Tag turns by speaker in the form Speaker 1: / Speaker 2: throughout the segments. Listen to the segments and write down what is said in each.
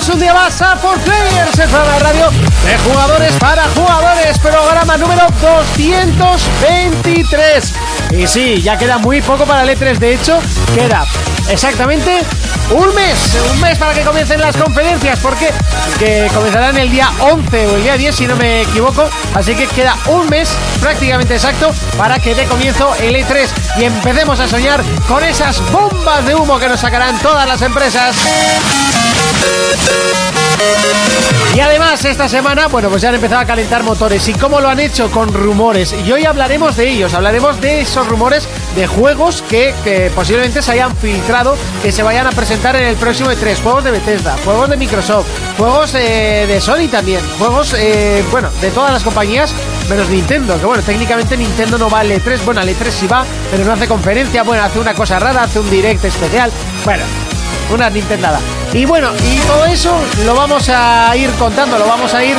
Speaker 1: a por Players, el programa de radio de jugadores para jugadores, programa número 223. Y sí, ya queda muy poco para el E3, de hecho, queda exactamente un mes, un mes para que comiencen las conferencias, porque que comenzarán el día 11 o el día 10, si no me equivoco, así que queda un mes prácticamente exacto para que dé comienzo el E3 y empecemos a soñar con esas bombas de humo que nos sacarán todas las empresas. Y además esta semana, bueno, pues ya han empezado a calentar motores. ¿Y cómo lo han hecho? Con rumores. Y hoy hablaremos de ellos, hablaremos de esos rumores de juegos que, que posiblemente se hayan filtrado, que se vayan a presentar en el próximo E3. Juegos de Bethesda, juegos de Microsoft, juegos eh, de Sony también, juegos, eh, bueno, de todas las compañías, menos Nintendo. Que bueno, técnicamente Nintendo no va al E3. Bueno, al E3 sí va, pero no hace conferencia, bueno, hace una cosa rara, hace un direct especial. Bueno, una Nintendada. Y bueno, y todo eso lo vamos a ir contando, lo vamos a ir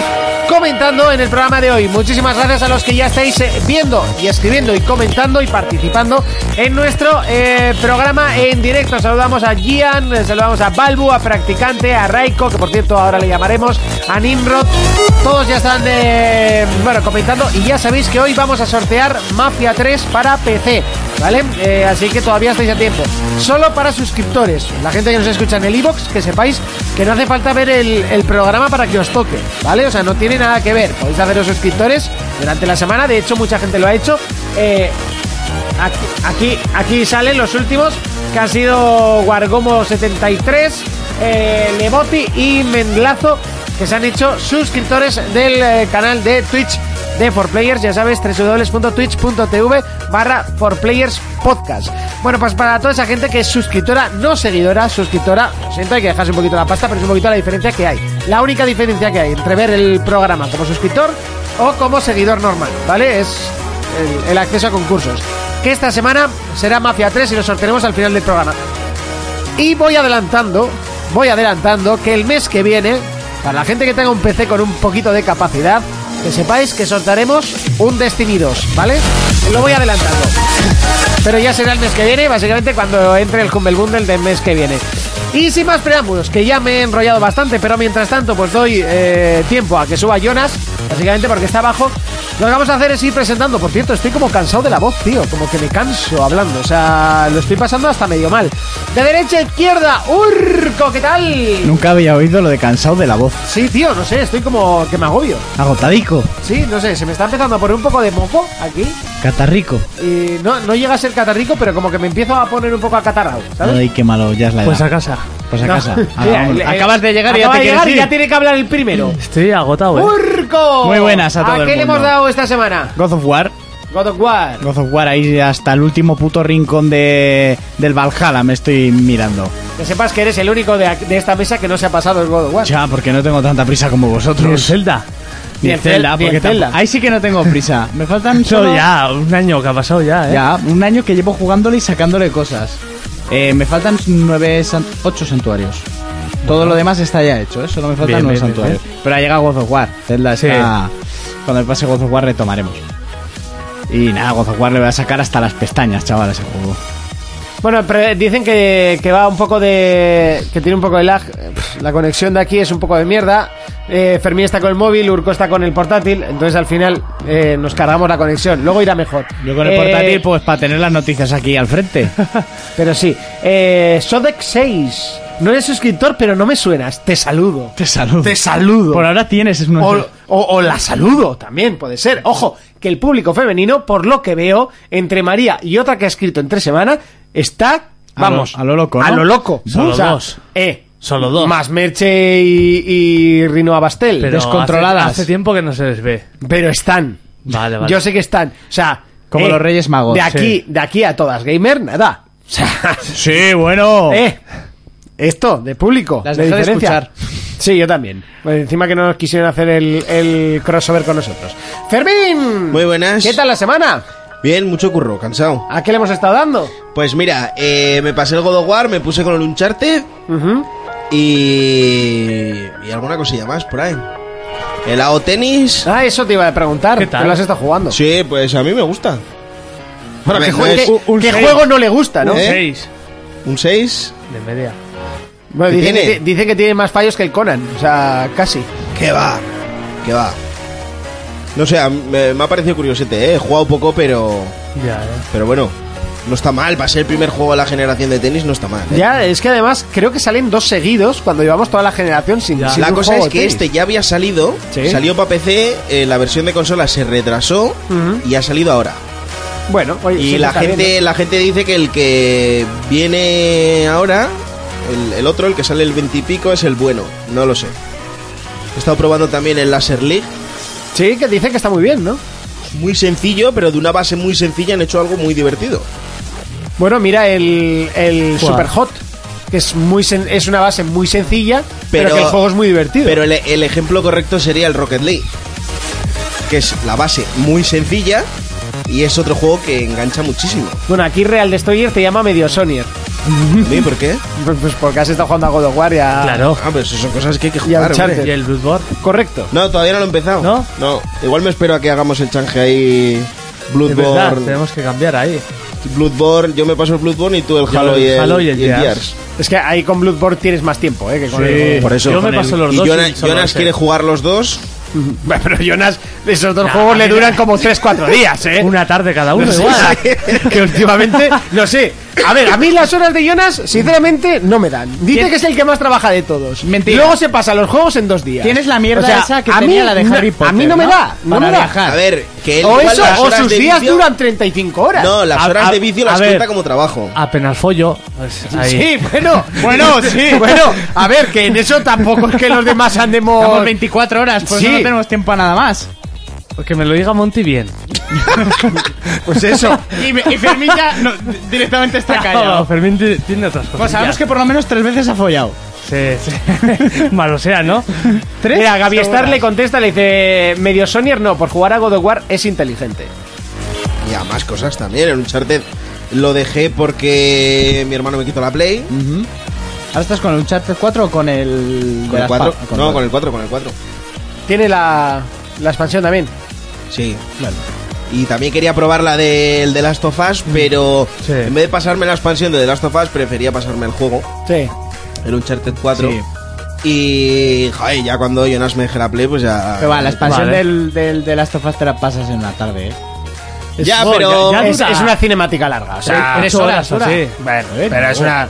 Speaker 1: comentando en el programa de hoy. Muchísimas gracias a los que ya estáis eh, viendo y escribiendo y comentando y participando en nuestro eh, programa en directo. Saludamos a Gian, eh, saludamos a Balbu, a Practicante, a Raiko, que por cierto ahora le llamaremos, a Nimrod. Todos ya están eh, bueno, comentando y ya sabéis que hoy vamos a sortear Mafia 3 para PC, ¿vale? Eh, así que todavía estáis a tiempo. Solo para suscriptores, la gente que nos escucha en el iBox, que sepáis que no hace falta ver el, el programa para que os toque, ¿vale? O sea, no tiene nada que ver. Podéis haceros suscriptores durante la semana, de hecho mucha gente lo ha hecho. Eh, Aquí, aquí, aquí salen los últimos que han sido Guargomo 73, eh, Leboti y Mendlazo, que se han hecho suscriptores del eh, canal de Twitch de 4Players, ya sabes, www.twitch.tv barra 4Players Podcast. Bueno, pues para toda esa gente que es suscriptora, no seguidora, suscriptora, lo siento, hay que dejarse un poquito la pasta, pero es un poquito la diferencia que hay. La única diferencia que hay entre ver el programa como suscriptor o como seguidor normal, ¿vale? Es el, el acceso a concursos. Que esta semana será Mafia 3 y lo sortearemos al final del programa. Y voy adelantando, voy adelantando que el mes que viene, para la gente que tenga un PC con un poquito de capacidad, que sepáis que sortaremos un Destiny 2, ¿vale? Lo voy adelantando. Pero ya será el mes que viene, básicamente cuando entre el Humble Bundle del mes que viene. Y sin más preámbulos, que ya me he enrollado bastante, pero mientras tanto pues doy eh, tiempo a que suba Jonas, básicamente porque está abajo. Lo que vamos a hacer es ir presentando, por cierto, estoy como cansado de la voz, tío, como que me canso hablando, o sea, lo estoy pasando hasta medio mal. De derecha a izquierda, Urco, ¿qué tal?
Speaker 2: Nunca había oído lo de cansado de la voz.
Speaker 1: Sí, tío, no sé, estoy como que me agobio.
Speaker 2: Agotadico,
Speaker 1: Sí, no sé, se me está empezando a poner un poco de moco aquí.
Speaker 2: catarrico.
Speaker 1: Y no, no llega a ser catarrico, pero como que me empiezo a poner un poco acatarrado, ¿sabes?
Speaker 2: Ay, qué malo, ya es la edad.
Speaker 3: Pues a casa.
Speaker 2: Pues a casa. Ah,
Speaker 1: Sí,
Speaker 2: vamos.
Speaker 1: eh,
Speaker 4: acabas de llegar y
Speaker 1: acaba
Speaker 4: ya te
Speaker 1: de
Speaker 4: quieres
Speaker 1: llegar y
Speaker 4: ir.
Speaker 1: ya tiene que hablar el primero.
Speaker 3: Estoy agotado, eh.
Speaker 1: ¡Urco!
Speaker 2: Muy buenas a todo
Speaker 1: ¿A
Speaker 2: el
Speaker 1: qué le
Speaker 2: mundo.
Speaker 1: hemos dado esta semana?
Speaker 2: God of War.
Speaker 1: God of War.
Speaker 2: God of War, ahí hasta el último puto rincón de, del Valhalla me estoy mirando.
Speaker 1: Que sepas que eres el único de, de esta mesa que no se ha pasado el God of War.
Speaker 2: Ya, porque no tengo tanta prisa como
Speaker 3: Ni el
Speaker 2: vosotros.
Speaker 3: Zelda.
Speaker 2: Ni el Zelda,
Speaker 1: Ni el
Speaker 2: porque
Speaker 1: Zelda.
Speaker 2: tampoco- Ahí sí que no tengo prisa. Me faltan solo...
Speaker 3: Eso ya, un año que ha pasado ya, eh.
Speaker 2: Ya, un año que llevo jugándole y sacándole cosas. Eh, me faltan nueve, san- ocho santuarios. Todo lo demás está ya hecho, ¿eh? solo me faltan
Speaker 3: Bien,
Speaker 2: nueve
Speaker 3: bien, bien,
Speaker 2: santuarios. Pero ha llegado God of War. Zelda
Speaker 3: Sí.
Speaker 2: está- Cuando me pase God of War retomaremos. Y nada, God of War le voy a sacar hasta las pestañas, chaval, a ese juego.
Speaker 1: Bueno, pre- dicen que, que va un poco de. que tiene un poco de lag. Eh, pf, La conexión de aquí es un poco de mierda. Eh, Fermín está con el móvil, Urco está con el portátil. Entonces al final eh, nos cargamos la conexión. Luego irá mejor.
Speaker 2: Yo con el
Speaker 1: Eh,
Speaker 2: portátil, pues para tener las noticias aquí al frente.
Speaker 1: Pero sí. Eh, Sodec 6. No eres suscriptor, pero no me suenas. Te saludo.
Speaker 2: Te saludo.
Speaker 1: Te saludo.
Speaker 2: Por ahora tienes es una-
Speaker 1: O, o- o la saludo también, puede ser. Ojo, que el público femenino, por lo que veo, entre María y otra que ha escrito entre semana, está,
Speaker 2: A lo-
Speaker 1: vamos,
Speaker 2: a lo loco, ¿no?
Speaker 1: A lo loco.
Speaker 3: Solo
Speaker 1: O sea,
Speaker 3: dos.
Speaker 1: Eh,
Speaker 3: Solo dos.
Speaker 1: Más Merche y, y Rino Abastel.
Speaker 3: Pero
Speaker 1: Pero,
Speaker 2: descontroladas.
Speaker 3: Hace, hace tiempo que no se les ve.
Speaker 1: están.
Speaker 3: Vale, vale.
Speaker 1: Yo sé que están. O sea... eh,
Speaker 2: Como los Reyes Magos,
Speaker 1: De aquí, de aquí a todas, gamer, nada. O sea,
Speaker 2: Sí, bueno.
Speaker 1: eh, esto, de público.
Speaker 2: Las dejé de escuchar.
Speaker 1: Sí, yo también. Pues encima que no nos quisieron hacer el, el crossover con nosotros. Fermín.
Speaker 4: Muy buenas.
Speaker 1: ¿Qué tal la semana?
Speaker 4: Bien, mucho curro, cansado.
Speaker 1: ¿A qué le hemos estado dando?
Speaker 4: Pues mira, eh, me pasé el God of War, me puse con el Uncharted
Speaker 1: Ujú.
Speaker 4: y. y alguna cosilla más por ahí. El AO Tenis.
Speaker 1: Ah, eso te iba a preguntar.
Speaker 3: ¿Qué tal?
Speaker 1: ¿Qué lo has estado jugando?
Speaker 4: Sí, pues a mí me gusta.
Speaker 1: Ah. Bueno,
Speaker 4: Me-
Speaker 1: que,
Speaker 4: no
Speaker 1: juegue-
Speaker 4: es-
Speaker 1: que- que juego no le gusta, ¿no?
Speaker 4: ¿Eh?
Speaker 3: Seis
Speaker 4: Un 6.
Speaker 3: de media.
Speaker 1: Bueno,
Speaker 4: ¿Qué
Speaker 1: dicen,
Speaker 4: tiene?
Speaker 1: Que, ti- dicen que tiene más fallos que el Conan, o sea, casi.
Speaker 4: Que va, que va. No sé, a mí- me, me ha parecido curiosete, ¿eh? He jugado poco, pero.
Speaker 3: Ya, eh.
Speaker 4: Pero bueno, no está mal. Para ser el primer juego de la generación de tenis, no está mal. ¿eh?
Speaker 1: Ya, es que además creo que salen dos seguidos cuando llevamos toda la generación sin,
Speaker 3: Ya.
Speaker 1: sin
Speaker 4: La
Speaker 1: un
Speaker 4: cosa
Speaker 1: juego de
Speaker 4: es que
Speaker 1: tenis.
Speaker 4: este ya había salido,
Speaker 1: Sí.
Speaker 4: salió para PC, eh, la versión de consola se retrasó
Speaker 1: Ujú.
Speaker 4: y ha salido ahora.
Speaker 1: Bueno, oye,
Speaker 4: Y
Speaker 1: siempre
Speaker 4: la
Speaker 1: está
Speaker 4: gente,
Speaker 1: bien, ¿eh?
Speaker 4: la gente dice que el que viene ahora, el, el otro, el que sale el 20 y pico, es el bueno. No lo sé. He estado probando también el Laser League.
Speaker 1: ¿no? Sí, que dicen que está muy bien, ¿no?
Speaker 4: Muy sencillo, pero de una base muy sencilla han hecho algo muy divertido.
Speaker 1: Bueno, mira el, el
Speaker 3: Juega.
Speaker 1: Super Hot, que es, muy sen- es una base muy sencilla, pero,
Speaker 4: Pero-
Speaker 1: que el juego es muy divertido.
Speaker 4: Pero el, el ejemplo correcto sería el Rocket League, que es la base muy sencilla y es otro juego que engancha muchísimo.
Speaker 1: Bueno, aquí Real Destroyer te llama medio Sonier.
Speaker 4: ¿Y por qué?
Speaker 1: Pues, pues porque has estado jugando a God of War y a-
Speaker 3: Claro.
Speaker 4: Ah, pero eso son cosas que hay que
Speaker 1: Y al
Speaker 4: jugar. hombre.
Speaker 1: Charter.
Speaker 3: Y el Bloodborne.
Speaker 1: Correcto.
Speaker 4: No, todavía no lo he empezado.
Speaker 3: ¿No?
Speaker 4: No. Igual me espero a que hagamos el change ahí.
Speaker 3: Es verdad,
Speaker 4: Bloodborne.
Speaker 3: tenemos que cambiar ahí.
Speaker 4: Bloodborne. Yo me paso el Bloodborne y tú el
Speaker 3: Yo
Speaker 4: Halo,
Speaker 3: el
Speaker 4: y el,
Speaker 3: Halo y el
Speaker 4: y el
Speaker 3: Gears.
Speaker 1: Es que ahí con Bloodborne tienes más tiempo, ¿eh? Que con el-
Speaker 4: Por eso,
Speaker 3: Yo me
Speaker 4: con
Speaker 3: paso
Speaker 4: el-
Speaker 3: los
Speaker 4: y
Speaker 3: dos.
Speaker 4: Jonas,
Speaker 3: sin solo
Speaker 4: Jonas
Speaker 3: ese.
Speaker 4: quiere jugar los dos.
Speaker 1: Bueno, pero Jonas, esos dos
Speaker 3: Nah,
Speaker 1: juegos le
Speaker 3: mira.
Speaker 1: duran como 3-4 días, ¿eh?
Speaker 3: Una tarde cada uno,
Speaker 1: No sé,
Speaker 3: igual.
Speaker 1: que últimamente, no sé. A ver, a mí las horas de Jonas, sinceramente, no me dan. Dice
Speaker 2: ¿Quién-
Speaker 1: que es el que más trabaja de todos.
Speaker 2: Mentira.
Speaker 1: Y luego se pasa los juegos en dos días.
Speaker 2: Tienes la mierda
Speaker 1: O sea,
Speaker 2: esa que
Speaker 1: a mí
Speaker 2: tenía la de
Speaker 1: no-
Speaker 2: Harry Potter.
Speaker 1: A mí no, me da, no
Speaker 2: Para
Speaker 1: me da.
Speaker 2: viajar.
Speaker 4: A ver, que él
Speaker 1: O
Speaker 4: igual
Speaker 1: eso,
Speaker 4: las
Speaker 1: o
Speaker 4: horas
Speaker 1: sus
Speaker 4: de
Speaker 1: días
Speaker 4: vicio-
Speaker 1: duran 35 horas.
Speaker 4: No, las
Speaker 3: A-
Speaker 4: horas
Speaker 3: a-
Speaker 4: de vicio
Speaker 3: a
Speaker 4: las
Speaker 3: ver.
Speaker 4: cuenta como trabajo.
Speaker 3: Apenas follo. pues, ahí.
Speaker 1: Sí, bueno, bueno, sí. Bueno, a ver, que en eso tampoco es que los demás andemos.
Speaker 2: Estamos 24 horas, por
Speaker 1: Sí.
Speaker 2: eso no tenemos tiempo a nada más.
Speaker 3: Pues Que me lo diga Monty bien.
Speaker 1: Pues eso.
Speaker 2: Y, me- y Fermín ya no, d- directamente está
Speaker 3: No,
Speaker 2: callado.
Speaker 3: Fermín ti- tiene otras cosas.
Speaker 2: Pues sabemos
Speaker 3: ya.
Speaker 2: que por lo menos tres veces ha follado.
Speaker 3: Sí, sí. Malo sea, ¿no?
Speaker 2: ¿Tres?
Speaker 1: Mira, Gaby
Speaker 2: Seguras.
Speaker 1: Star le contesta, le dice: Medio Sonyer no, por jugar a God of War es inteligente.
Speaker 4: Y a más cosas también. El Uncharted lo dejé porque mi hermano me quitó la Play.
Speaker 2: Ujú. ¿Ahora estás con el Uncharted 4 o con el... de
Speaker 4: Con el
Speaker 2: las
Speaker 4: 4.
Speaker 2: pa-
Speaker 4: No, con el 4, con el 4.
Speaker 1: Tiene la, la expansión también.
Speaker 4: Sí. Y también quería probar la del The Last of Us, pero
Speaker 3: Sí.
Speaker 4: en vez de pasarme la expansión de The Last of Us, prefería pasarme el juego,
Speaker 1: Sí.
Speaker 4: el Uncharted 4. Y joder, ya cuando Jonas me deje la play, pues ya.
Speaker 2: Pero va, la expansión
Speaker 3: Vale.
Speaker 2: del, del, de Last of Us te la pasas en la tarde, ¿eh?
Speaker 4: Ya,
Speaker 1: Oh,
Speaker 3: Bueno,
Speaker 4: pero.
Speaker 3: ya- ya
Speaker 1: Es,
Speaker 3: dura.
Speaker 1: es una cinemática larga, o sea,
Speaker 3: Sí, tres
Speaker 1: ocho
Speaker 3: horas,
Speaker 1: dura.
Speaker 3: o sí.
Speaker 1: Bueno, pero es una.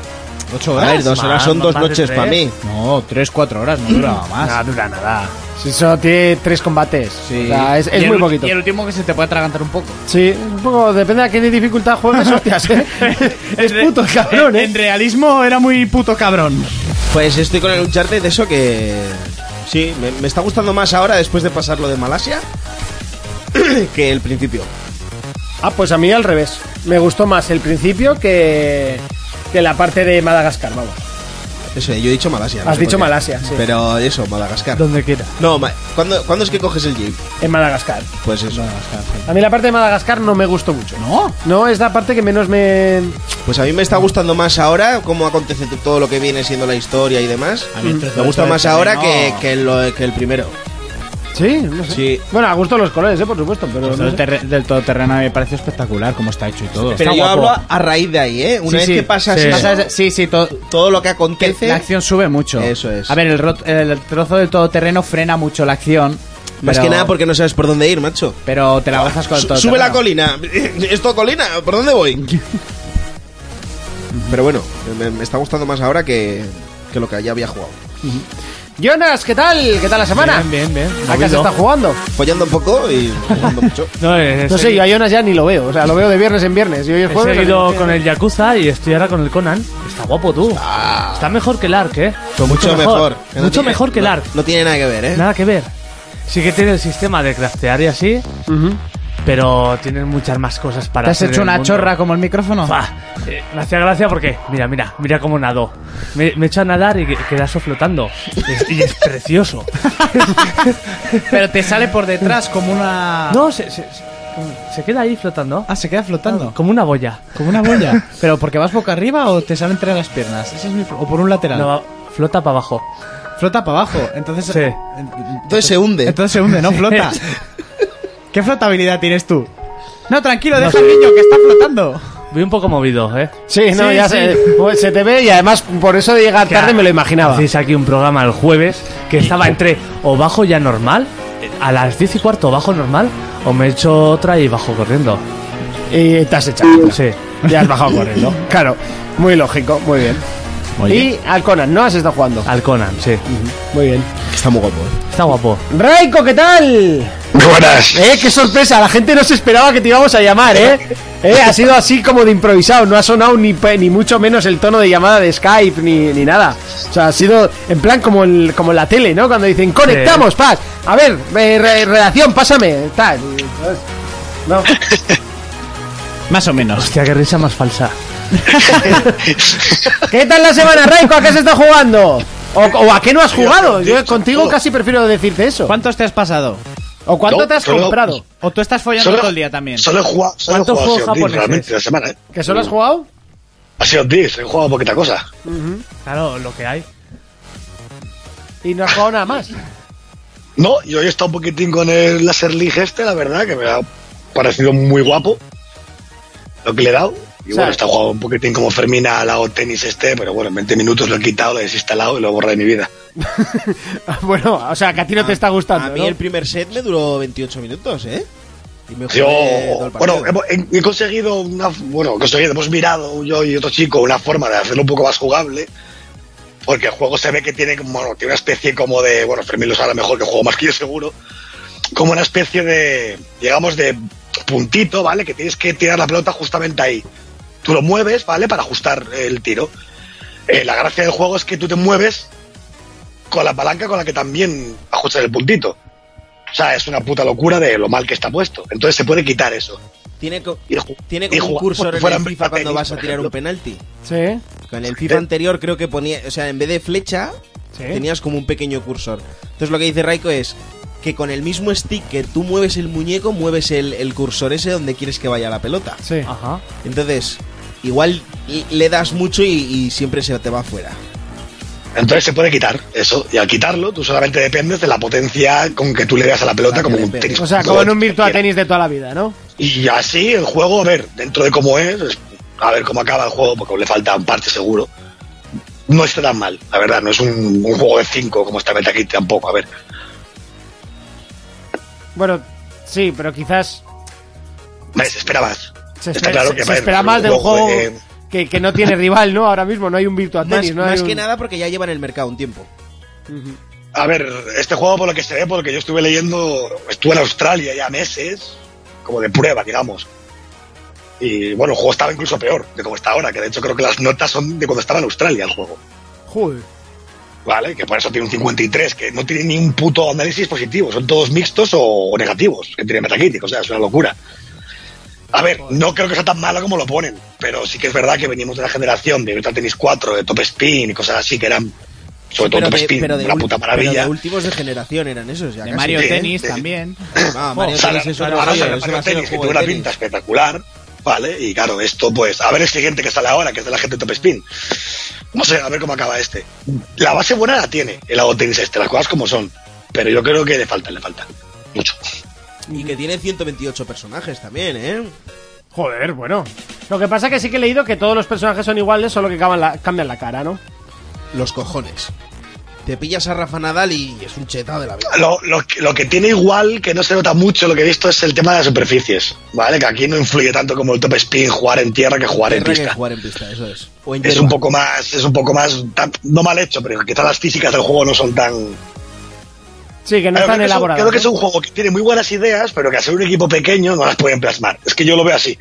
Speaker 2: ¿Ocho
Speaker 4: a ver, dos
Speaker 3: más,
Speaker 4: horas son
Speaker 3: Ah, más
Speaker 4: dos
Speaker 3: de
Speaker 4: noches
Speaker 3: tres.
Speaker 4: para mí.
Speaker 2: No, tres, cuatro horas, no duraba más.
Speaker 1: No dura nada. Si solo tiene tres combates.
Speaker 2: Sí.
Speaker 1: O sea, es, es
Speaker 2: Y el
Speaker 1: muy
Speaker 2: ul-
Speaker 1: poquito.
Speaker 2: Y el último que se te puede atragantar un poco.
Speaker 1: Sí, un poco depende a qué dificultad juegues, hostias, ¿eh? Es puto el cabrón, ¿eh?
Speaker 2: realismo era muy puto cabrón.
Speaker 4: Pues estoy con el Uncharted, eso que. Sí, me, me está gustando más ahora después de pasarlo de Malasia que el principio.
Speaker 1: Ah, pues a mí al revés. Me gustó más el principio que, que la parte de Madagascar, vamos.
Speaker 4: Eso, yo he dicho Malasia. no
Speaker 1: Has
Speaker 4: sé por
Speaker 1: dicho
Speaker 4: qué.
Speaker 1: Malasia, sí.
Speaker 4: Pero eso, Madagascar.
Speaker 3: Donde quiera.
Speaker 4: No, ma- ¿cuándo, ¿cuándo es que coges el jeep?
Speaker 1: En Madagascar.
Speaker 4: Pues eso.
Speaker 1: A mí la parte de Madagascar no me gustó mucho.
Speaker 2: No.
Speaker 1: No, es la parte que menos me...
Speaker 4: Pues a mí me está gustando más ahora cómo acontece t- todo lo que viene siendo la historia y demás.
Speaker 2: A mí el trozo
Speaker 4: Me
Speaker 2: de
Speaker 4: gusta
Speaker 2: trozo
Speaker 4: más
Speaker 2: de
Speaker 4: ahora
Speaker 2: no.
Speaker 4: que, que lo- que el primero.
Speaker 1: Sí, no sé.
Speaker 4: Sí.
Speaker 1: Bueno, a gusto los colores, ¿eh? Por supuesto, pero...
Speaker 2: Esto
Speaker 1: no sé.
Speaker 2: del, terre- del todoterreno me parece espectacular cómo está hecho y todo.
Speaker 4: Pero yo
Speaker 2: Está
Speaker 4: hablo
Speaker 2: guapo.
Speaker 4: a- a raíz de ahí, ¿eh? Una
Speaker 2: Sí,
Speaker 4: vez
Speaker 2: sí.
Speaker 4: que pasas
Speaker 2: Sí,
Speaker 4: eso,
Speaker 2: pasas- sí, sí, todo-
Speaker 4: todo lo
Speaker 2: que
Speaker 4: que acontece...
Speaker 2: la acción sube mucho.
Speaker 4: Eso es.
Speaker 2: A ver, el, rot- el trozo del todoterreno frena mucho la acción.
Speaker 4: Más
Speaker 2: pero-
Speaker 4: que nada porque no sabes por dónde ir, macho.
Speaker 2: Pero te la bajas con el
Speaker 4: Su-
Speaker 2: todoterreno.
Speaker 4: Sube la colina. ¿Esto colina? ¿Por dónde voy? Pero bueno, me, me está gustando más ahora que, que lo que ya había jugado.
Speaker 1: Jonas, ¿qué tal? ¿Qué tal la semana?
Speaker 3: Bien, bien, bien.
Speaker 1: ¿A qué se
Speaker 3: Movido.
Speaker 1: está jugando?
Speaker 4: Follando un poco y jugando mucho.
Speaker 3: No, eh, he,
Speaker 1: No sé, yo a Jonas ya ni lo veo. O sea, lo veo de viernes en viernes. Y hoy es
Speaker 3: he
Speaker 1: jueves,
Speaker 3: seguido
Speaker 1: así que-
Speaker 3: con el Yakuza y estoy ahora con el Conan. Está guapo tú. Está mejor que el Ark, ¿eh?
Speaker 4: Ah. Mucho mejor. no
Speaker 3: Mucho
Speaker 4: tiene-
Speaker 3: mejor que el
Speaker 4: no-
Speaker 3: Ark.
Speaker 4: No tiene nada que ver, ¿eh?
Speaker 3: Nada que ver. Sí que tiene el sistema de craftear y así,
Speaker 1: Ujú.
Speaker 3: pero tienes muchas más cosas para
Speaker 2: ¿Te has
Speaker 3: hacer en
Speaker 2: hecho
Speaker 3: el
Speaker 2: una
Speaker 3: mundo.
Speaker 2: chorra como el micrófono?
Speaker 3: Buah, eh, me hacía gracia porque, mira, mira, mira cómo nadó. Me, me echo a nadar y que- quedaso flotando. Y es, y es precioso.
Speaker 2: Pero te sale por detrás como una...
Speaker 3: No, se, se, se- se queda ahí flotando.
Speaker 2: Ah, se queda flotando.
Speaker 3: Como una boya.
Speaker 2: Como una boya. ¿Pero porque vas boca arriba o te sale entre las piernas? Ese es mi pro- O por un lateral.
Speaker 3: No, flota para abajo.
Speaker 2: Flota para abajo. Entonces, eh,
Speaker 3: Sí.
Speaker 4: Entonces se hunde.
Speaker 2: entonces se hunde, no flota. ¿Qué flotabilidad tienes tú? No, tranquilo, deja al niño que está flotando.
Speaker 3: Voy un poco movido, ¿eh?
Speaker 1: Sí, no,
Speaker 3: Sí,
Speaker 1: ya
Speaker 3: sí.
Speaker 1: Se, pues se te ve y además por eso de llegar tarde me lo imaginaba.
Speaker 3: Hacéis aquí un programa el jueves que estaba entre o bajo ya normal, eh, a las 10 y cuarto bajo normal, o me echo otra y bajo corriendo.
Speaker 1: Y te has echado.
Speaker 3: Sí.
Speaker 1: Ya has bajado corriendo. Claro, muy lógico, muy bien.
Speaker 2: Oye.
Speaker 1: Y al Conan, ¿no has estado jugando?
Speaker 3: Al Conan, sí.
Speaker 1: Muy bien.
Speaker 4: Está muy guapo. ¿eh?
Speaker 3: Está guapo.
Speaker 1: Raiko, ¿qué tal?
Speaker 5: Buenas.
Speaker 1: Eh, qué sorpresa, la gente no se esperaba que te íbamos a llamar, ¿eh? Eh, ha sido así como de improvisado, no ha sonado ni, pe- ni mucho menos el tono de llamada de Skype ni, ni nada. O sea, ha sido en plan como, el, como la tele, ¿no? Cuando dicen, conectamos, paz. A ver, eh, re- redacción, pásame. Tal. Y, ¿sabes? No.
Speaker 2: Más o menos.
Speaker 3: Hostia, qué risa más falsa.
Speaker 1: ¿Qué tal la semana, Raiko? ¿A qué se está jugando? ¿O, o a qué no has jugado? Yo contigo casi prefiero decirte eso.
Speaker 2: ¿Cuántos te has pasado?
Speaker 1: ¿O cuánto te has
Speaker 5: Solo-
Speaker 1: comprado?
Speaker 2: ¿O tú estás follando todo el día también?
Speaker 5: Solo he jugado, solo he
Speaker 3: ¿Cuántos
Speaker 5: jugado a Sea
Speaker 3: juegos
Speaker 5: of Thieves,
Speaker 3: japoneses?
Speaker 5: realmente, la semana. ¿eh?
Speaker 1: ¿Que solo has jugado?
Speaker 5: A Sea of Thieves, he jugado poquita cosa.
Speaker 3: Claro, lo que hay.
Speaker 1: Y no has jugado nada más.
Speaker 5: No, yo he estado un poquitín con el Laser League este, la verdad, que me ha parecido muy guapo lo que le he dado. Y
Speaker 1: O sea,
Speaker 5: bueno, está jugado un poquitín como Fermina al lado tenis este, pero bueno, en 20 minutos lo he quitado, lo he desinstalado y lo he borrado de mi vida.
Speaker 1: bueno, o sea, que a ti
Speaker 5: Ah,
Speaker 1: no te está gustando.
Speaker 4: A mí
Speaker 1: ¿no?
Speaker 4: el primer set me duró 28 minutos, ¿eh? Y me
Speaker 5: Yo,
Speaker 4: jugué todo el partido.
Speaker 5: bueno, eh, hemos- he, he conseguido una, bueno, he conseguido, hemos mirado yo y otro chico una forma de hacerlo un poco más jugable, porque el juego se ve que tiene, como- bueno, tiene una especie como de, bueno, Fermín lo sabe mejor que juego más que yo seguro, como una especie de, digamos, de puntito, ¿vale? Que tienes que tirar la pelota justamente ahí. Tú lo mueves, ¿vale? Para ajustar el tiro. Eh, la gracia del juego es que tú te mueves con la palanca con la que también ajustas el puntito. O sea, es una puta locura de lo mal que está puesto. Entonces se puede quitar eso.
Speaker 4: Tiene, co-
Speaker 5: Y ju-
Speaker 4: tiene
Speaker 5: y
Speaker 4: como un
Speaker 5: jugar
Speaker 4: cursor
Speaker 5: como
Speaker 4: en
Speaker 5: fuera
Speaker 4: el
Speaker 5: un
Speaker 4: FIFA cuando
Speaker 5: tenis,
Speaker 4: vas a
Speaker 5: por
Speaker 4: tirar un
Speaker 5: ejemplo.
Speaker 4: penalti.
Speaker 1: Sí.
Speaker 4: En el FIFA
Speaker 5: Eh.
Speaker 4: anterior creo que ponía, o sea, en vez de flecha,
Speaker 1: Sí.
Speaker 4: tenías como un pequeño cursor. Entonces lo que dice Raiko es que con el mismo stick que tú mueves el muñeco, mueves el, el cursor ese donde quieres que vaya la pelota.
Speaker 1: Sí.
Speaker 5: Ah.
Speaker 3: Ajá.
Speaker 4: Entonces, igual y- le das mucho y, y siempre se te va fuera.
Speaker 5: Entonces se puede quitar eso. Y al quitarlo, tú solamente dependes de la potencia con que tú le das a la pelota
Speaker 4: La
Speaker 5: como
Speaker 4: que
Speaker 5: un
Speaker 4: le
Speaker 5: tenis.
Speaker 4: pegues.
Speaker 1: O sea, como en un Virtua Tenis de toda la vida, ¿no?
Speaker 5: Y así el juego, a ver, dentro de cómo es, es- a ver cómo acaba el juego, porque aún le falta un parte seguro. No está tan mal, la verdad, no es un, un juego de 5 como está Metakit tampoco, a ver.
Speaker 1: Bueno, sí, pero quizás
Speaker 5: Ves, espera más.
Speaker 1: se,
Speaker 5: Está
Speaker 1: espe-
Speaker 5: claro
Speaker 1: se-
Speaker 5: que,
Speaker 1: se
Speaker 5: bueno,
Speaker 1: espera
Speaker 5: es
Speaker 1: más de un juego
Speaker 5: de-
Speaker 1: que, que no tiene rival, ¿no? Ahora mismo no hay un Virtua
Speaker 4: Más,
Speaker 1: Tennis, ¿no?
Speaker 4: más
Speaker 1: hay
Speaker 4: que
Speaker 1: un-
Speaker 4: nada porque ya lleva en el mercado un tiempo.
Speaker 5: A ver, este juego por lo que se ve, porque yo estuve leyendo, estuve en Australia ya meses, como de prueba, digamos. Y bueno, el juego estaba incluso peor de como está ahora, que de hecho creo que las notas son de cuando estaba en Australia el juego,
Speaker 1: Joder.
Speaker 5: ¿vale? Que por eso tiene un 53, que no tiene ni un puto análisis positivo, son todos mixtos o, o negativos, que tiene Metacritic, o sea, es una locura. A ver, no creo que sea tan malo como lo ponen, pero sí que es verdad que venimos de una generación de Virtua Tennis 4, de Top Spin y cosas así que eran, sobre todo
Speaker 4: Pero
Speaker 5: Top
Speaker 4: de,
Speaker 5: Spin,
Speaker 4: pero de
Speaker 5: una
Speaker 4: ul-
Speaker 5: puta
Speaker 4: pero de
Speaker 5: maravilla.
Speaker 4: últimos de generación eran esos ya.
Speaker 2: De
Speaker 4: casi.
Speaker 2: Mario
Speaker 5: Sí,
Speaker 2: Tenis
Speaker 5: sí.
Speaker 2: también.
Speaker 4: Ah, Mario
Speaker 5: O sea,
Speaker 4: Tennis es un
Speaker 5: ahora
Speaker 4: rollo,
Speaker 5: sale
Speaker 4: eso
Speaker 5: Mario
Speaker 4: va a ser
Speaker 5: Tennis,
Speaker 4: el
Speaker 5: que
Speaker 4: juego
Speaker 5: tiene una
Speaker 4: de
Speaker 5: pinta
Speaker 4: tenis.
Speaker 5: espectacular, ¿vale? Y claro, esto pues, a ver el siguiente que sale ahora, que es de la gente Top Spin. Vamos a ver cómo acaba este. La base buena la tiene el lado tenis este, las cosas como son. Pero yo creo que le falta, le falta. Mucho.
Speaker 4: Y que tiene 128 personajes también, ¿eh?
Speaker 1: Joder, bueno. Lo que pasa que sí que he leído que todos los personajes son iguales, solo que cambian la, cambian la cara, ¿no?
Speaker 4: Los cojones. Te pillas a Rafa Nadal y es un chetado de la vida.
Speaker 5: Lo, lo que- lo que tiene igual, que no se nota mucho, lo que he visto es el tema de las superficies, ¿vale? Que aquí no influye tanto como el top spin jugar en tierra que jugar en
Speaker 4: Tierra que
Speaker 5: pista.
Speaker 4: jugar en pista, eso es. O en
Speaker 5: es
Speaker 4: hierba.
Speaker 5: un poco más, es un poco más, tan- no mal hecho, pero quizás las físicas del juego no son tan,
Speaker 1: Sí, que no ¿eh? están
Speaker 5: Claro, creo que es un-
Speaker 1: elaborados.
Speaker 5: creo que es
Speaker 1: ¿no?
Speaker 5: un juego que tiene muy buenas ideas, pero que al ser un equipo pequeño no las pueden plasmar. Es que yo lo veo así.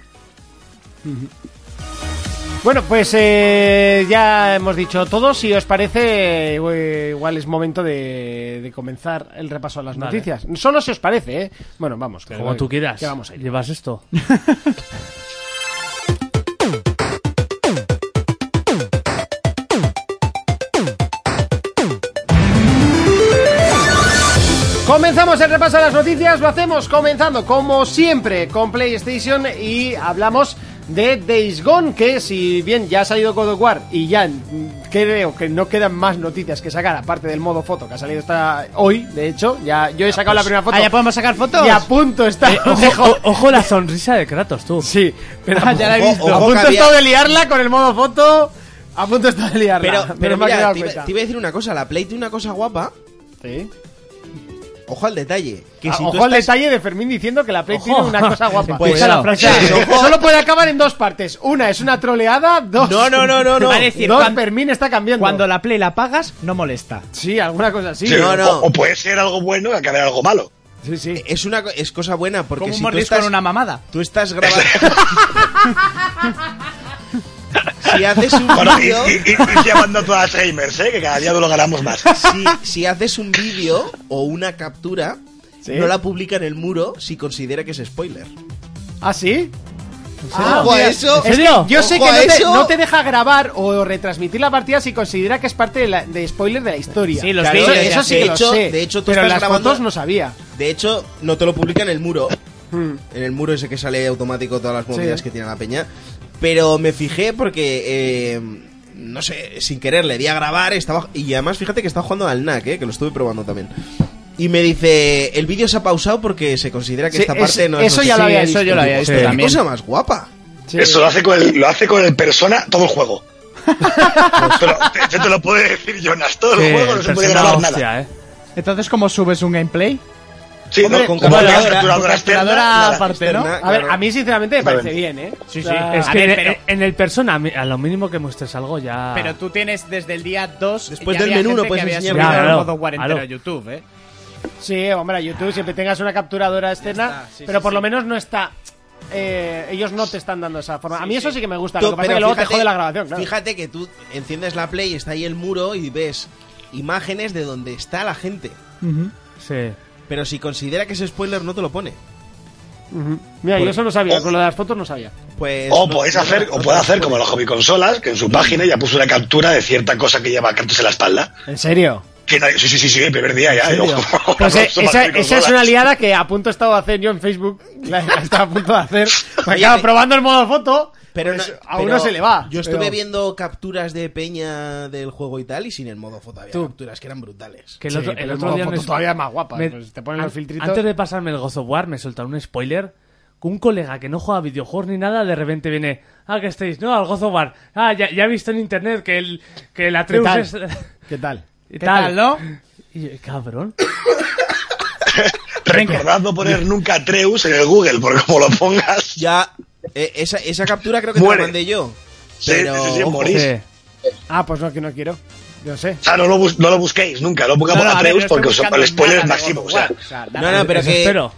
Speaker 1: Bueno, pues eh, ya hemos dicho todo. Si os parece, eh, igual es momento de, de comenzar el repaso a las
Speaker 3: Vale.
Speaker 1: noticias. Solo si os parece, ¿eh? Bueno, vamos. que
Speaker 3: Como
Speaker 1: voy-
Speaker 3: tú quieras.
Speaker 1: que vamos a ir.
Speaker 3: Llevas esto.
Speaker 1: Comenzamos el repaso a las noticias, lo hacemos comenzando como siempre con PlayStation y hablamos de Days Gone, que si bien ya ha salido God of War y ya mm, creo que no quedan más noticias que sacar, aparte del modo foto que ha salido esta hoy, de hecho, ya yo he sacado
Speaker 3: Pues,
Speaker 1: la primera foto.
Speaker 2: Ah, ya podemos sacar fotos.
Speaker 1: Y a punto está.
Speaker 3: Eh, ojo, o- ojo la sonrisa de Kratos, tú.
Speaker 1: Sí, pero
Speaker 2: Ah, ya la he
Speaker 1: ojo,
Speaker 2: visto.
Speaker 1: A
Speaker 4: Ojo,
Speaker 1: punto
Speaker 4: que
Speaker 1: he estado
Speaker 4: había-
Speaker 1: de liarla con el modo foto. A punto he estado de liarla.
Speaker 4: Pero, pero
Speaker 1: no me ha
Speaker 4: mira,
Speaker 1: quedado
Speaker 4: te iba,
Speaker 1: cuenta.
Speaker 4: te iba a decir una cosa, la Play tiene una cosa guapa,
Speaker 1: Sí.
Speaker 4: ojo al detalle, que
Speaker 1: Ah,
Speaker 4: si tú
Speaker 1: ojo al
Speaker 4: estás-
Speaker 1: detalle de Fermín diciendo que la Play
Speaker 3: Ojo.
Speaker 1: tiene una cosa guapa.
Speaker 4: Pues,
Speaker 1: Esa es la
Speaker 2: no.
Speaker 1: frase.
Speaker 4: Sí, ojo.
Speaker 1: Solo puede acabar en dos partes. Una es una troleada, dos.
Speaker 4: No, no, no, no, no.
Speaker 2: Vale, sí. decir,
Speaker 1: dos,
Speaker 2: cuan-
Speaker 1: Fermín está cambiando.
Speaker 2: Cuando la play la pagas, no molesta.
Speaker 1: Sí, alguna cosa así.
Speaker 5: Sí,
Speaker 4: no,
Speaker 5: o-
Speaker 4: no.
Speaker 5: O, puede ser algo bueno y acabar en algo malo.
Speaker 1: Sí, sí.
Speaker 4: Es una co- es cosa buena porque
Speaker 2: Como un
Speaker 4: si tú
Speaker 2: mordisco
Speaker 4: estás
Speaker 2: en una mamada.
Speaker 4: tú estás grabando Si haces un
Speaker 5: Bueno, y,
Speaker 4: vídeo,
Speaker 5: y, y- y llamando a todas las gamers, ¿eh? que cada día no lo ganamos más.
Speaker 4: si, si haces un vídeo o una captura,
Speaker 1: Sí.
Speaker 4: no la publica en el muro si considera que es spoiler.
Speaker 1: ¿Ah, sí?
Speaker 4: Ojo a eso.
Speaker 1: Es que yo sé que
Speaker 4: Ojo
Speaker 1: no
Speaker 4: a
Speaker 1: te,
Speaker 4: eso.
Speaker 1: no te deja grabar o retransmitir la partida si considera que es parte de, la- de spoiler de la historia.
Speaker 2: Sí, los
Speaker 1: Claro,
Speaker 2: vídeos
Speaker 1: Eso,
Speaker 4: ya
Speaker 1: sí
Speaker 4: sé.
Speaker 1: que
Speaker 4: De hecho-
Speaker 1: lo sé.
Speaker 4: de hecho, tú
Speaker 1: pero
Speaker 4: estás
Speaker 1: las
Speaker 4: grabando-
Speaker 1: fotos no sabía.
Speaker 4: De hecho, no te lo publica en el muro.
Speaker 1: Hmm.
Speaker 4: En el muro ese que sale automático todas las movidas
Speaker 1: Sí.
Speaker 4: que tiene la peña. Pero me fijé porque, eh, no sé, sin querer le di a grabar. estaba Y además, fíjate que estaba jugando al NAC, eh, que lo estuve probando también. Y me dice, el vídeo se ha pausado porque se considera que
Speaker 1: Sí,
Speaker 4: esta
Speaker 1: es-
Speaker 4: parte no es...
Speaker 1: eso
Speaker 4: no sé
Speaker 1: ya
Speaker 4: qué".
Speaker 1: lo había
Speaker 2: Sí, eso
Speaker 1: visto,
Speaker 2: yo lo había
Speaker 1: tipo,
Speaker 2: visto
Speaker 3: sí.
Speaker 4: ¿Qué
Speaker 2: también.
Speaker 4: cosa más guapa?
Speaker 1: Sí.
Speaker 5: Eso lo hace, con el, lo hace con el persona todo el juego. Pero te- yo te lo puedo decir, Jonas, todo
Speaker 3: Sí,
Speaker 5: el juego no se puede
Speaker 3: persona
Speaker 5: grabar
Speaker 3: hostia,
Speaker 5: nada.
Speaker 3: eh.
Speaker 2: Entonces, ¿cómo subes un gameplay?
Speaker 5: Sí,
Speaker 4: Hombre,
Speaker 5: no, con
Speaker 4: como
Speaker 5: capturadora,
Speaker 4: ahora,
Speaker 5: capturadora externa,
Speaker 2: capturadora
Speaker 5: nada.
Speaker 2: aparte, ¿no?
Speaker 4: Externa,
Speaker 1: A ver,
Speaker 4: claro.
Speaker 1: a mí sinceramente me
Speaker 5: Vale.
Speaker 1: parece bien, ¿eh?
Speaker 2: Sí,
Speaker 1: O sea,
Speaker 3: Es
Speaker 2: A
Speaker 3: que eh,
Speaker 2: ver,
Speaker 3: en-
Speaker 2: pero-
Speaker 3: en el persona, a mi- a lo mínimo que muestres algo ya.
Speaker 2: Pero tú tienes desde el día 2.
Speaker 4: Después del menú no puedes
Speaker 2: nada.
Speaker 3: nada.
Speaker 4: enseñar
Speaker 2: Claro,
Speaker 3: Claro, claro.
Speaker 2: entero a YouTube, ¿eh?
Speaker 1: Sí, hombre, a YouTube siempre tengas una capturadora escena,
Speaker 2: está, sí,
Speaker 1: pero
Speaker 2: sí,
Speaker 1: por lo
Speaker 2: sí.
Speaker 1: menos no está. eh, ellos no te están dando esa forma. a mí eso sí que me gusta. Lo
Speaker 4: Pero
Speaker 1: que pasa es que luego te
Speaker 4: fíjate-
Speaker 1: jode la grabación, claro.
Speaker 4: Fíjate que tú enciendes la play y está ahí el muro y ves imágenes de donde está la gente.
Speaker 3: Sí.
Speaker 4: Pero si considera que es spoiler, no te lo pone.
Speaker 1: Ujú. Mira, yo eso no sabía.
Speaker 4: eh,
Speaker 5: o-
Speaker 1: Con lo de las fotos no sabía.
Speaker 4: Pues
Speaker 5: O
Speaker 1: Oh,
Speaker 4: no-
Speaker 5: podéis
Speaker 4: no-
Speaker 5: hacer,
Speaker 4: no
Speaker 5: o
Speaker 4: te
Speaker 5: puede
Speaker 4: lo
Speaker 5: hacer
Speaker 4: pone.
Speaker 5: como los hobby consolas, que en su página ya puso una captura de cierta cosa que lleva Kratos en la espalda.
Speaker 1: ¿En serio?
Speaker 5: Que nadie- sí, sí, sí, sí, el primer día ya. yo-
Speaker 1: Pues eh,
Speaker 5: Somos
Speaker 1: esa, esa
Speaker 5: hobby
Speaker 1: es
Speaker 5: consolas.
Speaker 1: una liada que a punto he estado de hacer yo en Facebook. La la estaba a punto de hacer. Porque,
Speaker 4: Oye,
Speaker 1: claro,
Speaker 4: pe-
Speaker 1: probando el modo foto,
Speaker 4: Pero
Speaker 1: pues,
Speaker 4: no-
Speaker 1: a
Speaker 4: pero
Speaker 1: uno se le va.
Speaker 4: Yo estuve
Speaker 1: pero-
Speaker 4: viendo capturas de peña del juego y tal, y sin el modo foto había capturas que eran brutales.
Speaker 3: Que el
Speaker 1: Sí,
Speaker 3: otro,
Speaker 1: pero
Speaker 3: el
Speaker 1: el
Speaker 3: otro
Speaker 1: modo
Speaker 3: día me
Speaker 1: foto
Speaker 3: es-
Speaker 1: todavía es más guapa, pues te ponen los
Speaker 3: an-
Speaker 1: filtritos.
Speaker 3: Antes de pasarme el Gozo War me soltaron un spoiler. que Un colega que no juega a videojuegos ni nada, de repente viene. Ah, que estáis, no, al Gozo War. Ah, ya, ya he visto en internet que el, que el
Speaker 1: ¿Qué
Speaker 3: Atreus
Speaker 1: tal?
Speaker 3: es.
Speaker 1: ¿Qué tal?
Speaker 3: y
Speaker 2: ¿Qué tal, no?
Speaker 3: Y yo, cabrón.
Speaker 5: Recordad no poner nunca Treus en el Google, porque como lo pongas,
Speaker 4: Ya, eh, esa, esa captura creo que
Speaker 5: Muere.
Speaker 4: te la mandé yo.
Speaker 5: Sí,
Speaker 4: Pero,
Speaker 5: sí, sí,
Speaker 4: ojo,
Speaker 5: morís.
Speaker 3: Sí.
Speaker 1: Ah, pues no, que no quiero. Yo sé.
Speaker 5: O sea, no lo, bus- no lo busquéis nunca, no pongamos
Speaker 2: No, no,
Speaker 5: a
Speaker 2: a ver,
Speaker 5: Treus
Speaker 2: no
Speaker 5: porque os-
Speaker 2: estoy
Speaker 5: el
Speaker 2: buscando
Speaker 5: spoiler es
Speaker 2: nada de
Speaker 5: máximo. O
Speaker 2: God
Speaker 5: sea,
Speaker 2: of War, o sea,
Speaker 4: No, no, pero
Speaker 3: Eso
Speaker 4: que,
Speaker 3: espero.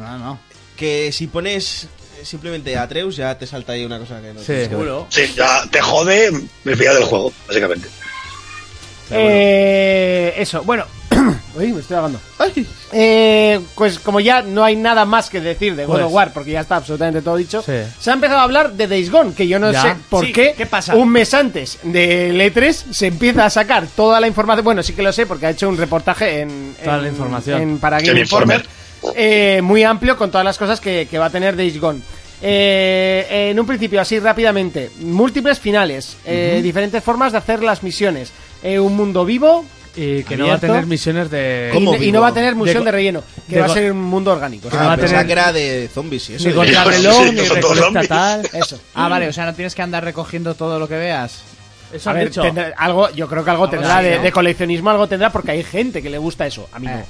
Speaker 2: No, no.
Speaker 4: que si pones eh, simplemente Atreus, ya te salta ahí una cosa que no
Speaker 3: Sí.
Speaker 4: tienes que ver.
Speaker 2: Seguro.
Speaker 5: sí, ya te jode me fía del juego, básicamente.
Speaker 1: Eh, eso, bueno. Uy, me estoy ahogando. Eh, pues como ya no hay nada más que decir de God
Speaker 3: Pues.
Speaker 1: of War, porque ya está absolutamente todo dicho,
Speaker 3: Sí.
Speaker 1: se ha empezado a hablar de Days Gone, que yo no
Speaker 3: Ya.
Speaker 1: sé por
Speaker 2: Sí,
Speaker 1: qué,
Speaker 2: ¿qué pasa?
Speaker 1: un mes antes de E3 se empieza a sacar toda la información. Bueno, sí que lo sé porque ha hecho un reportaje en,
Speaker 3: Toda
Speaker 1: en-
Speaker 3: la información.
Speaker 1: en- para
Speaker 5: El
Speaker 1: Game
Speaker 5: Informer.
Speaker 1: Informer, eh, muy amplio con todas las cosas que, que va a tener Days Gone. Eh, en un principio, así rápidamente, múltiples finales, eh, diferentes formas de hacer las misiones, eh, un mundo vivo,
Speaker 3: Y que no va a
Speaker 1: Abierto.
Speaker 3: tener misiones de.
Speaker 1: y,
Speaker 4: ¿Cómo
Speaker 1: y
Speaker 4: vivo?
Speaker 1: no va a tener misión
Speaker 3: go-
Speaker 1: de, relleno, que
Speaker 3: de
Speaker 1: va a
Speaker 3: go-
Speaker 1: ser un mundo orgánico.
Speaker 4: Ah,
Speaker 3: No va a
Speaker 4: pensaba
Speaker 3: tener-
Speaker 4: que era de zombies y eso. ¿eh?
Speaker 3: Ni
Speaker 4: Y-
Speaker 5: contra-
Speaker 3: contrarreloj,
Speaker 5: Sí,
Speaker 3: ni
Speaker 5: son todos
Speaker 3: recolecta
Speaker 5: zombies.
Speaker 3: tal.
Speaker 1: Eso.
Speaker 2: Ah, vale, o sea, no tienes que andar recogiendo todo lo que veas.
Speaker 3: Eso
Speaker 1: A
Speaker 3: han
Speaker 1: ver,
Speaker 3: dicho.
Speaker 1: tendrá- algo, yo creo que algo tendrá
Speaker 2: así,
Speaker 1: de,
Speaker 2: ¿no?
Speaker 1: de coleccionismo, algo tendrá porque hay gente que le gusta eso. A mí no.
Speaker 2: Eh.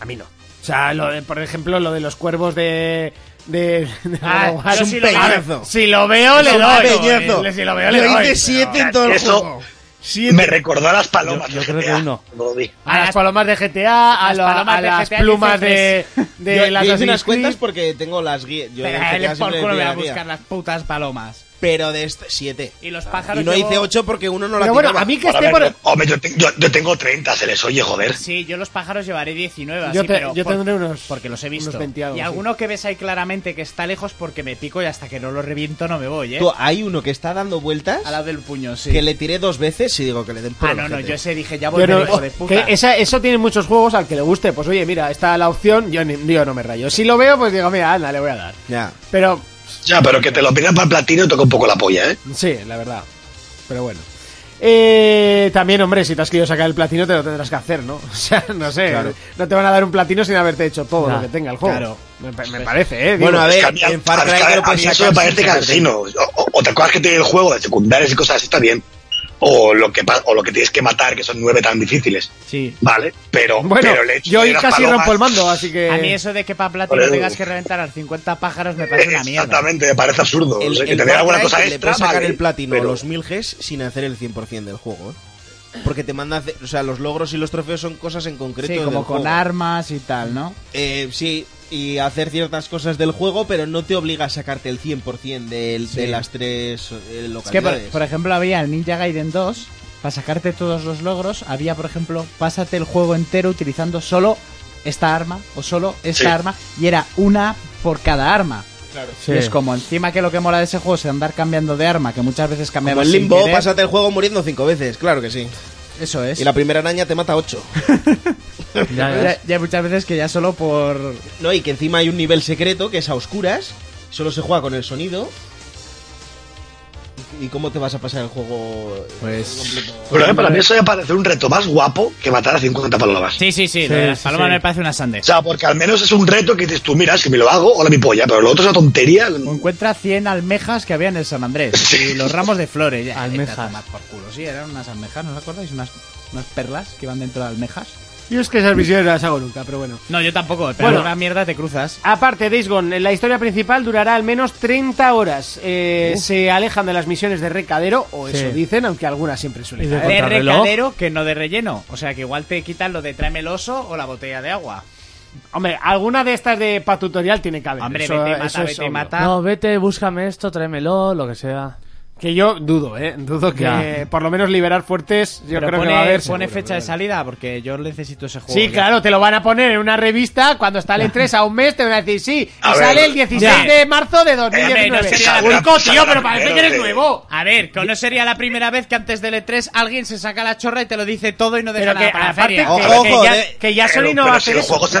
Speaker 1: A mí no. O sea, lo de- por ejemplo, lo de los cuervos de. de, de-
Speaker 2: Ah,
Speaker 1: de-
Speaker 2: es un
Speaker 1: si lo-
Speaker 4: peñazo.
Speaker 1: Si lo veo, le
Speaker 4: Es un
Speaker 1: doy.
Speaker 4: peñazo.
Speaker 1: Le- Si lo veo, le
Speaker 4: Yo
Speaker 1: doy.
Speaker 4: hice
Speaker 1: pero-
Speaker 4: siete en todo el
Speaker 5: Eso
Speaker 4: juego.
Speaker 5: me recordó a las palomas.
Speaker 3: Yo- yo
Speaker 5: de
Speaker 3: creo que
Speaker 5: GTA,
Speaker 3: uno.
Speaker 5: cuando lo vi.
Speaker 1: A las palomas de GTA, a,
Speaker 2: Las
Speaker 1: lo- a pues,
Speaker 2: palomas de
Speaker 1: las
Speaker 2: GTA
Speaker 1: plumas de, de
Speaker 4: yo, yo
Speaker 1: las
Speaker 4: hice
Speaker 1: Eh, Assassin's
Speaker 4: unas cuentas
Speaker 1: Creed.
Speaker 4: porque tengo las guías. Yo
Speaker 2: Pero
Speaker 4: en GTA
Speaker 2: el por
Speaker 4: siempre
Speaker 2: culo me
Speaker 4: decía
Speaker 2: voy a
Speaker 4: la guía.
Speaker 2: buscar las putas palomas.
Speaker 4: Pero de este, siete.
Speaker 2: Y los pájaros.
Speaker 4: Y no
Speaker 2: llevo-
Speaker 4: hice ocho porque uno no la
Speaker 1: Pero bueno,
Speaker 4: tiraba.
Speaker 1: a mí que
Speaker 5: Ahora,
Speaker 1: esté
Speaker 5: a ver,
Speaker 1: por.
Speaker 5: hombre, yo, te- yo- yo tengo 30, se les oye, joder.
Speaker 2: Sí, yo los pájaros llevaré 19.
Speaker 1: Yo
Speaker 2: así,
Speaker 1: te-
Speaker 2: pero
Speaker 1: yo tendré unos-
Speaker 2: Porque los he visto.
Speaker 1: unos 20 algo,
Speaker 2: y
Speaker 1: sí.
Speaker 2: alguno que ves ahí claramente que está lejos porque me pico y hasta que no lo reviento no me voy, ¿eh?
Speaker 4: Tú, hay uno que está dando vueltas
Speaker 2: Al lado del puño, sí.
Speaker 4: que le tiré dos veces y digo que le den por
Speaker 2: Ah,
Speaker 4: el
Speaker 2: no, no,
Speaker 4: ojete.
Speaker 2: yo ese dije, ya
Speaker 1: Yo
Speaker 2: volveré,
Speaker 1: no-
Speaker 2: hijo de puta.
Speaker 1: que esa- eso tiene muchos juegos al que le guste. Pues oye, mira, está la opción. Yo, ni- yo no me rayo. Si lo veo, pues digo, mira, anda, le voy a dar.
Speaker 4: Ya.
Speaker 1: Pero
Speaker 5: Ya, pero que te lo pidan para el platino toca un poco la polla, ¿eh?
Speaker 1: Sí, la verdad. Pero bueno. Eh, también, hombre, si te has querido sacar el platino, te lo tendrás que hacer, ¿no? O sea, no sé. No te van a dar un platino sin haberte hecho todo
Speaker 3: Nah,
Speaker 1: lo que tenga el juego.
Speaker 4: claro.
Speaker 1: Me, me parece, ¿eh?
Speaker 4: Bueno,
Speaker 1: Digo,
Speaker 4: a
Speaker 5: Es
Speaker 4: ver,
Speaker 5: que mí-
Speaker 4: en Far
Speaker 5: a ver,
Speaker 4: Cry
Speaker 5: es que
Speaker 4: te lo
Speaker 5: a mí
Speaker 4: puedes
Speaker 5: eso me
Speaker 4: sacar
Speaker 5: parece
Speaker 4: sin sacar
Speaker 5: cansino. O, o- o te acuerdas que tiene el juego de secundarias y cosas así, está bien. O lo, que, pa- o lo que tienes que matar, que son nueve tan difíciles.
Speaker 2: Sí.
Speaker 5: Vale, pero,
Speaker 1: bueno,
Speaker 5: pero el hecho
Speaker 1: yo
Speaker 5: de
Speaker 1: hoy
Speaker 5: las
Speaker 1: casi
Speaker 5: palomas-
Speaker 1: rompo el mando, así que.
Speaker 2: A mí eso de que para platino
Speaker 5: Ole,
Speaker 2: tengas
Speaker 5: ole.
Speaker 2: que reventar a los 50 pájaros me parece una mierda.
Speaker 5: Exactamente, me parece
Speaker 4: El,
Speaker 5: absurdo. o sea, Pues que
Speaker 4: el
Speaker 5: tener
Speaker 4: Far
Speaker 5: alguna
Speaker 4: Cry
Speaker 5: cosa
Speaker 4: le
Speaker 5: extra,
Speaker 4: puedes sacar
Speaker 5: vale,
Speaker 4: el platino
Speaker 5: pero-
Speaker 4: a los 1000 Gs sin hacer el 100% del juego, ¿eh? Porque te manda a hacer- o sea, los logros y los trofeos son cosas en concreto
Speaker 2: Sí,
Speaker 4: del
Speaker 2: como con
Speaker 4: juego.
Speaker 2: armas y tal, ¿no?
Speaker 4: Eh, sí, y hacer ciertas cosas del juego, pero no te obliga a sacarte el 100% del- de las tres eh,
Speaker 2: Es que, por,
Speaker 4: localidades.
Speaker 2: por ejemplo, había el Ninja Gaiden 2, para sacarte todos los logros, había, por ejemplo, pásate el juego entero utilizando solo esta arma o solo esta
Speaker 5: Sí.
Speaker 2: arma, y era una por cada arma.
Speaker 3: Sí.
Speaker 2: Y es como encima que lo que mola de ese juego es andar cambiando de arma, que muchas veces
Speaker 4: Como
Speaker 2: cambiamos
Speaker 4: el
Speaker 2: sin
Speaker 4: limbo,
Speaker 2: querer.
Speaker 4: pásate el juego muriendo cinco veces, claro que sí.
Speaker 2: Eso es.
Speaker 4: Y la primera araña te mata ocho.
Speaker 3: Ya, ya.
Speaker 2: Ya, ya hay muchas veces que ya solo por...
Speaker 4: No, y que encima hay un nivel secreto que es a oscuras, solo se juega con el sonido. ¿Y cómo te vas a pasar el juego?
Speaker 2: Pues...
Speaker 5: Pero, eh, para mí eso me parece un reto más guapo que matar a 50 palomas.
Speaker 6: Sí, sí, sí.
Speaker 3: Sí,
Speaker 6: lo de las
Speaker 3: sí,
Speaker 6: palomas
Speaker 3: sí.
Speaker 6: me parece una
Speaker 5: O
Speaker 6: sandez.
Speaker 5: sea, porque al menos es un reto que dices tú, mira, si me lo hago, hola mi polla, pero lo otro es una tontería.
Speaker 2: O encuentra 100 almejas que había en el San Andrés.
Speaker 5: Sí.
Speaker 2: Y los ramos de flores. Ya,
Speaker 3: Almejas.
Speaker 2: vete a tomar por culo. Sí, eran unas almejas, ¿no os acordáis? Unas, unas perlas que iban dentro de almejas.
Speaker 1: Yo es que esas visiones no las hago nunca, pero bueno.
Speaker 6: No, yo tampoco. Pero
Speaker 1: Bueno.
Speaker 6: una mierda te cruzas.
Speaker 1: Aparte, Days Gone, la historia principal durará al menos 30 horas. Eh, Se alejan de las misiones de recadero, o
Speaker 3: Sí.
Speaker 1: eso dicen, aunque algunas siempre suelen
Speaker 3: Y de
Speaker 1: caer.
Speaker 6: De
Speaker 3: Contrarreloj.
Speaker 6: recadero que no de relleno. O sea que igual te quitan lo de tráeme el oso o la botella de agua.
Speaker 1: Hombre, alguna de estas de pa' tutorial tiene que haber.
Speaker 6: Hombre,
Speaker 1: Eso-
Speaker 6: vete y
Speaker 1: eso
Speaker 6: mata,
Speaker 1: es
Speaker 6: vete y
Speaker 1: obvio.
Speaker 6: mata.
Speaker 3: No, vete, búscame esto, tráemelo, lo que sea.
Speaker 1: Que yo dudo, ¿eh? Dudo que
Speaker 3: Ya.
Speaker 1: por lo menos liberar fuertes, yo
Speaker 6: Pero
Speaker 1: creo
Speaker 6: pone,
Speaker 1: que va a haber.
Speaker 6: pone
Speaker 1: seguro,
Speaker 6: fecha
Speaker 1: pero
Speaker 6: de
Speaker 1: bueno.
Speaker 6: salida porque yo necesito ese juego.
Speaker 1: Sí,
Speaker 6: ya.
Speaker 1: claro, te lo van a poner en una revista cuando está el E3 a un mes, te van a decir sí. Y
Speaker 5: A ver,
Speaker 1: sale el 16
Speaker 6: ya.
Speaker 1: de marzo de
Speaker 6: Eh, no
Speaker 1: 2019.
Speaker 6: sería la-
Speaker 1: Urco, tío, pero
Speaker 5: Saldrá
Speaker 1: parece que
Speaker 5: primero
Speaker 1: eres
Speaker 5: de-
Speaker 1: nuevo.
Speaker 6: A ver, que no sería la primera vez que antes del E3 alguien se saca la chorra y te lo dice todo y no deja
Speaker 1: Pero que
Speaker 6: nada para la
Speaker 1: aparte, que,
Speaker 6: feria.
Speaker 4: Ojo,
Speaker 1: que
Speaker 4: ojo,
Speaker 1: ya,
Speaker 2: eh,
Speaker 4: de-
Speaker 1: que ya
Speaker 5: pero-
Speaker 1: Sony no
Speaker 5: pero
Speaker 1: va a
Speaker 5: si
Speaker 1: hacer
Speaker 5: el
Speaker 1: eso.
Speaker 5: juego se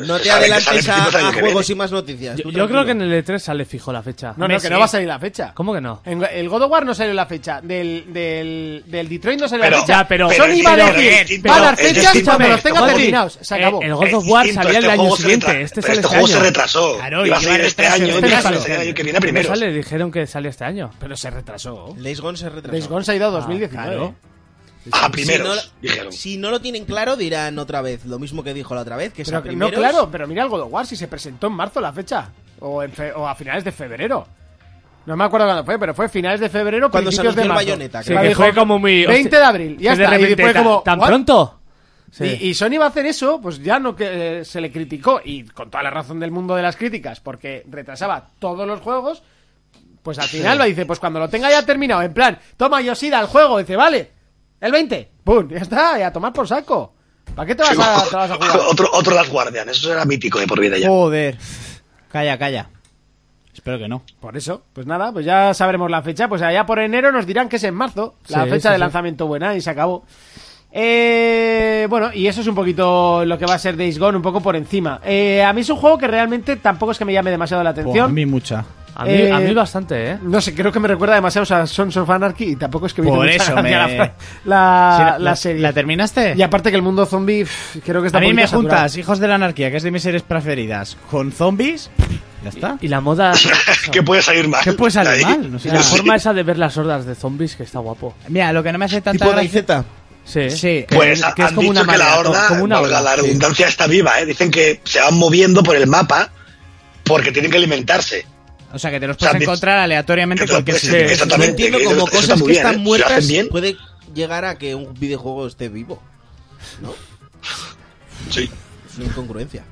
Speaker 4: No
Speaker 5: se
Speaker 4: te
Speaker 5: sabe que
Speaker 4: adelantes
Speaker 5: sale el principio del
Speaker 4: a, a
Speaker 5: año que
Speaker 4: juegos y
Speaker 5: viene.
Speaker 4: más noticias.
Speaker 3: Yo,
Speaker 4: tú
Speaker 3: yo creo que en
Speaker 4: tranquilo.
Speaker 3: el E3 sale fijo la fecha.
Speaker 1: No, no,
Speaker 3: Messi,
Speaker 1: que no va a salir la fecha.
Speaker 3: ¿Cómo que no?
Speaker 1: En- el God of War no salió la fecha. Del, del, del Detroit no salió
Speaker 5: Pero-
Speaker 1: la fecha.
Speaker 5: Ya, pero-
Speaker 1: Sony
Speaker 5: pero-
Speaker 1: va a
Speaker 5: pero-
Speaker 1: decir,
Speaker 5: pero-
Speaker 1: va a dar
Speaker 5: pero-
Speaker 1: fechas
Speaker 5: es
Speaker 1: cuando
Speaker 5: distinto,
Speaker 1: los tenga
Speaker 5: joder.
Speaker 1: terminados. Se
Speaker 3: Eh,
Speaker 1: acabó.
Speaker 3: el
Speaker 5: Es
Speaker 3: God of War
Speaker 5: distinto,
Speaker 3: salía el
Speaker 5: este
Speaker 3: año
Speaker 5: juego se
Speaker 3: siguiente.
Speaker 5: retra-
Speaker 3: Este
Speaker 5: pero
Speaker 3: sale este
Speaker 5: este juego se
Speaker 3: año.
Speaker 5: retrasó.
Speaker 6: Claro,
Speaker 5: Iba a
Speaker 6: y
Speaker 5: salir
Speaker 6: lleva
Speaker 5: este
Speaker 6: retraso,
Speaker 5: año,
Speaker 6: este
Speaker 5: iba a
Speaker 6: no
Speaker 5: salir
Speaker 6: sale.
Speaker 5: el año que viene
Speaker 3: No
Speaker 5: primero.
Speaker 3: sale, dijeron que salía este año. Pero se retrasó.
Speaker 4: Days Gone se retrasó.
Speaker 1: Days Gone se ha ido a 2019.
Speaker 3: Ah, claro.
Speaker 5: A
Speaker 4: Si
Speaker 5: primeros,
Speaker 4: no-
Speaker 5: Ah, dijeron.
Speaker 4: Si no lo tienen claro, dirán otra vez. Lo mismo que dijo la otra vez, que es
Speaker 1: Pero
Speaker 4: a
Speaker 1: que- no,
Speaker 4: primeros.
Speaker 1: claro, pero mira el God of War si se presentó en marzo la fecha. O, en fe- o a finales de febrero. No me acuerdo cuándo fue, pero fue finales de febrero,
Speaker 4: Cuando se
Speaker 1: principios de
Speaker 4: anunció el
Speaker 1: marzo.
Speaker 4: Bayonetta,
Speaker 3: Sí,
Speaker 1: La
Speaker 3: que
Speaker 1: dijo,
Speaker 3: fue como muy...
Speaker 1: 20 de abril, ya
Speaker 3: que de
Speaker 1: está. Y
Speaker 3: repente,
Speaker 1: fue como,
Speaker 3: ¿Tan
Speaker 1: ¿what?
Speaker 3: pronto? Sí.
Speaker 1: Y, y Sony va a hacer eso, pues ya no que eh, se le criticó, y con toda la razón del mundo de las críticas, porque retrasaba todos los juegos, pues al final lo dice, pues cuando lo tenga ya terminado, en plan, toma Yoshida el juego, dice, vale, el 20, pum, ya está, y a tomar por saco. ¿Para qué te vas, a, te vas a jugar?
Speaker 5: Otro, otro Last Guardian, eso era mítico de por vida ya.
Speaker 2: Joder. Calla, calla. Espero que no.
Speaker 1: Por eso, pues nada, pues ya sabremos la fecha, pues allá por enero nos dirán que es en marzo, la
Speaker 3: Sí,
Speaker 1: fecha
Speaker 3: sí,
Speaker 1: de
Speaker 3: sí.
Speaker 1: lanzamiento buena, y se acabó. Eh, bueno, y eso es un poquito lo que va a ser Days Gone, un poco por encima. Eh, a mí es un juego que realmente tampoco es que me llame demasiado la atención.
Speaker 2: Buah, Pues a mí mucha.
Speaker 3: a, mí, a
Speaker 1: eh,
Speaker 3: mí bastante, ¿eh?
Speaker 1: No sé, creo que me recuerda demasiado a Sons of Anarchy y tampoco es que me
Speaker 2: Por
Speaker 1: hizo mucha
Speaker 2: eso
Speaker 1: gracia
Speaker 2: me-
Speaker 1: la, la-
Speaker 2: Sí,
Speaker 1: la serie.
Speaker 2: ¿La terminaste?
Speaker 1: y aparte que el mundo zombie pff, creo que está
Speaker 2: a mí
Speaker 1: un
Speaker 2: me
Speaker 1: poquito saturado.
Speaker 2: juntas Hijos de la Anarquía, que es de mis series preferidas, con zombies. Ya está.
Speaker 3: Y la moda...
Speaker 5: ¿Qué puede salir mal?
Speaker 2: ¿Qué puede salir
Speaker 5: Ahí.
Speaker 2: mal? No sé.
Speaker 3: y la
Speaker 5: Sí.
Speaker 3: forma esa de ver las hordas de zombies que está guapo.
Speaker 2: Mira, lo que no me hace tanta
Speaker 4: Tipo
Speaker 2: gracia-
Speaker 4: Gaizeta.
Speaker 3: Sí.
Speaker 2: Sí.
Speaker 5: Pues han dicho que la
Speaker 3: marea,
Speaker 5: horda,
Speaker 3: como una
Speaker 5: valga
Speaker 3: horda,
Speaker 5: la
Speaker 3: sí.
Speaker 5: redundancia está viva, ¿eh? Dicen que se van moviendo por el mapa porque tienen que alimentarse.
Speaker 2: O sea, que te los
Speaker 5: O sea,
Speaker 2: puedes
Speaker 5: me-
Speaker 2: encontrar aleatoriamente en
Speaker 5: que pues te
Speaker 2: cualquier
Speaker 5: lo puedes-
Speaker 2: sitio.
Speaker 5: que-
Speaker 4: Yo
Speaker 5: Exactamente.
Speaker 4: entiendo
Speaker 5: que
Speaker 4: como
Speaker 5: eso- eso
Speaker 4: cosas
Speaker 5: está muy
Speaker 4: que
Speaker 5: bien, ¿eh?
Speaker 4: están
Speaker 5: Si lo
Speaker 4: muertas
Speaker 5: hacen bien,
Speaker 4: puede llegar a que un videojuego esté vivo.
Speaker 5: sí.
Speaker 4: Es una incongruencia.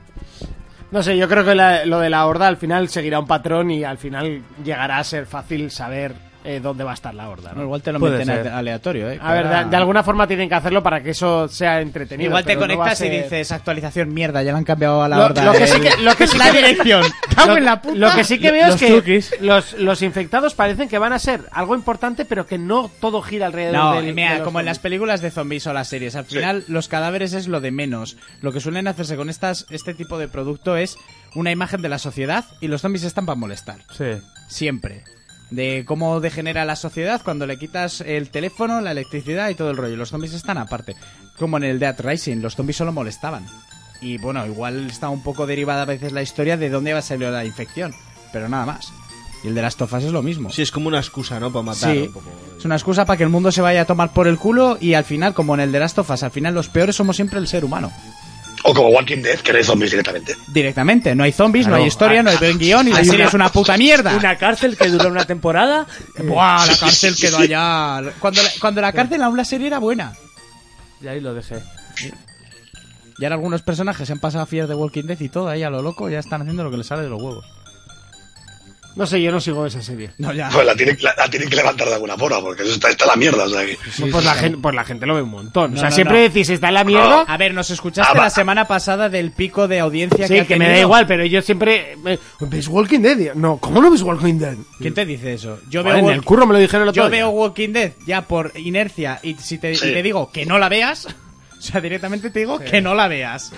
Speaker 1: No sé, yo creo que la- lo de la horda al final seguirá un patrón y al final llegará a ser fácil saber
Speaker 7: eh, dónde va a estar la horda. ¿no?
Speaker 2: Bueno, igual te lo
Speaker 3: Puede
Speaker 2: meten
Speaker 3: ser.
Speaker 2: a- aleatorio, ¿eh?
Speaker 7: A ver, de,
Speaker 2: Para-
Speaker 7: de alguna forma tienen que hacerlo para que eso sea entretenido.
Speaker 2: Igual te
Speaker 7: pero no va a
Speaker 2: conectas y
Speaker 7: ser-
Speaker 2: dices actualización mierda, ya la han cambiado a la
Speaker 7: Lo-
Speaker 2: horda.
Speaker 7: lo que
Speaker 2: del-
Speaker 7: sí que- lo que sí
Speaker 2: la
Speaker 7: que-
Speaker 2: dirección. Cago en la puta.
Speaker 7: eh. Lo que sí que veo
Speaker 3: Los
Speaker 7: es
Speaker 3: truquis.
Speaker 7: que los, los infectados parecen que van a ser algo importante, pero que no todo gira alrededor
Speaker 2: No,
Speaker 7: del-
Speaker 2: mira,
Speaker 7: de los
Speaker 2: como en las
Speaker 7: zombies.
Speaker 2: películas de zombies o las series, al final los cadáveres es lo de menos. Lo que suelen hacerse con estas este tipo de producto es una imagen de la sociedad y los zombies están para molestar,
Speaker 3: Sí.
Speaker 2: siempre. De cómo degenera la sociedad cuando le quitas el teléfono, la electricidad y todo el rollo. Los zombies están aparte. Como en el Dead Rising, los zombies solo molestaban. Y bueno, igual está un poco derivada a veces la historia de dónde va a salir la infección, pero nada más. Y el de las tofas es lo mismo.
Speaker 4: Sí, es como una excusa, ¿no? Para matar
Speaker 2: Sí,
Speaker 4: un poco.
Speaker 2: es una excusa para que el mundo se vaya a tomar por el culo y al final, como en el de Last of Us, al final los peores somos siempre el ser humano.
Speaker 5: O como Walking Dead, que no hay zombies directamente.
Speaker 2: Directamente, no hay zombies, no hay historia, no hay buen guión y la
Speaker 4: hay
Speaker 2: serie
Speaker 4: una-
Speaker 2: es una puta mierda.
Speaker 3: Una cárcel que dura una temporada.
Speaker 2: Buah, la cárcel quedó allá. Cuando la, cuando la cárcel aún la serie era buena.
Speaker 3: Y ahí lo dejé.
Speaker 2: Y ahora algunos personajes se han pasado a Fear de Walking Dead y todo ahí a lo loco ya están haciendo lo que les sale de los huevos.
Speaker 7: No sé, yo no sigo esa serie.
Speaker 2: No, ya.
Speaker 5: Pues la tienen, la, la tienen que levantar de alguna forma, porque eso está, está la mierda. O sea que...
Speaker 7: No, pues, la gente, pues la gente lo ve un montón.
Speaker 2: No,
Speaker 7: o sea,
Speaker 2: no,
Speaker 7: siempre
Speaker 2: no. Oh,
Speaker 7: decís, está en la mierda.
Speaker 2: A ver, nos escuchaste
Speaker 5: Ah, va.
Speaker 2: la semana pasada del pico de audiencia
Speaker 7: Sí,
Speaker 2: que
Speaker 7: que,
Speaker 2: ha
Speaker 7: me da
Speaker 2: tenido.
Speaker 7: igual, pero yo siempre... me- ¿Ves Walking Dead? Y yo, No, ¿cómo no ves Walking Dead?
Speaker 2: ¿Quién te dice eso? Yo
Speaker 7: Joder, en
Speaker 2: Walk-
Speaker 7: el curro me lo dijeron el otro
Speaker 2: Yo
Speaker 7: día.
Speaker 2: veo Walking Dead ya por inercia y si te, y
Speaker 5: Sí.
Speaker 2: te digo que no la veas, o sea, directamente te digo que no la veas.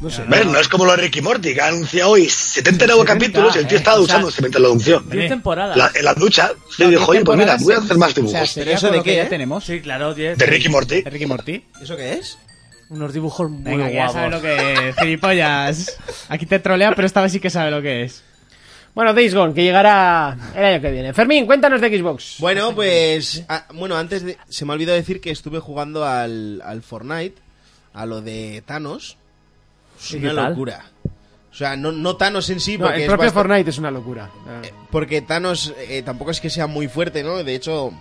Speaker 7: No sé.
Speaker 5: ¿Ves? No es como lo de Ricky Morty, que ha anunciado hoy 70 nuevos
Speaker 2: 70,
Speaker 5: capítulos y el tío
Speaker 2: eh,
Speaker 5: estaba
Speaker 2: o sea,
Speaker 5: duchándose mientras la anunció.
Speaker 2: Eh.
Speaker 3: Diez temporadas.
Speaker 5: La- en la ducha, le dijo, oye, pues mira, voy a hacer más dibujos.
Speaker 2: O sea, sería
Speaker 4: ¿Pero eso
Speaker 2: con
Speaker 4: de
Speaker 2: lo que
Speaker 4: qué,
Speaker 2: ya
Speaker 4: eh?
Speaker 2: tenemos.
Speaker 3: Sí, claro, diez.
Speaker 5: de Ricky Morty.
Speaker 2: Ricky Morty.
Speaker 4: ¿Eso qué es?
Speaker 3: Unos dibujos muy
Speaker 2: Venga, que ya
Speaker 3: guapos.
Speaker 2: sabe lo que es, gilipollas. Aquí te trolea, pero esta vez sí que sabe lo que es.
Speaker 7: Bueno, Days Gone, que llegará el año que viene. Fermín, cuéntanos de Xbox.
Speaker 4: Bueno, pues. ah, bueno, antes de- se me ha olvidado decir que estuve jugando al, al Fortnite, a lo de Thanos. Es
Speaker 3: ¿Y
Speaker 4: una
Speaker 3: qué tal?
Speaker 4: locura. O sea, no, no Thanos en sí,
Speaker 7: No,
Speaker 4: porque
Speaker 7: el
Speaker 4: es
Speaker 7: propio
Speaker 4: bastante-
Speaker 7: Fortnite es una locura. Ah.
Speaker 4: Porque Thanos eh, tampoco es que sea muy fuerte, ¿no? De hecho,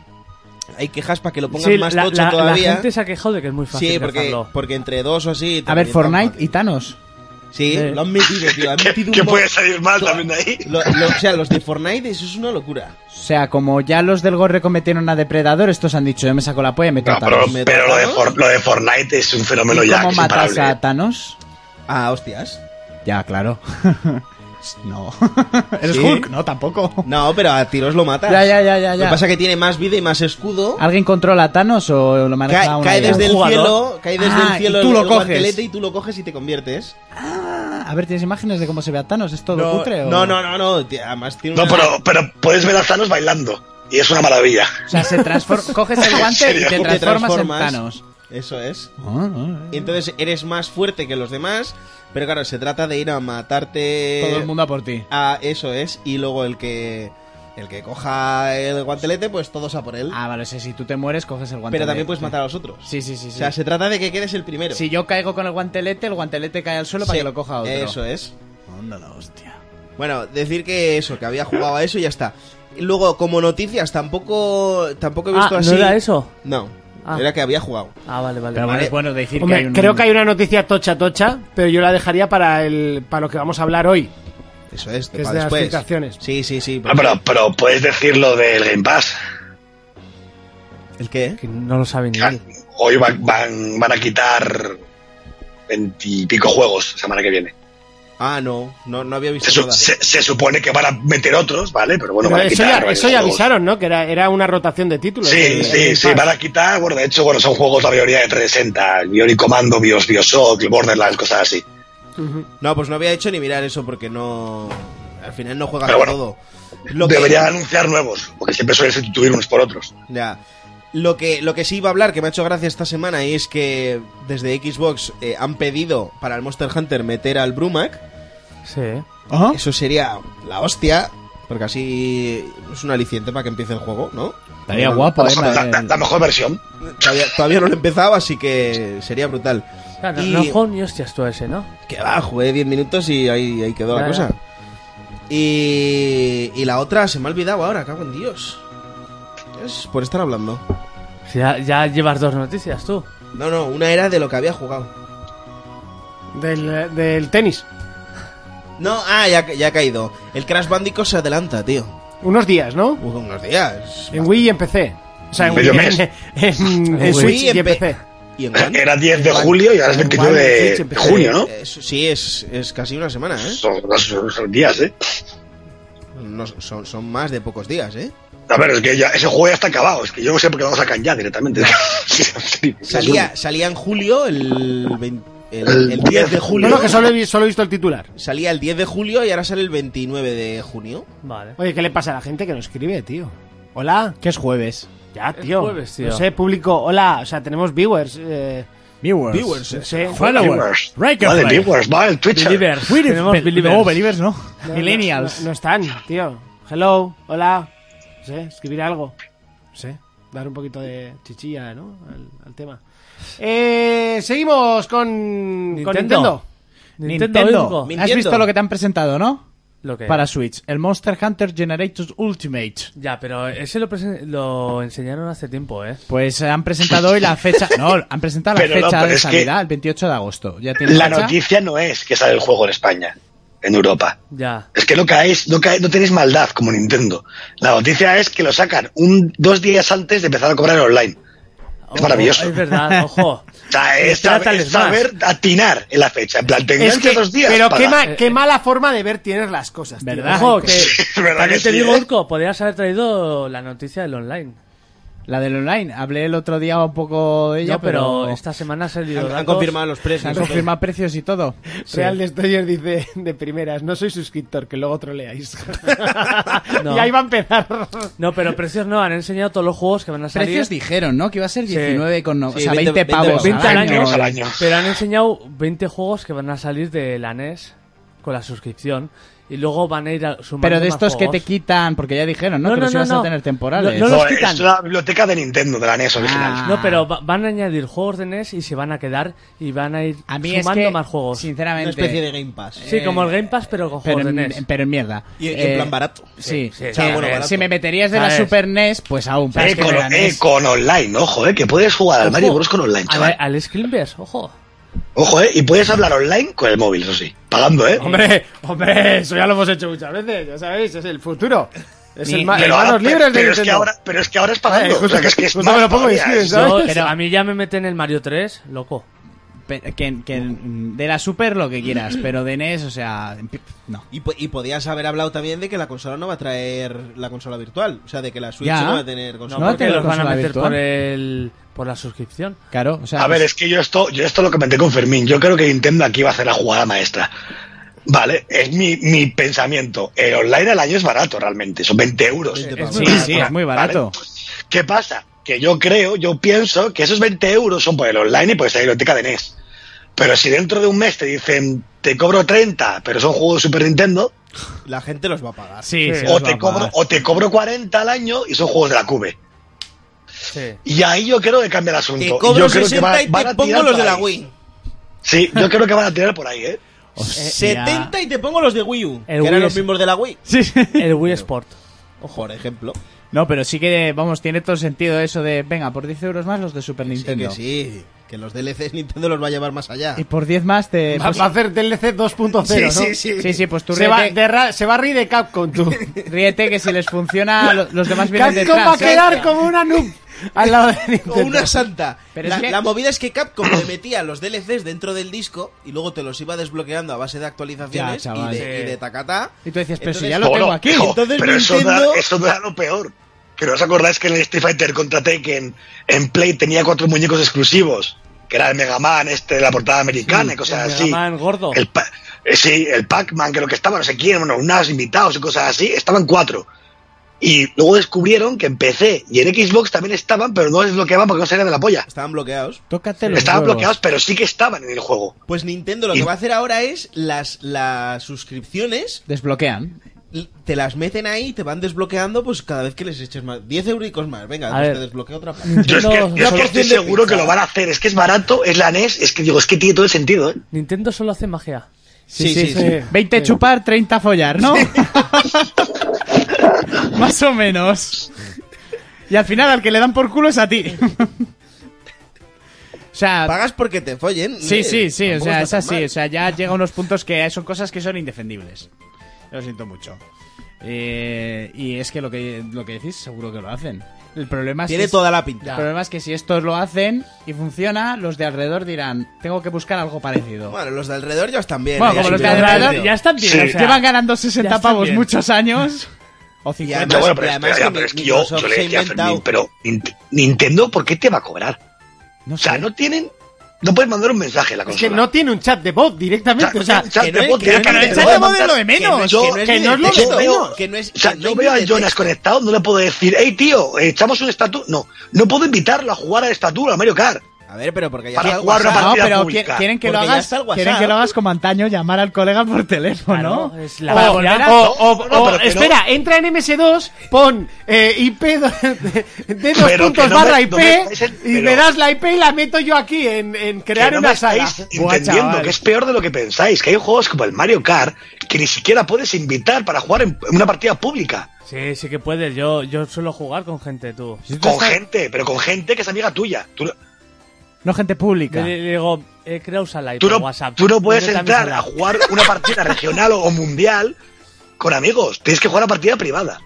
Speaker 4: hay quejas para que lo pongan
Speaker 3: Sí,
Speaker 4: más
Speaker 3: la,
Speaker 4: tocho
Speaker 3: la- la
Speaker 4: todavía.
Speaker 3: gente se ha quejado de que es muy fácil
Speaker 4: sí, porque,
Speaker 3: cazarlo.
Speaker 4: porque entre dos o así.
Speaker 2: A ver,
Speaker 4: también
Speaker 2: Fortnite
Speaker 4: tan
Speaker 2: y Eh. Thanos.
Speaker 4: fácil. Sí,
Speaker 3: Sí.
Speaker 4: lo han metido, tío. Han
Speaker 5: ¿Qué,
Speaker 4: metido un
Speaker 5: qué
Speaker 4: mo-
Speaker 5: puede salir mal también de ahí?
Speaker 4: Lo- lo- o sea, los de Fortnite, eso es una locura.
Speaker 2: O sea, como ya los del Gorre cometieron a Depredador, estos han dicho, yo me saco la polla y meto
Speaker 5: No,
Speaker 2: a
Speaker 5: pero,
Speaker 2: Thanos.
Speaker 4: me
Speaker 5: pero lo, de
Speaker 4: toca, ¿no?
Speaker 5: For- lo de Fortnite es un
Speaker 2: ¿Y
Speaker 5: fenómeno ya que
Speaker 2: ¿Cómo
Speaker 5: es
Speaker 2: matas
Speaker 5: imparable.
Speaker 2: a Thanos?
Speaker 4: Ah, hostias.
Speaker 2: Ya, claro. no. ¿Eres
Speaker 4: Sí.
Speaker 2: Hulk? No, tampoco.
Speaker 4: No, pero a tiros lo matas.
Speaker 2: Ya, ya, ya, ya. Ah,
Speaker 4: Lo que
Speaker 2: ya.
Speaker 4: pasa es que tiene más vida y más escudo.
Speaker 2: ¿Alguien controla a Thanos o lo maneja
Speaker 4: Cae,
Speaker 2: una
Speaker 4: cae
Speaker 2: idea?
Speaker 4: desde el
Speaker 3: Un jugador.
Speaker 4: cielo, cae desde
Speaker 2: Ah,
Speaker 4: el cielo
Speaker 2: y tú
Speaker 4: el-
Speaker 2: lo
Speaker 4: el
Speaker 2: coges.
Speaker 4: guantelete y tú lo coges y te conviertes.
Speaker 2: Ah, A ver, ¿tienes imágenes de cómo se ve a Thanos? ¿Es todo
Speaker 4: no,
Speaker 2: cutre o...?
Speaker 4: no, no, no, no, tío, Además tiene
Speaker 5: No,
Speaker 4: una-
Speaker 5: pero, pero puedes ver a Thanos bailando. Y es una maravilla.
Speaker 2: O sea, se transfor- coges el guante y
Speaker 5: serio?
Speaker 2: te
Speaker 4: te
Speaker 2: transformas, en
Speaker 4: transformas.
Speaker 2: Thanos.
Speaker 4: Eso es.
Speaker 2: Ah, ah,
Speaker 4: Y entonces eres más fuerte que los demás, pero claro, se trata de ir a matarte.
Speaker 2: ah. Todo el mundo a por ti.
Speaker 4: Ah, eso es. Y luego el que el que coja el guantelete, pues todos a por él.
Speaker 2: Ah, vale, o sea, si tú te mueres, coges el guante.
Speaker 4: pero también puedes matar a los otros.
Speaker 2: Sí, sí, sí. sí.
Speaker 4: O sea, se trata de que quedes el primero.
Speaker 2: Si yo caigo con el guantelete, el guantelete cae al suelo para
Speaker 4: Sí,
Speaker 2: que lo coja otro.
Speaker 4: Eso es. Pues
Speaker 2: Onda la hostia.
Speaker 4: Bueno, decir que eso, que había jugado a eso y ya está. Y luego, como noticias, tampoco, tampoco he
Speaker 3: Ah,
Speaker 4: visto
Speaker 3: ¿no
Speaker 4: así.
Speaker 3: era eso?
Speaker 4: No,
Speaker 3: Ah.
Speaker 4: era que había jugado.
Speaker 3: Ah, vale, vale.
Speaker 2: Pero bueno,
Speaker 4: Vale.
Speaker 2: es bueno decir
Speaker 7: Hombre,
Speaker 2: que hay un...
Speaker 7: creo que hay una noticia tocha tocha, pero yo la dejaría para el para lo que vamos a hablar hoy.
Speaker 4: Eso es,
Speaker 7: Que es de
Speaker 4: para
Speaker 7: las
Speaker 4: después.
Speaker 7: filtraciones.
Speaker 4: Sí, sí, sí.
Speaker 5: No, pero, pero puedes decir lo del Game Pass.
Speaker 4: ¿El qué?
Speaker 3: Que no lo sabe ni
Speaker 5: Ah,
Speaker 3: él.
Speaker 5: Hoy van, van, van a quitar veintipico juegos semana que viene.
Speaker 4: Ah, no, no, no había visto
Speaker 5: Se, su-
Speaker 4: nada.
Speaker 5: se- se supone que van a meter otros, ¿vale? Pero bueno,
Speaker 7: Pero
Speaker 5: van a
Speaker 7: eso
Speaker 5: quitar.
Speaker 7: ya,
Speaker 5: varios
Speaker 7: eso ya
Speaker 5: juegos.
Speaker 7: avisaron, eh, ¿no? Que era, era una rotación de títulos.
Speaker 5: Sí,
Speaker 7: El-
Speaker 5: sí,
Speaker 7: el
Speaker 5: sí,
Speaker 7: Pass.
Speaker 5: van a quitar. Bueno, de hecho, bueno, son juegos la mayoría de 360. Bionic Commando, Bios, Bioshock, Borderlands, cosas así.
Speaker 4: No, pues no había hecho ni mirar eso porque no. Al final no juegas
Speaker 5: Pero bueno,
Speaker 4: con todo. Lo que-
Speaker 5: Deberían anunciar nuevos, porque siempre suelen sustituir unos por otros.
Speaker 4: Ya. Lo que, lo que sí iba a hablar, que me ha hecho gracia esta semana, y es que desde Xbox eh, han pedido para el Monster Hunter meter al Brumac.
Speaker 3: Sí.
Speaker 2: ¿Ah?
Speaker 4: Eso sería la hostia, porque así es un aliciente para que empiece el juego, ¿no?
Speaker 2: Estaría guapo,
Speaker 5: La
Speaker 7: Pues
Speaker 2: eh.
Speaker 5: mejor- la- la- la
Speaker 2: madre-
Speaker 5: mejor versión.
Speaker 4: Todavía, todavía no lo he empezado, así que sería brutal.
Speaker 3: O sea, no,
Speaker 4: Y-
Speaker 3: no juego ni hostias tú a ese, ¿no?
Speaker 4: Que va, jugué 10 minutos y ahí, ahí quedó la
Speaker 3: Ya,
Speaker 4: cosa.
Speaker 3: ya.
Speaker 4: Y, y la otra se me ha olvidado ahora, cago en Dios. Es por estar hablando.
Speaker 3: Si Ya, ya llevas dos noticias tú.
Speaker 4: No, no, una era de lo que había jugado.
Speaker 7: Del, del tenis.
Speaker 4: No, ah, ya, ya ha caído. El Crash Bandicoot se adelanta, tío.
Speaker 7: Unos días, ¿no?
Speaker 4: Unos días.
Speaker 7: En Wii y en PC. O sea, en Wii,
Speaker 5: Medio mes.
Speaker 7: en, en- en
Speaker 4: Wii
Speaker 7: Switch y
Speaker 4: en
Speaker 7: en
Speaker 4: P-
Speaker 7: PC.
Speaker 4: ¿Y en One?
Speaker 5: Era 10 de julio y ahora es 29
Speaker 7: Igual, sí,
Speaker 5: de,
Speaker 7: sí,
Speaker 5: de junio, ¿no?
Speaker 4: Eh, sí, es, es casi una semana, ¿eh?
Speaker 5: Son, son- son días, ¿eh?
Speaker 4: No, son, son más de pocos días, ¿eh?
Speaker 5: A ver, es que ya, ese juego ya está acabado. Es que yo no sé por qué no lo sacan ya directamente. Sí,
Speaker 4: Salía, salía en julio, el, vein- el,
Speaker 5: El
Speaker 4: el 10 de julio.
Speaker 7: Bueno, que solo he, vi- solo he visto el titular.
Speaker 4: Salía el 10 de julio y ahora sale el 29 de junio.
Speaker 3: Vale.
Speaker 7: Oye, ¿qué le pasa a la gente que no escribe, tío? Hola.
Speaker 2: Que es jueves.
Speaker 7: Ya,
Speaker 3: Es
Speaker 7: tío.
Speaker 3: jueves, tío.
Speaker 7: No sé, público. Hola. O sea, tenemos viewers. Eh,
Speaker 2: Viewers.
Speaker 4: Viewers,
Speaker 3: eh.
Speaker 7: no sé.
Speaker 5: Viewers.
Speaker 2: Followers. Right
Speaker 5: Vale,
Speaker 2: of life.
Speaker 5: viewers, va el Twitch.
Speaker 3: Believers.
Speaker 2: Believers.
Speaker 3: Tenemos
Speaker 2: Be-
Speaker 3: believers.
Speaker 2: No, believers no.
Speaker 7: No,
Speaker 2: Millennials.
Speaker 7: No, no están, tío. Hello. Hola. No sé, escribir algo. No sé. Dar un poquito de chichilla, ¿no? Al, al tema. Eh, seguimos con Nintendo. con Nintendo.
Speaker 3: Nintendo.
Speaker 2: Nintendo.
Speaker 3: Virgo.
Speaker 2: Has
Speaker 4: Nintendo.
Speaker 2: visto lo que te han presentado, ¿no?
Speaker 3: Lo que-
Speaker 2: Para Switch. El Monster Hunter Generators Ultimate.
Speaker 3: Ya, pero ese lo, presen- lo enseñaron hace tiempo, ¿eh?
Speaker 2: Pues eh, han presentado hoy la fecha. No, han presentado la
Speaker 5: Pero no,
Speaker 2: fecha
Speaker 5: pero
Speaker 2: de
Speaker 5: es que-
Speaker 2: salida, el 28 de agosto. Ya tiene
Speaker 5: La
Speaker 2: fecha.
Speaker 5: noticia no es que sale el juego en España, en Europa.
Speaker 3: Ya.
Speaker 5: Es que no caéis, no caéis, no tenéis maldad como Nintendo. La noticia es que lo sacan un, dos días antes de empezar a cobrar online.
Speaker 3: Ojo,
Speaker 5: maravilloso.
Speaker 3: Oh, Es verdad, ojo.
Speaker 5: O sea, es
Speaker 3: Espera,
Speaker 5: saber,
Speaker 3: tal
Speaker 5: es
Speaker 3: vez más.
Speaker 5: saber atinar en la fecha. En plan, te enganchas dos días.
Speaker 7: pero
Speaker 5: para-
Speaker 7: qué, ma- qué mala forma de ver tienes las cosas, tío.
Speaker 2: ¿Verdad?
Speaker 7: Ojo,
Speaker 3: Ojo, que.
Speaker 5: Es verdad
Speaker 3: también
Speaker 5: que
Speaker 3: te
Speaker 5: sí,
Speaker 3: digo,
Speaker 5: ¿eh?
Speaker 3: Urco, podrías haber traído la noticia del online.
Speaker 2: La del online. Hablé el otro día un poco de ella,
Speaker 3: No, pero
Speaker 2: pero
Speaker 3: esta semana ha salido.
Speaker 4: Han, han
Speaker 3: datos-
Speaker 4: confirmado los precios.
Speaker 2: se han confirmado precios y todo.
Speaker 7: Real Destroyer dice de primeras, no soy suscriptor, que luego troleáis.
Speaker 3: No.
Speaker 7: Y ahí va a empezar.
Speaker 3: No, pero precios no, han enseñado todos los juegos que van a salir.
Speaker 2: Precios dijeron, ¿no? Que iba a ser
Speaker 3: Sí.
Speaker 2: 19 con
Speaker 4: Sí,
Speaker 2: o sea,
Speaker 4: 20
Speaker 2: 20, pavos.
Speaker 3: 20 al año.
Speaker 5: al año.
Speaker 3: Pero han enseñado 20 juegos que van a salir de la NES con la suscripción. Y luego van a ir a sumando
Speaker 2: Pero de
Speaker 3: más
Speaker 2: estos que te
Speaker 3: juegos.
Speaker 2: quitan, porque ya dijeron, ¿no?
Speaker 3: No,
Speaker 2: que
Speaker 3: no,
Speaker 2: los
Speaker 3: no,
Speaker 2: ibas
Speaker 3: no.
Speaker 2: a tener temporales.
Speaker 3: No, no los
Speaker 5: No,
Speaker 3: quitan.
Speaker 5: es la biblioteca de Nintendo, de la NES original.
Speaker 2: Ah.
Speaker 3: No, pero va- van a añadir juegos de NES y se van a quedar y van a ir
Speaker 2: a mí es
Speaker 3: sumando
Speaker 2: que,
Speaker 3: más juegos.
Speaker 4: Una
Speaker 2: sinceramente...
Speaker 4: especie de Game Pass.
Speaker 3: Sí, como el Game Pass, pero con
Speaker 2: pero,
Speaker 3: juegos de E
Speaker 2: en-
Speaker 3: NES.
Speaker 2: pero en mierda. Eh,
Speaker 4: Y- y en plan barato.
Speaker 2: Sí. O
Speaker 3: Sí, sí,
Speaker 2: sea,
Speaker 3: sí,
Speaker 2: a
Speaker 3: bueno,
Speaker 2: ver,
Speaker 4: barato.
Speaker 2: si me meterías de la
Speaker 3: ¿Sabes?
Speaker 2: Super NES, pues aún. pero
Speaker 5: Eh,
Speaker 2: es que
Speaker 5: con,
Speaker 2: de la
Speaker 5: eh,
Speaker 2: NES-
Speaker 5: con online, ojo, eh, que puedes jugar al
Speaker 3: Ojo,
Speaker 5: Mario Bros con online, chaval.
Speaker 3: Al, al Screamverse, ojo.
Speaker 5: Ojo, eh, y puedes hablar online con el móvil, eso sí, pagando, eh.
Speaker 7: Hombre, hombre, eso ya lo hemos hecho muchas veces, ya sabéis, es el futuro. Es
Speaker 2: Ni-
Speaker 7: el ma-
Speaker 5: pero,
Speaker 7: el
Speaker 5: ahora,
Speaker 7: manos libres de
Speaker 5: pero es
Speaker 7: Nintendo.
Speaker 5: que ahora, pero es que ahora es pagando.
Speaker 7: Eh, justo-
Speaker 5: o sea, que es que es
Speaker 7: justo
Speaker 5: más
Speaker 7: me lo pongo y
Speaker 5: todavía,
Speaker 7: escribes,
Speaker 5: es-
Speaker 7: ¿sabes?
Speaker 3: Yo-
Speaker 2: Pero-
Speaker 3: a mí ya me meten el Mario 3, loco.
Speaker 2: pe- que- que de la Super lo que quieras, pero de NES, o sea... No.
Speaker 4: Y, po- y podías haber hablado también de que la consola no va a traer la consola virtual. O sea, de que la Switch
Speaker 2: Ya.
Speaker 4: no va a tener consola
Speaker 2: No,
Speaker 3: No,
Speaker 4: virtual.
Speaker 3: porque
Speaker 2: te lo
Speaker 3: los van a
Speaker 2: consola
Speaker 3: meter
Speaker 2: virtual.
Speaker 3: por, el, por la suscripción.
Speaker 2: Claro, o sea... pues,
Speaker 5: A ver, es que yo esto, yo esto lo comenté con Fermín. Yo creo que Nintendo aquí va a hacer la jugada maestra. Vale, es mi, mi pensamiento. El online al año es barato realmente, son 20 euros.
Speaker 4: 20
Speaker 5: ¿Vale?
Speaker 4: pavos.
Speaker 2: Sí, sí, pues es muy barato.
Speaker 5: ¿Qué pasa? Que yo creo, yo pienso que esos 20 euros son por el online y por esa biblioteca de NES. Pero si dentro de un mes te dicen, te cobro 30, pero son juegos de Super Nintendo,
Speaker 4: La gente los va a pagar.
Speaker 2: Sí, sí,
Speaker 5: o
Speaker 2: los va
Speaker 5: te,
Speaker 2: a
Speaker 5: cobro,
Speaker 2: pagar.
Speaker 5: o te cobro 40 al año y son juegos de la Cube.
Speaker 3: Sí.
Speaker 5: Y ahí yo creo que cambia el asunto.
Speaker 4: Te
Speaker 5: Y
Speaker 4: cobro
Speaker 5: yo creo que
Speaker 4: 60
Speaker 5: van-
Speaker 4: y
Speaker 5: van
Speaker 4: te
Speaker 5: a tirar
Speaker 4: pongo los
Speaker 5: por
Speaker 4: de la
Speaker 5: ahí.
Speaker 4: Wii.
Speaker 5: Sí, yo creo que van a tirar por ahí, ¿eh?
Speaker 2: Hostia.
Speaker 4: 70 y te pongo los de Wii U.
Speaker 3: El
Speaker 4: que
Speaker 3: Wii
Speaker 4: eran los
Speaker 3: es-
Speaker 4: mismos de la Wii.
Speaker 2: Sí, sí.
Speaker 3: El Wii Sport.
Speaker 2: Oh,
Speaker 4: Ojo, por ejemplo.
Speaker 2: No, pero sí que, vamos, tiene todo sentido eso de, venga, por 10 euros más los de Super
Speaker 4: Sí, que
Speaker 2: Nintendo.
Speaker 4: sí. Que los DLCs Nintendo los va a llevar más allá.
Speaker 2: Y por 10 más te...
Speaker 7: Va,
Speaker 2: pues-
Speaker 7: va a hacer DLC 2.0, ¿no?
Speaker 2: sí. sí, pues tú
Speaker 7: Se va,
Speaker 2: ríete,
Speaker 7: de ra- se va a reír de Capcom, tú.
Speaker 2: ríete que si les funciona, lo- los demás vienen
Speaker 7: Capcom
Speaker 2: detrás.
Speaker 7: va a
Speaker 2: ¿eh?
Speaker 7: quedar como una noob al lado de Nintendo.
Speaker 4: O una santa.
Speaker 2: Pero
Speaker 4: la,
Speaker 2: es que-
Speaker 4: la movida es que Capcom te metía los DLCs dentro del disco y luego te los iba desbloqueando a base de actualizaciones
Speaker 2: Ya, chaval.
Speaker 4: y de,
Speaker 3: Sí.
Speaker 4: y de tacatá.
Speaker 2: Y tú decías, pero si
Speaker 4: Entonces-
Speaker 2: ya lo tengo
Speaker 5: Bueno,
Speaker 2: aquí.
Speaker 5: hijo,
Speaker 4: entonces
Speaker 5: pero eso,
Speaker 4: Nintendo-
Speaker 5: da, eso da lo peor. Que no os acordáis que en el Street Fighter contra Tekken en Play tenía cuatro muñecos exclusivos. Que era el Mega Man, este de la portada americana y cosas
Speaker 3: el
Speaker 5: así.
Speaker 3: Mega Man gordo.
Speaker 5: El Pa- eh, sí, el Pac-Man, creo que estaba, no sé quién, bueno, unos invitados y cosas así. Estaban cuatro. Y luego descubrieron que en PC y en Xbox también estaban, pero no desbloqueaban porque no salían de la polla.
Speaker 4: Estaban bloqueados.
Speaker 2: Tócate los
Speaker 5: Estaban
Speaker 2: huevos.
Speaker 5: bloqueados, pero sí que estaban en el juego.
Speaker 4: Pues Nintendo lo
Speaker 5: Y-
Speaker 4: que va a hacer ahora es las, las suscripciones,
Speaker 2: Desbloquean.
Speaker 4: l- te las meten ahí y te van desbloqueando pues cada vez que les eches más. 10 euricos más, venga,
Speaker 3: A
Speaker 4: pues
Speaker 3: ver.
Speaker 4: te desbloquea otra parte.
Speaker 5: Yo es que, yo es que
Speaker 4: Una
Speaker 5: estoy
Speaker 4: porción de
Speaker 5: seguro
Speaker 4: pizza.
Speaker 5: que lo van a hacer. Es que es barato, es la NES. Es que digo, es que tiene todo el sentido, ¿eh?
Speaker 3: Nintendo solo hace magia.
Speaker 4: Sí, sí, sí.
Speaker 2: 20 chupar, 30 follar, ¿no? Más o menos. Y al final al que le dan por culo es a ti. o sea,
Speaker 4: Pagas porque te follen.
Speaker 2: sí,
Speaker 4: eh,
Speaker 2: sí, sí, o
Speaker 4: tampoco
Speaker 2: sea, es
Speaker 4: está tan
Speaker 2: así,
Speaker 4: mal.
Speaker 2: o sea, ya llega a unos puntos que son cosas que son indefendibles. Lo siento mucho. Eh, y es que lo que lo que decís seguro que lo hacen. El problema es
Speaker 4: Tiene
Speaker 2: que es-
Speaker 4: toda la pinta.
Speaker 2: El problema es que si estos lo hacen y funciona, los de alrededor dirán, tengo que buscar algo parecido.
Speaker 4: Bueno, los de alrededor ya están bien.
Speaker 2: Bueno,
Speaker 4: ya
Speaker 2: como
Speaker 4: sí
Speaker 2: los de
Speaker 4: que-
Speaker 2: alrededor,
Speaker 3: ya están bien.
Speaker 5: Sí.
Speaker 3: o sea,
Speaker 2: Llevan ganando 60
Speaker 3: están
Speaker 2: pavos
Speaker 3: bien.
Speaker 2: muchos años. O
Speaker 4: Y
Speaker 2: 50.
Speaker 4: además,
Speaker 5: bueno,
Speaker 4: Ah, pero
Speaker 5: pero,
Speaker 4: además
Speaker 5: espera,
Speaker 4: que
Speaker 5: pero es que yo,
Speaker 4: Microsoft
Speaker 5: yo le
Speaker 4: se ha
Speaker 5: decía a
Speaker 4: inventado-
Speaker 5: Fermín, pero Nint- Nintendo, ¿por qué te va a cobrar?
Speaker 2: No
Speaker 5: O sea,
Speaker 2: sé.
Speaker 5: no tienen. No puedes mandar un mensaje a la
Speaker 7: Es
Speaker 5: consola.
Speaker 7: que no tiene un chat de bot directamente. O sea,
Speaker 5: chat
Speaker 4: que no
Speaker 5: de
Speaker 4: es-
Speaker 5: voz
Speaker 4: que no es- pero
Speaker 5: directamente,
Speaker 4: el
Speaker 5: no
Speaker 4: chat de
Speaker 5: puedes
Speaker 4: voz es
Speaker 5: mandar-
Speaker 4: lo de menos,
Speaker 5: yo-
Speaker 4: que no es
Speaker 5: yo
Speaker 4: ni de
Speaker 5: veo-
Speaker 4: texto,
Speaker 5: veo-
Speaker 4: que no es-
Speaker 5: o sea,
Speaker 4: que no
Speaker 5: yo
Speaker 4: es
Speaker 5: veo a
Speaker 4: ni de
Speaker 5: Jonas
Speaker 4: texto.
Speaker 5: conectado, no le puedo decir, hey tío, eh, echamos un estatus. No, no puedo invitarlo a jugar a estatura, a Mario Kart.
Speaker 4: A ver, pero porque ya
Speaker 5: Para
Speaker 4: está el
Speaker 5: jugar una
Speaker 4: WhatsApp.
Speaker 2: No,
Speaker 5: partida
Speaker 2: pero
Speaker 5: pública,
Speaker 2: qui- quieren que lo
Speaker 4: porque ya
Speaker 2: hagas,
Speaker 4: está el
Speaker 2: quieren
Speaker 4: WhatsApp.
Speaker 2: que lo hagas como antaño, llamar al colega por teléfono.
Speaker 3: Claro, es la
Speaker 2: O
Speaker 3: hostia.
Speaker 2: volver a-
Speaker 7: O, o-
Speaker 5: No, no,
Speaker 7: o-
Speaker 5: pero que
Speaker 7: espera, entra en MS2, pon eh, IP do- de dos
Speaker 5: Pero
Speaker 7: puntos
Speaker 5: que no
Speaker 7: barra
Speaker 5: me-
Speaker 7: IP
Speaker 5: no me estáis en-
Speaker 7: y
Speaker 5: pero-
Speaker 7: me das la IP y la meto yo aquí en, en crear
Speaker 5: que no
Speaker 7: una
Speaker 5: me
Speaker 7: sala.
Speaker 5: estáis
Speaker 2: Buah,
Speaker 5: entendiendo
Speaker 2: chaval.
Speaker 5: que es peor de lo que pensáis. Que hay juegos como el Mario Kart que ni siquiera puedes invitar para jugar en en una partida pública.
Speaker 3: Sí, sí que puedes. Yo, yo suelo jugar con gente, tú.
Speaker 5: Con gente, pero con gente que es amiga tuya. Tú, no-
Speaker 2: No gente pública.
Speaker 3: Le, le digo, eh, crea un salai
Speaker 5: tú
Speaker 3: por
Speaker 5: no,
Speaker 3: WhatsApp.
Speaker 5: tú no puedes
Speaker 3: Métete mi
Speaker 5: entrar
Speaker 3: Salai.
Speaker 5: a jugar una partida regional o o mundial con amigos. Tienes que jugar a partida privada.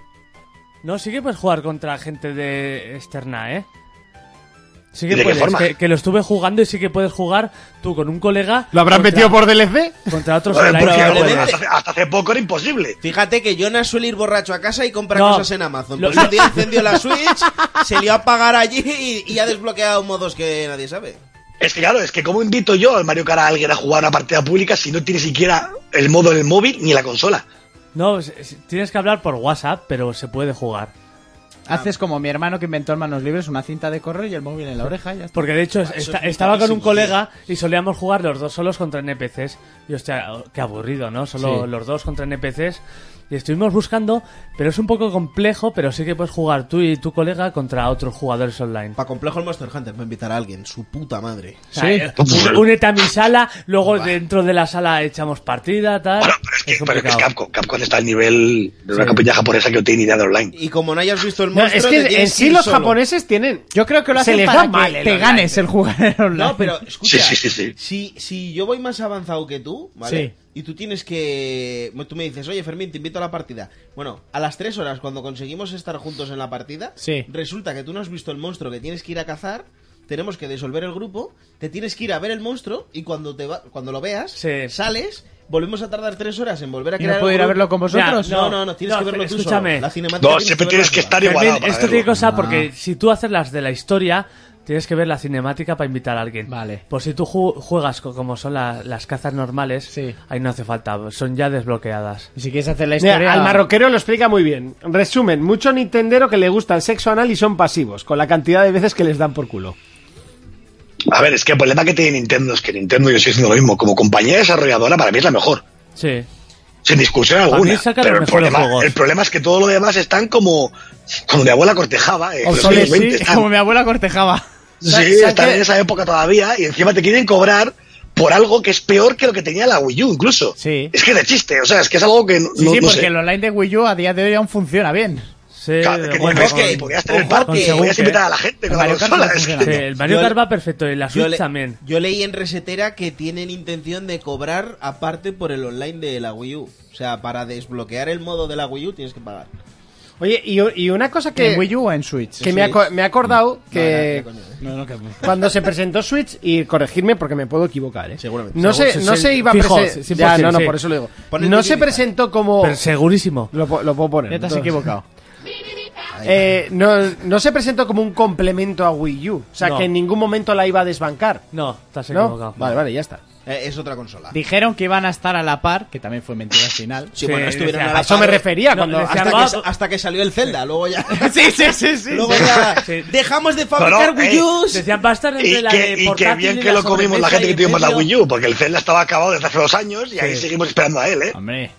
Speaker 3: No, sí que puedes jugar contra gente de externa, ¿eh? Sí que
Speaker 5: ¿Y de qué
Speaker 3: puedes.
Speaker 5: forma?
Speaker 3: Que, que lo estuve jugando y sí que puedes jugar tú con un colega.
Speaker 7: ¿Lo habrán
Speaker 3: contra-
Speaker 7: metido por DLC?
Speaker 3: Contra otros
Speaker 5: Porque,
Speaker 3: online.
Speaker 5: bueno,
Speaker 4: probablemente.
Speaker 5: hasta, hace- hasta hace poco era imposible.
Speaker 4: Fíjate que Jonas suele ir borracho a casa y compra
Speaker 3: No.
Speaker 4: cosas en Amazon.
Speaker 3: Lo-
Speaker 4: Pues un día encendió la Switch, se lió a pagar allí y, y ha desbloqueado modos que nadie sabe.
Speaker 5: Es que claro, es que ¿cómo invito yo al Mario Kart a alguien a jugar una partida pública si no tiene siquiera el modo en el móvil ni la consola?
Speaker 3: No, es- es- tienes que hablar por WhatsApp, pero se puede jugar.
Speaker 2: Haces como mi hermano que inventó en manos libres una cinta de correo y el móvil en la oreja y ya está.
Speaker 3: Porque de hecho
Speaker 4: Ah, eso
Speaker 3: esta-
Speaker 4: es muy
Speaker 3: estaba con un
Speaker 4: carísimo,
Speaker 3: colega y solíamos jugar los dos solos contra NPCs. Y hostia, qué aburrido, ¿no? Solo
Speaker 2: Sí.
Speaker 3: los dos contra NPCs. Y estuvimos buscando, pero es un poco complejo, pero sí que puedes jugar tú y tu colega contra otros jugadores online.
Speaker 4: Pa' complejo el Monster Hunter, va a invitar a alguien, su puta madre.
Speaker 3: O sea, eh, ú- Únete a mi sala, luego dentro de la sala echamos partida, tal.
Speaker 5: Bueno, pero es que,
Speaker 3: Es
Speaker 5: pero es que es
Speaker 3: complicado.
Speaker 5: Capcom. Capcom está al nivel de una
Speaker 3: Sí.
Speaker 5: campaña japonesa que no tiene ni idea de online.
Speaker 4: Y como no hayas visto el
Speaker 7: No,
Speaker 4: monstruo,
Speaker 7: es
Speaker 4: te
Speaker 7: que en
Speaker 4: tienes
Speaker 7: sí
Speaker 4: ir
Speaker 7: los
Speaker 4: solo.
Speaker 7: japoneses tienen.
Speaker 2: Yo creo que lo
Speaker 7: Se
Speaker 2: hacen
Speaker 7: les
Speaker 2: para
Speaker 7: da
Speaker 2: que
Speaker 7: mal el
Speaker 2: te
Speaker 7: online.
Speaker 2: ganes el jugar en online.
Speaker 4: No, pero escucha.
Speaker 5: Sí, sí, sí, sí.
Speaker 4: Si, si yo voy más avanzado que tú, ¿vale? Y tú tienes que. Tú me dices, oye Fermín, te invito a la partida. Bueno, a las 3 horas, cuando conseguimos estar juntos en la partida,
Speaker 2: Sí.
Speaker 4: resulta que tú no has visto el monstruo que tienes que ir a cazar. Tenemos que disolver el grupo, te tienes que ir a ver el monstruo y cuando te va- cuando lo veas,
Speaker 3: Sí.
Speaker 4: sales, volvemos a tardar tres horas en volver a
Speaker 2: ¿Y no
Speaker 4: crear. el
Speaker 2: puedo ir a
Speaker 4: grupo.
Speaker 2: verlo con vosotros?
Speaker 4: Ya, no, no, no, tienes
Speaker 3: No,
Speaker 4: que verlo tú
Speaker 3: escúchame.
Speaker 4: solo. La cinemática
Speaker 5: No, siempre tienes
Speaker 4: verla
Speaker 5: que
Speaker 4: sola.
Speaker 5: estar
Speaker 3: Fermín,
Speaker 5: igualado. para
Speaker 3: esto tiene
Speaker 5: verlo.
Speaker 3: cosa porque si tú haces las de la historia, tienes que ver la cinemática para invitar a alguien.
Speaker 2: Vale.
Speaker 3: Por si tú ju- juegas co- como son la- las cazas normales,
Speaker 2: Sí.
Speaker 3: ahí no hace falta, son ya desbloqueadas.
Speaker 2: Y si quieres hacer la
Speaker 7: Mira,
Speaker 2: historia...
Speaker 7: al marroquero lo explica muy bien. Resumen, mucho nintendero que le gusta el sexo anal y son pasivos, con la cantidad de veces que les dan por culo.
Speaker 5: A ver, es que el problema que tiene Nintendo es que Nintendo, yo estoy diciendo lo mismo, como compañía desarrolladora para mí es la mejor.
Speaker 3: Sí.
Speaker 5: Sin discusión
Speaker 3: mí
Speaker 5: alguna.
Speaker 3: saca los
Speaker 5: Pero el
Speaker 3: mejores
Speaker 5: problema,
Speaker 3: juegos.
Speaker 5: el problema es que todo lo demás están como, como mi abuela cortejaba. eh, que los
Speaker 2: Obsoletos,
Speaker 5: años 20
Speaker 2: sí,
Speaker 5: están.
Speaker 2: como mi abuela cortejaba.
Speaker 5: Sí, están en esa época todavía y encima te quieren cobrar por algo que es peor que lo que tenía la Wii U incluso.
Speaker 2: Sí.
Speaker 5: Es que de chiste, o sea, es que es algo que no,
Speaker 2: Sí, sí,
Speaker 5: no
Speaker 2: porque
Speaker 5: sé.
Speaker 2: el online de Wii U a día de hoy aún funciona bien.
Speaker 3: Sí,
Speaker 5: Claro, que
Speaker 3: bueno,
Speaker 5: es que
Speaker 3: con-
Speaker 5: podías tener
Speaker 4: ojo,
Speaker 5: party,
Speaker 4: con
Speaker 5: podías
Speaker 3: según
Speaker 5: invitar
Speaker 3: qué.
Speaker 5: a la gente
Speaker 2: En
Speaker 5: con la
Speaker 2: Mario Kart
Speaker 5: consola.
Speaker 2: no
Speaker 5: es que-
Speaker 2: funciona.
Speaker 3: sí, el Mario
Speaker 4: Yo-
Speaker 3: Kart va perfecto y la Switch
Speaker 4: Yo, le-
Speaker 3: también.
Speaker 4: yo leí en Resetera que tienen intención de cobrar aparte por el online de la Wii U. O sea, para desbloquear el modo de la Wii U tienes que pagar.
Speaker 7: Oye, y, y una cosa que,
Speaker 2: ¿En Wii U o en Switch?
Speaker 7: que me, ha, co- me ha acordado que
Speaker 4: No, no, no, coño.
Speaker 2: No, no, que...
Speaker 7: cuando se presentó Switch, y corregirme porque me puedo equivocar, ¿eh?
Speaker 4: Seguramente.
Speaker 7: No
Speaker 3: Seguro,
Speaker 7: se,
Speaker 3: sí,
Speaker 7: no
Speaker 3: sí.
Speaker 7: se iba a
Speaker 3: Fijo,
Speaker 7: presen-
Speaker 3: sí,
Speaker 7: Ya,
Speaker 3: 100%,
Speaker 7: no, no,
Speaker 3: sí.
Speaker 7: por eso lo digo.
Speaker 4: Pon el
Speaker 7: No se
Speaker 4: Wikipedia.
Speaker 7: presentó como...
Speaker 1: Oh.
Speaker 3: Pero segurísimo.
Speaker 7: Lo, po- lo puedo poner.
Speaker 2: Ya te has
Speaker 7: entonces.
Speaker 2: equivocado.
Speaker 7: Eh, no, no se presentó como un complemento a Wii U. O sea,
Speaker 3: No.
Speaker 7: que en ningún momento la iba a desbancar.
Speaker 3: No, estás
Speaker 7: ¿No?
Speaker 3: equivocado.
Speaker 7: Vale, vale, ya está.
Speaker 4: Eh, es otra consola.
Speaker 2: Dijeron que iban a estar a la par, que también fue mentira al final.
Speaker 4: Sí, bueno,
Speaker 3: Sí,
Speaker 4: estuvieron
Speaker 3: decía,
Speaker 4: a la
Speaker 7: A eso me
Speaker 4: par-
Speaker 7: refería
Speaker 3: No,
Speaker 7: cuando...
Speaker 3: les
Speaker 4: Hasta
Speaker 3: llamaba-
Speaker 4: que, hasta que salió el Zelda, luego ya.
Speaker 2: sí, sí, sí, sí.
Speaker 4: luego ya. Dejamos de fabricar
Speaker 5: No, no,
Speaker 4: Wii
Speaker 5: eh,
Speaker 4: U.
Speaker 3: Decían, va a estar entre
Speaker 5: Y
Speaker 3: la
Speaker 5: que,
Speaker 3: de
Speaker 5: y que
Speaker 3: portátil
Speaker 5: bien
Speaker 3: y
Speaker 5: que lo comimos la
Speaker 3: sobremesa
Speaker 5: gente
Speaker 3: y
Speaker 5: que
Speaker 3: en
Speaker 5: tuvimos la
Speaker 3: medio-
Speaker 5: Wii U, porque el Zelda estaba acabado desde hace dos años y ahí
Speaker 3: Sí.
Speaker 5: seguimos esperando a él, ¿eh?
Speaker 2: Hombre.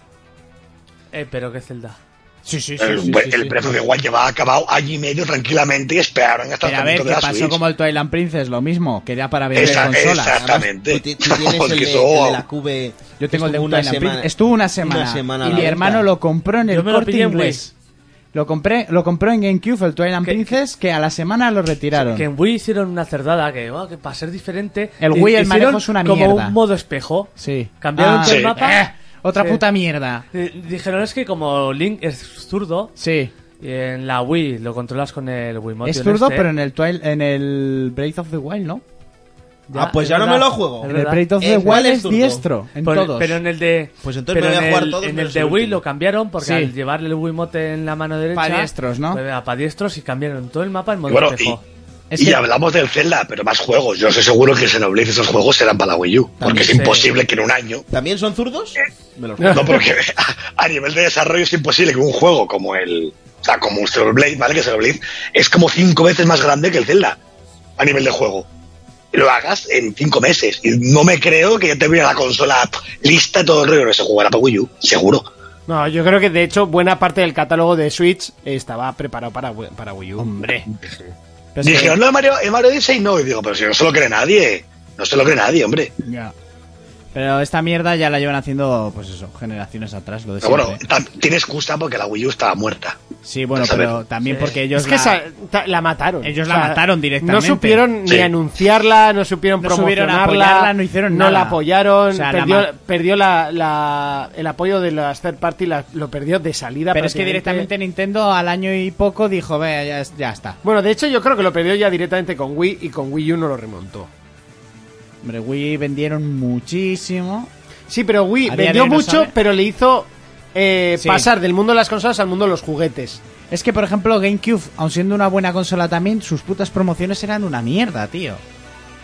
Speaker 3: Eh, pero qué Zelda.
Speaker 2: Sí, sí, sí.
Speaker 5: El,
Speaker 2: sí, sí,
Speaker 5: el
Speaker 2: sí.
Speaker 5: precio de Juan llevaba acabado año y medio tranquilamente y esperaron hasta el
Speaker 2: Pero a ver,
Speaker 5: lanzamiento
Speaker 2: ¿qué
Speaker 5: de la
Speaker 2: pasó
Speaker 5: Switch.
Speaker 2: como el Twilight Princess? Lo mismo, que era para vender
Speaker 5: Esa-
Speaker 2: consolas.
Speaker 5: esa- Exactamente.
Speaker 4: Además, Tú, ti- tú tienes
Speaker 5: Porque
Speaker 4: el, de,
Speaker 5: eso-
Speaker 4: el de la Cube.
Speaker 2: Yo tengo el de
Speaker 4: estuvo
Speaker 2: una semana. Estuvo una semana.
Speaker 4: Una semana a
Speaker 2: y
Speaker 4: la
Speaker 2: mi
Speaker 4: venta.
Speaker 2: hermano lo compró en el
Speaker 3: Yo me lo
Speaker 2: corte
Speaker 3: pillé en
Speaker 2: inglés. Lo compré, lo compró en GameCube el Twilight
Speaker 3: Que-
Speaker 2: Princess que a la semana lo retiraron.
Speaker 3: Que en Wii hicieron una cerdada que, oh, que para ser diferente.
Speaker 2: El
Speaker 3: hi-
Speaker 2: Wii, el
Speaker 3: hicieron
Speaker 2: manejo es una
Speaker 3: como
Speaker 2: mierda.
Speaker 3: un modo espejo.
Speaker 2: Sí.
Speaker 3: Cambiaron
Speaker 2: Ah,
Speaker 3: todo el
Speaker 5: sí.
Speaker 3: mapa.
Speaker 2: Eh,
Speaker 8: Otra
Speaker 3: Sí.
Speaker 8: puta mierda.
Speaker 3: Eh, Dijeron es que como Link es zurdo,
Speaker 2: Sí.
Speaker 3: y en la Wii lo controlas con el Wiimote.
Speaker 2: Es
Speaker 3: en
Speaker 2: zurdo,
Speaker 3: este,
Speaker 2: pero en el, Twilight- en el Breath of the Wild, ¿no?
Speaker 4: Ah, pues ya
Speaker 3: es
Speaker 4: no me
Speaker 3: verdad,
Speaker 4: lo juego.
Speaker 3: es
Speaker 2: En
Speaker 4: En
Speaker 2: el
Speaker 3: verdad.
Speaker 2: Breath of the
Speaker 4: Es igual,
Speaker 2: Wild
Speaker 4: es
Speaker 2: es
Speaker 4: zurdo.
Speaker 2: diestro. En
Speaker 3: Por-
Speaker 2: todos.
Speaker 3: Pero en el de.
Speaker 4: Pues entonces me
Speaker 3: pero
Speaker 4: voy a
Speaker 3: en
Speaker 4: jugar
Speaker 3: el-
Speaker 4: todos
Speaker 3: En el
Speaker 4: menos
Speaker 3: de
Speaker 4: el
Speaker 3: Wii
Speaker 4: último.
Speaker 3: lo cambiaron porque
Speaker 2: Sí.
Speaker 3: al llevar el Wiimote en la mano derecha.
Speaker 2: Pa' diestros, ¿no?
Speaker 3: Pues, para diestros y cambiaron todo el mapa en modo
Speaker 5: Bueno,
Speaker 3: espejo.
Speaker 2: Es
Speaker 5: y
Speaker 2: que-
Speaker 5: hablamos del Zelda, pero más juegos. Yo estoy seguro que Xenoblade esos juegos serán para la Wii U. Porque es
Speaker 3: sí.
Speaker 5: imposible que en un año.
Speaker 4: ¿También son zurdos?
Speaker 2: Eh.
Speaker 4: Me los
Speaker 5: No, porque a, a nivel de desarrollo es imposible que un juego como el. O sea, como un Xenoblade, ¿vale? Que Xenoblade es como cinco veces más grande que el Zelda a nivel de juego. Y lo hagas en cinco meses. Y no me creo que ya te viera la consola lista y todo el rollo. No se jugará para Wii U, seguro.
Speaker 1: No, yo creo que de hecho buena parte del catálogo de Switch estaba preparado para, Wii- para Wii U. Hombre.
Speaker 2: pero es que-
Speaker 5: Dijeron, no, el Mario, el Mario Odyssey no. Y digo, pero si no se lo cree nadie. No se lo cree nadie, hombre.
Speaker 2: Ya. Pero esta mierda ya la llevan haciendo, pues eso, generaciones atrás, lo de
Speaker 5: Pero Ah, bueno,
Speaker 2: siempre.
Speaker 5: tam- tiene excusa porque la Wii U estaba muerta.
Speaker 2: Sí, bueno,
Speaker 5: a
Speaker 2: pero
Speaker 5: ver.
Speaker 2: también
Speaker 3: Sí.
Speaker 2: porque ellos
Speaker 1: Es que
Speaker 2: la-
Speaker 1: esa- ta- la mataron.
Speaker 2: Ellos la mataron directamente.
Speaker 1: No supieron
Speaker 5: Sí.
Speaker 1: ni anunciarla, no supieron
Speaker 2: No supieron
Speaker 1: promocionarla.
Speaker 2: apoyarla, no hicieron
Speaker 1: No
Speaker 2: nada.
Speaker 1: la apoyaron,
Speaker 2: O sea, la
Speaker 1: perdió,
Speaker 2: ma-
Speaker 1: perdió la- la- el apoyo de las third party, la- lo perdió de salida.
Speaker 2: Pero es que
Speaker 1: prácticamente.
Speaker 2: directamente Nintendo al año y poco dijo, vea, ya, es- ya está.
Speaker 1: Bueno, de hecho yo creo que lo perdió ya directamente con Wii y con Wii U no lo remontó.
Speaker 2: Hombre, Wii vendieron muchísimo.
Speaker 1: Sí, pero Wii
Speaker 2: A día de
Speaker 1: vendió
Speaker 2: hoy no
Speaker 1: mucho,
Speaker 2: sabe.
Speaker 1: pero le hizo eh,
Speaker 2: Sí.
Speaker 1: pasar del mundo de las consolas al mundo de los juguetes.
Speaker 2: Es que, por ejemplo, GameCube, aun siendo una buena consola también, sus putas promociones eran una mierda, tío.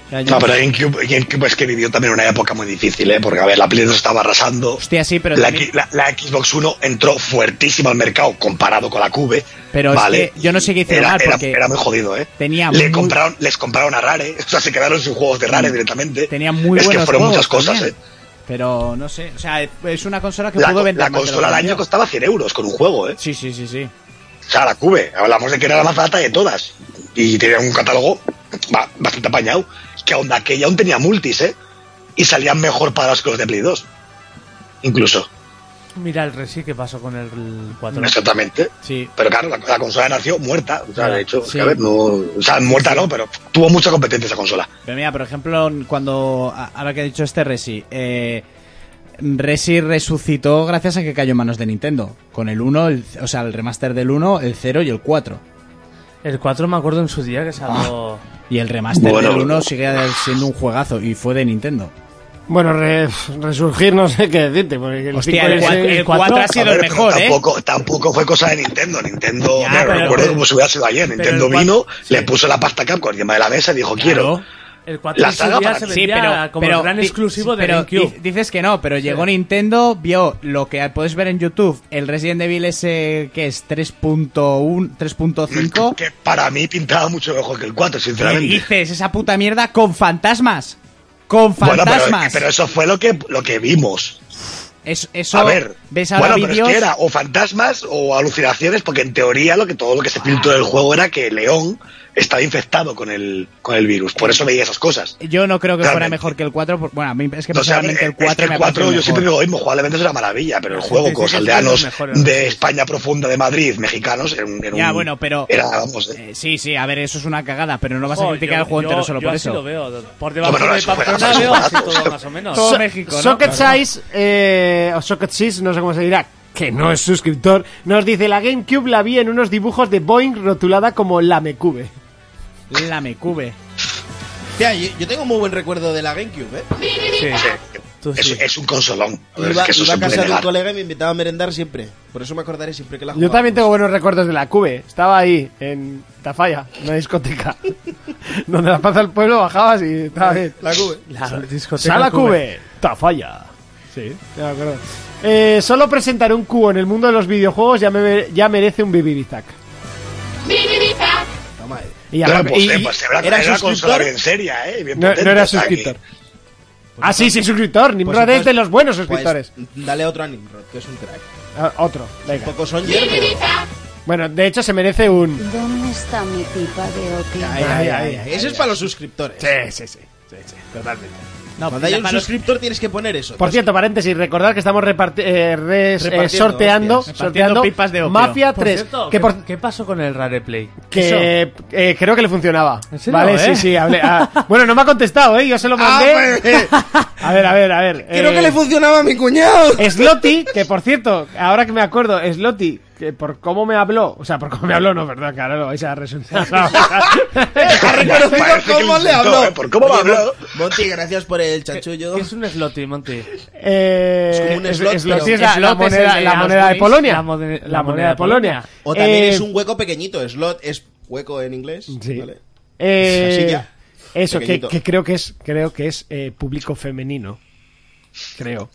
Speaker 2: O sea, yo-
Speaker 5: No, Ah, pero GameCube, GameCube es que vivió también una época muy difícil, ¿eh? Porque, a ver, la Play 2 estaba arrasando.
Speaker 2: Hostia, sí, pero
Speaker 5: la,
Speaker 2: también-
Speaker 5: X- la- la Xbox One entró fuertísimo al mercado comparado con la Cube.
Speaker 2: Pero es
Speaker 5: ¿vale?
Speaker 2: que yo no sé qué hicieron
Speaker 5: era,
Speaker 2: mal,
Speaker 5: era-
Speaker 2: porque
Speaker 5: era muy jodido, ¿eh?
Speaker 2: tenía
Speaker 5: Le
Speaker 2: muy-
Speaker 5: compraron, les compraron a Rare, ¿eh? o sea, se quedaron sin juegos de Rare directamente.
Speaker 2: tenía muy
Speaker 5: Es
Speaker 2: buenos
Speaker 5: que fueron
Speaker 2: juegos
Speaker 5: muchas cosas,
Speaker 2: también.
Speaker 5: ¿eh?
Speaker 2: Pero no sé, o sea, es una consola que
Speaker 5: La,
Speaker 2: pudo
Speaker 5: co-
Speaker 2: vender
Speaker 5: la
Speaker 2: más de lo
Speaker 5: consola
Speaker 2: que
Speaker 5: al año
Speaker 2: vendió.
Speaker 5: costaba 100 euros con un juego, ¿eh?
Speaker 2: Sí, sí, sí, sí.
Speaker 5: O sea, la Cube, hablamos de que era la más barata de todas. Y tenía un catálogo ba- bastante apañado. Que aún de aquella aún tenía multis, ¿eh? Y salían mejor para los que los de Play 2. Incluso.
Speaker 3: Mira el resi que pasó con el 4.
Speaker 5: Exactamente.
Speaker 2: Sí.
Speaker 5: Pero claro, la, la consola nació muerta. O sea, de hecho, es que,
Speaker 2: Sí.
Speaker 5: a ver, no, o sea, muerta no, pero tuvo mucha competencia esa consola.
Speaker 2: Pero mira, por ejemplo, cuando. a- Ahora que ha dicho este Resi. Eh, Resi resucitó gracias a que cayó en manos de Nintendo. Con el 1, el- o sea, el remaster del 1, el 0 y el 4.
Speaker 3: El 4 me acuerdo en su día
Speaker 2: Ah.
Speaker 3: que salió.
Speaker 2: Y el remaster
Speaker 5: Bueno.
Speaker 2: del 1 sigue siendo un juegazo y fue de Nintendo.
Speaker 1: Bueno, re- resurgir no sé qué decirte. Porque el
Speaker 2: Hostia,
Speaker 1: cinco
Speaker 2: el
Speaker 1: ese-
Speaker 2: cuatro- el
Speaker 1: cuatro-
Speaker 2: cuatro ha
Speaker 5: A
Speaker 2: sido el
Speaker 5: ver, pero
Speaker 2: mejor, ¿eh?
Speaker 5: tampoco, tampoco fue cosa de Nintendo. Nintendo,
Speaker 2: Ya,
Speaker 5: mira,
Speaker 2: pero-
Speaker 5: recuerdo como si hubiera sido ayer. Nintendo
Speaker 3: el
Speaker 5: vino,
Speaker 3: cuatro-
Speaker 5: le puso la pasta Capcom encima de la mesa y dijo, quiero.
Speaker 3: El 4
Speaker 5: La
Speaker 3: en su
Speaker 5: saga
Speaker 3: día
Speaker 5: para-
Speaker 3: se
Speaker 5: Sí,
Speaker 2: Sí,
Speaker 3: vendía
Speaker 2: pero,
Speaker 3: como
Speaker 2: pero
Speaker 3: el gran
Speaker 2: di-
Speaker 3: exclusivo
Speaker 2: sí,
Speaker 3: de
Speaker 2: pero
Speaker 3: GameCube.
Speaker 2: di- Dices que no, pero llegó Nintendo, vio lo que puedes ver en YouTube, el Resident Evil ese que es 3.1, 3.5.
Speaker 5: Que para mí pintaba mucho mejor que el 4,
Speaker 2: ¿Qué
Speaker 5: sinceramente.
Speaker 2: dices? Esa puta mierda con fantasmas. Con
Speaker 5: Bueno, pero,
Speaker 2: fantasmas.
Speaker 5: pero eso fue lo que, lo que vimos.
Speaker 2: Es- eso,
Speaker 5: A ver,
Speaker 2: ves ahora
Speaker 5: bueno, pero es
Speaker 2: vídeos.
Speaker 5: que era o fantasmas o alucinaciones, porque en teoría lo que todo lo que se filtró del juego era que León estaba infectado con el, con el virus. Por eso veía esas cosas.
Speaker 2: Yo no creo que fuera
Speaker 5: Realmente.
Speaker 2: mejor que el 4. por- Bueno, a mí es que
Speaker 5: No sé, a ver,
Speaker 2: personalmente el
Speaker 5: es que
Speaker 2: 4 me
Speaker 5: eh, el
Speaker 2: parece
Speaker 5: 4 yo
Speaker 2: mejor.
Speaker 5: siempre digo lo mismo, jugablemente es una maravilla, pero el
Speaker 3: La
Speaker 5: juego
Speaker 3: gente
Speaker 5: con los
Speaker 3: dice que es uno de los
Speaker 5: aldeanos
Speaker 3: mejores,
Speaker 5: de
Speaker 3: ¿no?
Speaker 5: España profunda, de Madrid, mexicanos, era un- era
Speaker 2: Ya,
Speaker 5: un-
Speaker 2: bueno, pero-
Speaker 5: Era, vamos, eh,
Speaker 2: Eh, sí, sí, a ver, eso es una cagada, pero no vas a
Speaker 3: Oh,
Speaker 2: criticar
Speaker 3: yo-
Speaker 2: el juego
Speaker 3: yo-
Speaker 2: entero solo
Speaker 3: yo
Speaker 2: por
Speaker 3: así
Speaker 2: eso.
Speaker 3: lo veo. Por debajo
Speaker 5: Bueno, no,
Speaker 3: de
Speaker 5: es un juegazo,
Speaker 3: Pamplona
Speaker 5: es un
Speaker 3: veo así
Speaker 5: juegazo.
Speaker 3: todo más o menos.
Speaker 1: So-
Speaker 3: México, ¿no?
Speaker 1: Socket
Speaker 3: Claro.
Speaker 1: Size, eh, o Socket Six, no sé cómo se dirá, que no es suscriptor, nos dice la GameCube la vi en unos dibujos de Boeing rotulada como Lamecube.
Speaker 2: La mecube.
Speaker 4: Tía, yo, yo tengo muy buen recuerdo de la GameCube, ¿eh?
Speaker 3: Sí. Tú
Speaker 5: es,
Speaker 3: sí.
Speaker 5: es un consolón.
Speaker 4: Iba,
Speaker 5: es que eso
Speaker 4: iba
Speaker 5: se
Speaker 4: a
Speaker 5: puede
Speaker 4: casa de un
Speaker 5: negar.
Speaker 4: colega y me invitaba a merendar siempre. Por eso me acordaré siempre
Speaker 3: Ah,
Speaker 4: que la
Speaker 1: Yo
Speaker 4: jugaba.
Speaker 1: también
Speaker 3: pues.
Speaker 1: tengo buenos recuerdos de la Cube. Estaba ahí, en Tafalla, una discoteca. Donde la plaza del pueblo bajabas y estaba bien.
Speaker 4: La Cube.
Speaker 3: Eh, La discoteca
Speaker 1: Sala
Speaker 3: Cube.
Speaker 1: Cube, Tafalla. Sí, me acuerdo. Eh, solo presentar un cubo en el mundo de los videojuegos ya, me- ya merece un bibirizac. Y
Speaker 5: Claro,
Speaker 1: ahora-
Speaker 5: pues,
Speaker 1: y-
Speaker 5: eh, pues, era,
Speaker 4: ¿era
Speaker 5: era una consola
Speaker 4: suscriptor?
Speaker 5: bien seria, ¿eh? bien
Speaker 1: No, no
Speaker 5: potente,
Speaker 1: era
Speaker 5: o sea, que-
Speaker 1: suscriptor. Ah, sí, sí, suscriptor. Nimrod
Speaker 4: entonces-
Speaker 1: es de los buenos
Speaker 4: Pues,
Speaker 1: suscriptores.
Speaker 4: dale otro a Nimrod, que es un crack.
Speaker 1: Ah, otro, venga.
Speaker 4: Poco son hierro.
Speaker 1: Bueno, de hecho se merece un...
Speaker 9: ¿Dónde está mi pipa de opio?
Speaker 1: Ay, ay, ay.
Speaker 4: Ese es para los suscriptores.
Speaker 1: Sí, sí, sí. sí, sí, totalmente.
Speaker 2: No,
Speaker 4: Cuando hay
Speaker 2: la-
Speaker 4: un
Speaker 2: para los-
Speaker 4: suscriptor tienes que poner eso.
Speaker 1: Por cierto, paréntesis, recordad que estamos reparti- eh, res- eh,
Speaker 4: Pues Repartiendo,
Speaker 1: sorteando,
Speaker 4: hostias.
Speaker 8: Repartiendo
Speaker 1: sorteando
Speaker 8: pipas de opio.
Speaker 1: Mafia
Speaker 3: Por
Speaker 1: 3,
Speaker 3: cierto,
Speaker 1: que
Speaker 3: ¿qué,
Speaker 1: por-
Speaker 3: qué pasó con el Rare Play?
Speaker 1: que eh, creo que le funcionaba.
Speaker 3: ¿En serio,
Speaker 1: vale,
Speaker 3: eh?
Speaker 1: sí, sí, hablé- ah, bueno, no me ha contestado, eh, yo se lo mandé. a ver, a ver, a ver. eh,
Speaker 4: funcionaba a mi cuñado.
Speaker 1: Sloty, que por cierto, ahora que me acuerdo, Sloty, que por cómo me habló, o sea, por cómo me habló, no, verdad, que ahora lo vais a resentar.
Speaker 4: Ha reconocido
Speaker 5: Parece que
Speaker 4: cómo
Speaker 5: lo
Speaker 4: le
Speaker 5: insultó,
Speaker 4: habló.
Speaker 5: ¿eh? ¿Por cómo me
Speaker 4: Oye,
Speaker 5: habló?
Speaker 4: Mon- Monty, gracias por el chanchullo.
Speaker 3: ¿Qué es un Slotty, Monty?
Speaker 1: Eh,
Speaker 4: Es como un
Speaker 1: es-
Speaker 4: slot,
Speaker 1: Sloty
Speaker 4: pero-
Speaker 1: es la, la
Speaker 3: Slot es el
Speaker 1: moneda,
Speaker 3: de
Speaker 1: la
Speaker 3: los
Speaker 1: moneda de
Speaker 3: goonies,
Speaker 1: Polonia.
Speaker 3: la mode- la moneda de Polonia.
Speaker 4: O también
Speaker 1: Eh,
Speaker 4: es un hueco pequeñito. Slot es hueco en inglés.
Speaker 1: Sí.
Speaker 4: ¿vale?
Speaker 1: Eh,
Speaker 4: Así ya.
Speaker 1: Eso, que,
Speaker 4: Pequeñito.
Speaker 1: que creo que es, creo que es eh, público femenino. Creo.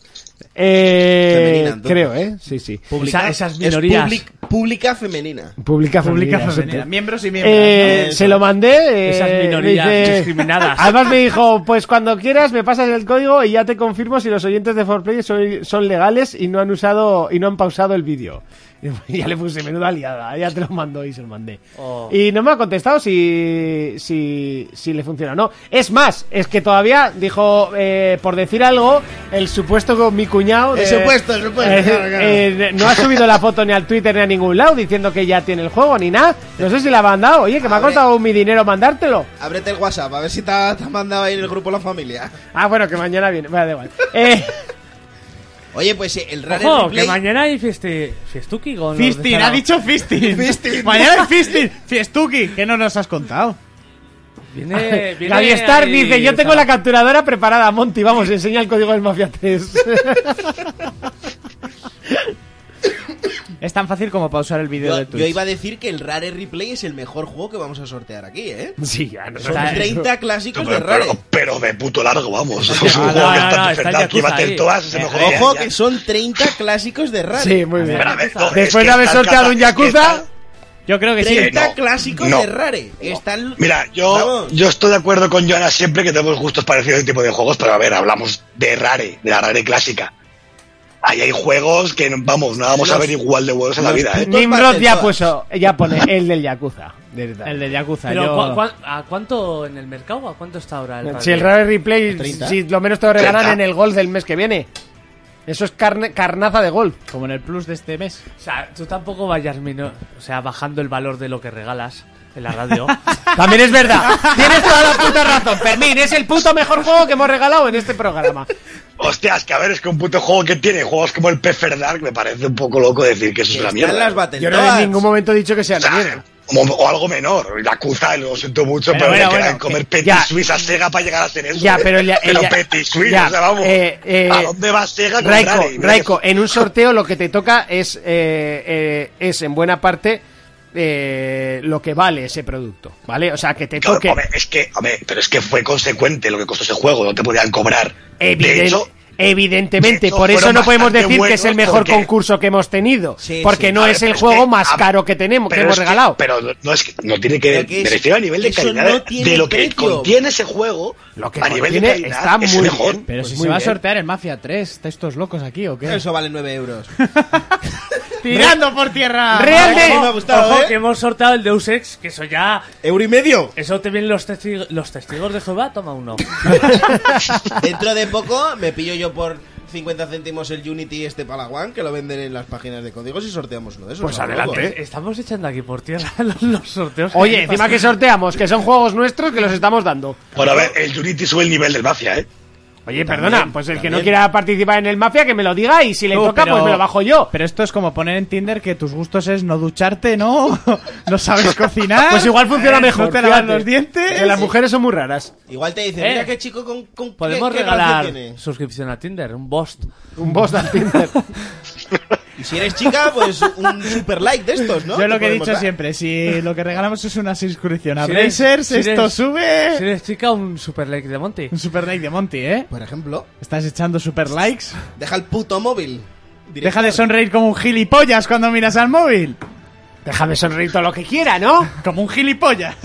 Speaker 1: Eh,
Speaker 4: Femenina, entonces.
Speaker 1: creo, ¿eh? Sí, sí.
Speaker 3: Esa- esas
Speaker 4: Es
Speaker 3: minorías.
Speaker 4: public- pública femenina.
Speaker 1: Pública femenina.
Speaker 2: Venga, Miembros y miembros.
Speaker 1: Eh,
Speaker 4: Eso.
Speaker 1: se lo mandé. eh,
Speaker 3: Esas minorías
Speaker 1: me
Speaker 3: discriminadas.
Speaker 1: Además me dijo, pues cuando quieras me pasas el código y ya te confirmo si los oyentes de 4Play son, son legales y no han usado y no han pausado el vídeo. Y ya le puse menuda liada, ya te lo mandó y se lo mandé.
Speaker 3: Oh.
Speaker 1: Y no me ha contestado si, si, si le funciona o no. Es más, es que todavía dijo, eh, por decir algo, el supuesto con mi cuñado... de-
Speaker 4: El supuesto, el supuesto,
Speaker 1: eh,
Speaker 4: claro, claro.
Speaker 1: eh, no ha subido la foto ni al Twitter ni a ningún lado diciendo que ya tiene el juego ni nada. No sé si la ha mandado. Oye, que me ha
Speaker 4: Abre.
Speaker 1: costado mi dinero mandártelo.
Speaker 4: Ábrete el WhatsApp, a ver si te ha te ha mandado ahí en el grupo la familia.
Speaker 1: Ah, bueno, que mañana viene. Vale, da igual. Eh,
Speaker 4: Oye, pues eh, el Rare
Speaker 3: Ojo,
Speaker 4: Replay-
Speaker 3: que mañana hay fiesti... fiestuki con los de
Speaker 2: Fistin, ha
Speaker 3: Zaragoza.
Speaker 2: dicho Fistin.
Speaker 4: Fisting.
Speaker 2: Mañana es Fistin. Fiestuki, que no nos has contado.
Speaker 3: Viene, Eh, viene
Speaker 1: Gaby Star
Speaker 3: ahí,
Speaker 1: dice, yo tengo
Speaker 3: o sea,
Speaker 1: la capturadora preparada, Monty. Vamos, enseña el código del Mafia 3.
Speaker 2: Es tan fácil como pausar el vídeo
Speaker 4: Yo,
Speaker 2: de
Speaker 4: yo
Speaker 2: Twitch.
Speaker 4: iba a decir que el Rare Replay es el mejor juego que vamos a sortear aquí, ¿eh?
Speaker 1: sí, ya no
Speaker 4: Son 30
Speaker 5: Pero,
Speaker 4: clásicos de Rare.
Speaker 5: pero, pero de puto largo, vamos. Es un
Speaker 3: no,
Speaker 5: juego que
Speaker 3: no, no,
Speaker 5: está
Speaker 3: está el
Speaker 5: presentado aquí.
Speaker 3: Yakuza
Speaker 5: Battletoads es el
Speaker 3: ahí.
Speaker 5: mejor día,
Speaker 4: Ojo,
Speaker 5: ya.
Speaker 4: que son 30 clásicos de Rare.
Speaker 1: Sí, muy bien.
Speaker 5: Pero a ver, no, es
Speaker 1: Después
Speaker 5: que
Speaker 1: de haber
Speaker 5: está el
Speaker 1: sorteado un
Speaker 5: Yakuza, es que
Speaker 1: Yakuza...
Speaker 5: está-
Speaker 2: Yo creo que sí.
Speaker 5: Tre-
Speaker 4: 30
Speaker 5: eh, no,
Speaker 4: clásicos
Speaker 5: no.
Speaker 4: de Rare. Están.
Speaker 5: Mira, yo,
Speaker 4: Vamos.
Speaker 5: yo estoy de acuerdo con Joana siempre que tenemos gustos parecidos en tipo de juegos, pero a ver, hablamos de Rare, de la Rare clásica. Ahí hay juegos que, no- vamos, no vamos a
Speaker 4: Los-
Speaker 5: ver igual de buenos en la
Speaker 4: los
Speaker 5: vida, ¿eh?
Speaker 4: putos
Speaker 1: Nimrod ya,
Speaker 4: Battletoads.
Speaker 1: puso, ya pone el del Yakuza. De verdad.
Speaker 2: El de Yakuza.
Speaker 3: Pero,
Speaker 2: yo-
Speaker 3: ¿cu- cuán- ¿a cuánto en el mercado? ¿A cuánto está ahora el
Speaker 1: Si el
Speaker 3: Rare?
Speaker 1: Rare Replay,
Speaker 4: 30.
Speaker 1: si lo menos te lo regalan
Speaker 5: 30.
Speaker 1: en el golf del mes que viene. Eso es carne, carnaza de golf.
Speaker 2: Como en el plus de este mes.
Speaker 3: O sea, tú tampoco vayas mino- o sea, bajando el valor de lo que regalas en la radio.
Speaker 1: También es verdad. Tienes toda la puta razón, Fermín. Es el puto mejor juego que hemos regalado en este programa.
Speaker 5: Hostias, que a ver, es que un puto juego que tiene juegos como el Pfeffer Dark me parece un poco loco decir que eso es una
Speaker 4: Están
Speaker 5: mierda.
Speaker 4: las
Speaker 1: Yo no
Speaker 4: Battletoads.
Speaker 1: he en ningún momento he dicho que sea
Speaker 5: O
Speaker 1: la
Speaker 5: sea,
Speaker 1: mierda.
Speaker 5: como- o algo menor, Yakuza, lo siento mucho,
Speaker 2: Pero
Speaker 5: pero,
Speaker 2: bueno,
Speaker 5: me quedan
Speaker 2: bueno,
Speaker 5: comer
Speaker 2: que-
Speaker 5: Petit
Speaker 1: eh, ya.
Speaker 5: Suisse a Sega para llegar a hacer eso.
Speaker 1: Ya,
Speaker 5: ¿eh?
Speaker 1: pero el ya-
Speaker 5: Pero
Speaker 1: el ya-
Speaker 5: Petit Suisse,
Speaker 1: ya,
Speaker 5: o sea, vamos.
Speaker 1: eh, eh,
Speaker 5: ¿A dónde va Sega con
Speaker 1: Raiko,
Speaker 5: Rare? Mira que-
Speaker 1: Raiko, eh, en un sorteo lo que te toca es, eh, eh, es en buena parte eh, lo que vale ese producto, ¿vale? O sea, que te
Speaker 5: Claro,
Speaker 1: toque...
Speaker 5: hombre, es que, hombre, pero es que fue consecuente lo que costó ese juego, no te podían cobrar.
Speaker 1: Eviden-
Speaker 5: de hecho,
Speaker 1: evidentemente,
Speaker 5: de hecho,
Speaker 1: por eso
Speaker 5: fueron
Speaker 1: no podemos
Speaker 5: bastante
Speaker 1: decir que es el
Speaker 5: buenos
Speaker 1: mejor
Speaker 5: porque-
Speaker 1: concurso que hemos tenido,
Speaker 4: Sí,
Speaker 1: porque
Speaker 4: sí.
Speaker 1: no
Speaker 5: A ver,
Speaker 1: es el
Speaker 5: pero es
Speaker 1: juego
Speaker 5: que-
Speaker 1: más
Speaker 5: a-
Speaker 1: caro que tenemos, que
Speaker 5: pero
Speaker 1: hemos
Speaker 5: es que-
Speaker 1: regalado.
Speaker 5: pero no- no es que no tiene que ver,
Speaker 4: Pero que
Speaker 5: me
Speaker 4: es-
Speaker 5: refiero a nivel de
Speaker 4: eso
Speaker 5: calidad
Speaker 4: no tiene
Speaker 5: de lo que
Speaker 4: precio.
Speaker 5: contiene ese juego,
Speaker 1: Lo que
Speaker 5: a nivel de
Speaker 1: contiene
Speaker 5: calidad
Speaker 1: está
Speaker 5: es
Speaker 1: muy
Speaker 5: mejor.
Speaker 1: bien.
Speaker 2: Pero
Speaker 1: Pues
Speaker 2: si
Speaker 1: muy
Speaker 2: se va a
Speaker 1: bien.
Speaker 2: sortear el Mafia 3, ¿estáis todos locos aquí o qué?
Speaker 4: Eso vale 9 euros.
Speaker 2: ¡Tirando por tierra!
Speaker 1: Realmente,
Speaker 4: me ha gustado,
Speaker 3: Ojo,
Speaker 4: ¿eh?
Speaker 3: que hemos sorteado el Deus Ex, que eso ya...
Speaker 4: ¿Euro y medio?
Speaker 3: Eso te vienen los, testi- los testigos de Jehová, toma uno.
Speaker 4: Dentro de poco me pillo yo por 50 céntimos el Unity este Palawan, que lo venden en las páginas de códigos y sorteamos uno de esos.
Speaker 1: Pues
Speaker 4: ¿no?
Speaker 1: adelante.
Speaker 3: Estamos echando aquí por tierra los, los sorteos.
Speaker 1: Oye, encima que sorteamos, que son juegos nuestros que los estamos dando.
Speaker 5: Bueno, a ver, el Unity sube el nivel del Mafia, ¿eh?
Speaker 1: Oye,
Speaker 4: También,
Speaker 1: perdona, pues el que no
Speaker 4: también.
Speaker 1: quiera participar en el Mafia, que me lo diga y si le
Speaker 2: Tú,
Speaker 1: toca,
Speaker 2: pero-
Speaker 1: pues me lo bajo yo.
Speaker 2: Pero esto es como poner en Tinder que tus gustos es no ducharte, ¿no? No sabes cocinar.
Speaker 1: Pues igual funciona
Speaker 2: eh,
Speaker 1: mejor.
Speaker 2: No te lavas
Speaker 1: fíjate,
Speaker 2: los dientes.
Speaker 1: que las mujeres son muy raras.
Speaker 4: Igual te dicen,
Speaker 3: Eh.
Speaker 4: mira qué chico con. con
Speaker 3: Podemos
Speaker 4: qué- qué
Speaker 3: regalar
Speaker 4: gracia tiene".
Speaker 3: suscripción a Tinder, un bost.
Speaker 1: Un boss de Tinder.
Speaker 4: Y si eres chica, pues un super like de estos, ¿no?
Speaker 2: Yo lo que he
Speaker 4: podemos
Speaker 2: dicho
Speaker 4: dar.
Speaker 2: siempre, si lo que regalamos es una suscripción a
Speaker 3: Si eres-
Speaker 2: Blazers,
Speaker 3: si eres-
Speaker 2: esto sube.
Speaker 3: Si eres chica, un super like de Monty.
Speaker 2: Un super like de Monty, ¿eh?
Speaker 4: Por ejemplo,
Speaker 2: Estás echando super likes.
Speaker 4: deja el puto móvil.
Speaker 2: Deja de sonreír como un gilipollas cuando miras al móvil.
Speaker 1: Déjame sonreír todo lo que quiera, ¿no?
Speaker 2: Como un gilipollas.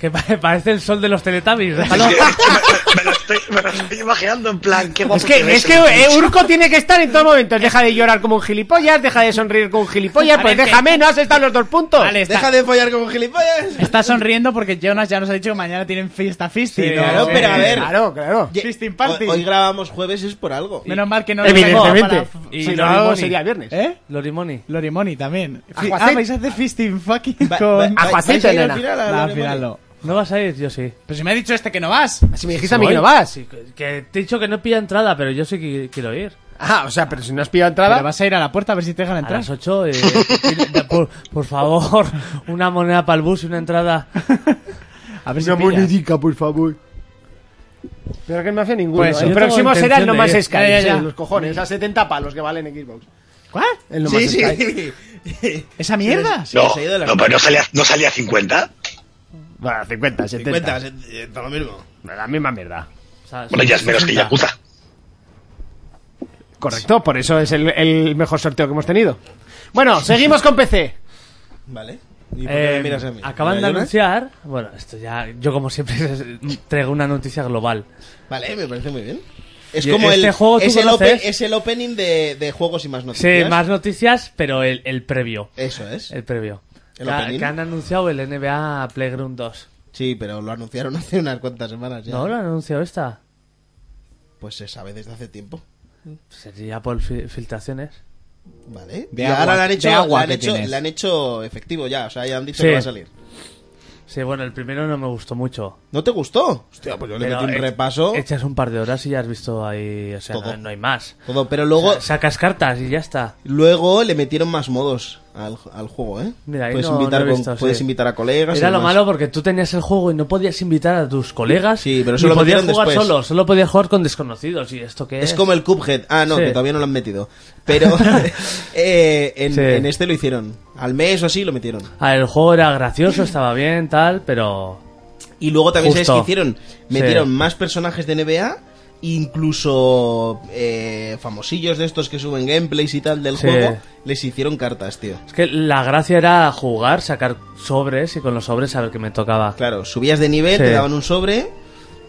Speaker 3: Que pa- parece el sol de los Teletubbies.
Speaker 5: Es
Speaker 3: déjalo.
Speaker 5: que- es que me, me lo estoy, me lo estoy imaginando en plan, qué guapo
Speaker 1: Es que,
Speaker 5: te
Speaker 1: es
Speaker 5: ves,
Speaker 1: que eh, Urco tiene que estar en todo momento. Deja de llorar como un gilipollas, deja de sonreír como un gilipollas.
Speaker 8: A
Speaker 1: Pues
Speaker 8: ver,
Speaker 1: déjame, no has estado en los dos puntos.
Speaker 8: Vale, está,
Speaker 4: Deja de follar como gilipollas.
Speaker 8: está sonriendo porque Jonas ya nos ha dicho que mañana tienen fiesta fisting.
Speaker 3: Sí,
Speaker 8: ¿no?
Speaker 4: claro,
Speaker 8: Sí.
Speaker 4: pero a ver.
Speaker 1: Eh, Claro, claro.
Speaker 4: Ye-
Speaker 8: Fisting party.
Speaker 4: Hoy, hoy grabamos jueves, es por algo.
Speaker 8: Menos mal que no
Speaker 1: Evidentemente.
Speaker 8: Y,
Speaker 1: Si
Speaker 3: Lorimoni.
Speaker 1: no, sería viernes.
Speaker 8: ¿Eh?
Speaker 3: Lorimoni.
Speaker 8: Lorimoni también. Fi-
Speaker 1: Aguacate.
Speaker 8: Ah, vais a hacer fisting fucking
Speaker 4: Va-
Speaker 8: con. Ah,
Speaker 4: va-
Speaker 1: Aguacete,
Speaker 4: vais a ir al
Speaker 1: nena.
Speaker 4: final a
Speaker 8: Nah,
Speaker 4: la
Speaker 8: al final no.
Speaker 3: ¿No vas a ir? Yo sí.
Speaker 8: Pero si me ha dicho este que no vas.
Speaker 1: Si me dijiste a mí
Speaker 3: Voy.
Speaker 1: que no vas.
Speaker 3: Sí, que- que te he dicho que no pilla entrada, pero yo sí que quiero ir.
Speaker 1: Ah, o sea, pero si no has pillado
Speaker 8: Pero
Speaker 1: entrada.
Speaker 8: vas a ir a la puerta a ver si te dejan
Speaker 3: A
Speaker 8: entrar.
Speaker 3: las 8, eh, por, por favor, una moneda para el bus y una entrada.
Speaker 8: A ver si pillas.
Speaker 1: por favor. Pero que no hace ninguno. ¿eh?
Speaker 3: Pues
Speaker 1: el
Speaker 3: yo
Speaker 1: próximo
Speaker 3: tengo
Speaker 1: será el No
Speaker 3: intención
Speaker 1: Más
Speaker 3: de ir.
Speaker 1: Sky.
Speaker 8: Ya, ya,
Speaker 1: sí,
Speaker 8: ya.
Speaker 1: Los cojones, a 70 palos que valen Xbox.
Speaker 8: ¿Cuál?
Speaker 1: El No
Speaker 4: Sí,
Speaker 1: Más
Speaker 4: sí.
Speaker 1: Sky.
Speaker 8: ¿Esa mierda?
Speaker 4: Sí,
Speaker 5: No,
Speaker 4: se ha ido de la-
Speaker 5: no, pero no salía, no salía 50.
Speaker 3: Ah,
Speaker 1: Bueno, 50, 70.
Speaker 4: Cuenta, eh, está lo mismo.
Speaker 1: La misma mierda.
Speaker 3: O sea,
Speaker 5: Bueno, ya es menos que
Speaker 3: 60.
Speaker 5: Yakuza.
Speaker 1: Correcto, por eso es el, el mejor sorteo que hemos tenido. Bueno, seguimos con PC.
Speaker 4: Vale. ¿Y por qué
Speaker 3: Eh,
Speaker 4: me miras a mí?
Speaker 3: acaban de
Speaker 4: ¿Mira, Jonas?
Speaker 3: anunciar. Bueno, esto ya. Yo, como siempre, traigo una noticia global.
Speaker 4: Vale, me parece muy bien. Es
Speaker 3: Y
Speaker 4: como
Speaker 3: este
Speaker 4: el,
Speaker 3: juego tú
Speaker 4: es, el
Speaker 3: conoces.
Speaker 4: open- es el opening de, de juegos y más
Speaker 3: Sí,
Speaker 4: noticias.
Speaker 3: más noticias, pero el, el previo.
Speaker 4: Eso es.
Speaker 3: El previo.
Speaker 4: ¿El
Speaker 3: que, ha-
Speaker 4: opening?
Speaker 3: que han anunciado el NBA Playground 2.
Speaker 4: Sí, pero lo anunciaron hace unas cuantas semanas ya.
Speaker 3: No, lo han anunciado esta.
Speaker 4: Pues se sabe desde hace tiempo.
Speaker 3: Sería Pues por fi- filtraciones.
Speaker 4: Vale.
Speaker 8: De
Speaker 4: y
Speaker 8: agua-
Speaker 4: ahora le han hecho,
Speaker 8: de agua
Speaker 4: le han
Speaker 8: que
Speaker 4: hecho,
Speaker 8: tienes.
Speaker 4: le han hecho efectivo ya. O sea, ya han dicho
Speaker 3: Sí.
Speaker 4: que va a salir.
Speaker 3: Sí, bueno, el primero no me gustó mucho.
Speaker 4: ¿No te gustó? Hostia, pues yo le
Speaker 3: Pero,
Speaker 4: metí un
Speaker 3: eh,
Speaker 4: repaso.
Speaker 3: Echas un par de horas y ya has visto ahí. O sea,
Speaker 4: Todo.
Speaker 3: no, no hay más.
Speaker 4: Todo, pero luego,
Speaker 3: Sa- Sacas cartas y ya está.
Speaker 4: luego le metieron más modos al, al juego, ¿eh?
Speaker 3: Mira, ahí
Speaker 4: puedes
Speaker 3: no- no
Speaker 4: invitar
Speaker 3: he
Speaker 4: con-
Speaker 3: visto, sí.
Speaker 4: puedes invitar a colegas. y
Speaker 3: Era lo
Speaker 4: demás.
Speaker 3: malo porque tú tenías el juego y no podías invitar a tus colegas.
Speaker 4: Sí, pero
Speaker 3: ni
Speaker 4: eso lo
Speaker 3: podías
Speaker 4: metieron
Speaker 3: jugar
Speaker 4: después.
Speaker 3: solo. Solo podías jugar con desconocidos. ¿Y esto qué es?
Speaker 4: Es como el Cuphead. Ah, no,
Speaker 3: Sí.
Speaker 4: que todavía no lo han metido. Pero eh, en,
Speaker 3: Sí.
Speaker 4: en este lo hicieron. Al mes o así lo metieron.
Speaker 3: Ah, el juego era gracioso, estaba bien, tal, pero.
Speaker 4: Y luego también, ¿sabes
Speaker 3: Justo.
Speaker 4: qué hicieron? Metieron más personajes de NBA, incluso eh, famosillos de estos que suben gameplays y tal del
Speaker 3: Sí.
Speaker 4: juego, les hicieron cartas, tío.
Speaker 3: Es que la gracia era jugar, sacar sobres y con los sobres saber qué me tocaba.
Speaker 4: Claro, subías de nivel,
Speaker 3: Sí.
Speaker 4: te daban un sobre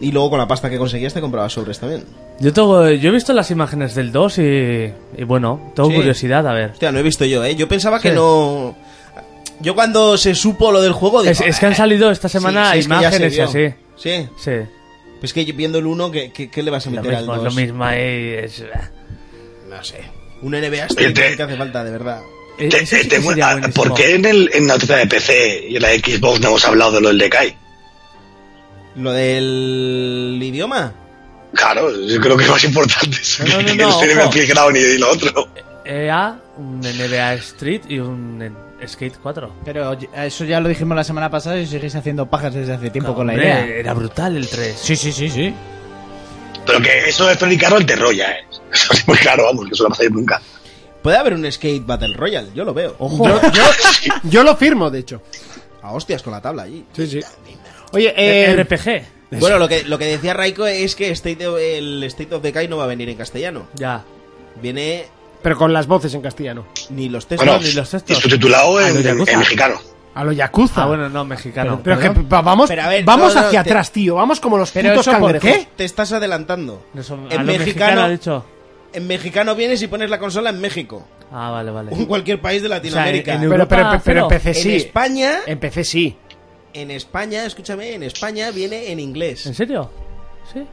Speaker 4: y luego con la pasta que conseguías te comprabas sobres también.
Speaker 3: Yo tengo, yo he visto las imágenes del 2 y, y bueno, tengo
Speaker 4: Sí.
Speaker 3: curiosidad, a ver.
Speaker 4: Hostia, no he visto yo, ¿eh? Yo pensaba que
Speaker 3: Sí.
Speaker 4: no... Yo cuando se supo lo del juego...
Speaker 3: Es,
Speaker 4: digo,
Speaker 3: es que han salido esta
Speaker 4: "Ah,
Speaker 3: semana
Speaker 4: sí, sí, es que ya
Speaker 3: imágenes y
Speaker 4: se vio".
Speaker 3: así.
Speaker 4: Sí,
Speaker 3: Sí,
Speaker 4: pues que yo viendo el uno, ¿qué, qué, qué le vas a
Speaker 3: lo
Speaker 4: meter
Speaker 3: mismo,
Speaker 4: al
Speaker 3: es lo
Speaker 4: 2?
Speaker 3: mismo ahí. es-
Speaker 4: No sé. Un NBA
Speaker 5: Oye, te-
Speaker 4: este que hace falta, de verdad.
Speaker 3: eh,
Speaker 5: Te-
Speaker 3: eso sí que
Speaker 5: tengo-
Speaker 3: sería
Speaker 5: ah,
Speaker 3: buenísimo.
Speaker 5: ¿Por qué en, el, en la noticia de PC y en la de Xbox no hemos hablado de lo del Decay?
Speaker 4: ¿Lo del idioma?
Speaker 5: Claro, yo creo que es más importante. eso
Speaker 3: No, no,
Speaker 5: que
Speaker 3: no, no,
Speaker 5: el Cinema
Speaker 3: ojo.
Speaker 5: Playground y lo otro.
Speaker 3: EA, E un NBA Street y un en- Skate 4.
Speaker 8: Pero oye, eso ya lo dijimos la semana pasada y seguís haciendo pajas desde hace tiempo con la
Speaker 3: Hombre,
Speaker 8: idea.
Speaker 3: Era brutal el 3.
Speaker 8: Sí, sí, sí, sí.
Speaker 5: Pero que eso de Electronic Arts te rolla, ¿eh? Eso es muy claro, vamos, que eso no va a salir nunca.
Speaker 4: Puede haber un Skate Battle Royale, yo lo veo.
Speaker 1: Ojo. Yo, yo- yo lo firmo, de hecho.
Speaker 4: A hostias con la tabla allí.
Speaker 1: Sí, sí. Oye, eh,
Speaker 3: RPG.
Speaker 4: Bueno, lo que, lo que decía Raiko es que State of- el State of Decay no va a venir en castellano.
Speaker 3: Ya.
Speaker 4: Viene
Speaker 1: pero con las voces en castellano.
Speaker 4: ni los textos
Speaker 5: Bueno,
Speaker 4: ni los...
Speaker 3: los textos.
Speaker 5: y subtitulado
Speaker 3: Ah,
Speaker 5: en,
Speaker 3: los
Speaker 5: en- en
Speaker 3: Yakuza.
Speaker 5: mexicano.
Speaker 1: A lo Yakuza.
Speaker 3: Ah, bueno, no, mexicano.
Speaker 1: pero que pa- vamos,
Speaker 4: Pero a ver,
Speaker 1: vamos
Speaker 4: no, no,
Speaker 1: hacia
Speaker 4: que-
Speaker 1: atrás, tío. Vamos como los
Speaker 8: Pero
Speaker 1: putos
Speaker 8: eso, ¿por
Speaker 1: cangrejos.
Speaker 8: qué?
Speaker 4: ¿Eh? Te estás adelantando.
Speaker 3: Eso, a
Speaker 4: en,
Speaker 3: lo mexicano ha
Speaker 4: mexicano,
Speaker 3: dicho.
Speaker 4: en mexicano vienes y pones la consola en México.
Speaker 3: Ah, vale, vale.
Speaker 4: O en cualquier país de Latinoamérica.
Speaker 3: en
Speaker 4: en,
Speaker 1: Pero, pero,
Speaker 3: Europa,
Speaker 1: pero
Speaker 3: cero.
Speaker 1: en PC sí.
Speaker 4: España,
Speaker 1: En PC sí.
Speaker 4: en España, escúchame, en España viene en
Speaker 3: ¿En
Speaker 4: inglés.
Speaker 3: serio? Sí.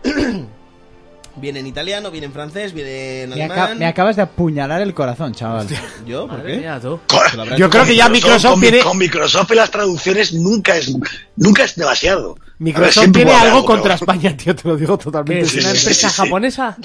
Speaker 4: Viene en italiano, viene en francés, viene en
Speaker 8: Me, aca-
Speaker 4: alemán.
Speaker 8: me acabas de apuñalar el corazón, chaval.
Speaker 4: ¿Yo? ¿Por
Speaker 3: Madre
Speaker 4: qué?
Speaker 3: mía, tú.
Speaker 5: Con-
Speaker 4: Se lo habrá
Speaker 1: Yo
Speaker 4: hecho
Speaker 1: creo
Speaker 5: con
Speaker 1: que ya Microsoft
Speaker 5: con-
Speaker 1: tiene-
Speaker 5: Con Microsoft y las traducciones nunca es, nunca es demasiado. A ver,
Speaker 1: Microsoft
Speaker 5: siempre
Speaker 1: tiene
Speaker 5: va a haber
Speaker 1: algo
Speaker 5: pero-
Speaker 1: contra España, tío, te lo digo
Speaker 3: ¿Qué,
Speaker 1: totalmente.
Speaker 3: ¿Es una
Speaker 5: sí, sí,
Speaker 3: empresa
Speaker 5: sí, sí.
Speaker 3: japonesa?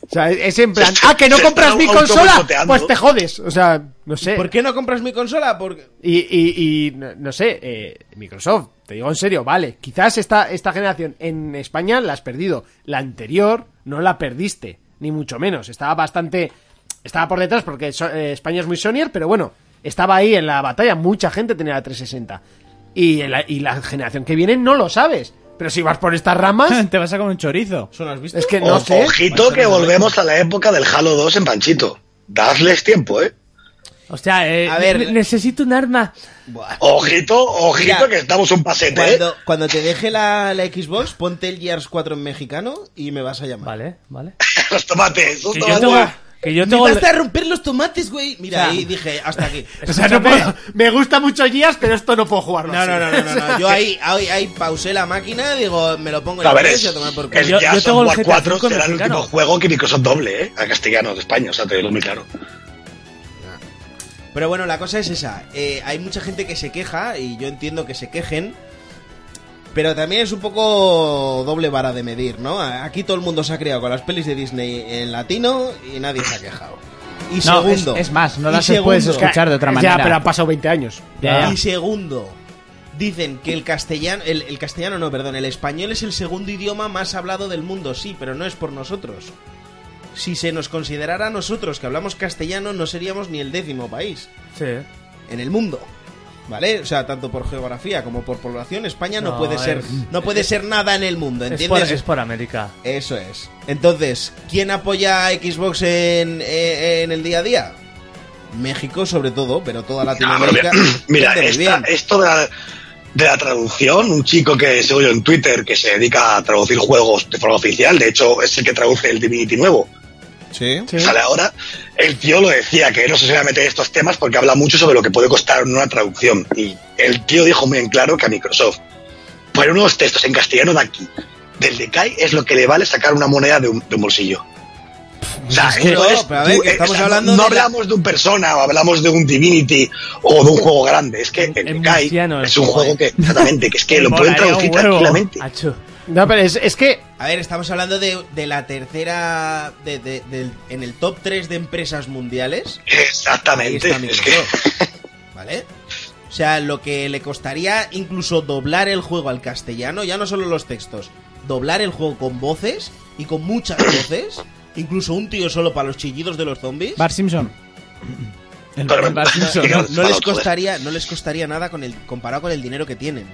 Speaker 1: O sea, es en plan,
Speaker 5: Se-
Speaker 1: ah, que no
Speaker 5: se
Speaker 1: compras
Speaker 5: está
Speaker 1: mi consola,
Speaker 5: autoboicoteando.
Speaker 1: pues te jodes. O sea, no sé.
Speaker 4: ¿Por qué no compras mi consola? Porque...
Speaker 1: Y, y, y, no no sé, eh, Microsoft, te digo en serio, vale, quizás esta, esta generación en España la has perdido, la anterior no la perdiste, ni mucho menos, estaba bastante, estaba por detrás porque so- eh, España es muy Sonyer, pero bueno, estaba ahí en la batalla, mucha gente tenía la 360. Y la, y la generación que viene no lo sabes, pero si vas por estas ramas,
Speaker 8: Te vas a comer un chorizo.
Speaker 4: ¿Eso no has visto?
Speaker 1: es que no
Speaker 5: O-
Speaker 1: sé.
Speaker 5: Ojito que volvemos a la época del Halo 2 en Panchito. Dadles tiempo, ¿eh?
Speaker 3: Hostia, eh,
Speaker 4: A ver-
Speaker 3: ne- necesito un arma.
Speaker 4: Buah.
Speaker 5: Ojito, ojito,
Speaker 4: Mira,
Speaker 5: que estamos un pasete, ¿eh?
Speaker 4: Cuando, cuando te deje la, la Xbox, ponte el Gears 4 en mexicano y me vas a llamar.
Speaker 3: Vale, vale.
Speaker 5: Los tomates, los
Speaker 3: Que yo tengo...
Speaker 5: tomates.
Speaker 3: Que yo
Speaker 4: Me
Speaker 3: tengo...
Speaker 4: vas a romper los tomates, güey. Mira, ahí dije, hasta aquí.
Speaker 1: O sea, no puedo- me gusta mucho Gears, pero esto no puedo jugarlo.
Speaker 4: No,
Speaker 1: así.
Speaker 4: no, no, no, no, no. Yo ahí, ahí, ahí pausé la máquina, digo, me lo pongo en
Speaker 5: A
Speaker 4: la
Speaker 5: ver,
Speaker 4: cabeza
Speaker 5: es,
Speaker 4: y a tomar por culo.
Speaker 5: el
Speaker 3: Yo-
Speaker 5: Jazz
Speaker 3: yo tengo el
Speaker 5: War
Speaker 3: GTA
Speaker 5: 4
Speaker 3: cinco
Speaker 5: será el
Speaker 3: mexicano.
Speaker 5: último juego que Microsoft doble, ¿eh? A castellanos de España, o sea, te lo digo muy claro.
Speaker 4: Pero bueno, la cosa es esa. Eh, hay mucha gente que se queja y yo entiendo que se quejen. Pero también es un poco doble vara de medir, ¿no? A- Aquí todo el mundo se ha criado con las pelis de Disney en latino y nadie se ha quejado. Y
Speaker 2: No,
Speaker 4: segundo.
Speaker 2: es- es más, no
Speaker 4: y
Speaker 2: las puedes
Speaker 4: segundo-
Speaker 2: escuchar de otra manera.
Speaker 1: Ya, pero han pasado 20 años.
Speaker 2: Ya, ya.
Speaker 4: Y segundo, dicen que el castellano, el, el castellano no, perdón, el español es el segundo idioma más hablado del mundo, sí, pero no es por nosotros. Si se nos considerara a nosotros que hablamos castellano, no seríamos ni el décimo país
Speaker 3: Sí.
Speaker 4: en el mundo. ¿Vale? O sea, tanto por geografía como por población, España no,
Speaker 3: No,
Speaker 4: puede ser
Speaker 3: es-
Speaker 4: no puede ser nada en el mundo,
Speaker 3: Es por,
Speaker 4: ¿entiendes?
Speaker 3: es por América.
Speaker 4: Eso es. Entonces, ¿quién apoya a Xbox en, eh, en el día a día? México, sobre todo, pero toda
Speaker 5: No, Ah, pero
Speaker 4: Latinoamérica.
Speaker 5: mira, mira,
Speaker 4: Gente, muy
Speaker 5: esta-
Speaker 4: bien.
Speaker 5: esto de la, de la traducción, un chico que se oye en Twitter que se dedica a traducir juegos de forma oficial, de hecho es el que traduce el Divinity nuevo,
Speaker 4: Sí.
Speaker 5: que sale ahora, el tío lo decía, que no se iba a meter en estos temas porque habla mucho sobre lo que puede costar una traducción. Y el tío dijo muy en claro que a Microsoft, poner unos textos en castellano de aquí, del de Kai, es lo que le vale sacar una moneda de un, de un bolsillo. O sea,
Speaker 4: es que-
Speaker 5: esto es-
Speaker 4: No, pero a ver,
Speaker 5: tú- eh,
Speaker 4: que estamos
Speaker 5: o sea,
Speaker 4: hablando
Speaker 5: no
Speaker 4: de la- Oh,
Speaker 5: hablamos de un persona o hablamos de un Divinity o de un juego grande. Es que el
Speaker 3: en
Speaker 5: Kai
Speaker 3: murciano el
Speaker 5: es un
Speaker 3: juego,
Speaker 4: eh.
Speaker 5: juego que, exactamente, que es que lo
Speaker 3: Me
Speaker 5: pueden
Speaker 3: molaría
Speaker 5: traducir
Speaker 3: un huevo.
Speaker 5: tranquilamente.
Speaker 3: Achú.
Speaker 1: No, pero es, es que.
Speaker 4: A ver, estamos hablando de, de la tercera. de- de- del- en el top 3 de empresas mundiales. Ahí
Speaker 5: Exactamente.
Speaker 4: está
Speaker 5: Es que,
Speaker 4: Microsoft. ¿Vale? O sea, lo que le costaría incluso doblar el juego al castellano, ya no solo los textos, doblar el juego con voces y con muchas voces, incluso un tío solo para los chillidos de los zombies.
Speaker 2: Bar Simpson. El,
Speaker 5: Pero-
Speaker 2: el Bart Simpson.
Speaker 5: Diga-
Speaker 4: no les
Speaker 5: Joder.
Speaker 4: costaría, no les costaría nada con el comparado con el dinero que tienen.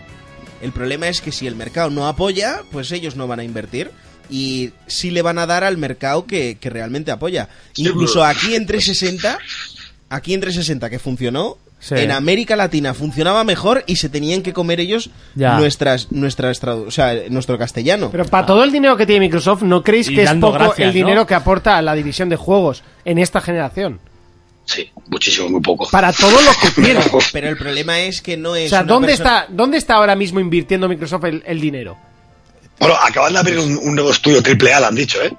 Speaker 4: El problema es que si el mercado no apoya, pues ellos no van a invertir y sí le van a dar al mercado que, que realmente apoya.
Speaker 5: Sí,
Speaker 4: Incluso
Speaker 5: pero-
Speaker 4: aquí en 360, aquí en 360 que funcionó,
Speaker 3: Sí.
Speaker 4: en América Latina funcionaba mejor y se tenían que comer ellos
Speaker 3: Ya.
Speaker 4: nuestras nuestras tradu- o sea, nuestro castellano.
Speaker 1: Pero para todo el dinero que tiene Microsoft, ¿no creéis
Speaker 3: Y
Speaker 1: que es
Speaker 3: dando
Speaker 1: poco
Speaker 3: gracias,
Speaker 1: el dinero
Speaker 3: ¿no?
Speaker 1: que aporta a la división de juegos en esta generación?
Speaker 5: sí, muchísimo, muy poco.
Speaker 1: Para todo lo que tiene. O
Speaker 4: Pero el problema es que no es
Speaker 1: sea,
Speaker 4: una
Speaker 1: ¿dónde
Speaker 4: persona-
Speaker 1: está, ¿dónde está ahora mismo invirtiendo Microsoft el, el dinero?
Speaker 5: Bueno, acaban de abrir un, un nuevo estudio triple A, lo han dicho, ¿eh?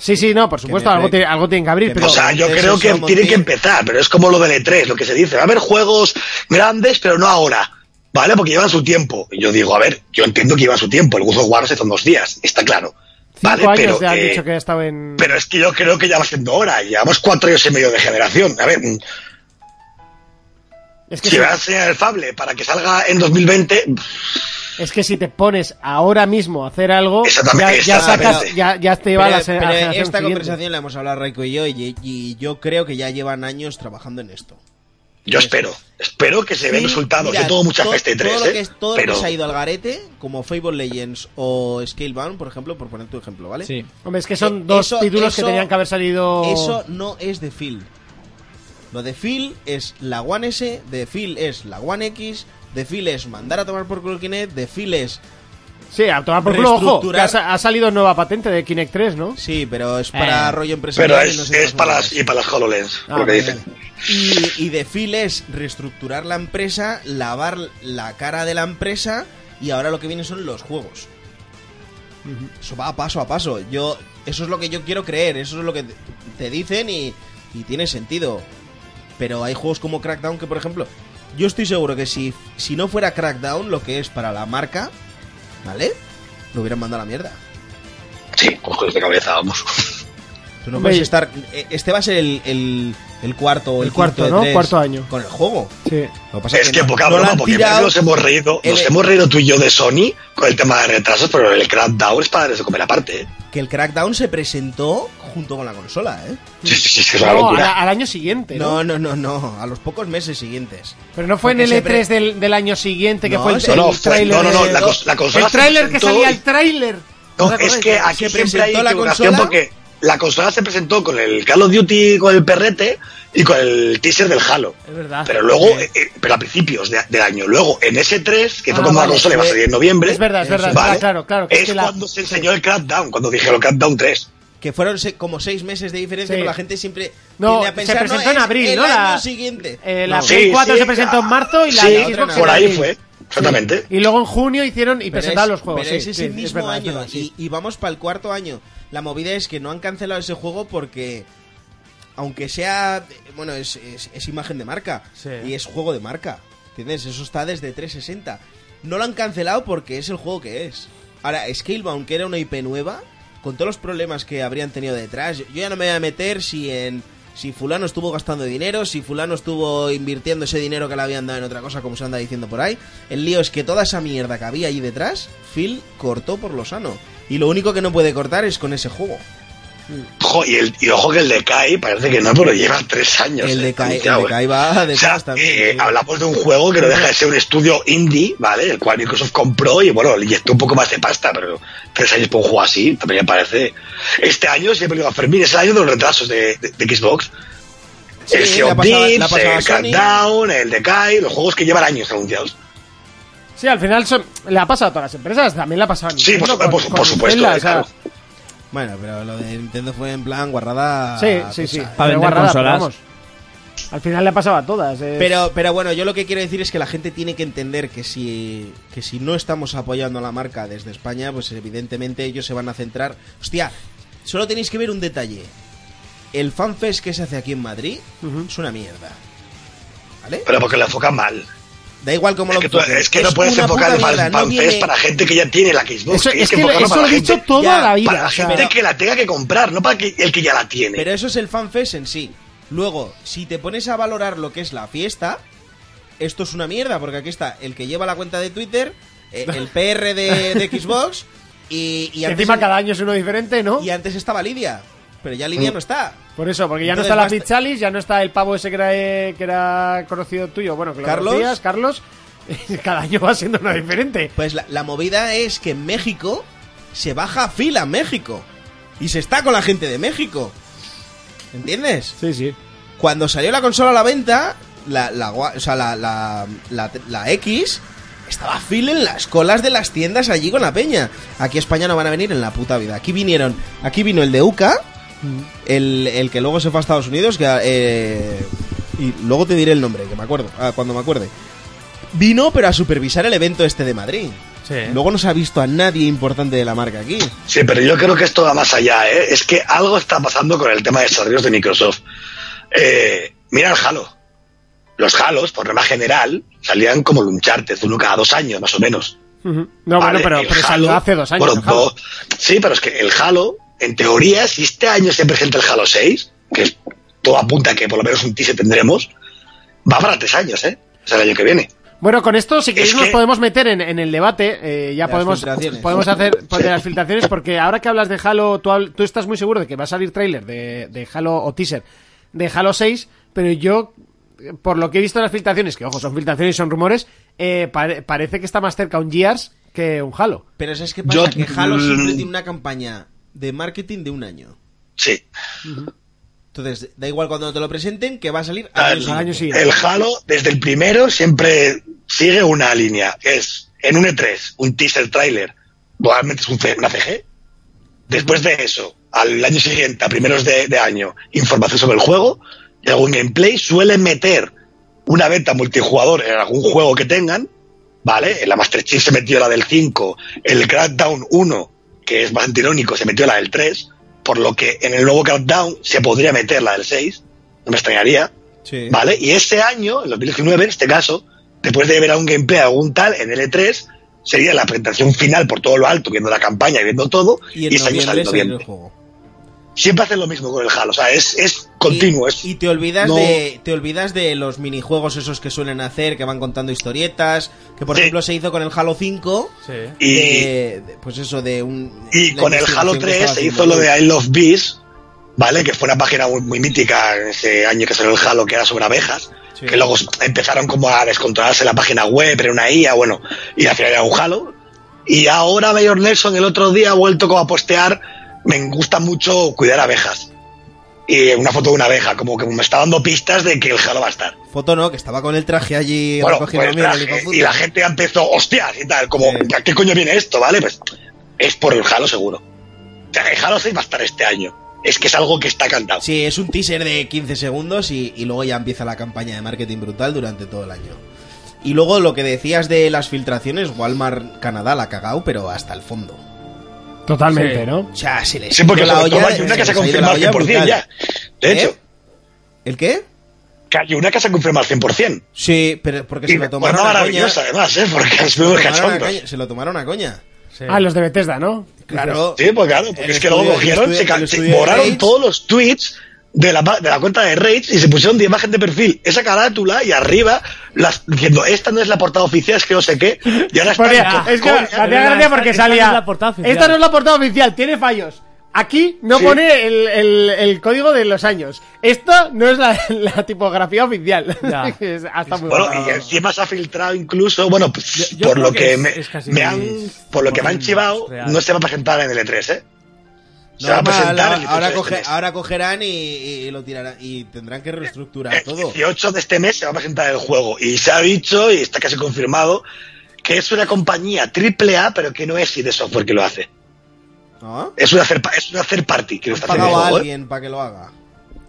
Speaker 1: Sí, sí, no, por supuesto,
Speaker 4: me-
Speaker 1: algo, tiene- algo tienen que abrir,
Speaker 4: que
Speaker 1: pero.
Speaker 5: o sea, yo
Speaker 4: entonces
Speaker 5: creo que
Speaker 4: somos
Speaker 5: tiene
Speaker 4: mil.
Speaker 5: que empezar, pero es como lo del E3, lo que se dice. Va a haber juegos grandes, pero no ahora. ¿Vale? Porque llevan su tiempo. Y yo digo, a ver, yo entiendo que llevan su tiempo. El gusto War se hizo en dos días, está claro.
Speaker 1: cinco
Speaker 5: Vale,
Speaker 1: años
Speaker 5: pero.
Speaker 1: ya han
Speaker 5: eh,
Speaker 1: dicho que ha estado en.
Speaker 5: Pero es que yo creo que ya va siendo hora. Llevamos cuatro años y medio de generación. A ver, mm,
Speaker 1: es, que
Speaker 5: si
Speaker 1: si,
Speaker 5: vas a enseñar el Fable para que salga en 2020,
Speaker 1: es que si te pones ahora mismo a hacer algo, ya,
Speaker 5: Exactamente,
Speaker 1: ya sacas,
Speaker 5: exactamente.
Speaker 1: ya, ya te va a la, se-
Speaker 4: Pero-
Speaker 1: a la
Speaker 4: pero
Speaker 1: generación
Speaker 4: esta
Speaker 1: siguiente.
Speaker 4: conversación la hemos hablado Raiko y yo y, y yo creo que ya llevan años trabajando en esto.
Speaker 5: yo espero. Espero que se vean
Speaker 4: Sí,
Speaker 5: resultados.
Speaker 4: mira,
Speaker 5: yo tengo mucha
Speaker 4: to-
Speaker 5: fe este 3,
Speaker 4: todo lo que,
Speaker 5: ¿eh?
Speaker 4: todo lo
Speaker 5: pero...
Speaker 4: que se ha ido al garete, como Fable Legends o Scalebound, por ejemplo, por poner tu ejemplo, ¿vale?
Speaker 2: Sí.
Speaker 1: Hombre, es que son
Speaker 4: Eh,
Speaker 1: dos
Speaker 4: eso-
Speaker 1: títulos que
Speaker 4: eso-
Speaker 1: tenían que haber salido.
Speaker 4: Eso no es de Phil. Lo de Phil es la One S, de Phil es la One X, de Phil es mandar a tomar por culo el Kinect, de Phil es...
Speaker 1: Sí, a tomar por culo, ojo. que
Speaker 4: Reestructurar.
Speaker 1: Ha, sa- ha salido nueva patente de Kinect 3, ¿no?
Speaker 4: Sí, pero es para
Speaker 2: Eh,
Speaker 4: rollo empresarial.
Speaker 5: Pero
Speaker 4: y no
Speaker 5: es,
Speaker 4: sé qué
Speaker 5: es
Speaker 4: más
Speaker 5: para
Speaker 4: movidas.
Speaker 5: las, y para las HoloLens,
Speaker 1: Ah,
Speaker 5: lo que
Speaker 1: vale,
Speaker 5: dicen.
Speaker 4: Y, y de Phil es reestructurar la empresa, lavar la cara de la empresa y ahora lo que viene son los juegos. Eso va paso a paso. Yo, eso es lo que yo quiero creer, eso es lo que te- te dicen y, y tiene sentido. Pero hay juegos como Crackdown que, por ejemplo, yo estoy seguro que si, si no fuera Crackdown, lo que es para la marca, ¿vale? Lo hubieran mandado a la mierda.
Speaker 5: Sí, con juegos de cabeza, vamos.
Speaker 4: Tú no
Speaker 1: Hombre,
Speaker 4: puedes estar. e- Este va a ser el, el, el cuarto o el,
Speaker 1: El cuarto,
Speaker 4: quinto de
Speaker 1: ¿no?
Speaker 4: tres
Speaker 1: Cuarto año.
Speaker 4: Con el juego.
Speaker 1: Sí.
Speaker 4: Lo pasa
Speaker 5: Es que
Speaker 4: no-
Speaker 5: poca
Speaker 4: no lo
Speaker 5: broma,
Speaker 4: han
Speaker 5: porque mira
Speaker 4: tirado.
Speaker 5: que nos hemos reído, nos
Speaker 4: el-
Speaker 5: hemos reído tú y yo de Sony con el tema de retrasos, pero el Crackdown es para de comer aparte. ¿eh?
Speaker 1: Mm.
Speaker 4: Que el Crackdown se presentó junto con la consola, ¿eh?
Speaker 5: Sí, sí, sí, es que es una
Speaker 1: No, al,
Speaker 5: locura.
Speaker 1: al año siguiente, ¿no?
Speaker 4: No, no, no, no. A los pocos meses siguientes.
Speaker 1: Pero no fue en
Speaker 4: Porque
Speaker 1: el
Speaker 4: se
Speaker 1: E3 del, del año siguiente que
Speaker 4: No,
Speaker 1: fue el,
Speaker 4: se-
Speaker 5: No, no,
Speaker 1: el
Speaker 5: fue-
Speaker 1: tráiler
Speaker 5: no, no, no,
Speaker 1: de-
Speaker 5: la, cons- la consola.
Speaker 1: el
Speaker 5: se
Speaker 1: tráiler que
Speaker 5: presentó
Speaker 1: salía
Speaker 5: y-
Speaker 1: el tráiler.
Speaker 5: No,
Speaker 1: ¿Os
Speaker 5: es
Speaker 1: acordáis?
Speaker 5: que aquí
Speaker 4: Se
Speaker 5: siempre hay
Speaker 4: presentó la
Speaker 5: equivocación
Speaker 4: consola.
Speaker 5: porque la consola se presentó con el Call of Duty, con el perrete y con el teaser del Halo.
Speaker 3: Es verdad.
Speaker 5: Pero luego, eh, eh, pero a principios de, del año. Luego, en S3, que fue
Speaker 1: Ah,
Speaker 5: cuando
Speaker 1: vale,
Speaker 5: la consola iba a
Speaker 1: eh,
Speaker 5: salir en noviembre.
Speaker 1: es verdad, es verdad, ah, claro, claro, que es
Speaker 5: Es
Speaker 1: que la-
Speaker 5: cuando se enseñó el Crackdown, cuando dijeron Crackdown 3.
Speaker 4: Que fueron se- como seis meses de diferencia,
Speaker 1: Sí.
Speaker 4: pero la gente siempre
Speaker 1: No,
Speaker 4: tiende a
Speaker 1: se
Speaker 4: pensar,
Speaker 1: presentó
Speaker 4: "No,
Speaker 1: en
Speaker 4: es
Speaker 1: abril,
Speaker 4: el
Speaker 1: ¿no? La-
Speaker 4: año siguiente.
Speaker 1: eh, la
Speaker 4: No.
Speaker 1: Play 4 se presentó en marzo y la
Speaker 5: sí,
Speaker 1: Xbox en
Speaker 5: por ahí
Speaker 1: abril.
Speaker 5: fue, exactamente.
Speaker 1: Y luego en junio hicieron y
Speaker 4: Pero
Speaker 1: presentaron
Speaker 4: es-
Speaker 1: los juegos.
Speaker 4: pero
Speaker 1: sí,
Speaker 4: es
Speaker 1: sí,
Speaker 4: ese
Speaker 1: es
Speaker 4: mismo
Speaker 1: verdad, es
Speaker 4: año
Speaker 1: verdad, sí.
Speaker 4: y, y vamos para el cuarto año. La movida es que no han cancelado ese juego porque, aunque sea, bueno, es, es- es imagen de marca
Speaker 3: Sí.
Speaker 4: y es juego de marca. ¿Entiendes? Eso está desde 360. No lo han cancelado porque es el juego que es. Ahora, Scalebound, que era una IP nueva, con todos los problemas que habrían tenido detrás, yo ya no me voy a meter si en... Si fulano estuvo gastando dinero, si fulano estuvo invirtiendo ese dinero que le habían dado en otra cosa, como se anda diciendo por ahí, el lío es que toda esa mierda que había ahí detrás, Phil cortó por lo sano. Y lo único que no puede cortar es con ese juego.
Speaker 5: Jo, y, el, y ojo que el de Kai parece que no, pero lleva tres años.
Speaker 4: el
Speaker 5: eh,
Speaker 4: de Kai, el
Speaker 5: anunciado,
Speaker 4: de
Speaker 5: eh.
Speaker 4: Kai va
Speaker 5: O
Speaker 4: de
Speaker 5: sea,
Speaker 4: atrás también.
Speaker 5: eh, hablamos de un juego que no deja de ser un estudio indie, ¿vale? El cual Microsoft compró y, bueno, le inyectó un poco más de pasta, pero tres años por un juego así también me parece. Este año siempre lo digo a Fermín, es el año de los retrasos de, de- de Xbox.
Speaker 4: Sí,
Speaker 5: el
Speaker 4: la
Speaker 5: Sea of
Speaker 4: pasaba- la
Speaker 5: Thieves,
Speaker 4: pasaba
Speaker 5: el
Speaker 4: Sony.
Speaker 5: Countdown, el Decay, los juegos que llevan años anunciados.
Speaker 1: Sí, al final son, le ha pasado a todas las empresas, también le ha pasado a
Speaker 5: Sí, por,
Speaker 1: Nintendo
Speaker 5: su-
Speaker 1: con-
Speaker 5: por su-
Speaker 1: con
Speaker 5: por supuesto,
Speaker 1: Nintendo,
Speaker 5: eh,
Speaker 1: o sea,
Speaker 5: claro.
Speaker 4: Bueno, pero lo de Nintendo fue en plan guarrada.
Speaker 5: Ah,
Speaker 1: Sí, sí,
Speaker 5: pues
Speaker 1: sí.
Speaker 4: cosa.
Speaker 2: Para
Speaker 1: Pero
Speaker 2: vender
Speaker 1: guarrada,
Speaker 2: consolas.
Speaker 1: pero vamos, al final le ha pasado a todas. eh. es-
Speaker 4: Pero, pero bueno, yo lo que quiero decir es que la gente tiene que entender que si, que si no estamos apoyando a la marca desde España, pues evidentemente ellos se van a centrar. Hostia, solo tenéis que ver un detalle. El fanfest que se hace aquí en Madrid es una mierda. ¿Vale?
Speaker 5: Pero porque lo enfocan mal.
Speaker 4: Da igual cómo
Speaker 5: Es
Speaker 4: lo
Speaker 5: que, tú-
Speaker 4: enfoquen.
Speaker 5: es que no
Speaker 4: Es
Speaker 5: puedes
Speaker 4: una
Speaker 5: enfocar el
Speaker 4: puta
Speaker 5: fan,
Speaker 4: mierda, no
Speaker 5: fanfest
Speaker 4: viene-
Speaker 5: para gente que ya tiene la Xbox.
Speaker 1: eso,
Speaker 5: Tienes
Speaker 1: es que,
Speaker 5: enfocarlo
Speaker 1: eso
Speaker 5: para
Speaker 1: lo he
Speaker 5: la
Speaker 1: dicho
Speaker 5: gente-
Speaker 1: toda
Speaker 4: ya,
Speaker 1: la vida.
Speaker 5: Para la
Speaker 1: o sea,
Speaker 5: gente que la tenga que comprar, no para que- el que ya la tiene.
Speaker 4: Pero eso es el fanfest en sí. Luego, si te pones a valorar lo que es la fiesta, esto es una mierda, porque aquí está el que lleva la cuenta de Twitter, eh, el PR de, de Xbox, y, y
Speaker 1: que
Speaker 4: antes,
Speaker 1: encima cada año Mm. es uno diferente, ¿no?
Speaker 4: y antes estaba Lidia. Pero ya Lidia no está.
Speaker 1: Por eso, porque ya no
Speaker 4: Entonces
Speaker 1: está la
Speaker 4: basta-
Speaker 1: Pizzalis, ya no está el pavo ese que era, eh, que era conocido tuyo, bueno, que lo
Speaker 4: Carlos.
Speaker 1: conocías, Carlos. Cada año va siendo uno diferente.
Speaker 4: Pues la, la movida es que en México se baja a fila México. Y se está con la gente de México. ¿Entiendes?
Speaker 1: Sí, sí.
Speaker 4: Cuando salió la consola a la venta, la, la, gua- o sea, la, la, la- la X estaba Phil en las colas de las tiendas allí con la peña. Aquí a España no van a venir en la puta vida. Aquí vinieron, aquí vino el de UCA, el, el que luego se fue a Estados Unidos, que eh, y luego te diré el nombre, que me acuerdo, ah, cuando me acuerde. Vino, pero a supervisar el evento este de Madrid.
Speaker 3: Sí.
Speaker 4: Luego no se ha visto a nadie importante de la marca aquí.
Speaker 5: Sí, pero yo creo que esto va más allá, ¿eh? Es que algo está pasando con el tema de desarrollos de Microsoft. Eh, mira el Halo. Los Halos, por norma general, salían como lunchartes, uno cada dos años, más o menos.
Speaker 1: No,
Speaker 5: Vale,
Speaker 1: bueno, pero,
Speaker 5: el
Speaker 1: pero salió
Speaker 5: Halo,
Speaker 1: hace dos años.
Speaker 5: bueno,
Speaker 1: el Halo.
Speaker 5: dos- sí, pero es que el Halo, en teoría, si este año se presenta el Halo 6, que es- todo apunta a que por lo menos un teaser tendremos, va para tres años, ¿eh? O sea, el año que viene.
Speaker 1: Bueno, con esto, si queréis,
Speaker 5: Es
Speaker 1: nos
Speaker 5: que-
Speaker 1: podemos meter en, en el debate. eh, ya
Speaker 4: Las
Speaker 1: podemos,
Speaker 4: filtraciones.
Speaker 1: podemos hacer pues, de las filtraciones, porque ahora que hablas de Halo, tú, habl- tú estás muy seguro de que va a salir tráiler de, de Halo o teaser de Halo 6, pero yo, eh, por lo que he visto en las filtraciones, que ojo, son filtraciones, son rumores, eh, pare- parece que está más cerca un Gears que un Halo.
Speaker 4: Pero es que pasa?
Speaker 5: Yo-
Speaker 4: que Halo siempre tiene una campaña de marketing de un año.
Speaker 5: Sí.
Speaker 4: Entonces, da igual cuando te lo presenten, que va a salir
Speaker 5: Ah,
Speaker 4: al
Speaker 5: el-
Speaker 4: año
Speaker 1: al año
Speaker 4: siguiente.
Speaker 1: siguiente.
Speaker 5: El Halo, desde el primero, siempre sigue una línea, que es en un E3, un teaser trailer, normalmente es un C- una CG. Después de eso, al año siguiente, a primeros de, de año, información sobre el juego y algún gameplay, suelen meter una beta multijugador en algún juego que tengan, ¿vale? En la Master Chief se metió la del 5, el Crackdown 1, que es bastante irónico, se metió la del 3, por lo que en el nuevo Crackdown se podría meter la del 6, no me extrañaría.
Speaker 4: Sí.
Speaker 5: ¿Vale? Y este año, en 2019, en este caso, después de ver a un gameplay algún tal en L3, sería la presentación final por todo lo alto, viendo la campaña y viendo todo,
Speaker 4: Y
Speaker 5: y,
Speaker 4: en
Speaker 5: este año
Speaker 4: noviembre
Speaker 5: sale en
Speaker 4: sale el
Speaker 5: noviembre.
Speaker 4: juego.
Speaker 5: Siempre hacen lo mismo con el Halo, o sea, es, es continuo.
Speaker 4: Y,
Speaker 5: es,
Speaker 4: y te olvidas
Speaker 5: no-
Speaker 4: de te olvidas de los minijuegos esos que suelen hacer, que van contando historietas, que por
Speaker 5: Sí.
Speaker 4: ejemplo se hizo con el Halo 5,
Speaker 3: Sí.
Speaker 5: y-
Speaker 4: de- de- pues eso de un
Speaker 5: Y
Speaker 4: la
Speaker 5: con el
Speaker 4: investigación
Speaker 5: Halo
Speaker 4: que
Speaker 5: 3
Speaker 4: estaba
Speaker 5: se
Speaker 4: haciendo
Speaker 5: hizo lo
Speaker 4: Luke.
Speaker 5: de I Love Bees, ¿vale? Que fue una página muy, muy mítica en ese año que salió el Halo, que era sobre abejas,
Speaker 4: Sí.
Speaker 5: que luego empezaron como a descontrolarse la página web, era una IA, bueno, y al final era un Halo. Y ahora Mayor Nelson el otro día ha vuelto como a postear me gusta mucho cuidar abejas. Y una foto de una abeja, como que me está dando pistas de que el jalo va a estar.
Speaker 4: Foto no, que estaba con el traje allí
Speaker 5: Bueno,
Speaker 4: recogiendo
Speaker 5: pues,
Speaker 4: mierda,
Speaker 5: traje,
Speaker 4: el hijo de
Speaker 5: y la
Speaker 4: puta.
Speaker 5: gente empezó, hostias, y tal, como,
Speaker 4: Sí.
Speaker 5: ¿a qué coño viene esto? ¿Vale? Pues es por el Halo seguro. O sea, el Halo 6 va a estar este año. Es que es algo que está cantado.
Speaker 4: Sí, es un teaser de 15 segundos y, y luego ya empieza la campaña de marketing brutal durante todo el año. Y luego lo que decías de las filtraciones, Walmart Canadá la ha cagado, pero hasta el fondo.
Speaker 1: Totalmente,
Speaker 3: Sí.
Speaker 1: ¿no?
Speaker 4: O sea, se les
Speaker 5: Sí,
Speaker 4: ha
Speaker 5: porque
Speaker 4: ido la
Speaker 5: sobre todo
Speaker 4: olla,
Speaker 5: hay una que se ha
Speaker 4: les ido la
Speaker 5: confirmado al
Speaker 4: olla
Speaker 5: 100%
Speaker 4: brutal.
Speaker 5: ya. De
Speaker 4: ¿Eh?
Speaker 5: hecho,
Speaker 4: ¿El qué?
Speaker 5: que hay una que se ha confirmado al 100%.
Speaker 4: Sí, pero porque
Speaker 5: Y
Speaker 4: se lo
Speaker 5: forma
Speaker 4: tomaron a coña.
Speaker 5: maravillosa, además, ¿eh? Porque es
Speaker 4: Se lo
Speaker 5: muy
Speaker 4: tomaron a
Speaker 5: cachondo.
Speaker 4: coña. Se lo tomaron a coña.
Speaker 3: Sí.
Speaker 1: Ah, los de Bethesda, ¿no?
Speaker 4: Claro.
Speaker 5: Sí, pues claro, porque
Speaker 4: El
Speaker 5: es que luego
Speaker 4: estudio- el
Speaker 5: cogieron,
Speaker 4: estudio-
Speaker 5: se ca-
Speaker 4: el
Speaker 5: se
Speaker 4: estudio de
Speaker 5: borraron
Speaker 4: Rage.
Speaker 5: todos los tweets de la, pa- de la cuenta de Rage y se pusieron de imagen de perfil esa carátula y arriba las, diciendo esta no es la portada oficial, es que no sé qué. Y ahora
Speaker 1: Porque-
Speaker 5: está.
Speaker 1: es que me hacía
Speaker 3: verdad,
Speaker 1: gracia
Speaker 3: esta-
Speaker 1: porque
Speaker 3: esta
Speaker 1: salía.
Speaker 3: no es la portada oficial.
Speaker 1: Esta no es la portada oficial, tiene fallos. Aquí no
Speaker 5: Sí.
Speaker 1: pone el, el- el código de los años. Esta no es la, la tipografía oficial.
Speaker 3: Ya.
Speaker 1: Es hasta muy
Speaker 5: Bueno,
Speaker 1: guapo.
Speaker 5: y encima se ha filtrado incluso, bueno, pues,
Speaker 3: Yo- yo
Speaker 5: por
Speaker 3: creo
Speaker 5: lo
Speaker 3: que
Speaker 5: que,
Speaker 3: es-
Speaker 5: me,
Speaker 3: es casi
Speaker 5: me han, por lo que me han
Speaker 3: real.
Speaker 5: chivado, no se va a presentar en el E3, ¿eh? Se va a
Speaker 4: Normal,
Speaker 5: presentar en el
Speaker 4: ahora, ahora
Speaker 5: 18 de
Speaker 4: coge-
Speaker 5: este mes.
Speaker 4: ahora cogerán y, y lo tirarán y tendrán que reestructurar
Speaker 5: El
Speaker 4: todo.
Speaker 5: 18 de este mes se va a presentar el juego y se ha dicho y está casi confirmado que es una compañía triple A, pero que no es ID Software que lo hace.
Speaker 4: ¿No?
Speaker 5: Es una hacer es una third party que lo
Speaker 4: Han
Speaker 5: está haciendo el
Speaker 4: pagado a
Speaker 5: juego, ¿eh?
Speaker 4: alguien para que lo haga.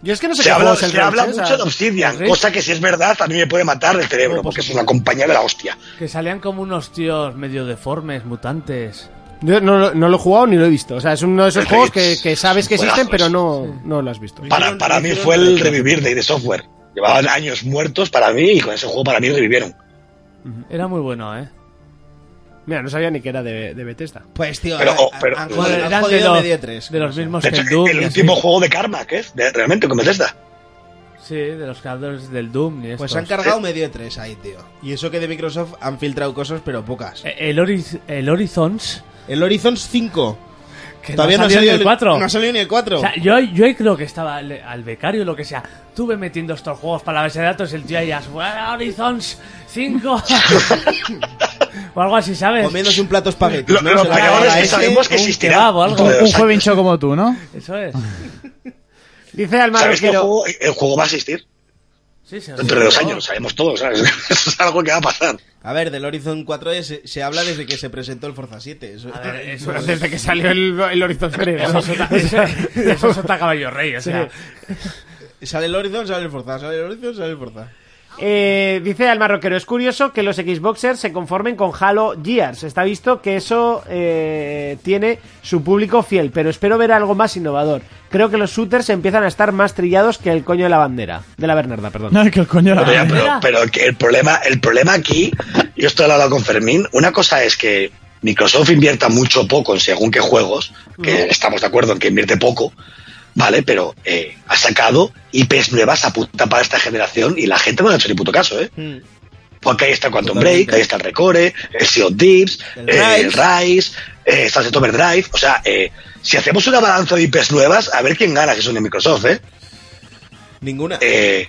Speaker 1: Yo es que no sé
Speaker 5: Se
Speaker 1: qué
Speaker 5: habla,
Speaker 1: juego es el
Speaker 5: se
Speaker 1: Rage,
Speaker 5: habla
Speaker 1: ¿eh? O sea,
Speaker 5: mucho de Obsidian,
Speaker 3: Rage-
Speaker 5: cosa que si es verdad a mí me puede matar el cerebro, porque es una compañía de la hostia.
Speaker 3: Que salían como unos tíos medio deformes, mutantes.
Speaker 1: Yo no, lo- no lo he jugado ni lo he visto. O sea, es uno de esos
Speaker 5: El
Speaker 1: juegos que,
Speaker 5: Rage.
Speaker 1: que sabes que
Speaker 5: Juegazos.
Speaker 1: existen, pero no, no lo has visto.
Speaker 5: Para, para mí fue el revivir de ID Software. Llevaban años muertos para mí y con ese juego para mí revivieron.
Speaker 3: Era muy bueno, ¿eh?
Speaker 1: Mira, no sabía ni que era de, de Bethesda.
Speaker 4: Pues tío,
Speaker 5: Pero-
Speaker 4: han-
Speaker 5: oh, pero-
Speaker 4: han
Speaker 5: Bueno,
Speaker 3: Bueno,
Speaker 4: jodido, han
Speaker 3: eran de
Speaker 4: jodido
Speaker 3: los,
Speaker 4: medio tres.
Speaker 3: de los mismos
Speaker 5: De
Speaker 3: que
Speaker 5: hecho,
Speaker 3: el Doom.
Speaker 5: el
Speaker 3: y así.
Speaker 5: último juego de Karma, que es de- realmente con Bethesda.
Speaker 3: Sí, de los creadores del Doom. Y
Speaker 4: Pues
Speaker 3: estos.
Speaker 4: han cargado medio tres ahí, tío. Y eso que de Microsoft han filtrado cosas, pero pocas.
Speaker 3: Eh, El, Horiz- el Horizons.
Speaker 4: El Horizons 5.
Speaker 3: Que no ha salido el 4.
Speaker 4: No ha salido ni el 4.
Speaker 3: O sea, yo, yo ahí creo que estaba le- al becario o lo que sea. Tuve metiendo estos juegos para la base de datos y el tío ahí ya. "Ah, Horizons 5. o algo así, ¿sabes?
Speaker 4: Comiéndose un plato espagueti.
Speaker 5: Lo,
Speaker 4: ¿no?
Speaker 5: lo
Speaker 4: Se la
Speaker 5: peor
Speaker 4: acaba
Speaker 5: es que
Speaker 4: este.
Speaker 5: sabemos que
Speaker 3: un
Speaker 5: existirá.
Speaker 3: kebab o algo.
Speaker 5: dentro de
Speaker 2: Un
Speaker 5: dos años.
Speaker 2: jovencho como tú, ¿no?
Speaker 3: Eso es.
Speaker 1: Dice al
Speaker 5: ¿Sabes que el
Speaker 1: quiero
Speaker 5: juego, el juego va a existir?
Speaker 3: Sí, sí, sí,
Speaker 5: Dentro de dos
Speaker 3: por
Speaker 5: años, lo sabemos todos. ¿sabes? Eso es algo que va a pasar.
Speaker 4: A ver, del Horizon 4 se, se habla desde que se presentó el Forza 7. Eso-
Speaker 3: favor. A ver, eso es-
Speaker 1: desde que salió el, el Horizon Zero Dawn.
Speaker 3: eso es otra- eso- eso es otra caballo rey, o sea. eh.
Speaker 4: Sale el Horizon, sale el Forza, sale el Horizon, sale el Forza.
Speaker 1: Eh, dice al marroquero, es curioso que los Xboxers se conformen con Halo Gears. Está visto que eso eh, tiene su público fiel, pero espero ver algo más innovador. Creo que los shooters empiezan a estar más trillados que el coño de la bandera. De la Bernarda, perdón.
Speaker 2: No, que el coño
Speaker 5: Pero, ya,
Speaker 2: la...
Speaker 5: pero- pero que el, problema, el problema aquí, yo esto lo he hablado con Fermín, una cosa es que Microsoft invierta mucho o poco en según qué juegos, que estamos de acuerdo en que invierte poco, ¿vale? Pero eh, ha sacado IPs nuevas a puta para esta generación y la gente no le ha hecho ni puto caso, ¿eh?
Speaker 3: Hmm.
Speaker 5: Porque ahí está el Quantum
Speaker 4: Totalmente.
Speaker 5: Break, ahí está el Recore, el Sea of Thieves,
Speaker 4: El
Speaker 5: eh, el
Speaker 4: Rise.
Speaker 5: Rise, eh, Sunset Overdrive. O sea, eh, si hacemos una balanza de IPs nuevas, a ver quién gana, que son de Microsoft, ¿eh?
Speaker 4: Ninguna.
Speaker 5: Eh,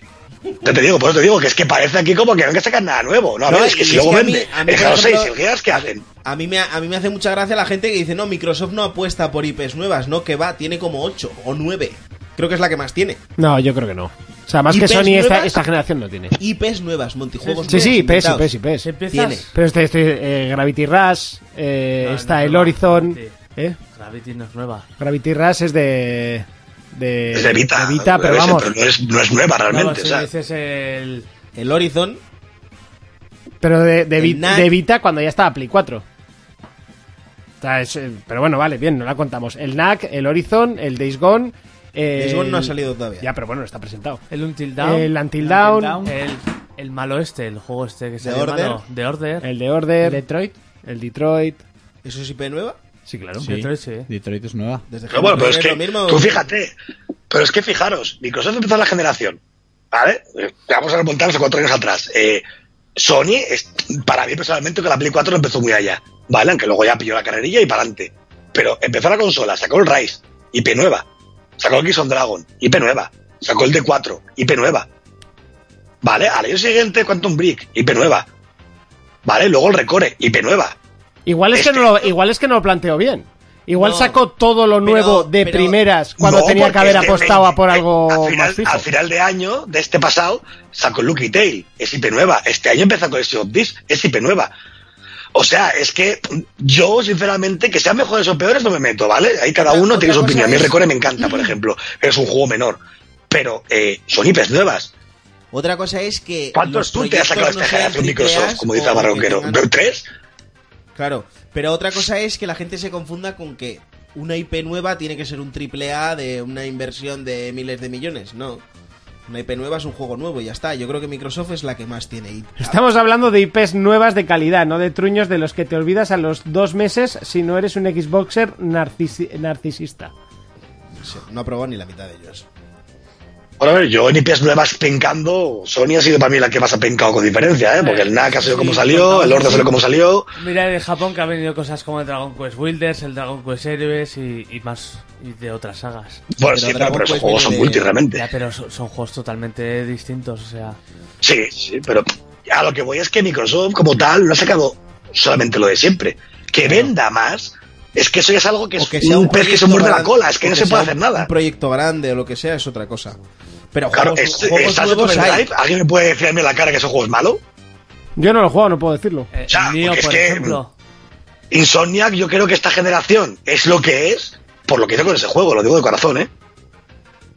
Speaker 5: ya te digo, por eso te digo que es que parece aquí como que no hay que sacar nada nuevo. No, a
Speaker 4: No,
Speaker 5: ver, es que
Speaker 4: y es
Speaker 5: si luego
Speaker 4: que a mí-
Speaker 5: vende
Speaker 4: a mí,
Speaker 5: el
Speaker 4: por
Speaker 5: Halo 6
Speaker 4: ejemplo- eh,
Speaker 5: y el Gears, ¿qué hacen?
Speaker 4: A mí, me, a mí me hace mucha gracia la gente que dice, no, Microsoft no apuesta por IPs nuevas, no, que va, tiene como 8 o 9. Creo que es la que más tiene.
Speaker 1: No, yo creo que no. O sea, más que
Speaker 4: ¿IPs
Speaker 1: Sony esta,
Speaker 4: nuevas?
Speaker 1: esta generación no tiene.
Speaker 4: IPs nuevas, Montijuegos
Speaker 1: Sí, sí, IPs,
Speaker 4: nuevos,
Speaker 1: IPs,
Speaker 4: inventados.
Speaker 1: IPs.
Speaker 3: Empiezas-
Speaker 4: Tiene.
Speaker 1: Pero este, este eh, Gravity Rush, eh,
Speaker 3: No,
Speaker 1: está
Speaker 3: no,
Speaker 1: el
Speaker 3: no,
Speaker 1: Horizon.
Speaker 3: sí.
Speaker 1: ¿eh?
Speaker 3: Gravity no es nueva.
Speaker 1: Gravity Rush es de... De,
Speaker 5: Es de Vita.
Speaker 1: de Vita, pero
Speaker 5: debe ser,
Speaker 1: vamos.
Speaker 5: pero no, es, no es nueva
Speaker 3: No,
Speaker 5: realmente.
Speaker 3: si
Speaker 5: o sea,
Speaker 3: dices el.
Speaker 4: El Horizon,
Speaker 1: Pero de, de,
Speaker 4: El
Speaker 1: Vi-
Speaker 4: Knack.
Speaker 1: de Vita cuando ya estaba Play 4. O sea, es, eh, pero bueno, vale, bien, no la contamos. El NAC, el Horizon, el Days Gone. eh,
Speaker 4: Days Gone no ha
Speaker 1: el-
Speaker 4: salido todavía.
Speaker 1: Ya, pero bueno, está presentado.
Speaker 3: El Until Dawn.
Speaker 1: El Until
Speaker 2: Until
Speaker 1: Dawn,
Speaker 2: Dawn.
Speaker 3: El, el malo este, el juego este que se
Speaker 4: The
Speaker 3: llama
Speaker 4: Order.
Speaker 3: The Order.
Speaker 1: el de Order.
Speaker 3: Detroit.
Speaker 1: El Detroit.
Speaker 4: ¿eso es IP nueva?
Speaker 1: Sí, claro.
Speaker 2: Sí.
Speaker 3: Detroit, sí.
Speaker 2: Detroit es nueva.
Speaker 4: Desde
Speaker 5: pero bueno, pero es
Speaker 4: Halo
Speaker 5: que
Speaker 4: lo mismo.
Speaker 5: tú fíjate. Pero es que fijaros, Microsoft empezó la generación. ¿Vale? Eh, Vamos a remontarnos a cuatro años atrás. Eh, Sony, es, para mí personalmente, que la Play 4 no empezó muy allá. ¿Vale? Aunque luego ya pilló la carrerilla y para adelante. Pero empezó la consola, sacó el Rise, IP nueva. Sacó el Kiss on Dragon, IP nueva. Sacó el D4, IP nueva. ¿Vale? Al año siguiente, Quantum Brick, IP nueva. ¿Vale? Luego el Recore, IP nueva.
Speaker 1: Igual es, que
Speaker 5: Este-
Speaker 1: no lo, igual es que no lo planteo bien. Igual
Speaker 4: No,
Speaker 1: sacó todo lo nuevo de
Speaker 4: pero-
Speaker 1: primeras cuando
Speaker 5: No,
Speaker 1: tenía
Speaker 5: porque
Speaker 1: que haber
Speaker 5: es de
Speaker 1: apostado a por
Speaker 5: 20,
Speaker 1: algo
Speaker 5: al final,
Speaker 1: más fijo.
Speaker 5: Al final de año, de este pasado, sacó Lucky Tail. Es IP nueva. Este año empieza con Sea of Thieves, Es IP nueva. O sea, es que yo, sinceramente, que sean mejores o peores, no me meto, ¿vale? Ahí cada uno tiene su opinión. A mí Recore me encanta, por ejemplo. Es un juego menor. Pero eh, son IPs nuevas.
Speaker 4: Otra cosa es que. los
Speaker 5: ¿Cuántos tú te has sacado
Speaker 4: proyectos
Speaker 5: esta
Speaker 4: no sean
Speaker 5: generación
Speaker 4: triple
Speaker 5: Microsoft?
Speaker 4: As
Speaker 5: Como dice
Speaker 4: o
Speaker 5: Álvaro
Speaker 4: que
Speaker 5: Ronquero.
Speaker 4: tengan-
Speaker 5: ¿Tres?
Speaker 4: Claro, pero otra cosa es que la gente se confunda con que una IP nueva tiene que ser un triple A de una inversión de miles de millones. No. Una IP nueva es un juego nuevo y ya está. Yo creo que Microsoft es la que más tiene IP.
Speaker 1: Estamos hablando de IPs nuevas de calidad, no de truños de los que te olvidas a los dos meses si no eres un Xboxer narcisi- narcisista.
Speaker 4: No ha probado ni la mitad de ellos.
Speaker 5: Bueno, a ver, yo en IPs nuevas pencando, Sony ha sido para mí la que más ha pencado con diferencia, ¿eh? Porque el NAC ha sido como
Speaker 3: Sí,
Speaker 5: salió,
Speaker 3: contamos.
Speaker 5: el Lord ha sido como salió.
Speaker 3: Mira, de Japón que ha venido cosas como el Dragon Quest Builders, el Dragon Quest Heroes y, y más y de otras sagas.
Speaker 5: Bueno,
Speaker 4: Pero
Speaker 5: sí, claro,
Speaker 4: Dragon
Speaker 5: pero esos
Speaker 4: Quest
Speaker 5: juegos son
Speaker 4: viene de-
Speaker 5: multi realmente.
Speaker 3: Ya, pero so- son juegos totalmente distintos, o sea...
Speaker 5: Sí, sí, pero a lo que voy es que Microsoft como tal no ha sacado solamente lo de siempre. Que venda más, es que eso ya es algo que es
Speaker 4: O que sea
Speaker 5: un,
Speaker 4: un
Speaker 5: pez que se
Speaker 4: proyecto
Speaker 5: muerde la
Speaker 4: grande-
Speaker 5: cola, es que
Speaker 4: o
Speaker 5: no
Speaker 4: que
Speaker 5: se puede
Speaker 4: sea
Speaker 5: hacer nada.
Speaker 4: Un proyecto grande o lo que sea es otra cosa. Pero
Speaker 5: Claro,
Speaker 4: juegos,
Speaker 5: es,
Speaker 4: juegos
Speaker 5: está
Speaker 4: nuevos hay.
Speaker 5: Overdrive, ¿alguien me puede decir a mí en la cara que ese juego es malo?
Speaker 1: Yo no lo juego, no puedo decirlo.
Speaker 3: Eh,
Speaker 5: Ya,
Speaker 3: Nioh,
Speaker 5: porque es
Speaker 3: por
Speaker 5: que-
Speaker 3: ejemplo.
Speaker 5: Insomniac, yo creo que esta generación es lo que es, por lo que hizo con ese juego, lo digo de corazón, ¿eh?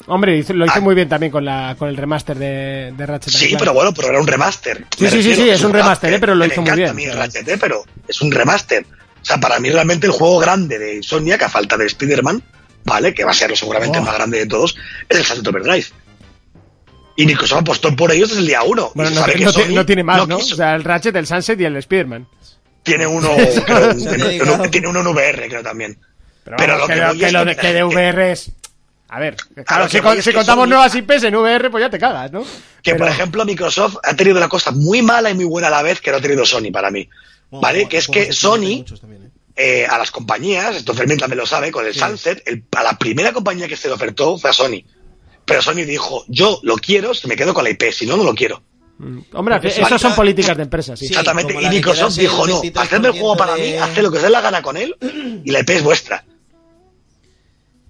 Speaker 1: Hombre, hizo- lo hizo
Speaker 5: Ah.
Speaker 1: muy bien también con, la, con el remaster de, de Ratchet. and
Speaker 5: Sí,
Speaker 1: Clank.
Speaker 5: pero bueno, pero era un remaster.
Speaker 1: Sí,
Speaker 5: Me
Speaker 1: sí, sí,
Speaker 5: refiero,
Speaker 1: sí, es un remaster, ¿eh? pero lo
Speaker 5: Me
Speaker 1: hizo muy
Speaker 5: encanta
Speaker 1: bien.
Speaker 5: a mí el Ratchet, ¿eh? pero es un remaster. O sea, para mí realmente el juego grande de Insomniac, a falta de Spider-Man, ¿vale? Que va a ser seguramente
Speaker 1: Oh.
Speaker 5: el más grande de todos, es el Sunset Overdrive. Y Microsoft apostó por ellos desde el día uno.
Speaker 1: Bueno,
Speaker 5: Y se
Speaker 1: no,
Speaker 5: sabe que
Speaker 1: no te-
Speaker 5: Sony
Speaker 1: no tiene más, ¿no?
Speaker 5: quiso.
Speaker 1: O sea, el Ratchet, el Sunset y el Spider-Man.
Speaker 5: tiene uno, creo, un-
Speaker 4: te
Speaker 5: en-
Speaker 4: digo.
Speaker 5: en- tiene uno en VR, creo también. Pero,
Speaker 1: vamos, que,
Speaker 5: voy
Speaker 1: que
Speaker 5: es
Speaker 1: lo de,
Speaker 5: la
Speaker 1: que de
Speaker 5: gente-
Speaker 1: VR es... A ver, claro,
Speaker 5: lo
Speaker 1: si,
Speaker 5: que
Speaker 1: con-
Speaker 5: voy es
Speaker 1: si
Speaker 5: que
Speaker 1: contamos
Speaker 5: Sony-
Speaker 1: nuevas IPs en VR, pues ya te cagas, ¿no?
Speaker 5: Que
Speaker 1: Pero-
Speaker 5: por ejemplo Microsoft ha tenido una cosa muy mala y muy buena a la vez que no ha tenido Sony para mí. ¿Vale?
Speaker 4: Bueno, pues
Speaker 5: Que es
Speaker 4: juegos
Speaker 5: que
Speaker 4: de Sony hay
Speaker 5: Sony
Speaker 4: muchos también, ¿eh?
Speaker 5: eh, a las compañías, esto Fermín también lo sabe, con el Sunset, el- a la primera compañía que se le ofertó fue a Sony. Pero Sony dijo, yo lo quiero, si me quedo con la IP, si no, no lo quiero.
Speaker 1: Hombre,
Speaker 4: Porque
Speaker 1: esas
Speaker 4: Sony-
Speaker 1: son políticas de empresas, sí.
Speaker 4: Sí.
Speaker 5: Exactamente.
Speaker 4: como
Speaker 5: Y
Speaker 4: la de
Speaker 5: Microsoft
Speaker 4: quedarse
Speaker 5: dijo, no,
Speaker 4: el 23%
Speaker 5: hacedme el juego para
Speaker 4: de-
Speaker 5: mí, haced lo que os dé la gana con él y la IP es vuestra.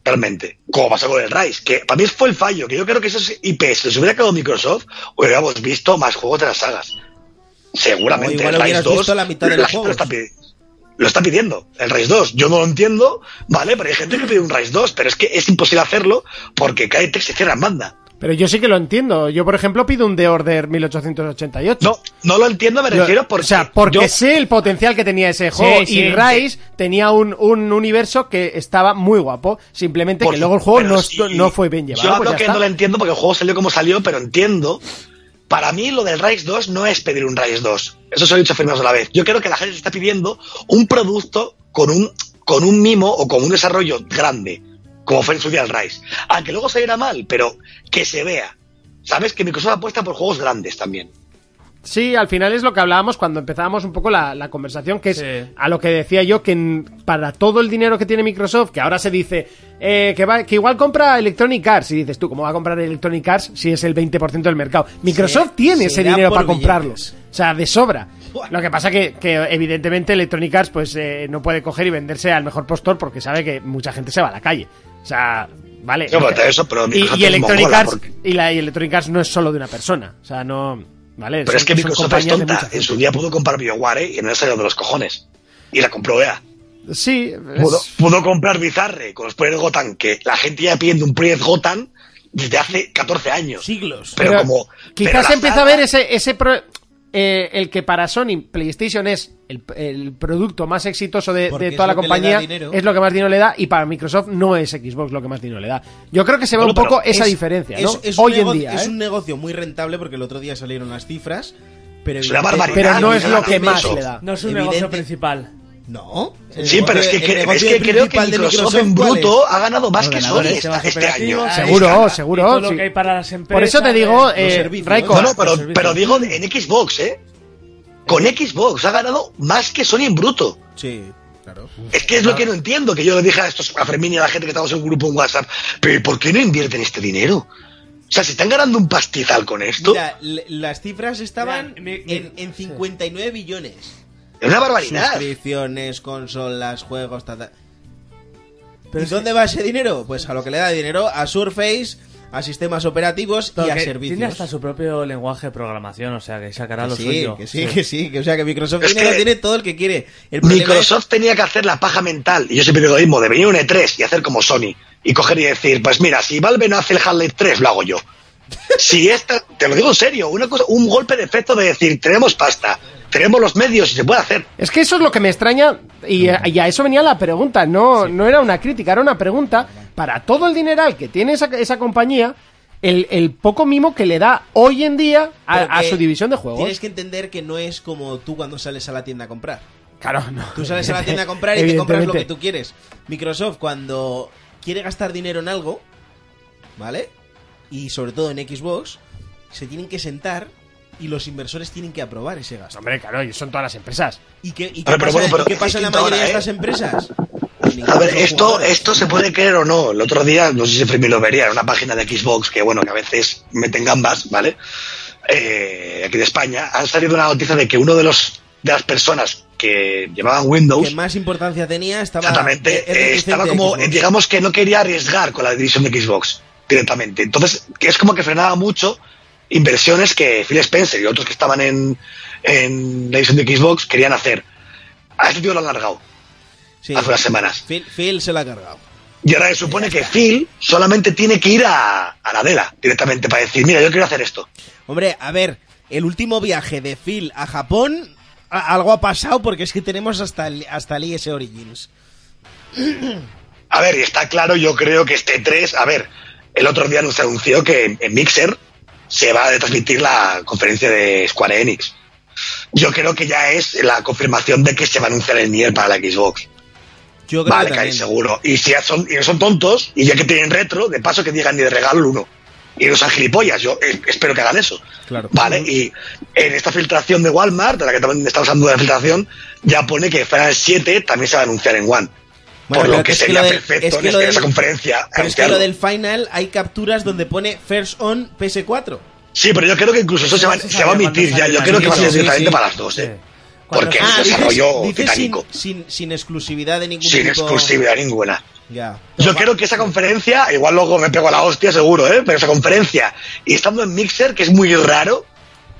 Speaker 5: Realmente. Como pasó con el Rise, que para mí fue el fallo, que yo creo que esos IPs, si los hubiera quedado Microsoft, hubiéramos visto más juegos de las sagas. Seguramente.
Speaker 4: O igual
Speaker 5: el Rise
Speaker 4: hubieras
Speaker 5: 2
Speaker 4: visto la mitad de
Speaker 5: lo
Speaker 4: los
Speaker 5: está-
Speaker 4: juegos.
Speaker 5: Lo está, pi- lo está pidiendo, el Rise 2. Yo no lo entiendo, ¿vale? Pero hay gente que pide un Rise 2, pero es que es imposible hacerlo porque Crytek se cierra en banda.
Speaker 1: Pero yo sí que lo entiendo. Yo, por ejemplo, pido un The Order 1888.
Speaker 5: No, no lo entiendo, me
Speaker 1: Yo-
Speaker 5: refiero porque.
Speaker 1: o sea, porque
Speaker 5: yo-
Speaker 1: sé el potencial que tenía ese juego
Speaker 3: Sí,
Speaker 1: y
Speaker 3: sí.
Speaker 1: Rise tenía un, un universo que estaba muy guapo. Simplemente
Speaker 5: Por
Speaker 1: que
Speaker 5: su-
Speaker 1: luego el juego
Speaker 5: pero
Speaker 1: no,
Speaker 5: sí.
Speaker 1: no fue bien llevado.
Speaker 5: Yo
Speaker 1: pues
Speaker 5: hablo
Speaker 1: ya
Speaker 5: que
Speaker 1: está.
Speaker 5: no lo entiendo porque el juego salió como salió, pero entiendo. Para mí, lo del Rise 2 no es pedir un Rise 2. Eso se lo he dicho firmes a la vez. Yo creo que la gente está pidiendo un producto con un, con un mimo o con un desarrollo grande, como fue en su día el Rise. Aunque luego saliera mal, pero que se vea. Sabes que Microsoft apuesta por juegos grandes también.
Speaker 1: Sí, al final es lo que hablábamos cuando empezábamos un poco la, la conversación, que es
Speaker 3: Sí.
Speaker 1: a lo que decía yo, que en- para todo el dinero que tiene Microsoft, que ahora se dice eh, que, va, que igual compra Electronic Arts, y dices tú, ¿cómo va a comprar Electronic Arts si es el 20% del mercado? Microsoft
Speaker 4: Se-
Speaker 1: tiene
Speaker 4: se
Speaker 1: ese
Speaker 4: da
Speaker 1: dinero
Speaker 4: por
Speaker 1: para comprarlo, o
Speaker 4: billetes.
Speaker 1: sea, de sobra. Lo que pasa que, que evidentemente Electronic Arts pues eh, no puede coger y venderse al mejor postor porque sabe que mucha gente se va a la calle. O sea, vale.
Speaker 5: No, pero eso, pero
Speaker 1: y,
Speaker 5: Microsoft
Speaker 1: y
Speaker 5: es
Speaker 1: Electronic
Speaker 5: mongola,
Speaker 1: Arts
Speaker 5: porque-
Speaker 1: y la y Electronic Arts no es solo de una persona. O sea, no. ¿Vale?
Speaker 5: Pero
Speaker 1: Son-
Speaker 5: es que
Speaker 1: son
Speaker 5: Microsoft es
Speaker 1: compañías de
Speaker 5: tonta.
Speaker 1: mucha
Speaker 5: En su
Speaker 1: gente.
Speaker 5: día pudo comprar BioWare y no le salió de los cojones. Y la compró EA.
Speaker 1: Sí,
Speaker 5: pudo,
Speaker 1: es-
Speaker 5: pudo comprar Bizarre con los Project Gotham, que la gente ya pidiendo un Project Gotham desde hace 14 años.
Speaker 4: Siglos.
Speaker 5: Pero,
Speaker 1: pero
Speaker 5: como. pero
Speaker 1: Quizás
Speaker 5: la
Speaker 1: se empieza a
Speaker 5: saga-
Speaker 1: ver ese. ese pro- eh, el que para Sony PlayStation es el, el producto más exitoso de,
Speaker 4: Porque
Speaker 1: de
Speaker 4: es
Speaker 1: toda la
Speaker 4: lo que le da
Speaker 1: compañía,
Speaker 4: dinero.
Speaker 1: es lo que más dinero le da, y para Microsoft no es Xbox lo que más dinero le da. Yo creo que se ve
Speaker 5: Bueno,
Speaker 1: un poco
Speaker 5: pero
Speaker 1: esa
Speaker 4: Es-
Speaker 1: diferencia, ¿no?
Speaker 4: es- es un
Speaker 1: Hoy en
Speaker 4: negocio-
Speaker 1: día.
Speaker 4: Es
Speaker 1: ¿eh?
Speaker 4: un negocio muy rentable porque el otro día salieron las cifras. Pero,
Speaker 5: Es una
Speaker 4: evidente-
Speaker 5: barbaridad.
Speaker 1: Pero no es lo
Speaker 5: Microsoft.
Speaker 1: que más le
Speaker 5: mm,
Speaker 1: da.
Speaker 3: No es un
Speaker 4: Evidente-
Speaker 3: negocio principal.
Speaker 4: No. El
Speaker 5: Sí, pero es que,
Speaker 4: negocio-
Speaker 5: cre-
Speaker 4: el
Speaker 5: es
Speaker 4: negocio
Speaker 5: que creo que
Speaker 4: principal de
Speaker 5: Microsoft en
Speaker 4: ¿cuál es?
Speaker 5: bruto ha ganado más que Sony
Speaker 3: Ordenadores,
Speaker 5: este,
Speaker 3: sistemas
Speaker 5: este año.
Speaker 1: Seguro,
Speaker 3: operativos,
Speaker 5: Es que-
Speaker 3: y todo
Speaker 1: seguro.
Speaker 3: lo
Speaker 1: sí.
Speaker 3: que hay para las empresas.
Speaker 1: Por eso te digo,
Speaker 3: eh,
Speaker 1: eh,
Speaker 4: servicios.
Speaker 1: Raiko,
Speaker 5: No, no, pero,
Speaker 3: Los servicios.
Speaker 5: pero digo en Xbox, ¿eh? Con Xbox ha ganado más que Sony en bruto.
Speaker 4: Sí, claro.
Speaker 5: Es que es
Speaker 4: Ah.
Speaker 5: lo que no entiendo, que yo le dije a estos a Fermín y a la gente que estamos en un grupo en WhatsApp, pero ¿y ¿por qué no invierten este dinero? O sea, si están ganando un pastizal con esto,
Speaker 4: Mira, le- las cifras estaban
Speaker 3: Mira, mi-
Speaker 4: en, en 59 billones.
Speaker 5: es una barbaridad.
Speaker 4: Suscripciones, consolas, juegos, ta, ta. ¿Y dónde va ese dinero? Pues a lo que le da dinero, a Surface, a sistemas operativos y a
Speaker 3: Que
Speaker 4: servicios.
Speaker 3: Tiene hasta su propio lenguaje de programación, o sea, que sacará
Speaker 4: Que
Speaker 3: lo
Speaker 4: sí,
Speaker 3: suyo.
Speaker 4: que sí, que sí, que o sea que Microsoft
Speaker 5: Es
Speaker 4: dinero
Speaker 5: que-
Speaker 4: tiene todo el que quiere. El problema
Speaker 5: Microsoft tenía que hacer la paja mental, y yo siempre digo lo mismo, de venir un E3 y hacer como Sony, y coger y decir, pues mira, si Valve no hace el Half-Life 3, lo hago yo. Si esta, te lo digo en serio, una cosa, un golpe de efecto de decir, tenemos pasta, tenemos los medios y se puede hacer.
Speaker 1: Es que eso es lo que me extraña y, y a eso venía la pregunta. No, no era una crítica, era una pregunta para todo el dineral que tiene esa, esa compañía, el, el poco mimo que le da hoy en día a,
Speaker 4: Pero
Speaker 1: a
Speaker 4: que
Speaker 1: su división de
Speaker 4: Tienes
Speaker 1: juegos.
Speaker 4: que entender que no es como tú cuando sales a la tienda a comprar.
Speaker 1: Claro, no.
Speaker 4: Tú sales a la tienda a comprar y te compras lo que
Speaker 1: Evidentemente.
Speaker 4: tú quieres. Microsoft cuando quiere gastar dinero en algo, ¿vale? Y sobre todo en Xbox, se tienen que sentar y los inversores tienen que aprobar ese gasto.
Speaker 1: Hombre, claro, y son todas las empresas.
Speaker 4: ¿Y qué, y
Speaker 5: A
Speaker 4: qué
Speaker 5: ver, pero
Speaker 4: pasa,
Speaker 5: bueno, pero
Speaker 4: y qué pasa en la mayoría
Speaker 5: distinto ahora,
Speaker 4: de
Speaker 5: ¿eh?
Speaker 4: estas empresas?
Speaker 5: A ver, esto,
Speaker 4: Jugadores.
Speaker 5: esto se puede creer o no. El otro día, no sé si Fermín lo vería, en una página de Xbox que, bueno, que a veces meten gambas, ¿vale? Eh, aquí de España, han salido una noticia de que uno de los de las personas que llevaban Windows
Speaker 4: que más importancia tenía estaba
Speaker 5: Exactamente.
Speaker 4: es
Speaker 5: eh,
Speaker 4: reticente
Speaker 5: estaba como,
Speaker 4: Xbox.
Speaker 5: eh, digamos que no quería arriesgar con la división de Xbox directamente. Entonces, que es como que frenaba mucho inversiones que Phil Spencer y otros que estaban en, en la división de Xbox querían hacer. A este tío lo han largado
Speaker 4: Sí.
Speaker 5: hace unas semanas.
Speaker 4: Phil, Phil se la ha cargado
Speaker 5: Y ahora se supone que Phil solamente tiene que ir a, a la Dela directamente para decir, mira, yo quiero hacer esto.
Speaker 4: hombre a ver el último viaje de Phil a Japón a- algo ha pasado porque es que tenemos hasta el, hasta el IS Origins
Speaker 5: A ver, y está claro, yo creo que este 3, a ver, el otro día nos anunció que en, en Mixer se va a transmitir la conferencia de Square Enix. Yo creo que ya es la confirmación de que se va a anunciar el Nier para la Xbox.
Speaker 4: yo creo
Speaker 5: Vale,
Speaker 4: que
Speaker 5: cae
Speaker 4: también.
Speaker 5: seguro. Y si ya son, y no son tontos, y ya que tienen retro, de paso que digan ni de regalo el uno. Y no sean gilipollas, yo eh, espero que hagan eso.
Speaker 2: Claro.
Speaker 5: Vale, y en esta filtración de Walmart, de la que también estamos hablando de la filtración, ya pone que Final 7 también se va a anunciar en One.
Speaker 4: Bueno,
Speaker 5: Por
Speaker 4: pero
Speaker 5: lo que,
Speaker 4: es que
Speaker 5: sería
Speaker 4: lo del-
Speaker 5: perfecto
Speaker 4: es que
Speaker 5: en
Speaker 4: lo
Speaker 5: esta-
Speaker 4: del-
Speaker 5: esa conferencia.
Speaker 4: pero es que
Speaker 5: anunciarlo.
Speaker 4: lo del final hay capturas donde pone first on PS4
Speaker 5: Sí, pero yo creo que incluso eso se va,
Speaker 3: No se
Speaker 5: se va a
Speaker 3: sabía cuándo
Speaker 5: emitir ya. Yo
Speaker 3: salía,
Speaker 5: creo que va a ser
Speaker 4: sí, sí,
Speaker 5: directamente
Speaker 4: sí.
Speaker 5: para las dos,
Speaker 3: Sí.
Speaker 5: ¿eh?
Speaker 3: Cuando
Speaker 5: Porque- Que es
Speaker 4: ah
Speaker 5: un
Speaker 4: dices-
Speaker 5: desarrollo
Speaker 4: dices sin,
Speaker 5: titánico.
Speaker 4: sin, sin exclusividad de ningún
Speaker 5: Sin
Speaker 4: tipo
Speaker 5: exclusividad ninguna.
Speaker 4: ya
Speaker 5: Yo creo que esa conferencia, igual luego me pego a la hostia seguro, ¿eh? Pero esa conferencia, y estando en Mixer, que es muy raro,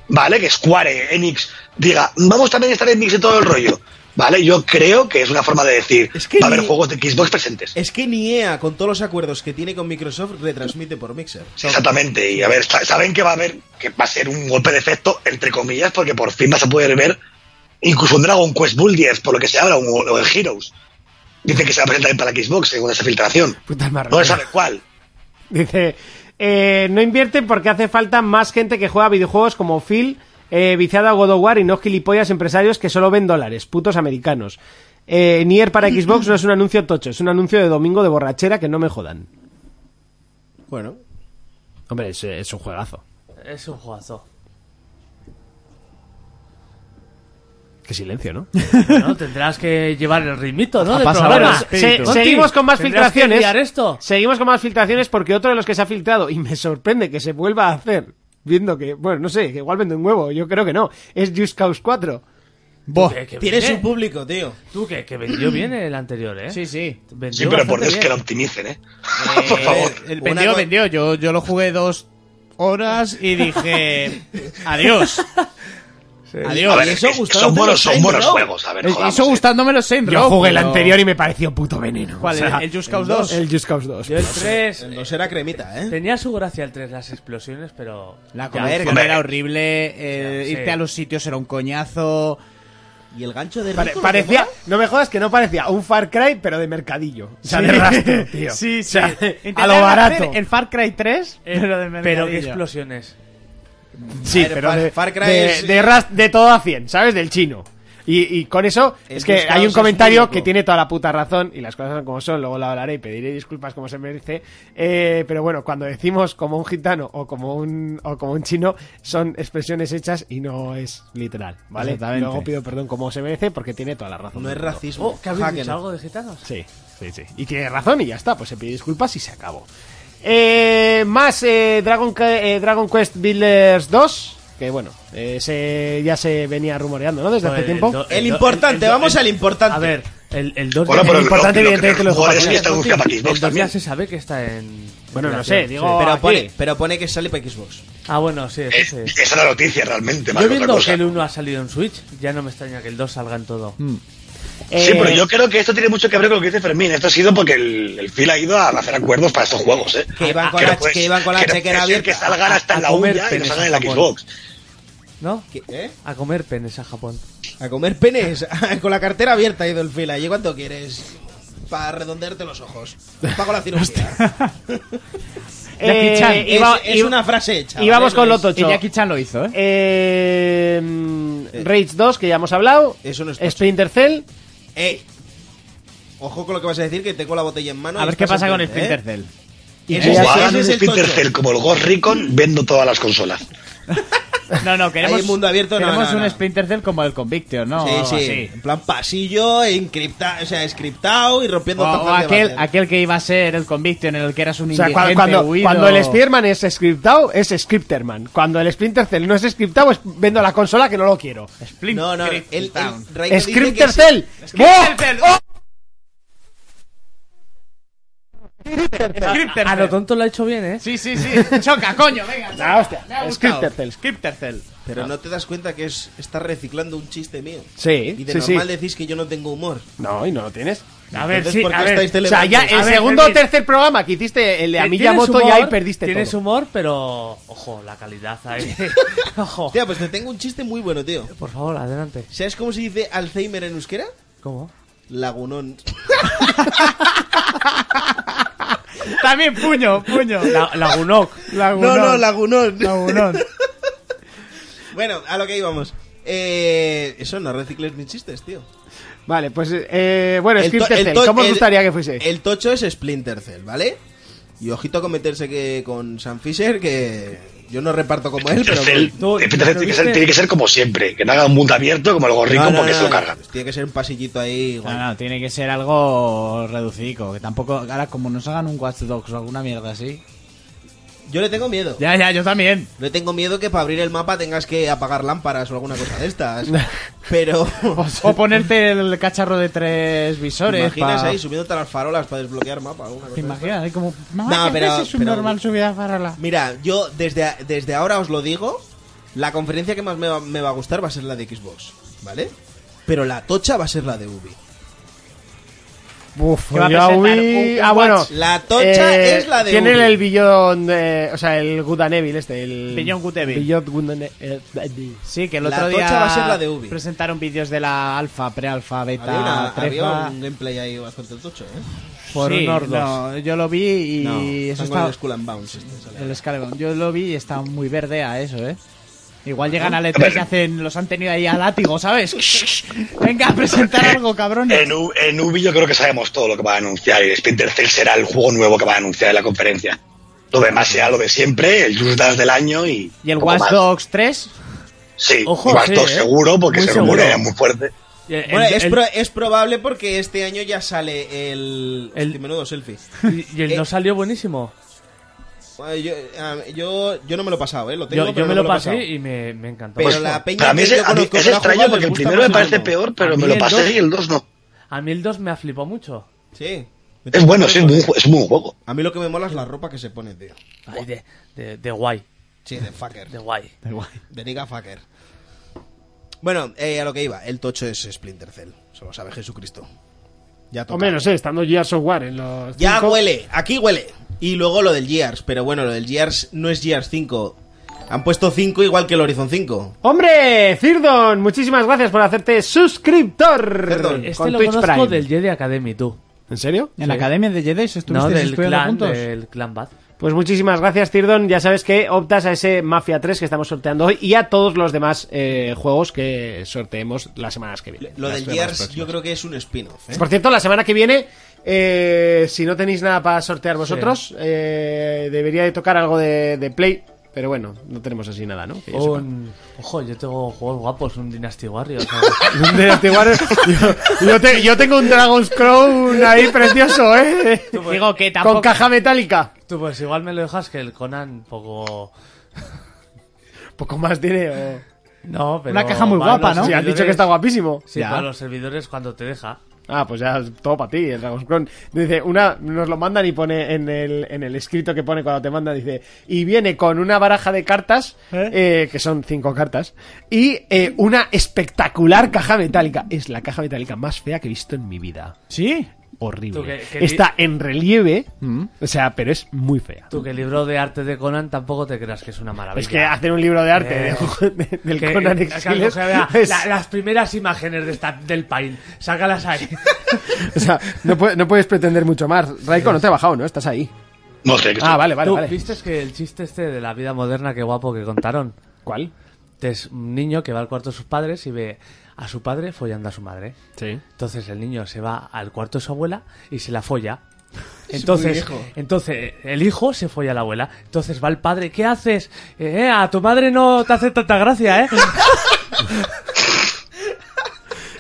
Speaker 5: ¿vale? Que Square, Enix, diga, vamos también a estar en Mixer y todo el rollo. ¿Vale? Yo creo que es una forma de decir,
Speaker 4: Es que
Speaker 5: va a haber
Speaker 4: ni-
Speaker 5: juegos de Xbox presentes.
Speaker 4: es que ni EA con todos los acuerdos que tiene con Microsoft retransmite por Mixer
Speaker 5: Exactamente, y a ver, sa- saben que va a haber, que va a ser un golpe de efecto, entre comillas, porque por fin vas a poder ver incluso un Dragon Quest Bull 10, por lo que se habla, o o el Heroes. Dicen que se va a presentar para la Xbox, según esa filtración.
Speaker 1: Puta
Speaker 4: Pues,
Speaker 1: más
Speaker 5: No se sabe cuál.
Speaker 1: Dice, eh, no invierten porque hace falta más gente que juega videojuegos como Phil, eh, viciado a God of War y no gilipollas empresarios que solo ven dólares, putos americanos. Eh, Nier para Xbox no es un anuncio tocho, es un anuncio de domingo de borrachera que no me jodan.
Speaker 4: bueno
Speaker 1: Hombre, es, es un juegazo.
Speaker 3: Es un jugazo.
Speaker 1: Qué silencio, ¿no?
Speaker 3: Bueno, tendrás que llevar el ritmito, ¿no?
Speaker 2: Ha
Speaker 3: del
Speaker 2: pasado
Speaker 3: programa.
Speaker 2: el
Speaker 1: Se-
Speaker 2: espíritu.
Speaker 1: seguimos con más
Speaker 3: Tendrás que
Speaker 1: filtraciones.
Speaker 3: enviar esto.
Speaker 1: Seguimos con más filtraciones porque otro de los que se ha filtrado, y me sorprende que se vuelva a hacer, viendo que, bueno, no sé, que igual vende un huevo, yo creo que no, es Just Cause 4.
Speaker 2: Buah.
Speaker 3: Que- que
Speaker 4: tiene
Speaker 3: viene-
Speaker 4: su público tío
Speaker 3: Tú, que, que vendió bien el anterior, ¿eh?
Speaker 2: Sí, sí.
Speaker 3: Vendió
Speaker 5: Sí, pero por
Speaker 3: bastante
Speaker 5: Dios que
Speaker 3: bien.
Speaker 5: lo optimicen, ¿eh?
Speaker 2: Eh,
Speaker 5: por favor.
Speaker 2: el
Speaker 4: Una
Speaker 2: vendió,
Speaker 4: co-
Speaker 2: vendió. Yo, yo lo jugué dos horas y dije adiós. Adiós.
Speaker 5: A ver,
Speaker 4: y eso
Speaker 5: es-
Speaker 4: gustó
Speaker 5: son
Speaker 4: de
Speaker 5: buenos,
Speaker 4: los
Speaker 5: son
Speaker 4: Saints
Speaker 5: buenos
Speaker 4: Row.
Speaker 5: juegos, a ver,
Speaker 2: Es-
Speaker 5: jodamos,
Speaker 2: Eso
Speaker 5: ¿eh?
Speaker 2: gustándome los Saints Row, pero-
Speaker 1: y me pareció puto veneno.
Speaker 2: ¿Cuál
Speaker 1: O
Speaker 2: era?
Speaker 1: sea,
Speaker 2: ¿El Just Cause 2?
Speaker 1: El Just Cause 2.
Speaker 3: Yo el 3...
Speaker 4: El dos era cremita, ¿eh?
Speaker 3: Tenía su gracia el 3, las explosiones, pero...
Speaker 2: La
Speaker 5: Ya,
Speaker 2: conversión
Speaker 5: hombre.
Speaker 2: era horrible, eh,
Speaker 3: Sí.
Speaker 2: irte a los sitios era un coñazo.
Speaker 4: Y el gancho de
Speaker 1: Pare-
Speaker 4: Rico,
Speaker 1: parecía, no me jodas que no parecía un Far Cry, pero de mercadillo. O sea, de rastro, tío.
Speaker 2: Sí,
Speaker 1: O
Speaker 2: sí.
Speaker 1: sea, a
Speaker 2: Intentaron
Speaker 1: lo barato.
Speaker 2: hacer El Far Cry 3,
Speaker 3: Eh,
Speaker 2: pero de
Speaker 3: pero qué
Speaker 2: mercadillo.
Speaker 3: explosiones.
Speaker 1: Sí,
Speaker 4: Far-
Speaker 1: pero de,
Speaker 4: Far Cry
Speaker 1: de,
Speaker 4: es-
Speaker 1: de ras- de todo a 100, ¿sabes? Del chino. Y, y con eso,
Speaker 4: El
Speaker 1: es que
Speaker 4: Just
Speaker 1: hay
Speaker 4: Cause
Speaker 1: un
Speaker 4: es
Speaker 1: comentario
Speaker 4: muy loco.
Speaker 1: que tiene toda la puta razón, y las cosas son como son, luego lo hablaré y pediré disculpas como se merece. Eh, pero bueno, cuando decimos como un gitano o como un, o como un chino, son expresiones hechas y no es literal, ¿vale?
Speaker 2: Exactamente.
Speaker 1: Luego pido perdón como se merece porque tiene toda la razón.
Speaker 4: No es
Speaker 1: del mundo.
Speaker 4: racismo.
Speaker 3: Oh, ¿que habéis
Speaker 4: Hacker.
Speaker 3: dicho algo de gitanos?
Speaker 1: Sí, sí, sí. Y tiene razón y ya está, pues se pide disculpas y se acabó. Eh, más eh, Dragon, que- eh, Dragon Quest Builders 2, que bueno, eh, se- ya se venía rumoreando, ¿no? Desde hace
Speaker 3: Joder,
Speaker 2: Pues,
Speaker 1: tiempo.
Speaker 3: do-
Speaker 4: El
Speaker 3: do-
Speaker 4: importante,
Speaker 3: do-
Speaker 4: vamos
Speaker 3: el-
Speaker 4: al importante.
Speaker 3: A ver, El, el 2
Speaker 5: Bueno,
Speaker 3: ya-
Speaker 5: pero
Speaker 3: el
Speaker 5: lo-
Speaker 3: importante,
Speaker 5: lo que
Speaker 3: evidentemente,
Speaker 5: me joder es
Speaker 3: juego
Speaker 5: que está
Speaker 3: para Xbox.
Speaker 5: buscando para Xbox
Speaker 3: El 2 ya
Speaker 5: también.
Speaker 3: se sabe que está en.
Speaker 1: Bueno, no
Speaker 3: generación,
Speaker 1: sé, digo-
Speaker 3: sí.
Speaker 4: Pero
Speaker 1: aquí.
Speaker 4: pone, pero pone que sale para Xbox.
Speaker 3: Ah, bueno, sí, eso sí.
Speaker 5: eh, Esa es la noticia realmente, más
Speaker 3: Yo
Speaker 5: que otra
Speaker 3: viendo
Speaker 5: cosa.
Speaker 3: que el 1 ha salido en Switch, ya no me extraña que el 2 salga en todo.
Speaker 1: Eh,
Speaker 5: Sí, pero yo creo que esto tiene mucho que ver con lo que dice Fermín. Esto ha sido porque el, el Phil ha ido a hacer acuerdos para estos juegos, ¿eh?
Speaker 4: Que iban con
Speaker 5: no
Speaker 4: la-
Speaker 5: puedes-
Speaker 4: que iban con la
Speaker 5: que no
Speaker 4: chequera
Speaker 5: puede ser
Speaker 4: abierta
Speaker 5: Que salgan
Speaker 3: a-
Speaker 5: hasta
Speaker 3: a
Speaker 5: en la
Speaker 3: comer
Speaker 5: Ulla y no
Speaker 3: penes
Speaker 5: salgan en
Speaker 3: en
Speaker 5: la
Speaker 3: Japón.
Speaker 5: Xbox.
Speaker 3: ¿No?
Speaker 4: ¿Qué- ¿Eh?
Speaker 3: A comer penes a Japón.
Speaker 4: A comer penes. con la cartera abierta ha ido el fila. ¿Y cuánto quieres? Para redondearte los ojos. Pago la cirugía.
Speaker 2: Jackie Chan.
Speaker 1: Eh,
Speaker 4: Es,
Speaker 1: iba-
Speaker 4: es
Speaker 1: iba-
Speaker 4: una frase hecha.
Speaker 1: Y vamos
Speaker 4: ¿vale?
Speaker 1: con
Speaker 4: No
Speaker 1: lo
Speaker 4: es-
Speaker 1: tocho.
Speaker 2: Y Jackie Chan lo hizo, ¿eh?
Speaker 1: Eh, mm, Rage 2, que ya hemos hablado.
Speaker 4: Eso no es tocho.
Speaker 1: Splinter Cell.
Speaker 4: Ey. Ojo con lo que vas a decir, que tengo la botella en mano.
Speaker 2: A
Speaker 4: y
Speaker 2: ver qué
Speaker 4: estás
Speaker 2: pasa con
Speaker 4: enfrente,
Speaker 2: Splinter
Speaker 4: ¿eh?
Speaker 2: Cell.
Speaker 1: Y
Speaker 4: Ese
Speaker 5: O
Speaker 4: es-
Speaker 1: ya-
Speaker 5: hagan
Speaker 4: ese
Speaker 5: un
Speaker 4: es el
Speaker 5: Splinter
Speaker 4: tocho.
Speaker 5: Cell como el Ghost Recon vendo todas las consolas.
Speaker 2: No, no, queremos.
Speaker 4: Ahí, mundo abierto, no,
Speaker 2: Queremos
Speaker 4: no, no.
Speaker 2: un Splinter Cell como el Conviction, ¿no? O algo
Speaker 4: Sí, sí.
Speaker 2: así.
Speaker 4: En plan pasillo, encripta, o sea, scriptado y
Speaker 2: O,
Speaker 4: rompiendo
Speaker 2: o
Speaker 4: tazas de
Speaker 2: aquel,
Speaker 4: váter.
Speaker 2: aquel que iba a ser el Conviction, en el que eras un
Speaker 1: O sea,
Speaker 2: indigente
Speaker 1: cua- cuando,
Speaker 2: huido.
Speaker 1: cuando el Spearman es scriptado, es Scripterman. Cuando el Splinter Cell no es scriptado, es vendo la consola que no lo quiero.
Speaker 2: Splinter
Speaker 4: No, no, el,
Speaker 2: Cell
Speaker 4: el
Speaker 2: Town.
Speaker 4: Ray que dice
Speaker 1: ¡Scripter
Speaker 4: que sí.
Speaker 1: Cell! ¡Oh! ¡Oh!
Speaker 2: Scripter
Speaker 3: A
Speaker 2: Cell.
Speaker 3: Ah, lo tonto lo ha hecho bien, ¿eh?
Speaker 2: Sí, sí, sí. Choca, coño, venga. choca.
Speaker 1: Ah, hostia.
Speaker 2: Me ha gustado.
Speaker 1: Scripter Cell.
Speaker 2: Scripter Cell.
Speaker 4: Pero no te das cuenta que es está reciclando un chiste mío.
Speaker 1: Sí,
Speaker 4: Y de
Speaker 1: sí, sí.
Speaker 4: normal decís que yo no tengo humor.
Speaker 1: No, y no lo tienes.
Speaker 3: A ver,
Speaker 4: Entonces,
Speaker 3: sí,
Speaker 4: ¿por qué
Speaker 3: a ver.
Speaker 4: estáis
Speaker 1: O sea, ya
Speaker 3: A
Speaker 1: el
Speaker 3: ver,
Speaker 1: segundo o
Speaker 3: Fermín.
Speaker 1: tercer programa que hiciste, el de
Speaker 3: Tienes
Speaker 1: Amiyamoto,
Speaker 3: humor,
Speaker 1: ya ahí perdiste
Speaker 3: Tienes
Speaker 1: todo.
Speaker 3: humor, pero... Ojo, la calidad ahí. Ojo.
Speaker 4: Hostia, pues te tengo un chiste muy bueno, tío.
Speaker 3: Por favor, adelante.
Speaker 4: ¿Sabes cómo se dice Alzheimer en euskera?
Speaker 3: ¿Cómo?
Speaker 4: Lagunón.
Speaker 2: También puño, puño.
Speaker 3: La, Lagunoc.
Speaker 4: No, no, lagunón.
Speaker 2: Lagunón.
Speaker 4: Bueno, a lo que íbamos. Eh, eso, no recicles mis chistes, tío.
Speaker 1: Vale, pues, eh, bueno,
Speaker 4: El to-
Speaker 1: Scripter
Speaker 4: el
Speaker 1: Cell,
Speaker 4: to-
Speaker 1: ¿cómo os
Speaker 4: el-
Speaker 1: gustaría que fuese?
Speaker 4: El tocho es Splinter Cell, ¿vale? Y ojito con meterse que con Sam Fisher, que yo no reparto como él, pero...
Speaker 5: Splinter Cell
Speaker 3: tú-
Speaker 5: Splinter Cell
Speaker 3: ¿lo
Speaker 5: tiene que ser-
Speaker 3: viste?
Speaker 5: tiene que ser como siempre, que no haga un mundo abierto como el Ghost
Speaker 4: No,
Speaker 5: Recon
Speaker 4: no,
Speaker 5: porque
Speaker 4: no,
Speaker 5: se lo
Speaker 4: no,
Speaker 5: cargan.
Speaker 4: Tiene que ser un pasillito ahí. guay.
Speaker 2: No,
Speaker 1: Ah.
Speaker 2: no, tiene que ser algo reducido. Que tampoco. Ahora, como nos hagan un Watch Dogs o alguna mierda así.
Speaker 4: Yo le tengo miedo.
Speaker 2: Ya, ya, yo también.
Speaker 4: Le tengo miedo que para abrir el mapa tengas que apagar lámparas o alguna cosa de estas. Pero...
Speaker 2: O ponerte el cacharro de tres
Speaker 4: ¿Te
Speaker 2: visores.
Speaker 4: imaginas
Speaker 2: pa-
Speaker 4: ahí subiéndote a las farolas para desbloquear mapa? Alguna cosa
Speaker 2: ¿Te
Speaker 4: de estas?
Speaker 2: imaginas? Ahí como.
Speaker 4: No,
Speaker 2: No,
Speaker 4: pero-
Speaker 2: pero. Es un
Speaker 4: pero-
Speaker 2: normal subida para la.
Speaker 4: Mira, yo desde, a- desde ahora os lo digo, la conferencia que más me va, me va a gustar va a ser la de Xbox, ¿vale? Pero la tocha va a ser la de Ubi.
Speaker 1: Uf,
Speaker 2: que va a
Speaker 1: yo
Speaker 2: presentar
Speaker 1: aún-
Speaker 2: un- un
Speaker 1: Ah, bueno.
Speaker 4: La tocha es la de
Speaker 1: Tienen
Speaker 4: Ubi.
Speaker 1: el billón, eh, o sea, el Good and Evil este. El
Speaker 2: Beyond Good and Evil.
Speaker 1: Beyond Good and Evil.
Speaker 2: Sí, que el
Speaker 4: La
Speaker 2: otro día
Speaker 4: tocha va a ser la de Ubi.
Speaker 2: presentaron vídeos de la alfa, prealfa, beta,
Speaker 4: Había, una- había
Speaker 2: trefa,
Speaker 4: un gameplay ahí bastante tocho, ¿eh?
Speaker 2: por
Speaker 1: Sí,
Speaker 2: unos
Speaker 1: no,
Speaker 2: dos. yo lo vi y
Speaker 4: no,
Speaker 2: eso
Speaker 4: están con
Speaker 2: está
Speaker 4: el Skull and Bounce. este, sale.
Speaker 2: el Scalebound. Yo lo vi y está muy verde a eso, ¿eh? Igual llegan al E3 y hacen los han tenido ahí a látigo, ¿sabes? Venga a presentar algo, cabrones.
Speaker 5: En, U- en Ubi yo creo que sabemos todo lo que va a anunciar y Splinter Cell será el juego nuevo que va a anunciar en la conferencia. Lo demás será lo de siempre, el Just Dance del año y...
Speaker 2: Y el
Speaker 5: poco
Speaker 2: Watch
Speaker 5: más.
Speaker 2: Dogs 3,
Speaker 5: Sí,
Speaker 3: Ojo,
Speaker 5: y Watch
Speaker 3: sí,
Speaker 5: Dogs
Speaker 3: ¿eh?
Speaker 5: seguro porque
Speaker 3: Muy
Speaker 5: se rumorea
Speaker 3: seguro.
Speaker 5: muy fuerte.
Speaker 3: Y el-
Speaker 4: Bueno,
Speaker 3: el-
Speaker 4: es,
Speaker 3: el-
Speaker 4: pro- es probable porque este año ya sale el...
Speaker 3: El-
Speaker 4: este menudo selfie.
Speaker 3: y- y el no salió buenísimo.
Speaker 4: Bueno, Yo, ah, yo, yo no me lo he pasado, ¿eh? Lo tengo,
Speaker 3: Yo, yo
Speaker 4: pero
Speaker 3: me
Speaker 4: no
Speaker 3: lo
Speaker 4: he
Speaker 3: pasé
Speaker 4: pasado.
Speaker 3: y me, me encantó.
Speaker 4: Pero
Speaker 3: Pues,
Speaker 4: la peña
Speaker 5: Para
Speaker 4: que
Speaker 5: mí es,
Speaker 4: yo
Speaker 5: a mí
Speaker 4: conozco
Speaker 5: es
Speaker 4: que la ha
Speaker 5: extraño
Speaker 4: jugado
Speaker 5: porque
Speaker 4: les
Speaker 5: el
Speaker 4: gusta
Speaker 5: primero
Speaker 4: más
Speaker 5: me
Speaker 4: el
Speaker 5: parece
Speaker 4: uno.
Speaker 5: peor, pero
Speaker 3: A
Speaker 5: me
Speaker 3: mí
Speaker 5: lo
Speaker 3: el
Speaker 5: pasé
Speaker 3: dos-
Speaker 5: y el 2 no.
Speaker 3: A mí el 2 me ha flipado mucho.
Speaker 4: Sí.
Speaker 5: Es bueno, sí, es un buen ju- es un buen juego.
Speaker 4: A mí lo que me mola es la ropa que se pone, tío.
Speaker 3: Ay, de, de, de guay,
Speaker 4: Sí, de fucker.
Speaker 3: de guay.
Speaker 4: De nigga fucker. Bueno, eh, a lo que iba. El tocho es Splinter Cell. Se lo sabe Jesucristo. Ya toca.
Speaker 1: Hombre, no sé, estando Gears of War en los.
Speaker 4: Ya
Speaker 1: cinco-
Speaker 4: huele. Aquí huele. Y luego lo del Gears. Pero bueno, lo del Gears no es Gears 5. Han puesto 5 igual que el Horizon 5.
Speaker 1: ¡Hombre! Cirdon, muchísimas gracias por hacerte suscriptor.
Speaker 4: Cirdon,
Speaker 3: Este
Speaker 1: con
Speaker 3: lo
Speaker 1: Twitch
Speaker 3: conozco
Speaker 1: Prime.
Speaker 3: del Jedi Academy, tú.
Speaker 1: ¿En serio?
Speaker 2: en la Academia de Jedi estuviste
Speaker 3: No, del
Speaker 2: estudiando
Speaker 3: clan,
Speaker 2: juntos.
Speaker 3: del clan Bad.
Speaker 1: Pues muchísimas gracias, Cirdon. Ya sabes que optas a ese Mafia 3 que estamos sorteando hoy y a todos los demás eh, juegos que sorteemos las semanas que vienen.
Speaker 4: Lo
Speaker 1: Las
Speaker 4: del
Speaker 1: semanas
Speaker 4: Gears
Speaker 1: próximas.
Speaker 4: yo creo que es un spin-off. ¿eh?
Speaker 1: Por cierto, la semana que viene, eh, si no tenéis nada para sortear vosotros, eh, debería de tocar algo de, de Play. Pero bueno, no tenemos así nada, ¿no? Que yo sepa.
Speaker 3: Un... Ojo, yo tengo juegos guapos, un Dynasty Warriors.
Speaker 1: De las Tiguares. yo, yo te- yo tengo un Dragon's Crown ahí precioso, ¿eh?
Speaker 2: Digo que
Speaker 1: Con
Speaker 2: tampoco
Speaker 1: caja metálica.
Speaker 3: tú, pues igual me lo dejas que el Conan poco...
Speaker 1: Poco más tiene. o-
Speaker 3: No, pero...
Speaker 2: Una caja muy
Speaker 3: para
Speaker 2: guapa,
Speaker 3: los
Speaker 2: ¿no?
Speaker 1: Sí, has dicho
Speaker 3: servidores-
Speaker 1: que está guapísimo.
Speaker 3: Sí, para los servidores cuando te deja.
Speaker 1: Ah, pues ya es todo para ti, el Dragon's Crown. Dice, una, nos lo mandan y pone en el, en el escrito que pone cuando te manda, dice, y viene con una baraja de cartas, eh, que son cinco cartas, y eh, una espectacular caja metálica. Es la caja metálica más fea que he visto en mi vida.
Speaker 2: ¿Sí?
Speaker 3: Tú,
Speaker 1: Horrible.
Speaker 3: que- que li-
Speaker 1: Está en relieve, o sea, pero es muy fea.
Speaker 3: Tú que el libro de arte de Conan tampoco te creas que es una maravilla.
Speaker 1: Mm. Es que hacer un libro de arte
Speaker 3: Eh,
Speaker 1: de- de- del
Speaker 3: Que-
Speaker 1: Conan
Speaker 3: que- que
Speaker 1: Exiles
Speaker 3: se vea
Speaker 1: es-
Speaker 3: la- las primeras imágenes de esta, del pain, sácalas ahí.
Speaker 1: o sea, no, puede- no puedes pretender mucho más. Raiko, no te ha bajado, ¿no? Estás ahí.
Speaker 5: No sé, que
Speaker 1: Ah, vale, vale,
Speaker 3: ¿Tú
Speaker 1: vale.
Speaker 3: viste que el chiste este de la vida moderna, qué guapo que contaron?
Speaker 1: ¿Cuál?
Speaker 3: Es un niño que va al cuarto de sus padres y ve a su padre follando a su madre.
Speaker 1: Sí.
Speaker 3: Entonces el niño se va al cuarto de su abuela y se la folla. Entonces, entonces el hijo se folla a la abuela. Entonces va el padre, ¿qué haces? Eh, eh, a tu madre no te hace tanta gracia, ¿eh?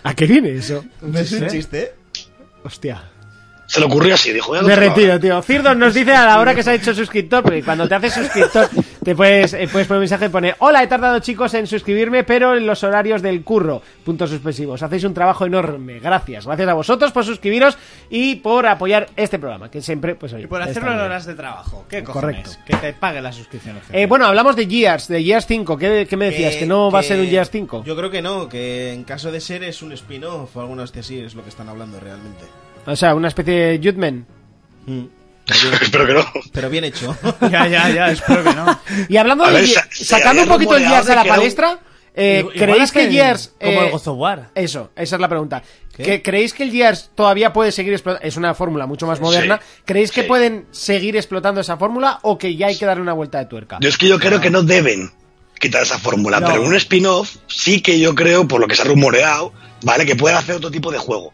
Speaker 1: ¿A qué viene eso?
Speaker 4: ¿No es
Speaker 1: ¿Eh?
Speaker 4: un chiste? ¿eh?
Speaker 1: Hostia.
Speaker 5: se le ocurrió así, dijo. "Voy a
Speaker 1: Me
Speaker 5: contar".
Speaker 1: retiro, tío. Cirdos nos dice a la hora que se ha hecho suscriptor, porque cuando te haces suscriptor, te puedes, eh, puedes poner un mensaje y pone Hola, he tardado chicos en suscribirme, pero en los horarios del curro. Puntos suspensivos. Hacéis un trabajo enorme. Gracias. Gracias a vosotros por suscribiros y por apoyar este programa, que siempre, pues oye.
Speaker 8: Y por
Speaker 1: está
Speaker 8: hacerlo en
Speaker 1: muy bien.
Speaker 8: horas de trabajo. ¿Qué
Speaker 1: Correcto.
Speaker 8: cojones? Que te pague la suscripción.
Speaker 1: Eh, bueno, hablamos de Gears, de Gears 5. ¿Qué, qué me decías? ¿Que, no va a ser un Gears 5?
Speaker 4: Yo creo que no, que en caso de ser es un spin-off o alguna hostia así, es lo que están hablando realmente.
Speaker 1: O sea, una especie de Judgment. Mm.
Speaker 5: Espero que no.
Speaker 4: Pero bien hecho.
Speaker 2: Ya, ya, ya, espero que no.
Speaker 1: Y hablando
Speaker 5: A
Speaker 1: de
Speaker 5: ver,
Speaker 1: Ge-
Speaker 5: sa- se
Speaker 1: sacando un
Speaker 5: había
Speaker 1: poquito el
Speaker 5: rumoreado
Speaker 1: Gears
Speaker 5: de
Speaker 1: a la
Speaker 5: que era un-
Speaker 1: palestra, eh,
Speaker 3: Igual
Speaker 1: ¿creéis que
Speaker 3: hacen
Speaker 1: Gears...
Speaker 3: Como
Speaker 1: eh,
Speaker 3: el God of War.
Speaker 1: Eso, esa es la pregunta. ¿Que ¿Creéis que el Gears todavía puede seguir explotando? Es una fórmula mucho más moderna. ¿Creéis que
Speaker 5: sí.
Speaker 1: pueden seguir explotando esa fórmula o que ya hay que darle una vuelta de tuerca?
Speaker 5: Yo es que yo creo
Speaker 2: Ah.
Speaker 5: que no deben quitar esa fórmula,
Speaker 1: No.
Speaker 5: pero en un spin-off sí que yo creo, por lo que se ha rumoreado, ¿vale? Que pueden hacer otro tipo de juego.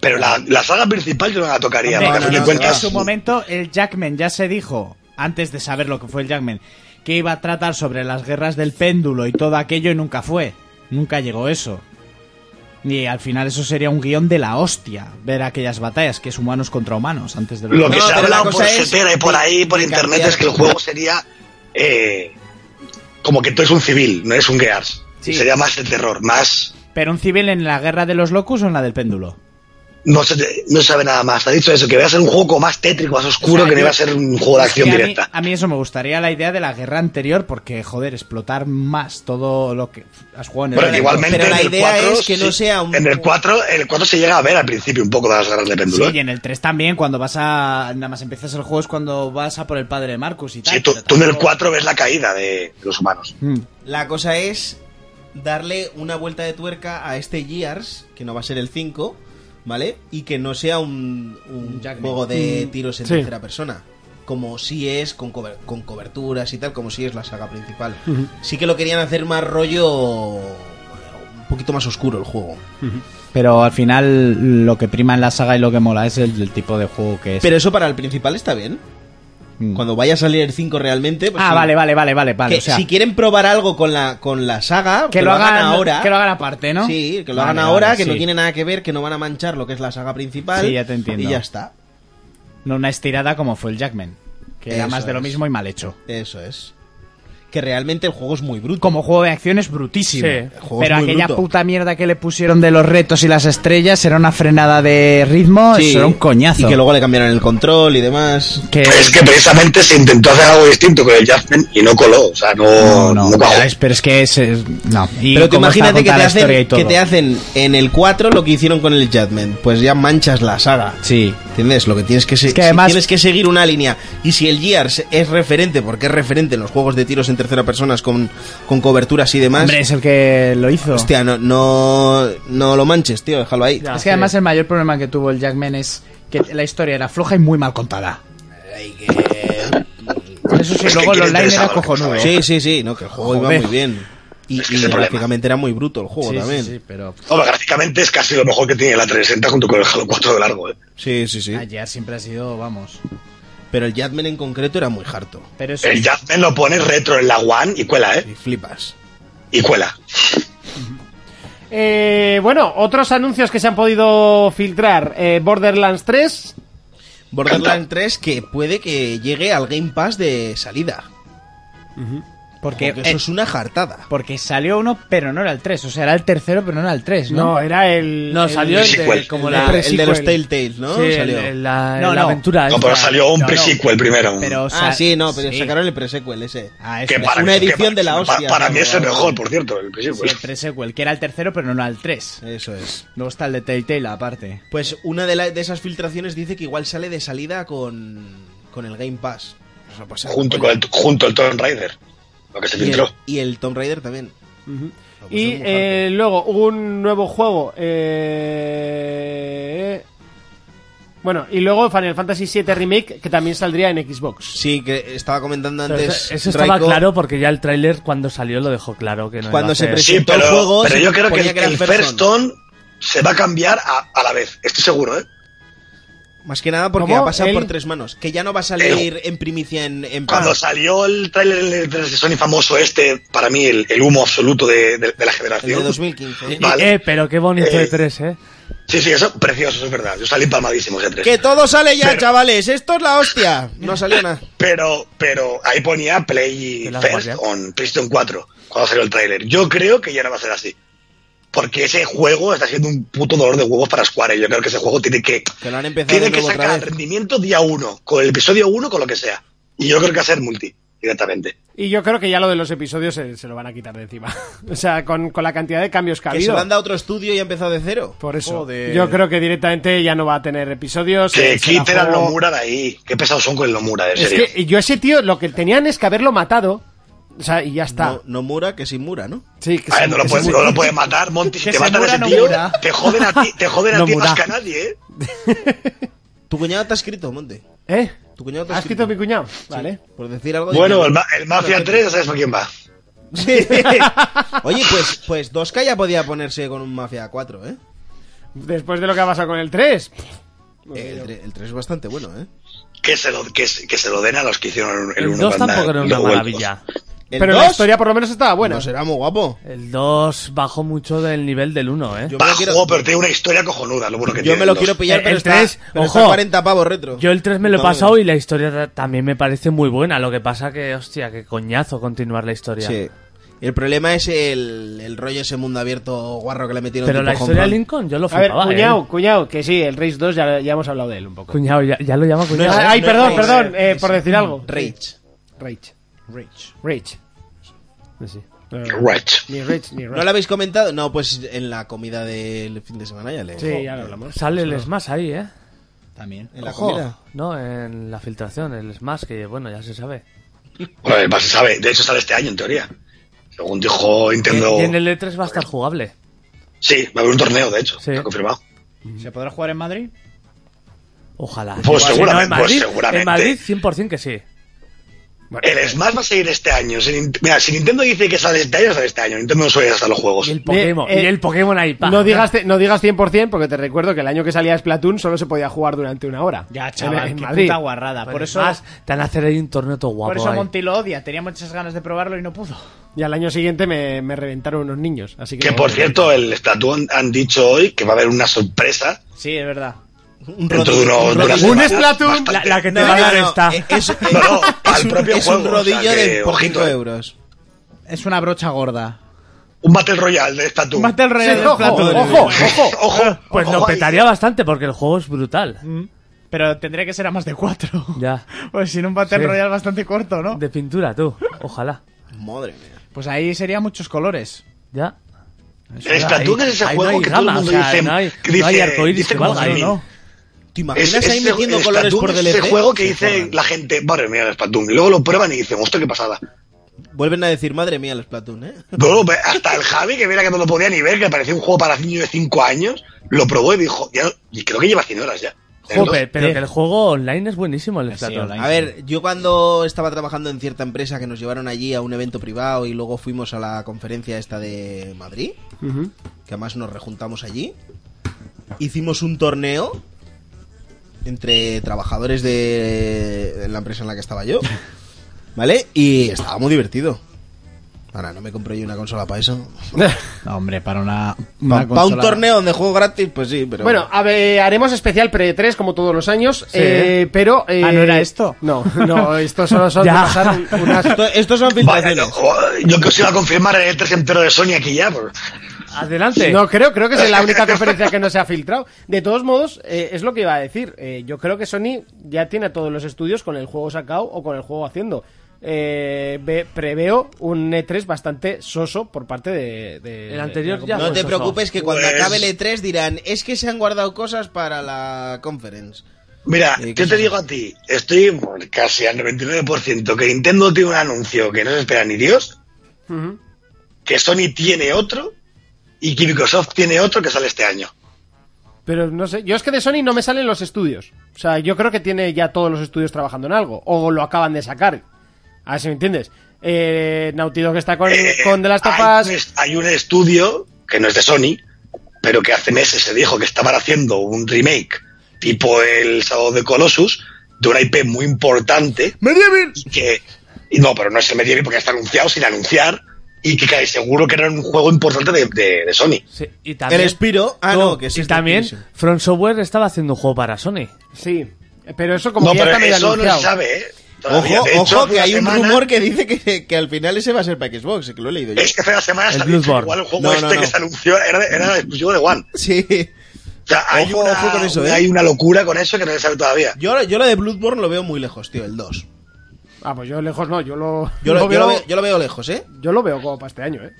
Speaker 5: Pero la, la saga principal yo no la tocaría,
Speaker 2: Hombre,
Speaker 5: porque a fin de
Speaker 2: en
Speaker 5: cuentas.
Speaker 2: su momento el Jackman ya se dijo, antes de saber lo que fue el Jackman, que iba a tratar sobre las guerras del péndulo y todo aquello y nunca fue. Nunca llegó eso. Y al final eso sería un guión de la hostia, ver aquellas batallas que es humanos contra humanos antes de
Speaker 5: Lo que
Speaker 4: No,
Speaker 5: se ha
Speaker 4: pero la
Speaker 5: hablado por
Speaker 4: cosa es
Speaker 5: setera y por ahí, por
Speaker 4: de
Speaker 5: internet,
Speaker 4: cambiar.
Speaker 5: es que el juego sería eh, como que tú eres un civil, no eres un Gears.
Speaker 2: Sí.
Speaker 5: Sería más de terror, más.
Speaker 2: Pero un civil en la guerra de los locus o en la del péndulo.
Speaker 5: No se, no sabe nada más. Te ha dicho eso, que iba a ser un juego como más tétrico, más oscuro,
Speaker 2: O sea,
Speaker 5: que no
Speaker 2: yo-
Speaker 5: iba a ser un juego de
Speaker 2: Es que
Speaker 5: acción
Speaker 2: a mí-
Speaker 5: directa.
Speaker 2: A mí, eso me gustaría la idea de la guerra anterior, porque, joder, explotar más todo lo que has jugado en el
Speaker 5: Bueno, que igualmente
Speaker 4: pero la
Speaker 5: en el
Speaker 4: idea
Speaker 5: 4
Speaker 4: es que no sea un-
Speaker 5: En el 4, en el 4 se llega a ver al principio un poco de las guerras de
Speaker 2: Sí,
Speaker 5: péndulo.
Speaker 2: y
Speaker 5: ¿eh?
Speaker 2: en el 3 también, cuando vas a. Nada más empiezas el juego es cuando vas a por el padre de Marcus y tal.
Speaker 5: Sí, tú,
Speaker 2: pero
Speaker 5: tú en el
Speaker 2: tampoco-
Speaker 5: 4 ves la caída de los humanos.
Speaker 2: Mm.
Speaker 4: La cosa es darle una vuelta de tuerca a este Gears, que no va a ser el 5, ¿vale? Y que no sea un, un
Speaker 2: Jackman.
Speaker 4: juego de
Speaker 2: Mm,
Speaker 4: tiros en
Speaker 1: sí.
Speaker 4: tercera persona. Como si es, con, cober- con coberturas y tal, como si es la saga principal. Sí que lo querían hacer más rollo... Un poquito más oscuro el juego.
Speaker 2: Pero al final, lo que prima en la saga y lo que mola es el, el tipo de juego que es.
Speaker 4: Pero eso para el principal está bien.
Speaker 2: Mm.
Speaker 4: Cuando vaya a salir el 5 realmente... pues
Speaker 2: ah,
Speaker 4: sí.
Speaker 2: vale, vale, vale, vale. vale
Speaker 4: Que
Speaker 2: o sea,
Speaker 4: si quieren probar algo con la, con la saga,
Speaker 2: que lo hagan
Speaker 4: ahora.
Speaker 2: Que lo hagan aparte, ¿no?
Speaker 4: Sí, que lo
Speaker 2: Vale,
Speaker 4: hagan
Speaker 2: vale,
Speaker 4: ahora, que no
Speaker 2: sí.
Speaker 4: tiene nada que ver, que no van a manchar lo que es la saga principal.
Speaker 2: Sí, ya te entiendo.
Speaker 4: Y ya está.
Speaker 2: No una estirada como fue el Jackman. Que era
Speaker 4: Eso
Speaker 2: más de lo
Speaker 4: es.
Speaker 2: mismo y mal hecho.
Speaker 4: Eso es. Que realmente el juego es muy bruto.
Speaker 2: Como juego de acción es brutísimo.
Speaker 3: Sí, el
Speaker 4: juego
Speaker 2: pero
Speaker 4: es muy
Speaker 2: aquella
Speaker 4: bruto.
Speaker 2: puta mierda que le pusieron de los retos y las estrellas era una frenada de ritmo,
Speaker 4: Sí,
Speaker 2: eso era un coñazo.
Speaker 4: Y que luego le cambiaron el control y demás.
Speaker 2: Que-
Speaker 5: Es que precisamente se intentó hacer algo distinto con el Jasmine y no coló. O sea, no,
Speaker 2: No,
Speaker 5: no,
Speaker 2: no,
Speaker 5: cuajó.
Speaker 2: ya ves, pero es que es. es- no. Y
Speaker 4: Pero tú
Speaker 2: cómo está
Speaker 4: imagínate que
Speaker 2: contada
Speaker 4: te,
Speaker 2: la historia y
Speaker 4: hacen,
Speaker 2: todo.
Speaker 4: que te hacen en el 4 lo que hicieron con el Jetman. Pues ya manchas la saga.
Speaker 2: Sí.
Speaker 4: ¿Entiendes? Lo que tienes que, se-
Speaker 2: Es que
Speaker 4: si
Speaker 2: además-
Speaker 4: tienes que seguir una línea. Y si el Gears es referente, porque es referente en los juegos de tiros en tercera persona con, con coberturas y demás.
Speaker 2: Hombre, es el que lo hizo.
Speaker 4: hostia, no, no, no lo manches, tío, déjalo ahí.
Speaker 3: Ya,
Speaker 2: es
Speaker 3: sí.
Speaker 2: que además el mayor problema que tuvo el Jackman es que la historia era floja y muy mal contada. Eso sí,
Speaker 5: Es que
Speaker 2: luego el
Speaker 5: quiere
Speaker 2: online
Speaker 5: interesar
Speaker 2: era
Speaker 5: lo que
Speaker 2: cojonudo.
Speaker 5: sabe.
Speaker 4: Sí, sí, sí, no, que el juego
Speaker 2: Joder.
Speaker 4: iba muy bien. Y,
Speaker 5: Es que
Speaker 4: y
Speaker 5: es el problema.
Speaker 4: gráficamente era muy bruto el juego
Speaker 2: Sí,
Speaker 4: también.
Speaker 2: sí, sí, pero
Speaker 5: Hombre, gráficamente es casi lo mejor que tiene la 360 junto con el Halo 4 de largo. ¿eh?
Speaker 4: Sí, sí, sí.
Speaker 2: ayer siempre ha sido, vamos.
Speaker 4: Pero el Jadman en concreto era muy harto.
Speaker 2: Pero eso
Speaker 5: El Jasmine lo pones retro en la One y cuela, ¿eh?
Speaker 4: Y flipas.
Speaker 5: Y cuela.
Speaker 1: Eh, bueno, otros anuncios que se han podido filtrar. Eh, Borderlands 3.
Speaker 4: Borderlands 3 que puede que llegue al Game Pass de salida.
Speaker 2: Porque,
Speaker 4: Porque eso
Speaker 2: eh,
Speaker 4: es una jartada.
Speaker 2: porque salió uno, pero no era el 3. O sea, era el tercero, pero no era el 3, ¿no?
Speaker 1: No, era el.
Speaker 3: No,
Speaker 1: el-
Speaker 3: salió el de,
Speaker 5: sequel.
Speaker 3: como
Speaker 4: El,
Speaker 3: la...
Speaker 4: de- el de los
Speaker 1: pre-sequel.
Speaker 4: Telltales, ¿no?
Speaker 3: sí, el-
Speaker 4: Salió.
Speaker 3: el- la,
Speaker 2: No,
Speaker 3: la
Speaker 2: no.
Speaker 3: aventura
Speaker 5: No,
Speaker 3: esta.
Speaker 5: pero salió
Speaker 2: no,
Speaker 5: un
Speaker 2: no.
Speaker 5: pre-sequel primero.
Speaker 2: Pero, o sea,
Speaker 4: ah, sí, no, pero
Speaker 2: sí.
Speaker 4: sacaron el pre-sequel ese.
Speaker 2: Ah, eso
Speaker 5: que
Speaker 2: es.
Speaker 5: para
Speaker 4: una
Speaker 5: que
Speaker 4: edición
Speaker 5: para-
Speaker 4: de la
Speaker 5: pa-
Speaker 4: hostia,
Speaker 5: Para
Speaker 4: ¿no?
Speaker 5: mí es el mejor, por cierto, el
Speaker 2: Sí,
Speaker 5: pre-sequel.
Speaker 2: el pre-sequel, que era el tercero, pero no era el 3.
Speaker 4: Eso es.
Speaker 2: Luego está el de Telltale aparte.
Speaker 4: Pues una de, la- de esas filtraciones dice que igual sale de salida con, con el Game Pass. O sea, pues,
Speaker 5: junto
Speaker 4: oye,
Speaker 5: con el, junto al Tomb Raider, lo que se
Speaker 4: y
Speaker 5: filtró.
Speaker 4: el, y el Tomb Raider también. Lo
Speaker 1: Y
Speaker 4: pusieron Pues muy
Speaker 1: eh, luego un nuevo juego. eh, Bueno, y luego Final Fantasy VII Remake, que también saldría en
Speaker 4: hardcore.
Speaker 1: Xbox.
Speaker 4: Sí, que estaba comentando
Speaker 3: Pero
Speaker 4: antes.
Speaker 3: eso, eso estaba
Speaker 4: Raiko,
Speaker 3: claro porque ya el tráiler cuando salió lo dejó claro que no iba
Speaker 4: Cuando
Speaker 3: a
Speaker 4: se
Speaker 3: ser-
Speaker 4: presentó
Speaker 5: Sí, pero,
Speaker 4: el juego,
Speaker 5: pero
Speaker 4: se
Speaker 5: yo creo que
Speaker 4: ponía
Speaker 5: el,
Speaker 4: que era
Speaker 5: el
Speaker 4: First
Speaker 5: First Stone se va a cambiar a, a la vez, estoy seguro, ¿eh?
Speaker 4: Ah. Más que nada porque
Speaker 1: ¿Cómo?
Speaker 4: ha pasado
Speaker 1: El-
Speaker 4: por tres manos. Que ya no va a salir en primicia en, en
Speaker 5: Cuando
Speaker 4: Pass.
Speaker 5: salió el tráiler de Sony famoso este, para mí el, el humo absoluto de, de- de la
Speaker 4: El de
Speaker 5: generación.
Speaker 4: 2015.
Speaker 5: Y- Vale.
Speaker 3: Eh, pero qué bonito
Speaker 5: Eh.
Speaker 3: de tres, ¿eh?
Speaker 5: Sí, sí, eso precioso, eso es verdad. Yo salí palmadísimo ese 3.
Speaker 4: Que todo sale ya, chavales. Esto es la hostia. No salió nada.
Speaker 5: Pero, pero ahí ponía Play
Speaker 3: Que la
Speaker 5: First
Speaker 3: guardia.
Speaker 5: on PlayStation 4 cuando salió el tráiler. Yo creo que ya no va a ser así. Porque ese juego está siendo un puto dolor de huevos para Square. ¿eh? Yo creo que ese juego tiene que,
Speaker 4: Que lo han empezado de
Speaker 5: tiene que
Speaker 4: nuevo otra
Speaker 5: sacar
Speaker 4: vez.
Speaker 5: rendimiento día uno, con el episodio uno, con lo que sea. Y yo creo que va a ser multi, directamente.
Speaker 1: Y yo creo que ya lo de los episodios se, se lo van a quitar de encima. o sea, con, con la cantidad de cambios que ha
Speaker 4: Que se
Speaker 1: habido.
Speaker 4: lo han dado a otro estudio y ha empezado de cero.
Speaker 1: Por eso.
Speaker 2: Joder.
Speaker 1: Yo creo que directamente ya no va a tener episodios.
Speaker 5: Que
Speaker 1: eh, será
Speaker 5: quiten al
Speaker 1: juego-
Speaker 5: Lomura de ahí. Qué pesados son con el Lomura, en
Speaker 1: Es
Speaker 5: serio.
Speaker 1: que yo a ese tío lo que tenían es que haberlo matado. O sea, y ya está.
Speaker 4: No, no Mura, que sin Mura, ¿no?
Speaker 1: Sí, que
Speaker 5: A
Speaker 1: se-
Speaker 5: ver, no lo
Speaker 1: que
Speaker 5: puedes,
Speaker 1: se-
Speaker 5: no lo puedes matar, Monty. Si
Speaker 2: Que
Speaker 5: te
Speaker 2: se
Speaker 5: matan a
Speaker 2: muera
Speaker 5: ese tío,
Speaker 2: Nomura.
Speaker 5: te joden a ti, te joden a ti
Speaker 3: Nomura.
Speaker 5: más que a nadie, ¿eh?
Speaker 4: Tu cuñado te ha escrito, Monte.
Speaker 1: ¿Eh?
Speaker 4: Tu cuñado te ha
Speaker 1: ¿Has escrito mi cuñado? Vale.
Speaker 4: Por decir algo.
Speaker 5: Bueno,
Speaker 4: yo-
Speaker 5: el, ma- el Mafia
Speaker 4: Bueno,
Speaker 5: 3, ya sabes por quién va.
Speaker 4: Sí. Oye, pues, pues 2K ya podía ponerse con un Mafia 4, ¿eh?
Speaker 1: Después de lo que ha pasado con el 3.
Speaker 4: El, tre- el 3 es bastante bueno, ¿eh?
Speaker 5: Que se, lo, que, se- que se lo den a los que hicieron el
Speaker 3: El
Speaker 5: 1.
Speaker 3: 2 tampoco era una maravilla.
Speaker 4: El
Speaker 1: Pero la historia por lo menos estaba buena.
Speaker 4: bueno, será muy guapo.
Speaker 3: El 2 bajó mucho del nivel del 1, ¿eh?
Speaker 4: Yo
Speaker 3: Yo,
Speaker 4: me lo
Speaker 5: Bajo,
Speaker 4: quiero,
Speaker 5: pero tiene una historia cojonuda, lo bueno que
Speaker 4: yo
Speaker 5: tiene.
Speaker 4: me lo
Speaker 5: el
Speaker 4: quiero
Speaker 5: dos.
Speaker 4: pillar,
Speaker 3: El-
Speaker 4: pero,
Speaker 3: Eh, el
Speaker 4: está-
Speaker 3: 3,
Speaker 4: pero está
Speaker 3: ojo.
Speaker 4: 40 pavos retro.
Speaker 3: el 3 me lo he
Speaker 4: No,
Speaker 3: pasado y la historia ta- también me parece muy buena. Lo que pasa que, hostia, qué coñazo continuar la historia.
Speaker 4: Sí. El problema es el, el rollo ese mundo abierto guarro que le metieron
Speaker 3: Pero
Speaker 4: tipo
Speaker 3: la
Speaker 4: home
Speaker 3: historia de
Speaker 4: run.
Speaker 3: Lincoln yo lo
Speaker 1: A ver,
Speaker 3: flipaba, ¿eh?
Speaker 1: cuñado, cuñado, que sí, el Race 2 ya, ya hemos hablado de él un poco.
Speaker 3: Cuñado, ya, ya lo llama cuñado.
Speaker 4: es-
Speaker 3: ¿eh?
Speaker 1: Ay,
Speaker 4: no
Speaker 1: perdón,
Speaker 4: es-
Speaker 1: perdón, eh,
Speaker 4: es-
Speaker 1: por decir algo.
Speaker 4: Rage.
Speaker 1: Rage.
Speaker 4: Rage.
Speaker 1: Rage.
Speaker 5: Right.
Speaker 1: Ni Rage, ni
Speaker 4: ¿No
Speaker 1: Rage.
Speaker 4: lo habéis comentado? No, pues en la comida del fin de semana ya le.
Speaker 1: Sí, ya lo hablamos.
Speaker 3: Sale el Smash ahí, ¿eh?
Speaker 2: También.
Speaker 4: En la
Speaker 3: Ojo.
Speaker 4: comida.
Speaker 3: No, en la filtración, el Smash, que bueno, ya se sabe.
Speaker 5: Bueno, además se sabe, de hecho sale este año en teoría. Según dijo Nintendo.
Speaker 3: Y en el E3 va a estar jugable.
Speaker 5: Sí, va a haber un torneo, de hecho,
Speaker 3: Sí.
Speaker 5: está confirmado.
Speaker 2: ¿Se podrá jugar en Madrid?
Speaker 3: Ojalá.
Speaker 5: Pues
Speaker 3: Si no,
Speaker 5: seguramente, pues
Speaker 3: en Madrid,
Speaker 5: seguramente.
Speaker 3: En Madrid, 100% que sí.
Speaker 5: El Smash va a seguir este año. Si, Nin- mira, si Nintendo dice que sale este año, sale este año. Nintendo no suele hasta los juegos.
Speaker 3: Y el Pokémon,
Speaker 1: Eh,
Speaker 3: y el Pokémon ahí, pa.
Speaker 1: No digas, te- no digas 100% porque te recuerdo que el año que salía Splatoon solo se podía jugar durante una hora.
Speaker 2: Ya,
Speaker 1: En-
Speaker 2: chaval,
Speaker 1: en
Speaker 2: qué
Speaker 1: Madrid.
Speaker 2: puta guarrada.
Speaker 3: Pues
Speaker 2: por eso,
Speaker 3: Smash, te van a hacer ahí un torneo todo guapo.
Speaker 2: por eso
Speaker 3: ahí.
Speaker 2: Monty lo odia. Tenía muchas ganas de probarlo y no pudo.
Speaker 1: Y al año siguiente me, me reventaron unos niños. Así que,
Speaker 5: Que por cierto, el Splatoon han dicho hoy que va a haber una sorpresa
Speaker 2: Sí, es verdad.
Speaker 4: Un
Speaker 5: dentro de
Speaker 4: rodillo-
Speaker 5: uno- de una
Speaker 4: rodillo-
Speaker 5: semana.
Speaker 1: Un Splatoon, la-
Speaker 5: Bastante-
Speaker 3: la que te va a dar esta.
Speaker 4: eh, Es, eh,
Speaker 5: No, no,
Speaker 4: es
Speaker 5: al
Speaker 4: un,
Speaker 5: propio
Speaker 4: es un
Speaker 5: juego, o sea
Speaker 4: rodillo de
Speaker 5: que,
Speaker 4: por
Speaker 5: ojito,
Speaker 4: 5
Speaker 5: eh.
Speaker 4: euros.
Speaker 2: Es una brocha gorda.
Speaker 5: Un Battle Royale de Splatoon.
Speaker 2: Battle
Speaker 1: Sí,
Speaker 2: Royale de
Speaker 1: ojo,
Speaker 2: Splatoon.
Speaker 1: ojo, ojo.
Speaker 5: Ojo,
Speaker 3: Pues
Speaker 5: ojo
Speaker 3: lo
Speaker 5: ahí.
Speaker 3: petaría bastante porque el juego es brutal.
Speaker 2: Pero tendría que ser a más de cuatro.
Speaker 3: Ya.
Speaker 2: Pues sin un Battle
Speaker 3: Sí.
Speaker 2: Royale bastante corto, ¿no?
Speaker 3: De pintura, tú. Ojalá.
Speaker 4: Madre mía.
Speaker 2: Pues ahí sería muchos colores.
Speaker 3: Ya.
Speaker 5: El Splatoon es ese
Speaker 3: ahí no
Speaker 5: juego
Speaker 3: hay
Speaker 5: que todo el
Speaker 3: gama,
Speaker 5: mundo
Speaker 3: o sea,
Speaker 5: dice-
Speaker 3: no hay-
Speaker 5: que
Speaker 3: no hay
Speaker 5: dice-
Speaker 3: arcoíris
Speaker 5: dice
Speaker 3: que
Speaker 5: como
Speaker 3: valga,
Speaker 5: Fermín.
Speaker 3: ¿no?
Speaker 4: ¿Te imaginas
Speaker 5: Es-
Speaker 4: ahí
Speaker 5: es-
Speaker 4: metiendo
Speaker 5: es
Speaker 4: colores
Speaker 5: Splatoon
Speaker 4: por
Speaker 5: es
Speaker 4: DLC?
Speaker 5: Ese juego que
Speaker 4: Se
Speaker 5: dice
Speaker 4: jodan.
Speaker 5: la gente, madre mía, el Splatoon. Y luego lo prueban y dicen, hostia, qué pasada.
Speaker 4: Vuelven a decir, madre mía, el Splatoon, ¿eh?
Speaker 5: Luego, ve- hasta el Javi, que mira que no lo podía ni ver, que parecía un juego para niños de 5 años, lo probó y dijo, ya, y creo que lleva 100 horas ya.
Speaker 3: Jope, pero
Speaker 4: eh.
Speaker 2: Sí.
Speaker 3: que el juego online es buenísimo
Speaker 5: Ah,
Speaker 3: el Splatoon.
Speaker 2: online.
Speaker 4: A ver, yo cuando estaba trabajando en cierta empresa que nos llevaron allí a un evento privado y luego fuimos a la conferencia esta de Madrid, que además nos rejuntamos allí, hicimos un torneo entre trabajadores de de la empresa en la que estaba yo, ¿vale? Y estaba muy divertido. Ahora, no me compro yo una consola para eso.
Speaker 2: No, hombre, para una. una
Speaker 4: Para un
Speaker 2: consola-
Speaker 4: torneo donde juego gratis, pues sí, pero.
Speaker 1: Bueno, a ver, haremos especial pre-3 como todos los años, eh, pero... eh,
Speaker 2: Ah, ¿no era esto?
Speaker 1: No, no, esto solo son
Speaker 3: Ya.
Speaker 1: pasar unas...
Speaker 4: Esto- estos son
Speaker 5: Vaya,
Speaker 4: filtraciones.
Speaker 5: yo, yo que os iba a confirmar el 3 entero de Sony aquí ya. pues.
Speaker 3: Adelante.
Speaker 1: No, creo, creo que es la única conferencia que no se ha filtrado. De todos modos, eh, es lo que iba a decir. Eh, yo creo que Sony ya tiene a todos los estudios con el juego sacado o con el juego haciendo. Eh, ve- preveo un E3 bastante soso por parte de... de-
Speaker 3: El anterior
Speaker 1: de-
Speaker 3: ya
Speaker 4: No
Speaker 3: Pues
Speaker 4: te
Speaker 3: eso.
Speaker 4: preocupes que cuando
Speaker 5: Pues-
Speaker 4: acabe el E3 dirán, es que se han guardado cosas para la conference.
Speaker 5: Mira,
Speaker 4: Eh,
Speaker 5: yo
Speaker 4: ¿qué
Speaker 5: te digo a ti, estoy por casi al 99% que Nintendo tiene un anuncio que no se espera ni Dios, que Sony tiene otro y que Microsoft tiene otro que sale este año.
Speaker 1: Pero no sé, yo es que de Sony no me salen los estudios. O sea, yo creo que tiene ya todos los estudios trabajando en algo. O lo acaban de sacar. A ver si me entiendes. Eh, Naughty Dog está con,
Speaker 5: Eh,
Speaker 1: con de las
Speaker 5: hay
Speaker 1: tapas.
Speaker 5: un est- Hay, un estudio que no es de Sony, pero que hace meses se dijo que estaban haciendo un remake tipo el sábado de Colossus de una IP muy importante. ¡Medieval! Que, y no, pero no es el Medieval porque está anunciado sin anunciar y que casi seguro que era un juego importante de, de- de Sony.
Speaker 3: Sí, y también,
Speaker 4: El Spiro. Ah, no, que sí
Speaker 3: Y
Speaker 4: está
Speaker 3: también,
Speaker 4: Activision.
Speaker 3: Front Software estaba haciendo un juego para Sony.
Speaker 1: Sí, pero eso como
Speaker 5: no,
Speaker 1: que ya
Speaker 5: pero
Speaker 1: está medio
Speaker 5: eso no
Speaker 1: anunciado.
Speaker 5: se sabe, ¿eh?
Speaker 4: Ojo,
Speaker 5: Todavía. De hecho,
Speaker 4: ojo,
Speaker 5: hace
Speaker 4: que hay un
Speaker 5: una semana-
Speaker 4: rumor que dice que, que al final ese va a ser para Xbox, que lo he leído yo.
Speaker 5: Es que hace una semana
Speaker 3: El
Speaker 5: se ha dicho
Speaker 3: Bloodborne.
Speaker 5: igual el juego
Speaker 4: No, no,
Speaker 5: este
Speaker 4: no.
Speaker 5: que se anunció era, era exclusivo de One.
Speaker 4: Sí.
Speaker 5: O sea, hay,
Speaker 4: Ojo,
Speaker 5: una,
Speaker 4: ojo con eso, ¿eh?
Speaker 5: hay una locura con eso que no se sabe todavía.
Speaker 4: Yo, yo lo de Bloodborne lo veo muy lejos, tío, el 2.
Speaker 1: Ah, pues yo lejos no, yo lo,
Speaker 4: Yo lo,
Speaker 1: lo
Speaker 4: yo
Speaker 1: veo,
Speaker 4: lo veo, yo lo veo lejos, ¿eh?
Speaker 1: yo lo veo como para este año, ¿eh?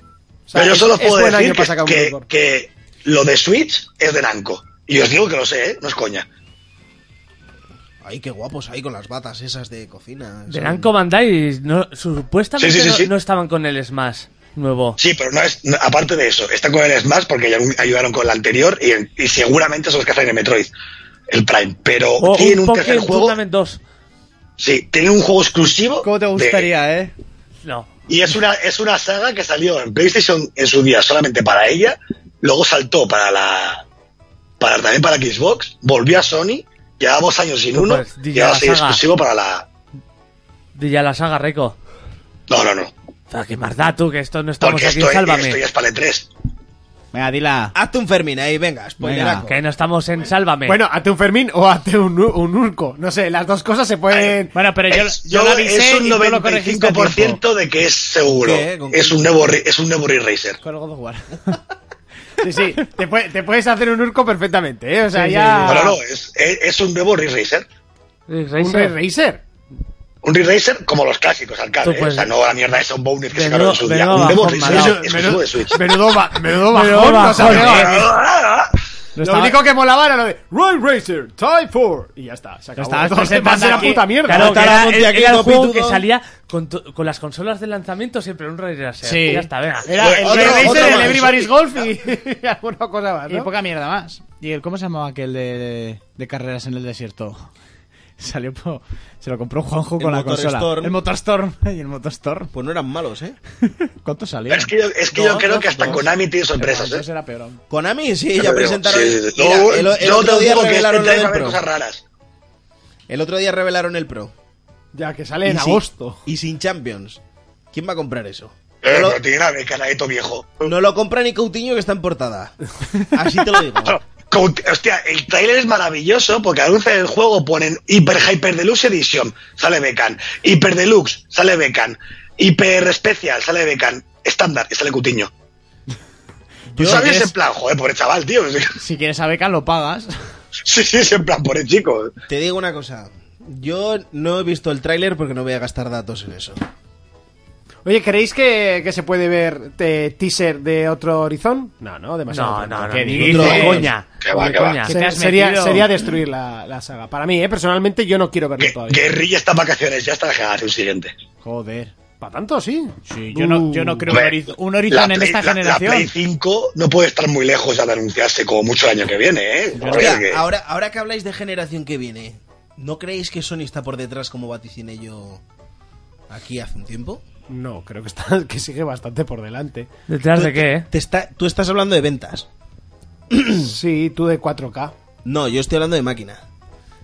Speaker 1: O sea,
Speaker 5: Pero yo
Speaker 1: es-
Speaker 5: solo
Speaker 1: es
Speaker 5: puedo
Speaker 1: buen año
Speaker 5: decir
Speaker 1: para sacar
Speaker 5: que,
Speaker 1: un
Speaker 5: que-
Speaker 1: récord.
Speaker 5: que lo de Switch es de Namco. Y os digo que lo sé, ¿eh? no es coña.
Speaker 4: Ay, qué guapos ahí con las batas esas de cocina.
Speaker 3: De
Speaker 4: Son-
Speaker 3: Namco Bandai, no, supuestamente
Speaker 5: Sí, sí, sí,
Speaker 3: no,
Speaker 5: sí.
Speaker 3: no estaban con el Smash nuevo.
Speaker 5: Sí, pero no es. no- aparte de eso, están con el Smash porque ya ayudaron con el anterior y, y seguramente son los que hacen el Metroid, el Prime. Pero
Speaker 3: O
Speaker 5: tienen un,
Speaker 3: Oh, Pokémon
Speaker 5: tercer juego.
Speaker 3: Tournament 2.
Speaker 5: Sí, tienen un juego exclusivo.
Speaker 2: ¿Cómo te
Speaker 5: de-
Speaker 2: gustaría, eh?
Speaker 3: No.
Speaker 5: y es una, es una saga que salió en PlayStation en su día solamente para ella. Luego saltó para la. Para, también para Xbox. Volvió a Sony. Llevábamos años sin
Speaker 3: Pues,
Speaker 5: uno.
Speaker 3: pues, di
Speaker 5: Y
Speaker 3: ya
Speaker 5: ahora
Speaker 3: la
Speaker 5: sí, es
Speaker 3: saga.
Speaker 5: exclusivo para la.
Speaker 3: De ya la saga Reco.
Speaker 5: No, no, no.
Speaker 3: Pero qué más da tú, que esto no estamos
Speaker 5: Porque
Speaker 3: aquí,
Speaker 5: esto, es-
Speaker 3: sálvame.
Speaker 5: esto ya es para el E 3.
Speaker 2: Venga, dila.
Speaker 4: Hazte un Fermín ahí, venga, spoileraco.
Speaker 3: Que no estamos en sálvame.
Speaker 1: Bueno, hazte un Fermín o hazte un, nu- un Urco. No sé, las dos cosas se pueden...
Speaker 8: Bueno, Ah, pero yo,
Speaker 5: es,
Speaker 8: yo lo avisé
Speaker 5: es un
Speaker 8: y tú lo corregiste a tiempo.
Speaker 5: 95% de que es seguro.
Speaker 4: ¿Qué? ¿Con
Speaker 5: Es un nuevo re- es un nuevo Racer.
Speaker 2: Con el God of War.
Speaker 1: Sí, sí, te, puede- te puedes hacer un Urco perfectamente, ¿eh? O sea,
Speaker 3: Sí, sí,
Speaker 1: ya...
Speaker 8: Ah.
Speaker 5: No, no, no, es, es- es un nuevo Racer.
Speaker 3: Eh,
Speaker 1: ¿Un
Speaker 3: Razer,
Speaker 1: Red Racer?
Speaker 5: Un Racer como los clásicos,
Speaker 3: Tú,
Speaker 5: arcade. ¿eh?
Speaker 3: pues,
Speaker 5: O sea, no la mierda esa, un bonus que
Speaker 3: menudo-
Speaker 5: sacaron en su día.
Speaker 3: menudo
Speaker 5: Un nuevo
Speaker 3: bajón,
Speaker 5: Racer
Speaker 3: malao.
Speaker 5: exclusivo de Switch. Ah,
Speaker 1: Menudo, ba- menudo bajón,
Speaker 3: Menudo
Speaker 1: no se ha
Speaker 3: bajón,
Speaker 1: pegado.
Speaker 3: eh.
Speaker 1: Lo único que molaba era lo de Roy Racer, Type 4. Y ya está, se acabó.
Speaker 2: estabas
Speaker 1: Todos los demás
Speaker 2: presentando
Speaker 1: era
Speaker 2: aquí.
Speaker 1: puta mierda.
Speaker 3: Claro, que
Speaker 4: Matar a
Speaker 3: era,
Speaker 4: Monty
Speaker 3: era
Speaker 4: aquí,
Speaker 3: el
Speaker 4: no
Speaker 3: juego
Speaker 4: pitudo.
Speaker 3: que salía con, to- con las consolas de lanzamiento siempre un Ray Racer.
Speaker 2: Sí.
Speaker 3: Ya está, venga.
Speaker 1: Era el
Speaker 4: Otro-
Speaker 1: Red Racer,
Speaker 4: otro
Speaker 1: el
Speaker 4: más.
Speaker 1: Everybody's Golf y, y alguna cosa más,
Speaker 2: Y
Speaker 1: ¿no?
Speaker 2: poca mierda más. ¿Y el, cómo se llamaba aquel de, de carreras en el desierto? Salió po- se lo compró Juanjo
Speaker 4: El
Speaker 2: con la
Speaker 4: Motor
Speaker 2: consola.
Speaker 4: Storm.
Speaker 2: El Motor Storm. Y el Motor Storm.
Speaker 4: Pues no eran malos, ¿eh?
Speaker 2: ¿Cuánto salió?
Speaker 5: Es que yo, es que yo
Speaker 4: No,
Speaker 5: creo
Speaker 4: no,
Speaker 5: que hasta
Speaker 4: no.
Speaker 5: Konami tiene
Speaker 2: Pero
Speaker 5: sorpresas,
Speaker 2: entonces
Speaker 5: ¿eh?
Speaker 2: era peor aún.
Speaker 4: Konami, sí, ya
Speaker 5: Pero,
Speaker 4: presentaron.
Speaker 5: sí, sí, sí.
Speaker 4: Mira,
Speaker 5: No,
Speaker 4: el, el
Speaker 5: yo
Speaker 4: otro
Speaker 5: te
Speaker 4: día
Speaker 5: digo que este
Speaker 4: revelaron lo
Speaker 5: trae
Speaker 4: del
Speaker 5: también
Speaker 4: Pro.
Speaker 5: cosas raras.
Speaker 4: El otro día revelaron el Pro.
Speaker 1: Ya que sale en
Speaker 4: Y sin-
Speaker 1: agosto.
Speaker 4: y sin Champions. ¿Quién va a comprar eso?
Speaker 5: Eh,
Speaker 4: No
Speaker 5: pero
Speaker 4: lo,
Speaker 5: tiene una mecanadito viejo.
Speaker 4: no lo compra ni Coutinho que está en portada. Así te lo digo.
Speaker 5: Claro, con- Hostia, el tráiler es maravilloso porque anuncian el juego, ponen Hyper Hyper Deluxe Edition, sale Becan, Hyper Deluxe, sale Becan, Hyper Special, sale Becan, estándar, y sale Cutiño.
Speaker 2: Yo
Speaker 5: ¿Sabes?
Speaker 2: es-
Speaker 5: En plan, joder, pobre chaval, tío.
Speaker 2: Si quieres a beca, lo pagas.
Speaker 5: Sí, sí, es en plan, pobre chico.
Speaker 4: Te digo una cosa. Yo no he visto el tráiler porque no voy a gastar datos en eso.
Speaker 1: Oye, ¿creéis que, que se puede ver te- teaser de otro Horizon? No, no, demasiado.
Speaker 3: No,
Speaker 1: pronto.
Speaker 3: no, no.
Speaker 2: ¿Qué
Speaker 3: ni
Speaker 2: dices?
Speaker 3: de coña.
Speaker 5: Que va,
Speaker 3: Ni de
Speaker 5: que va.
Speaker 3: coña.
Speaker 1: Se-
Speaker 2: te has
Speaker 1: sería,
Speaker 2: metido?
Speaker 1: sería destruir la, la saga. Para mí, ¿eh? personalmente, yo no quiero verlo
Speaker 5: Que,
Speaker 1: todavía.
Speaker 5: guerrilla estas vacaciones, ya está la generación siguiente.
Speaker 2: Joder.
Speaker 1: ¿Para tanto, sí? Uh.
Speaker 2: Sí, yo, no, yo no creo un,
Speaker 5: Hombre,
Speaker 2: horiz- un
Speaker 5: la
Speaker 2: horizonte en
Speaker 5: Play-
Speaker 2: esta
Speaker 5: la- la
Speaker 2: generación.
Speaker 5: Play 5 no puede estar muy lejos ya de anunciarse como mucho el año que viene, ¿eh? Joder,
Speaker 4: Hostia,
Speaker 5: que-
Speaker 4: ahora, ahora que habláis de generación que viene, ¿no creéis que Sony está por detrás como vaticiné yo aquí hace un tiempo?
Speaker 1: No, creo que, está, que sigue bastante por delante.
Speaker 3: ¿Detrás
Speaker 4: Tú-
Speaker 3: de qué, eh?
Speaker 4: Te está, tú estás hablando de ventas.
Speaker 1: Sí, tú de 4K.
Speaker 4: No, yo estoy hablando de máquina.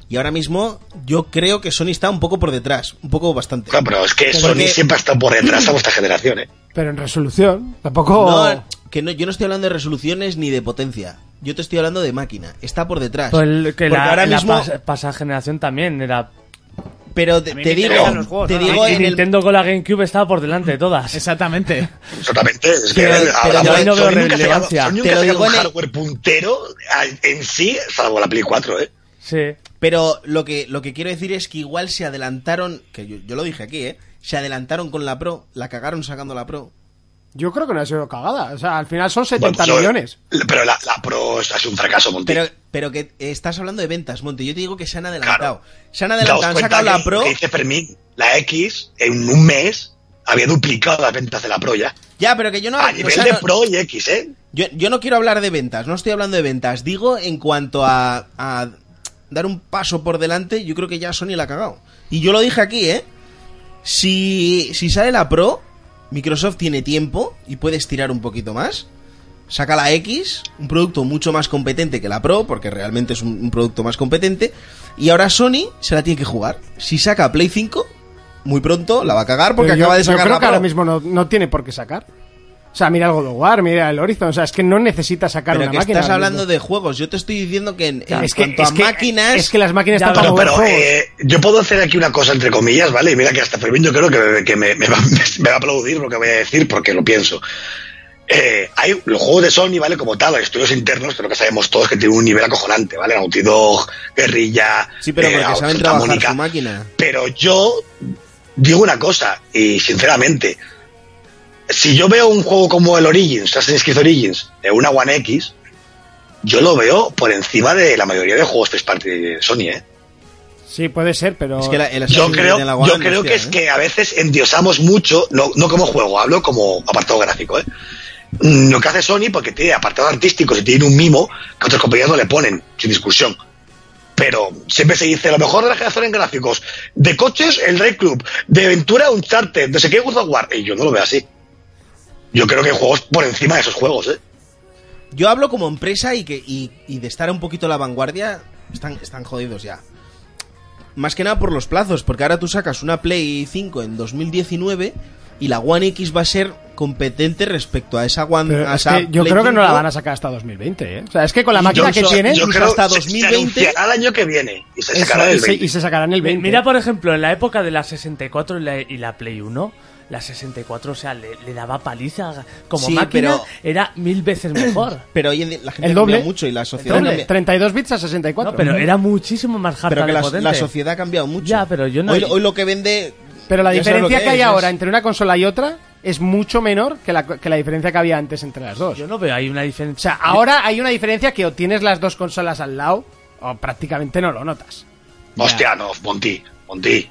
Speaker 4: Y Y ahora mismo yo creo que Sony está un poco por detrás, un poco bastante.
Speaker 5: Claro, pero es que Sony
Speaker 4: que-
Speaker 5: siempre ha estado por detrás a vuestra generación, ¿eh?
Speaker 1: Pero en resolución, tampoco.
Speaker 4: No, que no, yo no estoy hablando de resoluciones ni de potencia. Yo te estoy hablando de máquina. Está por detrás.
Speaker 3: Pues el- que
Speaker 4: Porque
Speaker 3: la,
Speaker 4: ahora
Speaker 3: la
Speaker 4: mismo-
Speaker 3: pas- pasada generación también era.
Speaker 4: pero te,
Speaker 8: A mí
Speaker 4: te
Speaker 8: me
Speaker 4: digo,
Speaker 5: interesan
Speaker 8: los juegos,
Speaker 4: te
Speaker 8: ¿no?
Speaker 4: digo
Speaker 3: y
Speaker 4: en el-
Speaker 3: Nintendo con la GameCube estaba por delante de todas.
Speaker 2: Exactamente.
Speaker 5: Exactamente. Es que
Speaker 4: Pero-
Speaker 5: ahora-
Speaker 4: pero yo
Speaker 5: ahora
Speaker 4: ahí
Speaker 3: no veo
Speaker 5: Sony nunca ha sacado-
Speaker 3: relevancia.
Speaker 5: Sony nunca
Speaker 4: Te
Speaker 5: ha
Speaker 4: lo
Speaker 5: sacado
Speaker 4: digo en
Speaker 5: un
Speaker 4: el-
Speaker 5: hardware puntero al- en sí, salvo la Play 4, ¿eh?
Speaker 3: Sí.
Speaker 4: Pero lo que, lo que quiero decir es que igual se adelantaron, que yo, yo lo dije aquí, ¿eh? Se adelantaron con la Pro, la cagaron sacando la Pro.
Speaker 1: Yo creo que no ha sido cagada. O sea, al final son 70
Speaker 5: Bueno, yo-
Speaker 1: millones.
Speaker 5: Pero la, la Pro es, es un fracaso, Monti.
Speaker 4: Pero, pero que estás hablando de ventas, Monte. Yo te digo que se han adelantado. Se han adelantado,
Speaker 5: Daos
Speaker 4: han
Speaker 5: cuenta
Speaker 4: sacado
Speaker 5: que-
Speaker 4: la Pro.
Speaker 5: que dice Fermín, la X en un mes había duplicado las ventas de la Pro ya.
Speaker 4: Ya, pero que yo no,
Speaker 5: a
Speaker 4: o
Speaker 5: nivel
Speaker 4: sea,
Speaker 5: de
Speaker 4: no-
Speaker 5: Pro y X, ¿eh?
Speaker 4: yo, yo no quiero hablar de ventas, no estoy hablando de ventas. Digo en cuanto a, a dar un paso por delante, yo creo que ya Sony la ha cagado. Y yo lo dije aquí, ¿eh? Si, si sale la Pro, Microsoft tiene tiempo y puede estirar un poquito más. Saca la X, un producto mucho más competente que la Pro, porque realmente es un, un producto más competente. Y ahora Sony se la tiene que jugar. Si saca Play 5, muy pronto la va a cagar porque
Speaker 1: Pero yo-
Speaker 4: acaba de
Speaker 1: yo
Speaker 4: sacar
Speaker 1: creo
Speaker 4: la
Speaker 1: que ahora
Speaker 4: Pro.
Speaker 1: mismo no, no tiene por qué sacar. O sea, mira el God of War, mira el Horizon. O sea, es que no necesita sacar
Speaker 4: Pero
Speaker 1: una
Speaker 4: que
Speaker 1: máquina.
Speaker 4: estás hablando de juegos. Yo te estoy diciendo que en, en
Speaker 1: Es que,
Speaker 4: cuanto
Speaker 1: es
Speaker 4: a
Speaker 1: que-
Speaker 4: máquinas.
Speaker 1: es que las máquinas
Speaker 3: Ya,
Speaker 1: están para
Speaker 5: Pero,
Speaker 1: mover
Speaker 5: pero,
Speaker 1: juegos.
Speaker 5: eh, yo puedo hacer aquí una cosa entre comillas, ¿vale? Y mira que hasta Fermín yo creo que, me, que me- me va, me va a aplaudir lo que voy a decir porque lo pienso. Eh, hay los juegos de Sony, ¿vale? Como tal, hay estudios internos, pero que sabemos todos que tienen un nivel acojonante, ¿vale? Naughty Dog, Guerrilla.
Speaker 4: Sí, pero
Speaker 5: eh,
Speaker 4: porque
Speaker 5: Santa
Speaker 4: saben trabajar
Speaker 5: Mónica.
Speaker 4: su máquina.
Speaker 5: Pero yo digo una cosa, y sinceramente, si yo veo un juego como el Origins, Assassin's Creed Origins, de una One X, yo lo veo por encima de la mayoría de juegos first party de Sony, ¿eh?
Speaker 1: Sí, puede ser, pero.
Speaker 4: Es que la- el
Speaker 5: Yo
Speaker 4: Assassin's Creed
Speaker 5: creo,
Speaker 4: de la
Speaker 5: yo
Speaker 4: One,
Speaker 5: creo
Speaker 4: hostia,
Speaker 5: que es
Speaker 4: ¿eh?
Speaker 5: que a veces endiosamos mucho, no, no como juego, hablo como apartado gráfico, ¿eh? Mm, Lo que hace Sony, porque tiene apartados artísticos y tiene un mimo que otras compañías no le ponen, sin discusión. Pero siempre se dice, lo mejor de la generación en gráficos, de coches, el Drive Club, de aventura, un charter, no sé qué, God of War. Y yo no lo veo así. Yo creo que hay juegos por encima de esos juegos, ¿eh?
Speaker 4: Yo hablo como empresa y, que, y, y de estar un poquito a la vanguardia. Están, están jodidos ya. Más que nada por los plazos, porque ahora tú sacas una Play 5 en 2019 y la One X va a ser competente respecto a esa One.
Speaker 1: pero
Speaker 4: a
Speaker 1: es
Speaker 4: esa
Speaker 1: que yo
Speaker 4: Play
Speaker 1: creo que no la
Speaker 4: 5.
Speaker 1: van a sacar hasta 2020, ¿eh? O sea, es que con la máquina que Pues
Speaker 4: incluso-
Speaker 1: tienen.
Speaker 5: Yo
Speaker 4: Incluso
Speaker 5: creo
Speaker 4: hasta
Speaker 5: que se-
Speaker 4: 2020.
Speaker 5: Se anunciará el año que viene y se
Speaker 1: eso,
Speaker 5: sacará
Speaker 1: y,
Speaker 5: el
Speaker 1: se,
Speaker 5: 20.
Speaker 1: y se sacarán el 20.
Speaker 3: Mira, por ejemplo, en la época de la 64 y la, y la Play 1, la 64, o sea, le, le daba paliza como
Speaker 4: Sí,
Speaker 3: máquina,
Speaker 4: pero-
Speaker 3: era mil veces mejor.
Speaker 4: Pero hoy en día la gente
Speaker 1: El doble.
Speaker 4: cambia mucho y la sociedad
Speaker 1: Doble,
Speaker 4: cambia-
Speaker 1: 32 bits a 64.
Speaker 3: No, pero era muchísimo más harta
Speaker 4: Pero que
Speaker 3: de
Speaker 4: la,
Speaker 3: potente.
Speaker 4: la sociedad ha cambiado mucho.
Speaker 3: Ya, pero yo no-
Speaker 4: Hoy, hoy lo que vende.
Speaker 1: Pero la
Speaker 4: ya sabes lo
Speaker 1: diferencia que, hay
Speaker 4: es, es-
Speaker 1: ahora entre una consola y otra es mucho menor que la, que la diferencia que había antes entre las dos.
Speaker 3: Yo no veo ahí una
Speaker 1: O sea,
Speaker 3: diferencia.
Speaker 1: ahora hay una diferencia que o tienes las dos consolas al lado o prácticamente no lo notas.
Speaker 5: Hostia, no, Monti, Monti,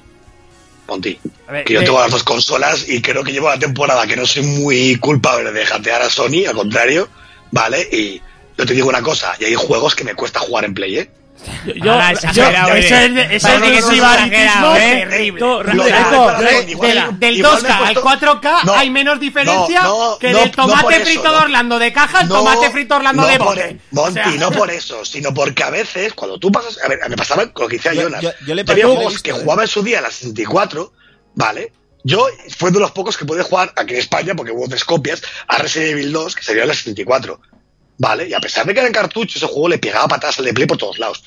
Speaker 5: Monti.
Speaker 1: A ver,
Speaker 5: que yo
Speaker 1: eh,
Speaker 5: tengo las dos consolas y creo que llevo la temporada que no soy muy culpable de jatear a Sony, al contrario, ¿vale? Y yo te digo una cosa, y hay juegos que me cuesta jugar en Play, ¿eh?
Speaker 3: yo,
Speaker 8: Ahora, exagerado, eres.
Speaker 1: eh.
Speaker 3: eso es, de- eso es
Speaker 8: Parece que
Speaker 3: de-
Speaker 8: soy exagerado, ¿eh?
Speaker 3: terrible. Todo,
Speaker 5: Lo
Speaker 3: Rafa,
Speaker 5: que
Speaker 3: Rafa,
Speaker 5: hago,
Speaker 3: Rafa,
Speaker 5: Rafa, igual-
Speaker 8: del- del
Speaker 5: igual
Speaker 8: 2K
Speaker 5: me
Speaker 8: al
Speaker 5: cuesta-
Speaker 8: 4K
Speaker 5: No,
Speaker 8: hay menos diferencia
Speaker 5: no, no,
Speaker 8: que
Speaker 5: no,
Speaker 8: del
Speaker 5: no por
Speaker 8: tomate
Speaker 5: eso,
Speaker 8: frito
Speaker 5: no.
Speaker 8: de Orlando de caja al tomate frito Orlando
Speaker 5: no
Speaker 8: de
Speaker 5: por- e-
Speaker 8: bote.
Speaker 5: Monty,
Speaker 8: O sea,
Speaker 5: no por eso, sino porque a veces, cuando tú pasas. A ver, me pasaba con lo que decía
Speaker 4: Yo-
Speaker 5: Jonas.
Speaker 4: yo-
Speaker 5: Yo,
Speaker 4: yo le
Speaker 5: había
Speaker 4: pasaba, le he
Speaker 5: juegos
Speaker 4: visto,
Speaker 5: que
Speaker 4: eh.
Speaker 5: jugaba en su día a las 64, ¿vale? Yo fue de los pocos que pude jugar aquí en España, porque hubo tres copias, a Resident Evil 2, que salió en las 64. ¿Vale? Y a pesar de que eran cartuchos, ese juego le pegaba patadas al de Play por todos lados.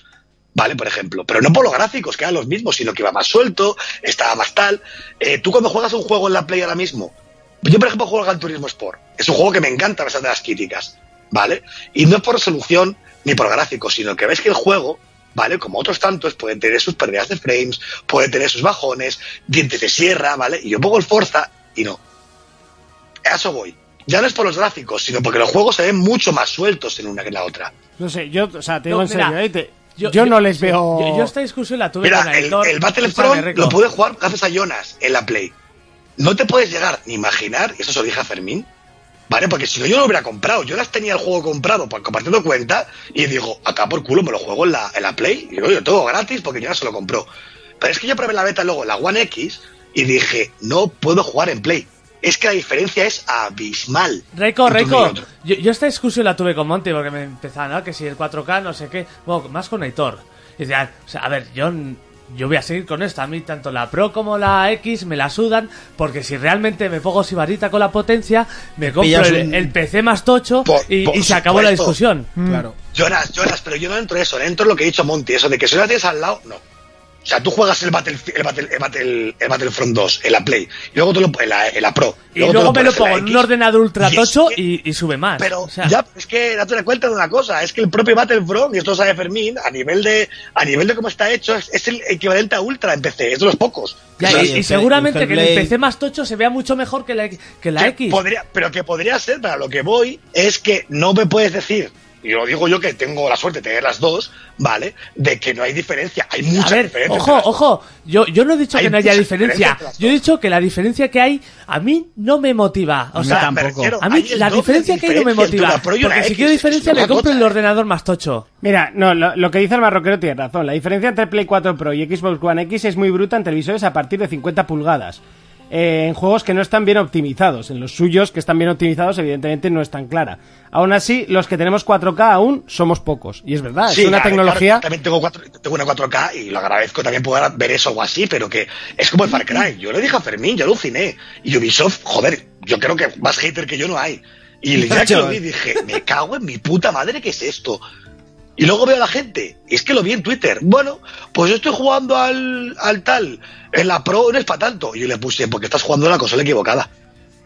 Speaker 5: ¿Vale? Por ejemplo. Pero no por los gráficos, que eran los mismos, sino que iba más suelto, estaba más tal. Eh, tú cuando juegas un juego en la Play ahora mismo, yo, por ejemplo, juego al Gran Turismo Sport. Es un juego que me encanta a pesar de las críticas, ¿vale? Y no es por resolución ni por gráficos, sino que ves que el juego, ¿vale? Como otros tantos, puede tener sus pérdidas de frames, puede tener sus bajones, dientes de sierra, ¿vale? Y yo pongo el Forza y no. A eso voy. Ya no es por los gráficos, sino porque los juegos se ven mucho más sueltos en una que en la otra.
Speaker 1: No sé, yo, o sea, te digo
Speaker 3: No,
Speaker 1: en
Speaker 3: mira,
Speaker 1: serio, ¿eh? Te- yo, no les
Speaker 3: sí,
Speaker 1: veo.
Speaker 3: Yo, yo esta discusión la tuve con
Speaker 5: Mira, el,
Speaker 3: Aitor.
Speaker 5: el
Speaker 3: Escúchame,
Speaker 5: Battlefront
Speaker 3: Rico.
Speaker 5: lo pude jugar gracias a Jonas en la Play. No te puedes llegar ni imaginar, y eso se lo dije a Fermín, ¿vale? Porque si no, yo no lo hubiera comprado. Jonas tenía el juego comprado pa- compartiendo cuenta y digo, acá por culo me lo juego en la, en la Play. Y digo, yo todo gratis porque Jonas se lo compró. Pero es que yo probé la beta luego, en la One X, y dije, no puedo jugar en Play. Es que la diferencia es abismal.
Speaker 3: Reiko,
Speaker 5: entre uno y
Speaker 3: Reiko,
Speaker 5: otro.
Speaker 3: yo, yo esta discusión la tuve con Monty porque me empezaban, ¿no? Que si el 4K, no sé qué. Bueno, más con Aitor. Y decían, o sea, a ver, yo, n- yo voy a seguir con esto. A mí tanto la Pro como la X me la sudan porque si realmente me pongo sibarita con la potencia, me compro
Speaker 4: Pillas
Speaker 3: el,
Speaker 4: un-
Speaker 3: el PC más tocho
Speaker 5: Por-
Speaker 3: y,
Speaker 5: por
Speaker 3: y se acabó la
Speaker 5: supuesto.
Speaker 3: discusión.
Speaker 4: Mm.
Speaker 2: Claro.
Speaker 5: Jonas, Jonas, pero yo no entro en eso, no entro en lo que he dicho Monty, eso de que si no la tienes al lado, no. O sea, tú juegas el, Battlefi- el, Battle- el Battle- el Battlefront 2 en la Play, y luego te lo, en, la, en la Pro.
Speaker 3: Y luego
Speaker 5: te
Speaker 3: me lo
Speaker 5: pones
Speaker 3: pongo
Speaker 5: la
Speaker 3: en
Speaker 5: X.
Speaker 3: un ordenador ultra
Speaker 5: Y es
Speaker 3: tocho
Speaker 5: que-
Speaker 3: y, y sube más.
Speaker 5: Pero
Speaker 3: O sea,
Speaker 5: ya, es que date cuenta de una cosa, es que el propio Battlefront, y esto lo sabe Fermín, a nivel de, a nivel de cómo está hecho, es, es el equivalente a Ultra en PC, es de los pocos.
Speaker 3: ya,
Speaker 5: O sea,
Speaker 3: y,
Speaker 4: y
Speaker 3: y
Speaker 4: el-
Speaker 3: seguramente
Speaker 4: el
Speaker 3: que el
Speaker 4: Hellblade-
Speaker 3: PC más tocho se vea mucho mejor que la, que la
Speaker 5: que
Speaker 3: X.
Speaker 5: podría- pero que podría ser, para lo que voy, es que no me puedes decir, y lo digo yo que tengo la suerte de tener las dos, ¿vale? De que no hay diferencia, hay
Speaker 3: A
Speaker 5: mucha
Speaker 3: ver,
Speaker 5: diferencia.
Speaker 3: ojo, ojo, yo, yo no he dicho
Speaker 5: Hay
Speaker 3: que no haya
Speaker 5: mucha
Speaker 3: diferencia.
Speaker 5: diferencia entre las
Speaker 3: Yo he
Speaker 5: dos.
Speaker 3: dicho que la diferencia que hay a mí no me motiva. O sea,
Speaker 5: me refiero,
Speaker 3: a mí
Speaker 5: hay el
Speaker 3: la
Speaker 5: doble de
Speaker 3: diferencia que hay no me
Speaker 5: diferencia entre
Speaker 3: motiva.
Speaker 5: una Pro y una
Speaker 3: Porque si
Speaker 5: X,
Speaker 3: quiero
Speaker 5: es
Speaker 3: diferencia
Speaker 5: una
Speaker 3: me compro
Speaker 5: gota.
Speaker 3: el ordenador más tocho.
Speaker 1: Mira, no, lo, lo que dice el marroquero tiene razón. La diferencia entre Play 4 Pro y Xbox One X es muy bruta en televisores a partir de 50 pulgadas. Eh, en juegos que no están bien optimizados. En los suyos que están bien optimizados, evidentemente no es tan clara. Aún así, los que tenemos 4K aún somos pocos. Y es verdad,
Speaker 5: Sí,
Speaker 1: es una
Speaker 5: claro,
Speaker 1: tecnología.
Speaker 5: claro, también tengo, cuatro- tengo una 4K y lo agradezco también poder ver eso o así, pero que es como el Far Cry. Yo le dije a Fermín, yo aluciné. Y Ubisoft, joder, yo creo que más hater que yo no hay. Y ya que lo vi dije, me cago en mi puta madre, ¿qué es esto? Y luego veo a la gente, y es que lo vi en Twitter. Bueno, pues yo estoy jugando al, al tal, en la Pro no es para tanto. Y yo le puse, porque estás jugando en la consola equivocada.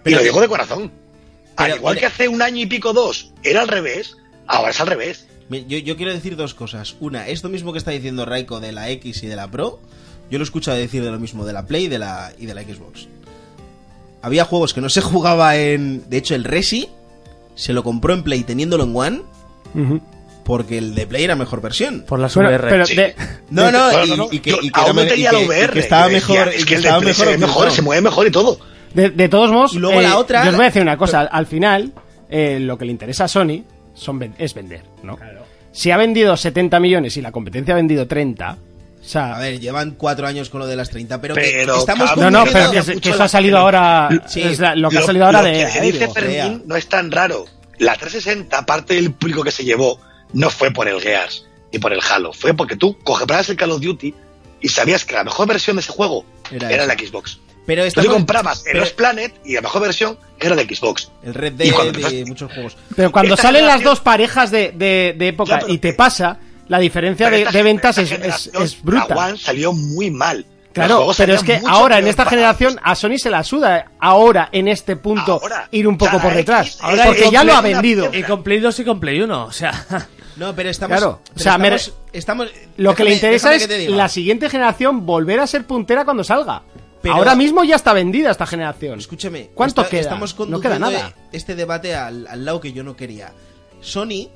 Speaker 5: y lo digo de corazón.
Speaker 4: Pero,
Speaker 5: al igual
Speaker 4: mira-
Speaker 5: que hace un año y pico, dos, era al revés, ahora es al revés.
Speaker 4: Mira, Yo, yo quiero decir dos cosas. Una, esto mismo que está diciendo Raiko de la X y de la Pro, yo lo he escuchado decir de lo mismo de la Play y de la, y de la Xbox. Había juegos que no se jugaba en... De hecho, el Resi se lo compró en Play teniéndolo en One
Speaker 1: Ujú.
Speaker 4: porque el de Play era mejor versión.
Speaker 3: Por las
Speaker 1: Bueno,
Speaker 3: VR.
Speaker 1: pero
Speaker 5: Sí.
Speaker 1: de-
Speaker 4: No, no,
Speaker 5: Claro,
Speaker 4: y,
Speaker 5: no, no.
Speaker 4: y que,
Speaker 5: Yo
Speaker 4: y que
Speaker 5: aún no
Speaker 4: era- y
Speaker 5: tenía
Speaker 4: que-
Speaker 5: la VR.
Speaker 4: y que estaba
Speaker 5: yo decía,
Speaker 4: mejor,
Speaker 5: es
Speaker 4: y
Speaker 5: que,
Speaker 4: que
Speaker 5: el
Speaker 4: estaba
Speaker 5: del Play
Speaker 4: mejor,
Speaker 5: se ve mejor,
Speaker 4: optimizado.
Speaker 5: se mueve mejor y todo.
Speaker 1: De, de todos modos, eh,
Speaker 4: Y luego la otra-
Speaker 1: yo os voy a decir una cosa. Al final, eh, lo que le interesa a Sony son ven- es vender, ¿no? Si ha vendido 70 millones y la competencia ha vendido 30, o sea,
Speaker 4: A ver, llevan cuatro años con lo de las 30, pero, que
Speaker 5: Pero,
Speaker 4: estamos
Speaker 5: cabrón,
Speaker 1: no, no,
Speaker 5: complicado
Speaker 1: pero
Speaker 4: confundiendo-
Speaker 1: que, se-
Speaker 5: mucho
Speaker 1: que eso
Speaker 5: la-
Speaker 1: ha salido ahora,
Speaker 4: Sí.
Speaker 1: es la- lo que ha
Speaker 5: Lo-
Speaker 1: salido ahora
Speaker 5: lo
Speaker 1: de...
Speaker 5: que dice
Speaker 1: Airbus.
Speaker 5: Fermín
Speaker 4: Ea.
Speaker 5: no es tan raro. La 360, aparte del público que se llevó, no fue por el Gears ni por el Halo. Fue porque tú comprabas el Call of Duty y sabías que la mejor versión de ese juego
Speaker 4: Era
Speaker 5: era,
Speaker 4: esa.
Speaker 5: la Xbox.
Speaker 4: pero
Speaker 5: Tú te
Speaker 4: estamos-
Speaker 5: comprabas el
Speaker 4: pero-
Speaker 5: Lost Planet y la mejor versión era la Xbox.
Speaker 4: el Red
Speaker 5: y cuando
Speaker 4: Dead de
Speaker 5: empezaste-
Speaker 4: muchos juegos.
Speaker 1: Pero cuando
Speaker 5: Esta
Speaker 1: salen las
Speaker 5: generación-
Speaker 1: dos parejas de, de- de época
Speaker 5: Claro, pero-
Speaker 1: y te pasa, la diferencia
Speaker 5: Pero
Speaker 1: de,
Speaker 5: esta-
Speaker 1: de ventas
Speaker 5: esta
Speaker 1: es, es-
Speaker 5: generación,
Speaker 1: es bruta.
Speaker 5: La One salió muy mal. Los
Speaker 1: Claro,
Speaker 5: juegos
Speaker 1: pero es
Speaker 5: salían
Speaker 1: que
Speaker 5: mucho
Speaker 1: ahora en
Speaker 5: peor
Speaker 1: esta
Speaker 5: parados.
Speaker 1: generación a Sony se la suda ahora en este punto
Speaker 5: Ahora,
Speaker 1: ir un poco
Speaker 5: cada
Speaker 1: por
Speaker 5: X
Speaker 1: detrás,
Speaker 5: es
Speaker 1: ahora porque
Speaker 5: una
Speaker 1: ya lo ha
Speaker 5: mierda.
Speaker 1: vendido.
Speaker 3: Y con Play 2 y con Play 1. O sea,
Speaker 4: No, pero estamos.
Speaker 1: Claro, o
Speaker 4: pero
Speaker 1: sea, me re-
Speaker 4: estamos, estamos-
Speaker 1: Lo que le
Speaker 4: déjame-
Speaker 1: interesa
Speaker 4: déjame que te
Speaker 1: es
Speaker 4: diga.
Speaker 1: la siguiente generación volver a ser puntera cuando salga.
Speaker 4: Pero-
Speaker 1: Ahora mismo ya está vendida esta generación.
Speaker 4: Escúchame.
Speaker 1: ¿Cuánto
Speaker 4: está-
Speaker 1: queda?
Speaker 4: Estamos
Speaker 1: no queda
Speaker 4: conduciendo
Speaker 1: nada.
Speaker 4: Este debate al, al lado que yo no quería. Sony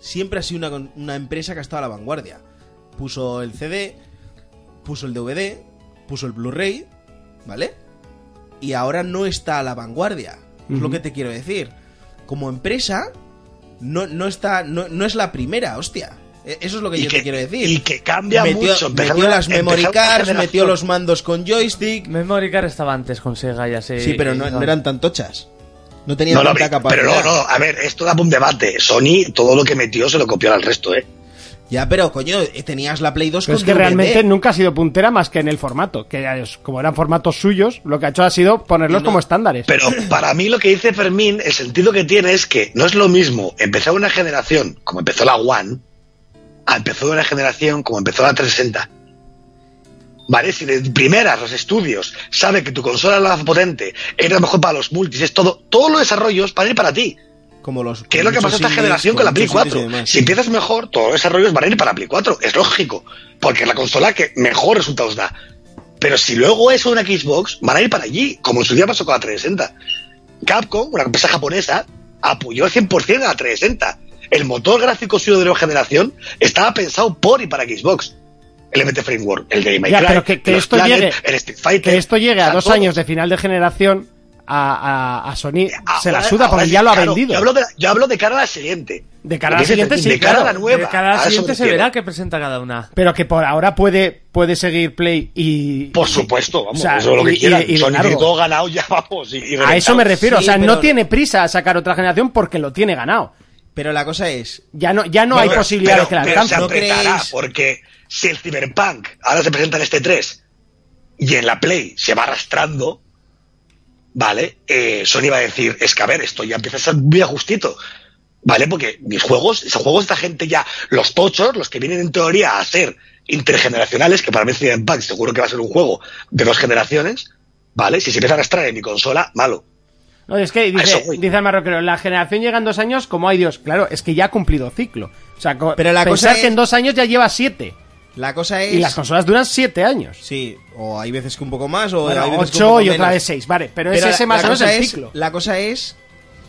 Speaker 4: siempre ha sido una, con- una empresa que ha estado a la vanguardia. Puso el CD, puso el DVD, puso el Blu-ray, ¿vale? Y ahora no está a la vanguardia. Es lo que te quiero decir. Como empresa, no, no está. No, no es la primera, hostia. E- Eso es lo que
Speaker 5: Y
Speaker 4: yo
Speaker 5: que-
Speaker 4: te quiero decir.
Speaker 5: y que cambia
Speaker 4: metió,
Speaker 5: mucho. Empezar
Speaker 4: Metió
Speaker 5: una-
Speaker 4: las memory
Speaker 5: empezar una
Speaker 4: cards, metió
Speaker 5: generación.
Speaker 4: los mandos con joystick.
Speaker 3: Memory Card estaba antes con Sega y así.
Speaker 4: Sí, pero
Speaker 3: Eh,
Speaker 4: no, no eran tan tochas. No tenían
Speaker 5: No, no,
Speaker 4: tanta capacidad.
Speaker 5: pero no, no, a ver, esto da para un debate. Sony, todo lo que metió se lo copió al resto, ¿eh?
Speaker 4: Ya, pero coño, eh, tenías la Play 2
Speaker 1: Pero
Speaker 4: con
Speaker 1: es que
Speaker 4: DVD.
Speaker 1: realmente nunca ha sido puntera más que en el formato, que ya es- como eran formatos suyos, lo que ha hecho ha sido ponerlos como estándares.
Speaker 5: Pero para mí lo que dice Fermín, el sentido que tiene es que no es lo mismo empezar una generación como empezó la One, a empezar una generación como empezó la 360. ¿Vale? Si de primeras los estudios sabe que tu consola es la más potente, es la mejor para los multis, es todo, todos los desarrollos para ir para ti.
Speaker 4: Como los,
Speaker 5: ¿Qué es lo que pasó
Speaker 4: muchos
Speaker 5: esta
Speaker 4: indies,
Speaker 5: generación con la Play
Speaker 4: muchos indies
Speaker 5: 4?
Speaker 4: y demás.
Speaker 5: Si empiezas mejor, todos los desarrollos van a ir para la Play 4. Es lógico. Porque es la consola que mejor resultados da. Pero si luego es una Xbox, van a ir para allí, como en su día pasó con la 360. Capcom, una empresa japonesa, apoyó al 100% a la 360. El motor gráfico suyo de nueva generación estaba pensado por y para Xbox. El MT Framework, el de My
Speaker 1: Ya,
Speaker 5: Cry,
Speaker 1: pero que- que
Speaker 5: los
Speaker 1: esto
Speaker 5: Planet,
Speaker 1: llegue-
Speaker 5: el Street Fighter,
Speaker 1: que esto llegue
Speaker 5: o
Speaker 1: a
Speaker 5: sea,
Speaker 1: dos
Speaker 5: todo.
Speaker 1: años de final de generación a, a- a Sony se la
Speaker 5: Ahora-
Speaker 1: suda
Speaker 5: ahora
Speaker 1: porque
Speaker 5: sí,
Speaker 1: ya lo ha
Speaker 5: ah, claro,
Speaker 1: vendido.
Speaker 5: Yo hablo, de, yo hablo de cara a la siguiente.
Speaker 1: De cara a
Speaker 5: Lo
Speaker 1: la
Speaker 5: que dice
Speaker 1: siguiente,
Speaker 5: Fermín,
Speaker 1: sí,
Speaker 5: de cara a la
Speaker 1: claro.
Speaker 5: nueva. Ah,
Speaker 3: de Eh, cada
Speaker 5: a eso
Speaker 3: siguiente
Speaker 5: me
Speaker 3: se
Speaker 5: refiero.
Speaker 3: verá que presenta cada una.
Speaker 1: Pero que por ahora puede, puede seguir Play y...
Speaker 5: Por supuesto, vamos,
Speaker 1: O sea,
Speaker 5: eso es lo
Speaker 1: y-
Speaker 5: que
Speaker 1: y-
Speaker 5: quieran.
Speaker 1: y de
Speaker 5: Sony
Speaker 1: largo.
Speaker 5: tiene todo ganado ya, vamos. y- y
Speaker 1: A eso
Speaker 5: reventado.
Speaker 1: me refiero,
Speaker 4: Sí,
Speaker 1: o sea,
Speaker 4: pero-
Speaker 1: no tiene prisa a sacar otra generación porque lo tiene ganado.
Speaker 4: Pero la cosa es,
Speaker 1: Ya no, ya no, hay
Speaker 5: pero-
Speaker 1: posibilidades
Speaker 5: pero-
Speaker 1: que la
Speaker 5: pero se
Speaker 1: alcance.
Speaker 4: ¿no
Speaker 5: apretará,
Speaker 4: creéis?
Speaker 5: porque si el Cyberpunk ahora se presenta en este 3 y en la Play se va arrastrando, ¿vale? Eh, Sony va a decir, es que a ver, esto ya empieza a ser muy ajustito. ¿Vale? Porque mis juegos, esos juegos esta gente ya, los tochos, los que vienen en teoría a ser intergeneracionales, que para mí Cyberpunk seguro que va a ser un juego de dos generaciones, ¿vale? Si se empieza a arrastrar en mi consola, malo.
Speaker 1: No, es que
Speaker 5: eso
Speaker 1: dice,
Speaker 5: voy.
Speaker 1: dice el marroquero, la generación llega en dos años como hay Dios. Claro, es que ya ha cumplido ciclo. O sea, co-
Speaker 4: Pero la
Speaker 1: pensar
Speaker 4: cosa es-
Speaker 1: que en dos años ya lleva siete.
Speaker 4: la cosa es...
Speaker 1: Y las consolas duran siete años.
Speaker 4: Sí, o hay veces que un poco más, o
Speaker 1: Bueno,
Speaker 4: hay veces que un
Speaker 1: ocho
Speaker 4: poco
Speaker 1: y otra
Speaker 4: menos.
Speaker 1: de seis, vale. Pero, es ese
Speaker 4: la-
Speaker 1: más
Speaker 4: la
Speaker 1: o menos
Speaker 4: cosa
Speaker 1: el
Speaker 4: es-
Speaker 1: ciclo.
Speaker 4: La cosa es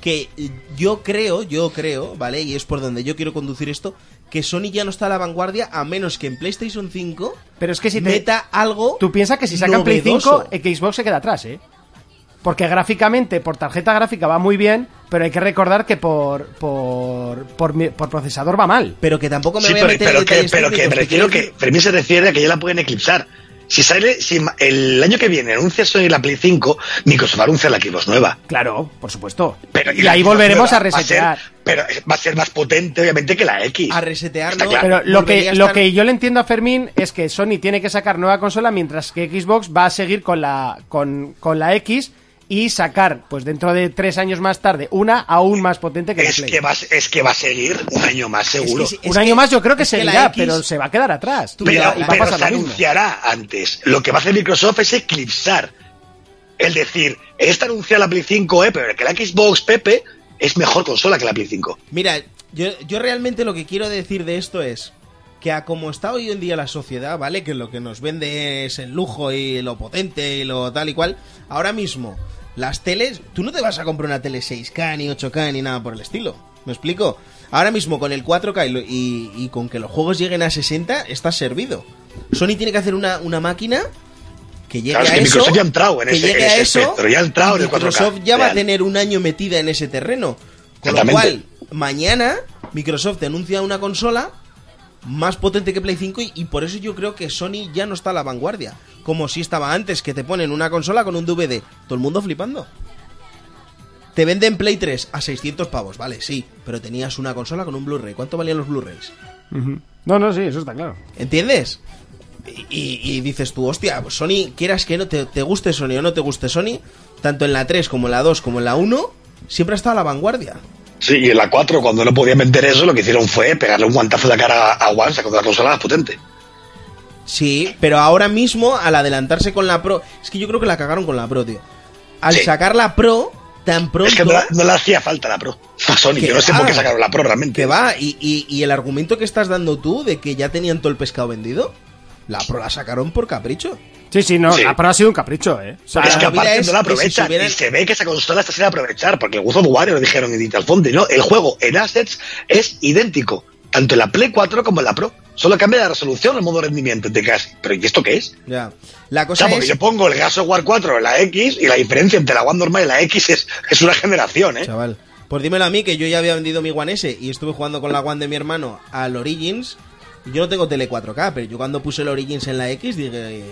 Speaker 4: que yo creo, yo creo, ¿vale? Y es por donde yo quiero conducir esto, que Sony ya no está a la vanguardia a menos que en PlayStation 5
Speaker 1: Pero es que si te...
Speaker 4: meta algo
Speaker 1: Tú piensas que si sacan Play 5,
Speaker 4: novedoso.
Speaker 1: Xbox se queda atrás, ¿eh? Porque gráficamente, por tarjeta gráfica va muy bien, pero hay que recordar que por por, por, mi- por procesador va mal.
Speaker 4: Pero que tampoco me
Speaker 5: Sí,
Speaker 4: voy a
Speaker 5: pero,
Speaker 4: meter
Speaker 5: pero
Speaker 4: en
Speaker 5: que,
Speaker 4: detalles
Speaker 5: pero que me
Speaker 4: técnicos,
Speaker 5: refiero
Speaker 4: quiero
Speaker 5: que Fermín se refiere a que ya la pueden eclipsar. Si sale, si ma- el año que viene anuncia Sony la Play 5, Microsoft anuncia la Xbox nueva.
Speaker 1: Claro, por supuesto.
Speaker 5: Pero,
Speaker 1: y
Speaker 5: la
Speaker 1: ahí
Speaker 5: Xbox
Speaker 1: volveremos
Speaker 5: nueva
Speaker 1: a resetear.
Speaker 5: Va a ser, pero es- va a ser más potente, obviamente, que la X.
Speaker 4: A resetear,
Speaker 5: Está
Speaker 4: ¿no?
Speaker 5: claro.
Speaker 1: Pero lo
Speaker 4: Volvería
Speaker 1: que,
Speaker 4: a
Speaker 1: lo
Speaker 4: estar-
Speaker 1: que yo le entiendo a Fermín es que Sony tiene que sacar nueva consola mientras que Xbox va a seguir con la, con, con la X y sacar, pues dentro de tres años más tarde, una aún más potente que la
Speaker 5: es,
Speaker 1: Play.
Speaker 5: que va, a se- es que va a seguir un año más seguro.
Speaker 4: sí,
Speaker 1: Un
Speaker 4: Es
Speaker 1: año
Speaker 4: que-
Speaker 1: más yo creo que
Speaker 4: es que la
Speaker 1: seguirá,
Speaker 4: X-
Speaker 1: pero se va a quedar atrás.
Speaker 4: Tú-
Speaker 5: pero
Speaker 4: la-
Speaker 1: y va a
Speaker 5: pero
Speaker 1: pasar
Speaker 5: se
Speaker 1: lo mismo.
Speaker 5: anunciará antes. Lo que va a hacer Microsoft es eclipsar. Es decir, esta anuncia la Play 5, eh, pero que la Xbox Pepe es mejor consola que la Play 5.
Speaker 4: Mira, yo, yo realmente lo que quiero decir de esto es que a como está hoy en día la sociedad, ¿vale? Que lo que nos vende es el lujo y lo potente y lo tal y cual. Ahora mismo, las teles, tú no te vas a comprar una tele 6K ni 8K ni nada por el estilo. ¿Me explico? Ahora mismo con el 4K y lo- y, y con que los juegos lleguen a 60, estás servido. Sony tiene que hacer una, una máquina que llegue
Speaker 5: Claro, es
Speaker 4: a
Speaker 5: que
Speaker 4: eso.
Speaker 5: Microsoft ya ha entrado en
Speaker 4: que
Speaker 5: ese-
Speaker 4: llegue
Speaker 5: en
Speaker 4: a
Speaker 5: ese
Speaker 4: eso,
Speaker 5: espectro, ya ha entrado en el 4K,
Speaker 4: Microsoft ya va a
Speaker 5: real.
Speaker 4: tener un año metida en ese terreno. Con lo cual,
Speaker 5: Exactamente.
Speaker 4: mañana Microsoft te anuncia una consola más potente que Play 5 y, y por eso yo creo que Sony ya no está a la vanguardia. Como si estaba antes, que te ponen una consola con un DVD. Todo el mundo flipando. Te venden Play 3 a 600 pavos, vale, sí, pero tenías una consola con un Blu-ray. ¿Cuánto valían los Blu-rays?
Speaker 1: No, no, sí, eso está claro.
Speaker 4: ¿Entiendes? Y, y- y dices tú, hostia, pues Sony, quieras que no te, te guste Sony o no te guste Sony, tanto en la 3 como en la 2 como en la 1, siempre ha estado a la vanguardia.
Speaker 5: Sí, y en la 4, cuando no podían vender eso, lo que hicieron fue pegarle un guantazo de cara a- a One sacando la consola más potente.
Speaker 4: Sí, pero ahora mismo al adelantarse con la Pro, es que yo creo que la cagaron con la Pro, tío. Al
Speaker 5: Sí.
Speaker 4: sacar la Pro, tan pronto
Speaker 5: Es que no, la- no le hacía falta la Pro a Sony.
Speaker 4: Que ah,
Speaker 5: Yo no sé por qué
Speaker 4: va.
Speaker 5: sacaron la Pro realmente.
Speaker 4: que va, y, y- y el argumento que estás dando tú de que ya tenían todo el pescado vendido, la Pro la sacaron por capricho.
Speaker 1: Sí, sí, no,
Speaker 5: Sí.
Speaker 1: la Pro ha sido un capricho, ¿eh? O sea,
Speaker 5: es que
Speaker 4: la movida
Speaker 5: aparte
Speaker 4: es
Speaker 5: no la
Speaker 4: que si
Speaker 5: aprovechan.
Speaker 4: subieran-
Speaker 5: Y se ve que esa consola está sin aprovechar. Porque el Guzo Wario lo dijeron en Digital Foundry, ¿no? El juego en assets es idéntico. Tanto en la Play 4 como en la Pro. Solo cambia la resolución, el modo rendimiento de casi. Pero ¿y esto qué es?
Speaker 4: Ya. La
Speaker 5: O
Speaker 4: cosa
Speaker 5: sea, porque
Speaker 4: es...
Speaker 5: yo pongo el Gas of War 4 en la X y la diferencia entre la One normal y la X es, es una generación, ¿eh?
Speaker 4: Chaval. Pues dímelo a mí, que yo ya había vendido mi One S y estuve jugando con la One de mi hermano al Origins. y Yo no tengo tele 4K, pero yo cuando puse el Origins en la X dije, eh,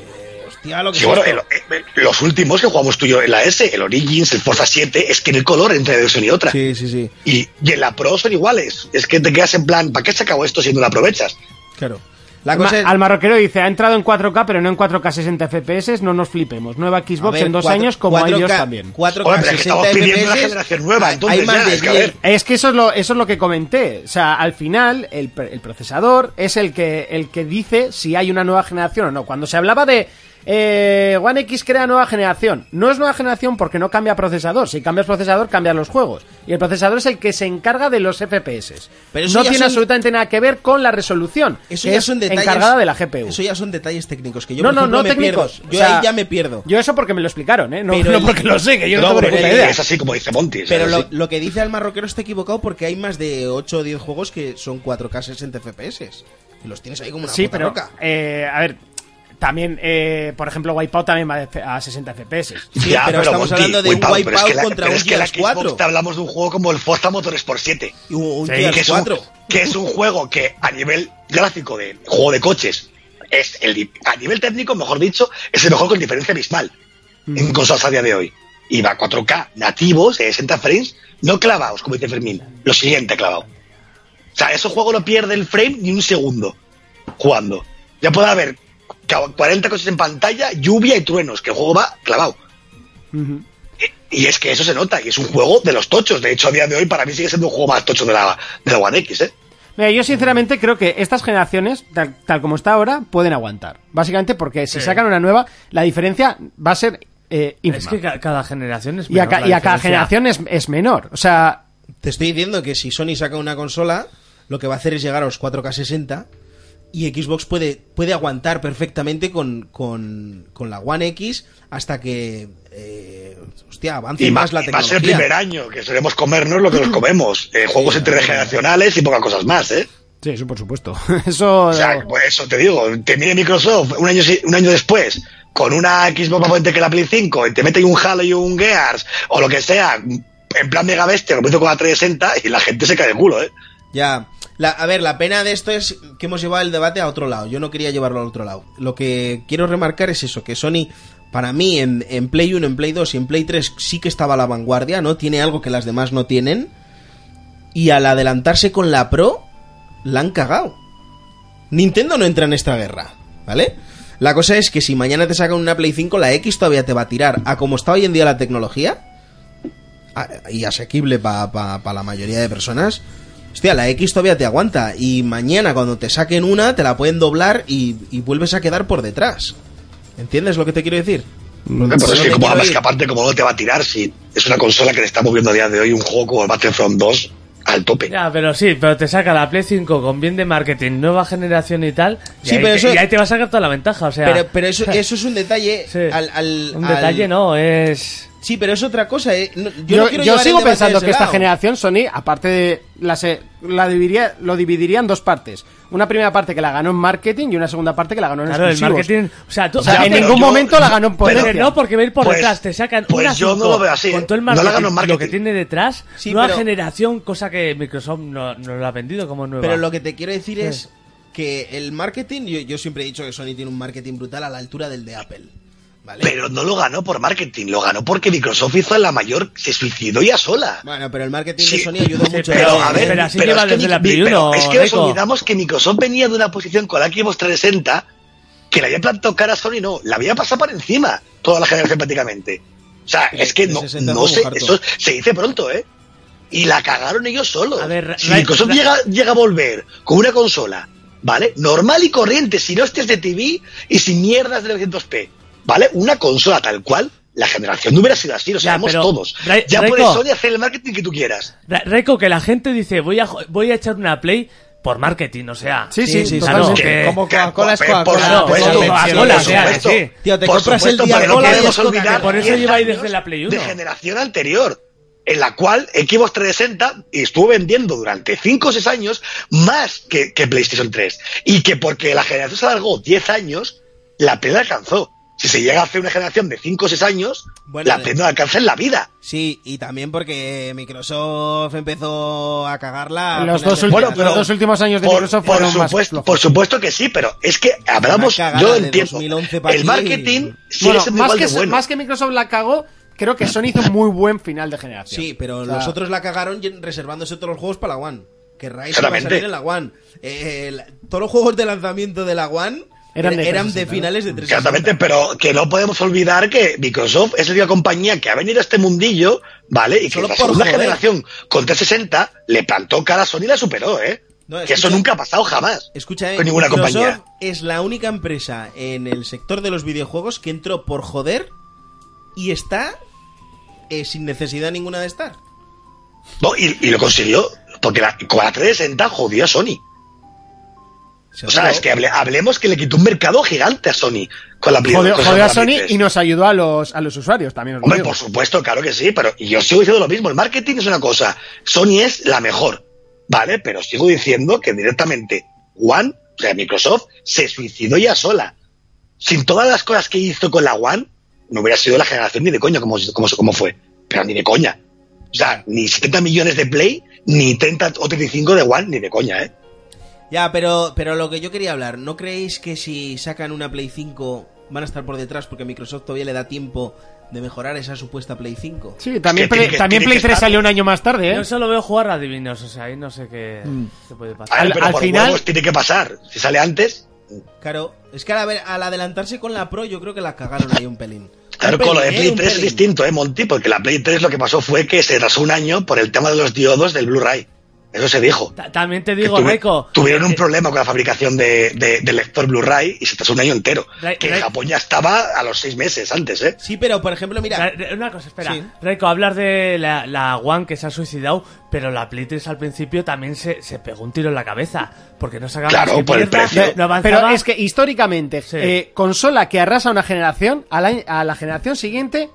Speaker 4: hostia, lo que
Speaker 5: Sí,
Speaker 4: es
Speaker 5: bueno,
Speaker 4: esto.
Speaker 5: el- el- los últimos que jugamos tú y yo en la S, el Origins, el Forza 7, es que no hay color entre una versión y otra.
Speaker 4: Sí, sí, sí.
Speaker 5: Y, y en la Pro son iguales. Es que te quedas en plan, ¿para qué se acabó esto si no lo aprovechas?
Speaker 4: Claro. La
Speaker 1: Ma-
Speaker 4: cosa es-
Speaker 1: Al marroquero dice, ha entrado en 4K, pero no en 4K 60 FPS, no nos flipemos. Nueva
Speaker 4: a
Speaker 1: Xbox
Speaker 4: ver,
Speaker 1: en dos
Speaker 4: cuatro-
Speaker 1: años, como hay
Speaker 4: 4K
Speaker 1: Dios también.
Speaker 4: 4K,
Speaker 5: Hombre, pero es que
Speaker 4: 60
Speaker 5: estamos pidiendo una
Speaker 4: FPS,
Speaker 5: generación nueva,
Speaker 4: hay-
Speaker 5: entonces
Speaker 4: hay más
Speaker 5: ya,
Speaker 4: de
Speaker 5: es que a
Speaker 4: 10.
Speaker 5: ver.
Speaker 1: Es que eso es lo, eso es lo que comenté. O sea, al final, el, pr- el procesador es el que, el que dice si hay una nueva generación o no. Cuando se hablaba de eh, One X crea nueva generación, no es nueva generación porque no cambia procesador. Si cambias procesador, cambian los juegos. Y el procesador es el que se encarga de los FPS.
Speaker 4: Pero eso
Speaker 1: no
Speaker 4: ya
Speaker 1: tiene
Speaker 4: son-
Speaker 1: absolutamente nada que ver con la resolución.
Speaker 4: Eso
Speaker 1: que
Speaker 4: ya
Speaker 1: es
Speaker 4: son detalles.
Speaker 1: encargada de la GPU.
Speaker 4: Eso ya son detalles técnicos que yo
Speaker 1: no,
Speaker 4: por
Speaker 1: no,
Speaker 4: ejemplo,
Speaker 1: no
Speaker 4: me
Speaker 1: técnicos.
Speaker 4: pierdo.
Speaker 1: O
Speaker 4: Yo
Speaker 1: sea,
Speaker 4: ahí ya me pierdo.
Speaker 1: Yo eso porque me lo explicaron, ¿eh? No,
Speaker 4: Pero
Speaker 1: no
Speaker 4: el-
Speaker 1: porque lo sé, que yo no,
Speaker 5: No,
Speaker 1: tengo ni
Speaker 5: porque
Speaker 1: puta idea.
Speaker 5: es así como dice Monty. es
Speaker 4: Pero
Speaker 5: así.
Speaker 4: lo, lo que dice el marroquero está equivocado porque hay más de 8 o 10 juegos que son 4K 60 FPS. Y los tienes ahí como una
Speaker 1: Sí,
Speaker 4: puta
Speaker 1: pero.
Speaker 4: roca.
Speaker 1: eh, a ver, también, eh, por ejemplo, Wipeout también va de- a 60 FPS.
Speaker 4: Sí, pero estamos hablando de un
Speaker 5: Wipeout, pero es que
Speaker 4: Wipeout
Speaker 5: la-
Speaker 4: contra
Speaker 5: pero
Speaker 4: un
Speaker 5: es que la
Speaker 4: Gears 4.
Speaker 5: Xbox te hablamos de un juego como el Forza Motorsport 7.
Speaker 4: Y un, un
Speaker 1: Sí,
Speaker 4: Gears
Speaker 5: que es, un,
Speaker 4: 4.
Speaker 5: que es un juego que a nivel gráfico de juego de coches es el di- a nivel técnico, mejor dicho, es el mejor con diferencia abismal en consolas a día de hoy. eh, Y va a 4K nativos, 60 frames, no clavados, como dice Fermín. Lo siguiente clavado. O sea, ese juego no pierde el frame ni un segundo jugando. Ya puede haber ca- 40 cosas en pantalla, lluvia y truenos, que el juego va clavado. y, y es que eso se nota, y es un juego de los tochos. De hecho, a día de hoy para mí sigue siendo un juego más tocho de la, de la One X, ¿eh?
Speaker 1: Mira, yo sinceramente creo que estas generaciones, tal, tal como está ahora, pueden aguantar. Básicamente porque si sacan una nueva, la diferencia va a ser eh, ínfima.
Speaker 3: Es que ca- cada generación es
Speaker 1: y, a,
Speaker 3: menor
Speaker 1: ca-
Speaker 3: la
Speaker 1: y a cada
Speaker 3: diferencia.
Speaker 1: generación es, es menor. O sea,
Speaker 4: Te estoy diciendo que si Sony saca una consola, lo que va a hacer es llegar a los 4K60 y Xbox puede, puede aguantar perfectamente con, con, con la One X hasta que eh, hostia, avance
Speaker 5: Y,
Speaker 4: más
Speaker 5: más,
Speaker 4: la
Speaker 5: y va a ser el primer
Speaker 4: tecnología.
Speaker 5: años que solemos comernos lo que nos comemos. Eh, juegos intergeneracionales y pocas cosas más, ¿eh?
Speaker 1: sí, eso por supuesto. Eso...
Speaker 5: O sea, por eso te digo, te mire Microsoft un año, si- un año después con una Xbox más potente que la Play 5 y te mete ahí un Halo y un Gears o lo que sea, en plan mega bestia, lo meto con la 360 y la gente se cae de culo, ¿eh?
Speaker 4: Ya. La- a ver, la pena de esto es que hemos llevado el debate a otro lado. Yo no quería llevarlo al otro lado. Lo que quiero remarcar es eso, que Sony, para mí, en, en Play 1, en Play 2 y en Play 3 sí que estaba a la vanguardia, ¿no? Tiene algo que las demás no tienen. Y al adelantarse con la Pro, la han cagado. Nintendo no entra en esta guerra, ¿vale? La cosa es que si mañana te sacan una Play 5, la X todavía te va a tirar. A como está hoy en día la tecnología, a- y asequible para la mayoría de personas, hostia, la X todavía te aguanta. Y mañana cuando te saquen una, te la pueden doblar y, y vuelves a quedar por detrás. ¿Entiendes lo que te quiero decir?
Speaker 5: Pues
Speaker 4: Por
Speaker 5: es
Speaker 4: donde
Speaker 5: que, como,
Speaker 4: quiero
Speaker 5: es
Speaker 4: ir.
Speaker 5: que aparte, como no te va a tirar, si es una consola que le está moviendo a día de hoy un juego como el Battlefront 2 al tope.
Speaker 3: Ya, pero sí, pero te saca la Play 5 con bien de marketing, nueva generación y tal. y
Speaker 4: Sí,
Speaker 3: ahí
Speaker 4: pero
Speaker 3: te-
Speaker 4: eso-
Speaker 3: y ahí te va a sacar toda la ventaja, o sea.
Speaker 4: Pero, pero eso, eso es un detalle.
Speaker 3: sí.
Speaker 4: al- al-
Speaker 3: un
Speaker 4: al-
Speaker 3: detalle no, es.
Speaker 4: Sí, pero es otra cosa. eh. No- yo,
Speaker 1: Yo,
Speaker 4: no
Speaker 1: yo
Speaker 4: quiero llevar el
Speaker 1: sigo
Speaker 4: debate
Speaker 1: pensando
Speaker 4: de
Speaker 1: que
Speaker 4: ese
Speaker 1: esta
Speaker 4: lado.
Speaker 1: generación Sony, aparte de la, se- la dividiría, lo dividiría en dos partes. Una primera parte que la ganó en marketing y una segunda parte que la ganó en
Speaker 3: Claro, el
Speaker 1: exclusivos.
Speaker 3: marketing. O sea, tú.
Speaker 1: O sea,
Speaker 5: Ya,
Speaker 1: en
Speaker 5: pero
Speaker 1: ningún
Speaker 5: yo-
Speaker 1: momento la ganó en
Speaker 5: pero-
Speaker 1: poder.
Speaker 3: Pero no, porque va a ir por
Speaker 5: Pues-
Speaker 3: detrás, te sacan
Speaker 5: pues
Speaker 3: una
Speaker 5: yo no
Speaker 3: 5,
Speaker 5: lo veo así,
Speaker 3: Con
Speaker 5: ¿eh?
Speaker 3: todo el
Speaker 5: No la
Speaker 3: marketing,
Speaker 5: ganó en
Speaker 3: lo que
Speaker 5: marketing.
Speaker 3: tiene detrás,
Speaker 4: Sí,
Speaker 3: nueva
Speaker 4: pero-
Speaker 3: generación, cosa que Microsoft no, no lo ha vendido como nueva.
Speaker 4: Pero lo que te quiero decir es que el marketing, yo, yo siempre he dicho que Sony tiene un marketing brutal a la altura del de Apple. ¿Vale?
Speaker 5: Pero no lo ganó por marketing, lo ganó porque Microsoft hizo la mayor, se suicidó ya sola.
Speaker 4: Bueno, pero el marketing de
Speaker 5: Sí.
Speaker 4: Sony ayuda mucho. ¿eh?
Speaker 5: pero,
Speaker 4: Sí.
Speaker 5: a ver,
Speaker 3: pero así
Speaker 5: pero
Speaker 3: lleva
Speaker 5: es que
Speaker 3: desde
Speaker 5: mi-
Speaker 3: la
Speaker 5: mi-
Speaker 3: Play
Speaker 5: pero
Speaker 3: uno,
Speaker 5: es que nos
Speaker 3: Nico.
Speaker 5: olvidamos que Microsoft venía de una posición con la Xbox 360 que la había plantado cara a Sony, no, la había pasado por encima toda la generación prácticamente. O sea,
Speaker 4: Pero
Speaker 5: es que no,
Speaker 4: 360
Speaker 5: no
Speaker 4: es
Speaker 5: se,
Speaker 4: un harto.
Speaker 5: eso se dice pronto, ¿eh? Y la cagaron ellos solos.
Speaker 3: A ver,
Speaker 5: si
Speaker 3: Ra-
Speaker 5: Microsoft
Speaker 3: Ra-
Speaker 5: llega, llega a volver con una consola, ¿vale? Normal y corriente, sin hostias de TV y sin mierdas de 900p, ¿vale? Una consola tal cual, la generación no hubiera sido así, lo
Speaker 3: Ya,
Speaker 5: sabemos
Speaker 3: pero,
Speaker 5: todos.
Speaker 3: Ra-
Speaker 5: ya puede
Speaker 3: Raiko.
Speaker 5: Sony hacer el marketing que tú quieras.
Speaker 3: Re- Reco, que la gente dice, voy a, jo- voy a echar una Play por marketing, o sea.
Speaker 1: Sí, sí,
Speaker 3: claro,
Speaker 1: totalmente.
Speaker 3: que-
Speaker 2: Como Coca-Cola es
Speaker 5: por- por
Speaker 2: Coca-Cola,
Speaker 5: supuesto,
Speaker 3: no,
Speaker 5: por
Speaker 3: Coca-Cola,
Speaker 5: supuesto,
Speaker 3: o sea,
Speaker 5: por supuesto.
Speaker 3: sí.
Speaker 4: Tío, te
Speaker 5: Por
Speaker 4: compras
Speaker 5: supuesto,
Speaker 4: el
Speaker 5: pero no
Speaker 4: Coca-Cola y
Speaker 5: podemos
Speaker 4: es Coca-Cola,
Speaker 5: olvidar
Speaker 3: que por eso
Speaker 5: 10
Speaker 3: lleváis
Speaker 5: años
Speaker 3: desde la Play
Speaker 5: De
Speaker 3: uno.
Speaker 5: generación anterior, en la cual Xbox 360 estuvo vendiendo durante 5 o 6 años más que, que PlayStation 3. Y que porque la generación se alargó 10 años, la Play la alcanzó. Si se llega a hacer una generación de 5 o 6 años,
Speaker 4: Bueno,
Speaker 5: la Play no la alcanza en la vida.
Speaker 4: Sí, y también porque Microsoft empezó a cagarla. a
Speaker 1: Los dos,
Speaker 4: finales de
Speaker 1: ulti-
Speaker 5: Bueno,
Speaker 4: verano.
Speaker 5: pero-
Speaker 1: los dos últimos años de
Speaker 5: Por,
Speaker 1: Microsoft
Speaker 5: por
Speaker 1: fueron más
Speaker 5: supuesto,
Speaker 1: flojos.
Speaker 5: por supuesto que sí, pero es que hablamos,
Speaker 4: Una cagada
Speaker 5: yo
Speaker 4: de
Speaker 5: entiendo,
Speaker 4: 2011 para
Speaker 5: el
Speaker 4: ti.
Speaker 5: marketing sigue
Speaker 1: Bueno,
Speaker 5: siendo
Speaker 1: más,
Speaker 5: igual
Speaker 1: que,
Speaker 5: de bueno.
Speaker 1: más que Microsoft la cagó, creo que Sony hizo un muy buen final de generación.
Speaker 4: Sí, pero
Speaker 1: O sea,
Speaker 4: los otros la cagaron y- reservándose todos los juegos para la One. Que Rise va a
Speaker 5: Claramente.
Speaker 4: salir en la One. Eh, el- todos los juegos de lanzamiento de la One
Speaker 1: Eran
Speaker 4: eran
Speaker 1: de
Speaker 4: de,
Speaker 1: 360,
Speaker 4: finales de 360.
Speaker 5: Exactamente, pero que no podemos olvidar que Microsoft es la única compañía que ha venido a este mundillo, ¿vale? Y que
Speaker 4: Solo
Speaker 5: la
Speaker 4: por
Speaker 5: segunda
Speaker 4: joder.
Speaker 5: generación con 360 le plantó cara a Sony y la superó, ¿eh?
Speaker 4: No,
Speaker 5: que eso
Speaker 4: escucha-
Speaker 5: nunca ha pasado jamás.
Speaker 4: Escucha, eh,
Speaker 5: Con ninguna
Speaker 4: Microsoft
Speaker 5: compañía.
Speaker 4: es la única empresa en el sector de los videojuegos que entró por joder y está eh, sin necesidad ninguna de estar.
Speaker 5: No, y, y lo consiguió, porque la, con la 360 jodió a Sony. O sea,
Speaker 4: Seguro.
Speaker 5: es que hable- hablemos que le quitó un mercado gigante a Sony con la Play-
Speaker 1: jodió,
Speaker 5: con
Speaker 1: jodió a
Speaker 5: la
Speaker 1: Sony
Speaker 5: Play tres.
Speaker 1: y nos ayudó a los, a los usuarios también. os lo
Speaker 5: pues, Hombre,
Speaker 1: digo.
Speaker 5: por supuesto, claro que sí, pero yo sigo diciendo lo mismo. El marketing es una cosa, Sony es la mejor, ¿vale? Pero sigo diciendo que directamente One, o sea, Microsoft, se suicidó ya sola. Sin todas las cosas que hizo con la One, no hubiera sido la generación ni de coña como, como, como fue. Pero ni de coña. O sea, ni 70 millones de Play, ni 30 o 35 de One, ni de coña, ¿eh?
Speaker 4: Ya, pero, pero lo que yo quería hablar, ¿no creéis que si sacan una Play 5 van a estar por detrás porque Microsoft todavía le da tiempo de mejorar esa supuesta Play 5.
Speaker 1: Sí, también,
Speaker 5: que
Speaker 1: Play-
Speaker 5: tiene que-
Speaker 1: también
Speaker 5: tiene
Speaker 1: Play
Speaker 5: que
Speaker 1: 3
Speaker 5: estar-
Speaker 1: salió un año más tarde, ¿eh? Mm.
Speaker 3: Yo solo veo jugar a divinos, o sea, ahí no sé qué, qué puede pasar.
Speaker 5: A ver,
Speaker 1: Al-
Speaker 5: pero
Speaker 1: al
Speaker 5: por
Speaker 1: final-
Speaker 5: huevos tiene que pasar. Si sale antes,
Speaker 4: Claro, es que al, haber- al adelantarse con la Pro yo creo que la cagaron ahí un pelín.
Speaker 5: Claro,
Speaker 4: Un
Speaker 5: con lo de
Speaker 4: pelín,
Speaker 5: Play
Speaker 4: un
Speaker 5: 3 es
Speaker 4: pelín.
Speaker 5: distinto, ¿eh, Monty? Porque la Play 3 lo que pasó fue que se trazó un año por el tema de los diodos del Blu-ray. Eso se dijo.
Speaker 3: Ta- También te
Speaker 5: Que
Speaker 3: digo,
Speaker 5: tuvi-
Speaker 3: Reiko.
Speaker 5: Tuvieron un
Speaker 3: eh,
Speaker 5: problema con la fabricación de- de- del lector Blu-ray y se trazó un año entero.
Speaker 3: Ray-
Speaker 5: que
Speaker 3: Ray-
Speaker 5: en Japón ya estaba a los seis meses antes, ¿eh?
Speaker 4: Sí, pero por ejemplo, mira,
Speaker 3: Ra- ra- Una cosa, espera.
Speaker 4: Sí.
Speaker 3: Reiko, hablas de la, la One que se ha suicidado, pero la Play 3 al principio también se, se pegó un tiro en la cabeza. Porque no sacaba
Speaker 5: Claro,
Speaker 3: más que
Speaker 5: por el
Speaker 3: mierda,
Speaker 5: precio.
Speaker 3: No avanzaba.
Speaker 1: Pero es que históricamente,
Speaker 3: Sí.
Speaker 1: eh, consola que arrasa una generación, a la, a la generación siguiente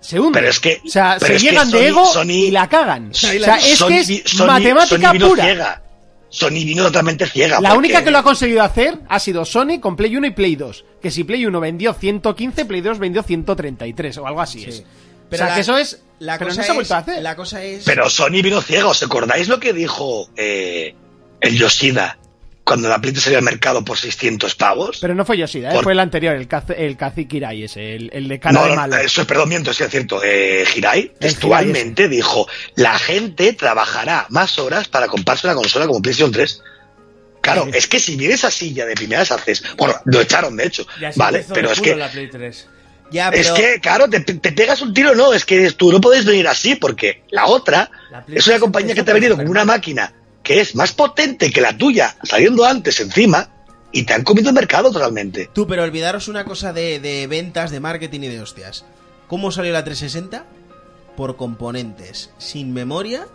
Speaker 1: se hunde.
Speaker 5: Pero es que-
Speaker 1: o sea,
Speaker 5: pero
Speaker 1: se
Speaker 5: es que
Speaker 1: llegan de
Speaker 5: Sony-
Speaker 1: ego
Speaker 5: Sony-
Speaker 1: y la cagan. O sea, es
Speaker 5: Sony-
Speaker 1: que es
Speaker 5: Sony-
Speaker 1: matemática
Speaker 5: Sony vino
Speaker 1: pura.
Speaker 5: Ciega. Sony vino totalmente ciega.
Speaker 1: La
Speaker 5: porque-
Speaker 1: única que lo ha conseguido hacer ha sido Sony con Play 1 y Play 2. Que si Play 1 vendió 115, Play 2 vendió 133 o algo así es. o
Speaker 4: Pero
Speaker 1: sea,
Speaker 4: la-
Speaker 1: que eso es...
Speaker 4: la
Speaker 1: pero
Speaker 4: cosa
Speaker 1: no se ha
Speaker 4: es-
Speaker 1: vuelto a hacer.
Speaker 4: La cosa es
Speaker 5: Pero Sony vino ciego. ¿Os acordáis lo que dijo eh, el Yoshida cuando la Play 3 salió al mercado por 600 pavos?
Speaker 1: Pero no fue Yoshida, ¿eh?
Speaker 5: Por-
Speaker 1: fue el anterior, el, cac- el cacique Hirai ese, el, el de cara
Speaker 5: no,
Speaker 1: de
Speaker 5: no,
Speaker 1: malo.
Speaker 5: eso es, perdón, miento, sí, es cierto. Eh, Hirai
Speaker 1: ese.
Speaker 5: textualmente dijo: La gente trabajará más horas para comprarse una consola como PlayStation 3. Claro, es que si vienes así ya de primeras haces. Bueno, lo echaron de hecho,
Speaker 3: Y así
Speaker 5: ¿vale?
Speaker 3: empezó de
Speaker 5: Pero es
Speaker 3: culo
Speaker 5: que
Speaker 3: la Play 3.
Speaker 4: ya
Speaker 5: Es
Speaker 4: pero-
Speaker 5: que, claro, te, te pegas un tiro, no, es que tú no puedes venir así, porque la otra
Speaker 3: La Play
Speaker 5: es una
Speaker 3: es-
Speaker 5: compañía
Speaker 3: es
Speaker 5: que te ha venido
Speaker 3: súper
Speaker 5: con una máquina que es más potente que la tuya, saliendo antes encima, y te han comido el mercado totalmente.
Speaker 4: Tú, pero olvidaros una cosa de, de ventas, de marketing y de hostias. ¿Cómo salió la 360? Por componentes, sin memoria.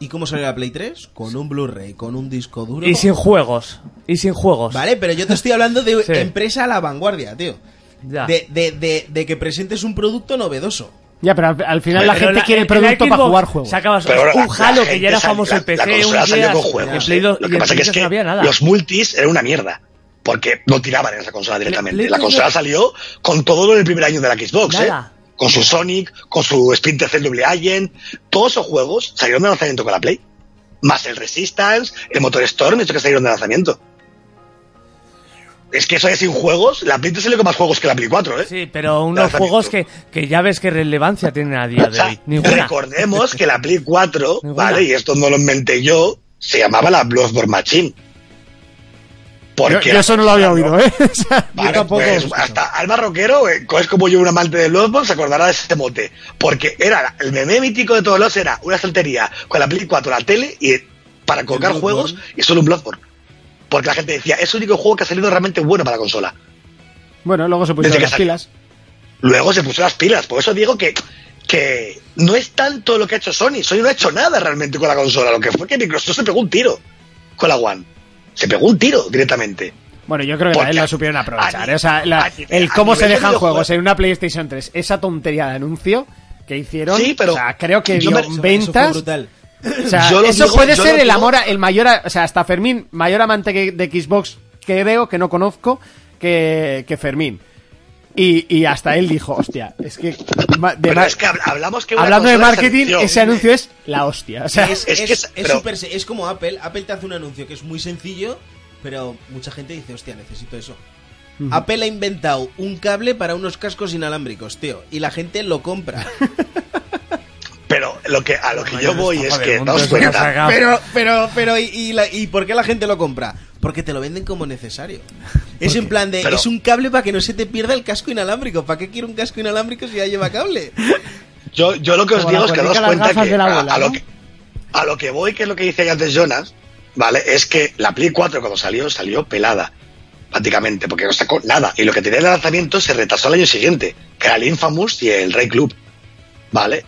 Speaker 4: ¿Y cómo salió la Play 3? Con un Blu-ray, con un disco duro.
Speaker 3: Y sin juegos. Y sin juegos.
Speaker 4: Vale, pero yo te estoy hablando de
Speaker 3: Sí.
Speaker 4: empresa a la vanguardia, tío.
Speaker 3: Ya.
Speaker 4: De, de- de- de que presentes un producto novedoso.
Speaker 1: Ya, pero al, al final la
Speaker 3: Pero
Speaker 1: gente quiere el producto
Speaker 3: en
Speaker 1: para
Speaker 3: la Xbox
Speaker 1: jugar juegos.
Speaker 3: Sacabas
Speaker 5: Pero ahora
Speaker 3: un
Speaker 5: la-
Speaker 3: Halo
Speaker 5: la
Speaker 3: que ya era
Speaker 5: gente sal-
Speaker 3: famoso en
Speaker 5: la- la
Speaker 3: PC,
Speaker 5: consola
Speaker 3: un
Speaker 5: salió
Speaker 3: Gears,
Speaker 5: con
Speaker 3: en
Speaker 5: juegos.
Speaker 3: Play 2
Speaker 5: Lo
Speaker 3: y
Speaker 5: que
Speaker 3: en
Speaker 5: pasa
Speaker 3: Play
Speaker 5: que es
Speaker 3: 3 no
Speaker 5: que
Speaker 3: había nada.
Speaker 5: los multis eran una mierda. Porque no tiraban en esa consola directamente.
Speaker 3: Play
Speaker 5: la
Speaker 3: tres
Speaker 5: consola
Speaker 3: no-
Speaker 5: salió con todo lo del primer año de la Xbox, ¿eh?
Speaker 3: Nada.
Speaker 5: Con su Sonic, con su Splinter Cell Double Agent. Todos esos juegos salieron de lanzamiento con la Play. Más el Resistance, el Motor Storm, esos que salieron de lanzamiento. Es que eso ya sin juegos, la Play 3 salió con más juegos que la Play 4, ¿eh?
Speaker 3: Sí, pero unos
Speaker 5: Lanzamiento.
Speaker 3: juegos que, que ya ves qué relevancia tienen a día
Speaker 5: O
Speaker 3: de
Speaker 5: sea,
Speaker 3: hoy. Ninguna.
Speaker 5: Recordemos que la Play 4,
Speaker 3: Ninguna.
Speaker 5: ¿vale? Y esto no lo inventé yo, se llamaba la Bloodborne Machine.
Speaker 1: Yo,
Speaker 5: Porque
Speaker 1: yo eso no lo había oído, ¿eh? O sea,
Speaker 5: Vale,
Speaker 1: tampoco.
Speaker 5: pues, hasta Alba Roquero, eh, es como yo un amante de Bloodborne, se acordará de este mote. Porque era el meme mítico de todos los era una estantería con la Play 4, la tele, y para colgar
Speaker 4: Bloodborne?
Speaker 5: juegos y solo un Bloodborne. Porque la gente decía, es el único juego que ha salido realmente bueno para la consola.
Speaker 1: Bueno, luego se pusieron
Speaker 5: Desde que
Speaker 1: las
Speaker 5: salió.
Speaker 1: pilas.
Speaker 5: Luego se puso las pilas, por eso digo que, que no es tanto lo que ha hecho Sony. Sony no ha hecho nada realmente con la consola. Lo que fue que Microsoft se pegó un tiro con la One. Se pegó un tiro directamente.
Speaker 1: Bueno, yo creo que
Speaker 5: Porque
Speaker 1: también la supieron aprovechar.
Speaker 5: a ni-
Speaker 1: ¿eh? O sea, la-
Speaker 5: a ni-
Speaker 1: el
Speaker 5: a
Speaker 1: cómo
Speaker 5: nivel
Speaker 1: se
Speaker 5: de
Speaker 1: dejan
Speaker 5: videojuegos-
Speaker 1: juegos en una PlayStation 3, esa tontería de anuncio que hicieron.
Speaker 5: Sí, pero
Speaker 1: O sea, creo que dio
Speaker 5: yo me-
Speaker 4: Eso- eso fue
Speaker 1: ventas.
Speaker 4: brutal.
Speaker 1: O sea,
Speaker 5: Yo lo
Speaker 1: eso
Speaker 5: digo-
Speaker 1: puede
Speaker 5: yo
Speaker 1: ser
Speaker 5: lo
Speaker 1: el
Speaker 5: digo-
Speaker 1: amor, a- el mayor, a- o sea, hasta Fermín, mayor amante que- de Xbox que creo que no conozco que, que Fermín. Y, y hasta él dijo, hostia, es que, ma- de
Speaker 5: Pero
Speaker 1: ma-
Speaker 5: es que habl- hablamos que una
Speaker 1: hablando de
Speaker 5: consola se
Speaker 1: marketing,
Speaker 5: anunció.
Speaker 1: ese anuncio es la hostia. O sea,
Speaker 4: Es,
Speaker 5: Es que
Speaker 4: es-
Speaker 5: es-
Speaker 4: es
Speaker 5: pero-
Speaker 4: súper se- es como Apple. Apple te hace un anuncio que es muy sencillo, pero mucha gente dice, hostia, necesito eso. Apple ha inventado un cable para unos cascos inalámbricos, tío, y la gente lo compra.
Speaker 5: Pero lo que, a lo que yo
Speaker 3: Mayor
Speaker 5: voy
Speaker 3: estafa
Speaker 5: es
Speaker 3: del
Speaker 5: que,
Speaker 3: mundo,
Speaker 5: daos
Speaker 3: eso que ha
Speaker 5: cuenta,
Speaker 3: sacado.
Speaker 4: Pero, pero, pero, ¿y, y la- y por qué la gente lo compra? Porque te lo venden como necesario. Es en plan de,
Speaker 5: Pero-
Speaker 4: es un cable para que no se te pierda el casco inalámbrico. ¿Para qué quiero un casco inalámbrico si ya lleva cable?
Speaker 5: yo, yo lo que os
Speaker 1: Como la
Speaker 5: digo es que daos
Speaker 1: cuernica de las
Speaker 5: cuenta
Speaker 1: gafas
Speaker 5: que,
Speaker 1: de la
Speaker 5: a-
Speaker 1: abuela,
Speaker 5: a, lo
Speaker 1: ¿no?
Speaker 5: que a lo que voy, que es lo que dice ahí antes Jonas, ¿vale? Es que la Play 4 cuando salió, salió pelada, prácticamente, porque no sacó nada. Y lo que tenía de lanzamiento se retrasó al año siguiente, que era el Infamous y el Rey Club, ¿vale?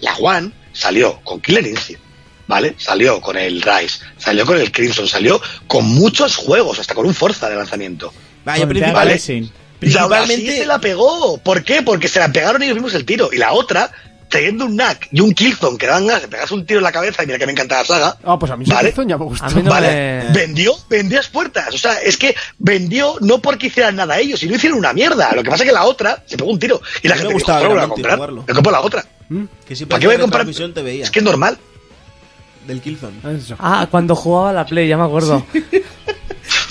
Speaker 5: La One salió con Killer Instinct, ¿vale? Salió con el Rise, salió con el Crimson, salió con muchos juegos, hasta con un Forza de lanzamiento.
Speaker 4: Vaya,
Speaker 2: Con Dead
Speaker 5: vale.
Speaker 2: Rising.
Speaker 5: Y aún así
Speaker 4: Principalmente-
Speaker 5: se la pegó. ¿Por qué? Porque se la pegaron y nos vimos el tiro. Y la otra, teniendo un knack y un killzone que dan ganas de pegarse un tiro en la cabeza, y mira que me encanta la saga.
Speaker 1: Ah, pues a mí
Speaker 5: Vale.
Speaker 1: Horizon ya me gustó.
Speaker 3: A mí no
Speaker 5: Vale,
Speaker 3: me-
Speaker 5: vendió, vendió a puertas. O sea, es que vendió no porque hicieran nada ellos, sino hicieron una mierda. Lo que pasa es que la otra se pegó un tiro. Y la
Speaker 4: A mí me
Speaker 5: gente dijo,
Speaker 4: gustaba
Speaker 5: "Joder, voy a
Speaker 4: verlo, tío,
Speaker 5: comprar.
Speaker 4: jugarlo".
Speaker 5: Me compro la otra.
Speaker 4: Que siempre
Speaker 5: ¿Para qué voy a
Speaker 4: en
Speaker 5: comprar?
Speaker 4: retransmisión te veía.
Speaker 5: Es que es normal.
Speaker 4: Del Killzone.
Speaker 1: Eso.
Speaker 3: Ah, cuando jugaba a la Play, ya me acuerdo.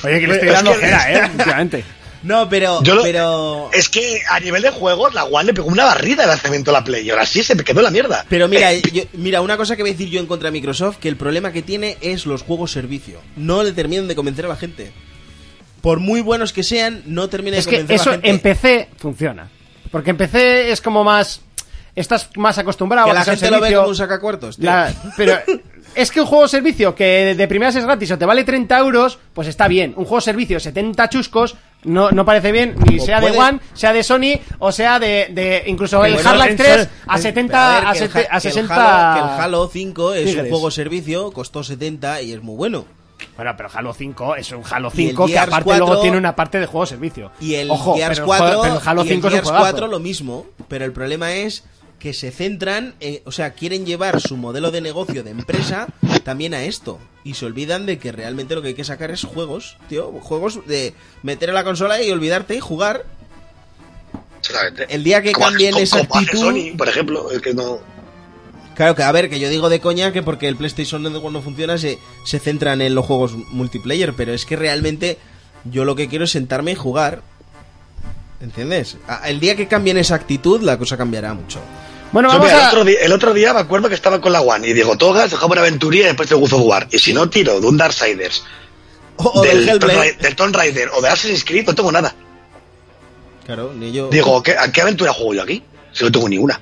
Speaker 1: Oye, que le estoy
Speaker 5: Es
Speaker 1: dando
Speaker 5: que-
Speaker 1: cera, eh, últimamente.
Speaker 4: No, pero.
Speaker 5: Yo lo-
Speaker 4: pero...
Speaker 5: Es que a nivel de juegos, la One le pegó una barrida de lanzamiento a la Play. Y ahora sí se me quedó en la mierda.
Speaker 4: Pero mira, yo- mira, una cosa que voy a decir yo en contra de Microsoft, que el problema que tiene es los juegos servicio. No le terminan de convencer a la gente. Por muy buenos que sean, no terminan
Speaker 1: Es
Speaker 4: de
Speaker 1: que
Speaker 4: convencer
Speaker 1: eso
Speaker 4: a la gente.
Speaker 1: en PC funciona. Porque en PC es como más. Estás más acostumbrado
Speaker 4: Que
Speaker 1: a
Speaker 4: la
Speaker 1: que sea un
Speaker 4: gente lo ve
Speaker 1: servicio.
Speaker 4: como un sacacuartos. tío.
Speaker 1: La- pero es que un juego servicio que de- de primeras es gratis o te vale 30 euros, pues está bien. Un juego servicio 70 chuscos no, no parece bien, ni
Speaker 4: O
Speaker 1: sea de
Speaker 4: puede-
Speaker 1: One, sea de Sony o sea de, de incluso el
Speaker 4: Bueno,
Speaker 1: Half-Life
Speaker 4: el-
Speaker 1: 3 a
Speaker 4: el-
Speaker 1: 70
Speaker 4: pero
Speaker 1: a,
Speaker 4: ver, que el
Speaker 1: sete-
Speaker 4: Ha-
Speaker 1: a
Speaker 4: que el
Speaker 1: 60
Speaker 4: Halo- que el Halo 5 es
Speaker 1: Tigres.
Speaker 4: un juego servicio, costó 70 y es muy bueno.
Speaker 1: Bueno, pero Halo 5 es un Halo
Speaker 4: el
Speaker 1: 5 que
Speaker 4: Gears
Speaker 1: aparte
Speaker 4: 4
Speaker 1: luego tiene una parte de juego servicio.
Speaker 4: Y el
Speaker 1: Ojo,
Speaker 4: Gears
Speaker 1: pero el
Speaker 4: 4,
Speaker 1: juego- pero el Halo
Speaker 4: y el
Speaker 1: 5 es un
Speaker 4: Gears
Speaker 1: juegazo.
Speaker 4: 4 lo mismo, pero el problema es que se centran, en- o sea, quieren llevar su modelo de negocio de empresa también a esto y se olvidan de que realmente lo que hay que sacar es juegos, tío, juegos de meter en la consola y olvidarte y jugar.
Speaker 5: Exactamente.
Speaker 4: El día que
Speaker 5: Como-
Speaker 4: cambien
Speaker 5: como-
Speaker 4: esa
Speaker 5: como hace
Speaker 4: actitud-
Speaker 5: Sony, por ejemplo, es que no.
Speaker 4: Claro que a ver, que yo digo de coña que porque el PlayStation Network no funciona se se centran en los juegos multiplayer, pero es que realmente yo lo que quiero es sentarme y jugar. ¿Entiendes? A- El día que cambien esa actitud, la cosa cambiará mucho.
Speaker 1: Bueno,
Speaker 5: Yo,
Speaker 1: vamos
Speaker 5: mira, el,
Speaker 1: a...
Speaker 5: otro día, el otro día me acuerdo que estaba con la One y digo, Togas, dejamos una aventuría y después de God of War. Y si no tiro de un Darksiders,
Speaker 4: O, o del
Speaker 5: del, Tomb
Speaker 4: Hellblade.
Speaker 5: Ra- del Tomb Raider o de Assassin's Creed, no tengo nada.
Speaker 4: Claro, ni yo.
Speaker 5: Digo, ¿qué- ¿a qué aventura juego yo aquí? Si no tengo ninguna.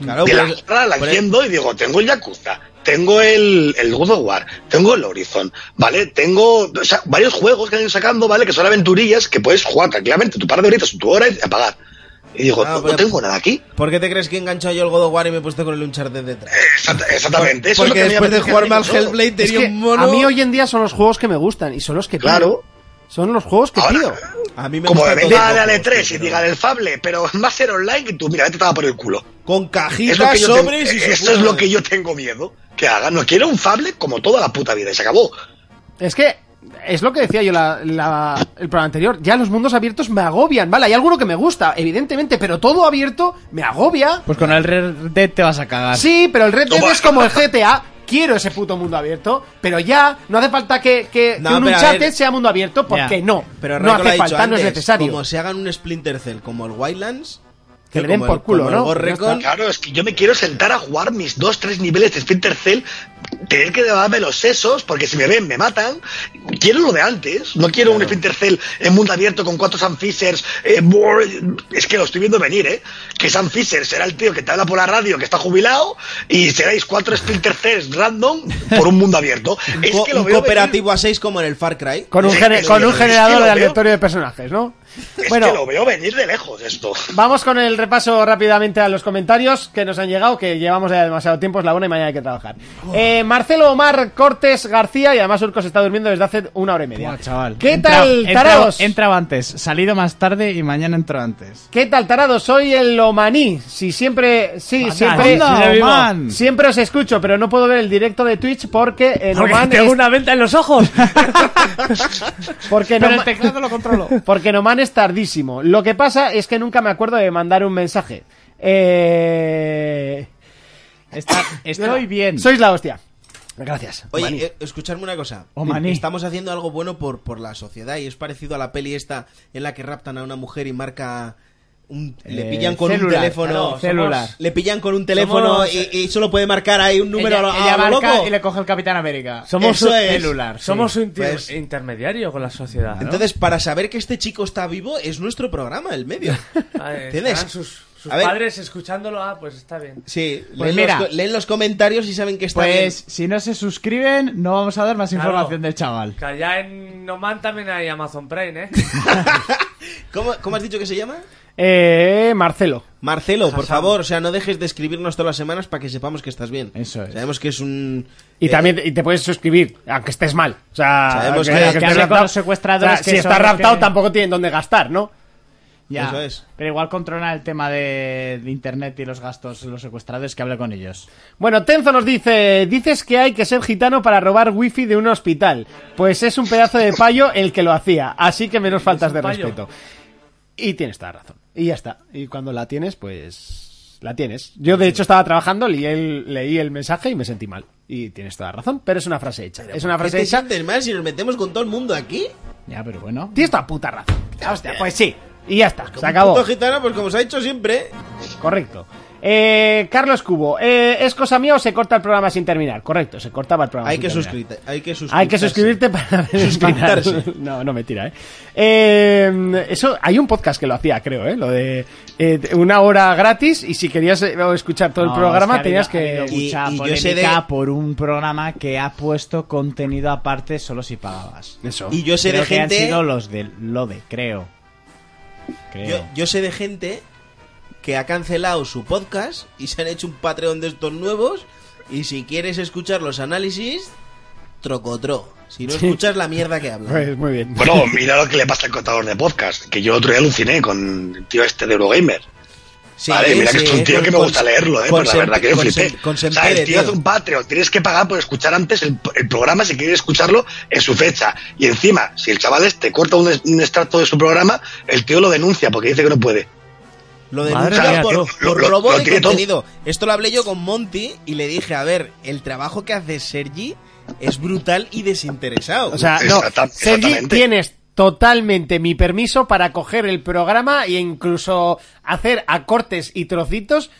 Speaker 4: Claro,
Speaker 5: Y
Speaker 4: por
Speaker 5: la
Speaker 4: eso-
Speaker 5: otra la
Speaker 4: por-
Speaker 5: enciendo y digo, tengo el Yakuza, tengo el, el God of War, tengo el Horizon, ¿vale? Tengo o sea, varios juegos que han ido sacando, ¿vale? Que son aventurillas que puedes jugar tranquilamente, tu par de horitas, tu hora y apagar. Y digo,
Speaker 4: Ah,
Speaker 5: no,
Speaker 4: pero-
Speaker 5: no tengo nada aquí.
Speaker 4: ¿Por qué te crees que he enganchado yo el God of War y me he puesto con el Uncharted detrás?
Speaker 5: Exacta- exactamente, eso es lo
Speaker 4: Porque
Speaker 5: que
Speaker 4: después de jugarme al
Speaker 5: Hellblade
Speaker 4: Hellblade
Speaker 1: Es
Speaker 4: tenía
Speaker 1: que
Speaker 4: un mono.
Speaker 1: a mí hoy en día son los juegos que me gustan y son los que pido.
Speaker 5: Claro.
Speaker 1: Son los juegos que
Speaker 5: Ahora,
Speaker 1: pido.
Speaker 4: A mí me
Speaker 5: Como
Speaker 4: gusta
Speaker 5: de
Speaker 4: todo
Speaker 5: venga
Speaker 4: el
Speaker 5: de
Speaker 4: juego,
Speaker 5: Ale3 y
Speaker 4: pero-
Speaker 5: diga del Fable, pero va a ser online y tú, mira, vete te va por el culo.
Speaker 4: Con
Speaker 5: Es lo
Speaker 4: cajitas,
Speaker 5: que yo tengo- eh,
Speaker 4: sobres y su
Speaker 5: eso es
Speaker 4: puta
Speaker 5: lo
Speaker 4: madre.
Speaker 5: que yo tengo miedo que hagan. No quiero un Fable como toda la puta vida y se acabó.
Speaker 1: Es que es lo que decía yo la, la- el programa anterior. Ya los mundos abiertos me agobian, ¿vale? Hay alguno que me gusta, evidentemente, pero todo abierto me agobia.
Speaker 2: Pues con el Red Dead te vas a cagar.
Speaker 1: Sí, pero el Red Dead
Speaker 5: Toma.
Speaker 1: es como el GTA. Quiero ese puto mundo abierto, pero ya no hace falta que, que,
Speaker 4: No,
Speaker 1: que un
Speaker 4: pero a
Speaker 1: Uncharted
Speaker 4: ver.
Speaker 1: sea mundo abierto, porque
Speaker 2: Ya.
Speaker 1: no.
Speaker 4: Pero
Speaker 1: no
Speaker 4: Raiko lo ha
Speaker 1: hace
Speaker 4: dicho
Speaker 1: falta, no es
Speaker 4: antes,
Speaker 1: necesario.
Speaker 4: Como se hagan un Splinter Cell como el Wildlands.
Speaker 1: Que le
Speaker 4: tío,
Speaker 1: den
Speaker 4: como el-
Speaker 1: por culo,
Speaker 4: como el
Speaker 1: ¿no?
Speaker 4: Ghost
Speaker 1: Ya
Speaker 4: Recon,
Speaker 5: Claro, es que yo me quiero sentar a jugar mis dos, tres niveles de Splinter Cell, tener que darme los sesos, porque si me ven me matan. Quiero lo de antes, no quiero un Splinter Cell en mundo abierto con cuatro Sam Fishers. eh, bor- es que lo estoy viendo venir, ¿eh? Que Sam Fisher será el tío que te habla por la radio, que está jubilado, y seréis cuatro Splinter Cells random por un mundo abierto. es
Speaker 4: co-
Speaker 5: que lo
Speaker 4: un
Speaker 5: veo venir.
Speaker 4: cooperativo a 6 como en el Far Cry.
Speaker 1: Con un,
Speaker 5: Sí,
Speaker 1: gene-
Speaker 5: pero
Speaker 1: con
Speaker 5: yo-
Speaker 1: un
Speaker 5: es que
Speaker 1: generador
Speaker 5: lo
Speaker 1: de
Speaker 5: veo.
Speaker 1: aleatorio de personajes, ¿no?
Speaker 5: Es
Speaker 1: bueno,
Speaker 5: que lo veo venir de lejos esto.
Speaker 1: Vamos con el repaso rápidamente a los comentarios que nos han llegado, que llevamos ya demasiado tiempo, es la una y mañana hay que trabajar. Eh, Marcelo Omar Cortés García, y además Urco se está durmiendo desde hace una hora y media.
Speaker 2: Buah, chaval.
Speaker 1: ¿Qué
Speaker 2: Entra-
Speaker 1: tal,
Speaker 2: entra-
Speaker 1: tarados?
Speaker 2: Entraba antes, salido más tarde y mañana entro antes.
Speaker 1: ¿Qué tal, tarados? Soy el Omaní. Si siempre, sí, siempre,
Speaker 2: anda,
Speaker 1: siempre-
Speaker 2: Oman.
Speaker 1: siempre os escucho, pero no puedo ver el directo de Twitch porque el
Speaker 3: Porque
Speaker 1: Oman
Speaker 3: tengo
Speaker 1: es-
Speaker 3: una venta en los ojos.
Speaker 1: porque
Speaker 2: Pero
Speaker 1: no
Speaker 2: el teclado lo controlo.
Speaker 1: Porque Noman es tardísimo. Lo que pasa es que nunca me acuerdo de mandar un mensaje. Eh...
Speaker 2: Está- estoy bien.
Speaker 1: Sois la hostia. Gracias.
Speaker 4: Oye,
Speaker 1: Maní.
Speaker 4: eh, escuchadme una cosa.
Speaker 2: Oh, maní.
Speaker 4: Estamos haciendo algo bueno por, por la sociedad y es parecido a la peli esta en la que raptan a una mujer y marca... un- le
Speaker 2: Eh,
Speaker 4: pillan con
Speaker 2: celular,
Speaker 4: un teléfono.
Speaker 2: claro,
Speaker 4: somos-
Speaker 2: celular.
Speaker 4: Le pillan con un teléfono
Speaker 3: Somos-
Speaker 4: y, y solo puede marcar ahí un
Speaker 2: ella,
Speaker 4: número a lo-
Speaker 2: ella
Speaker 4: a lo
Speaker 2: marca
Speaker 4: loco.
Speaker 2: y le coge el Capitán América.
Speaker 3: Somos
Speaker 4: Eso
Speaker 3: un-
Speaker 4: es.
Speaker 2: celular, sí.
Speaker 3: Somos un inter-
Speaker 4: Pues-
Speaker 3: intermediario con la sociedad. ¿no?
Speaker 4: Entonces, para saber que este chico está vivo, es nuestro programa, el medio.
Speaker 3: Ah, eh,
Speaker 4: ¿Entiendes?
Speaker 3: estarán sus, sus
Speaker 4: A ver.
Speaker 3: padres escuchándolo, ah, pues está bien.
Speaker 4: Sí,
Speaker 2: Pues
Speaker 4: leen,
Speaker 2: mira.
Speaker 4: los, co- leen los comentarios y saben que está
Speaker 2: Pues si no se suscriben, no vamos a dar más
Speaker 3: Claro.
Speaker 2: información del chaval.
Speaker 3: Que allá en Noman también hay Amazon Prime, ¿eh?
Speaker 4: bien. ¿Cómo, cómo has dicho que se llama?
Speaker 1: Eh, Marcelo.
Speaker 4: Marcelo, por favor, o sea, no dejes de escribirnos todas las semanas para que sepamos que estás bien.
Speaker 2: Eso es.
Speaker 4: Sabemos que es un...
Speaker 1: Y
Speaker 4: eh,
Speaker 1: también y te puedes suscribir, aunque estés mal. O sea,
Speaker 4: Sabemos que-
Speaker 1: aunque
Speaker 4: que
Speaker 1: estés
Speaker 4: hable con
Speaker 1: raptado.
Speaker 2: los secuestradores que
Speaker 1: si
Speaker 2: son
Speaker 1: estás
Speaker 2: los
Speaker 1: raptado,
Speaker 2: que-
Speaker 1: tampoco tienen dónde gastar, ¿no?
Speaker 2: Ya.
Speaker 4: Eso es.
Speaker 2: Pero igual controla el tema de, de internet y los gastos, los secuestrados, que hable con ellos.
Speaker 1: Bueno, Tenzo nos dice: Dices que hay que ser gitano para robar wifi de un hospital. Pues es un pedazo de payo el que lo hacía, así que menos faltas
Speaker 3: un
Speaker 1: de
Speaker 3: payo.
Speaker 1: respeto. Y tienes toda la razón. Y ya está. Y cuando la tienes, pues. La tienes. Yo, de hecho, estaba trabajando, leí el, leí el mensaje y me sentí mal. Y tienes toda la razón, pero es una frase hecha. Es una
Speaker 4: ¿Qué
Speaker 1: frase
Speaker 4: te
Speaker 1: hecha.
Speaker 4: sientes mal si nos metemos con todo el mundo aquí?
Speaker 2: Ya, pero bueno.
Speaker 1: Tienes toda puta razón. Hostia, pues sí. Y ya está, se acabó.
Speaker 4: Puto gitano, pues como se ha hecho siempre.
Speaker 1: Correcto. Eh, Carlos Cubo, eh, ¿es cosa mía o se corta el programa sin terminar? Correcto, se cortaba el programa
Speaker 4: Hay
Speaker 1: sin
Speaker 4: que,
Speaker 1: terminar.
Speaker 4: suscribirte, hay que suscribirte.
Speaker 1: Hay que suscribirte para ver el
Speaker 4: Suscriptarse.
Speaker 1: canal. No, no mentira, ¿eh? Eh, Eso, hay un podcast que lo hacía, creo, ¿eh? Lo de eh, una hora gratis y si querías eh, escuchar todo el
Speaker 2: No,
Speaker 1: programa
Speaker 2: es que ha
Speaker 1: tenías
Speaker 2: habido- ha
Speaker 1: que...
Speaker 2: habido mucha
Speaker 4: Y- y yo sé
Speaker 2: polémica
Speaker 4: de-
Speaker 2: por un programa que ha puesto contenido aparte solo si pagabas.
Speaker 1: Eso.
Speaker 4: Y yo sé
Speaker 2: Creo
Speaker 4: de
Speaker 2: que han
Speaker 4: gente.
Speaker 2: sido los de Lode, creo. Creo.
Speaker 4: Yo, yo sé de gente que ha cancelado su podcast y se han hecho un Patreon de estos nuevos. Y si quieres escuchar los análisis, trocotro. Si no escuchas la mierda que hablan.
Speaker 1: Pues muy bien.
Speaker 5: Bueno, mira lo que le pasa al contador de podcast, que yo el otro día aluciné con el tío este de Eurogamer.
Speaker 4: Sí,
Speaker 5: vale, mira que es un
Speaker 4: eh,
Speaker 5: tío que me
Speaker 4: con-
Speaker 5: gusta leerlo, eh,
Speaker 4: con
Speaker 5: pero la
Speaker 4: sem-
Speaker 5: verdad que yo
Speaker 4: con
Speaker 5: flipé.
Speaker 4: sem- Con
Speaker 5: o sea, el
Speaker 4: Sempere,
Speaker 5: tío hace
Speaker 4: tío.
Speaker 5: un Patreon, tienes que pagar por escuchar antes el, el programa si quieres escucharlo en su fecha. Y encima, si el chaval este corta un, un extracto de su programa, el tío lo denuncia porque dice que no puede.
Speaker 4: Lo
Speaker 3: Madre
Speaker 4: denuncia
Speaker 3: mía,
Speaker 4: por,
Speaker 3: tú.
Speaker 4: por
Speaker 5: Lo-
Speaker 4: robo
Speaker 5: lo
Speaker 4: de
Speaker 5: tiene todo.
Speaker 4: contenido. Esto lo hablé yo con Monty y le dije, a ver, el trabajo que hace Sergi es brutal y desinteresado.
Speaker 1: O sea, no,
Speaker 5: Exacta-
Speaker 1: Sergi,
Speaker 5: exactamente.
Speaker 1: tienes totalmente mi permiso para coger el programa e incluso hacer acortes y trocitos.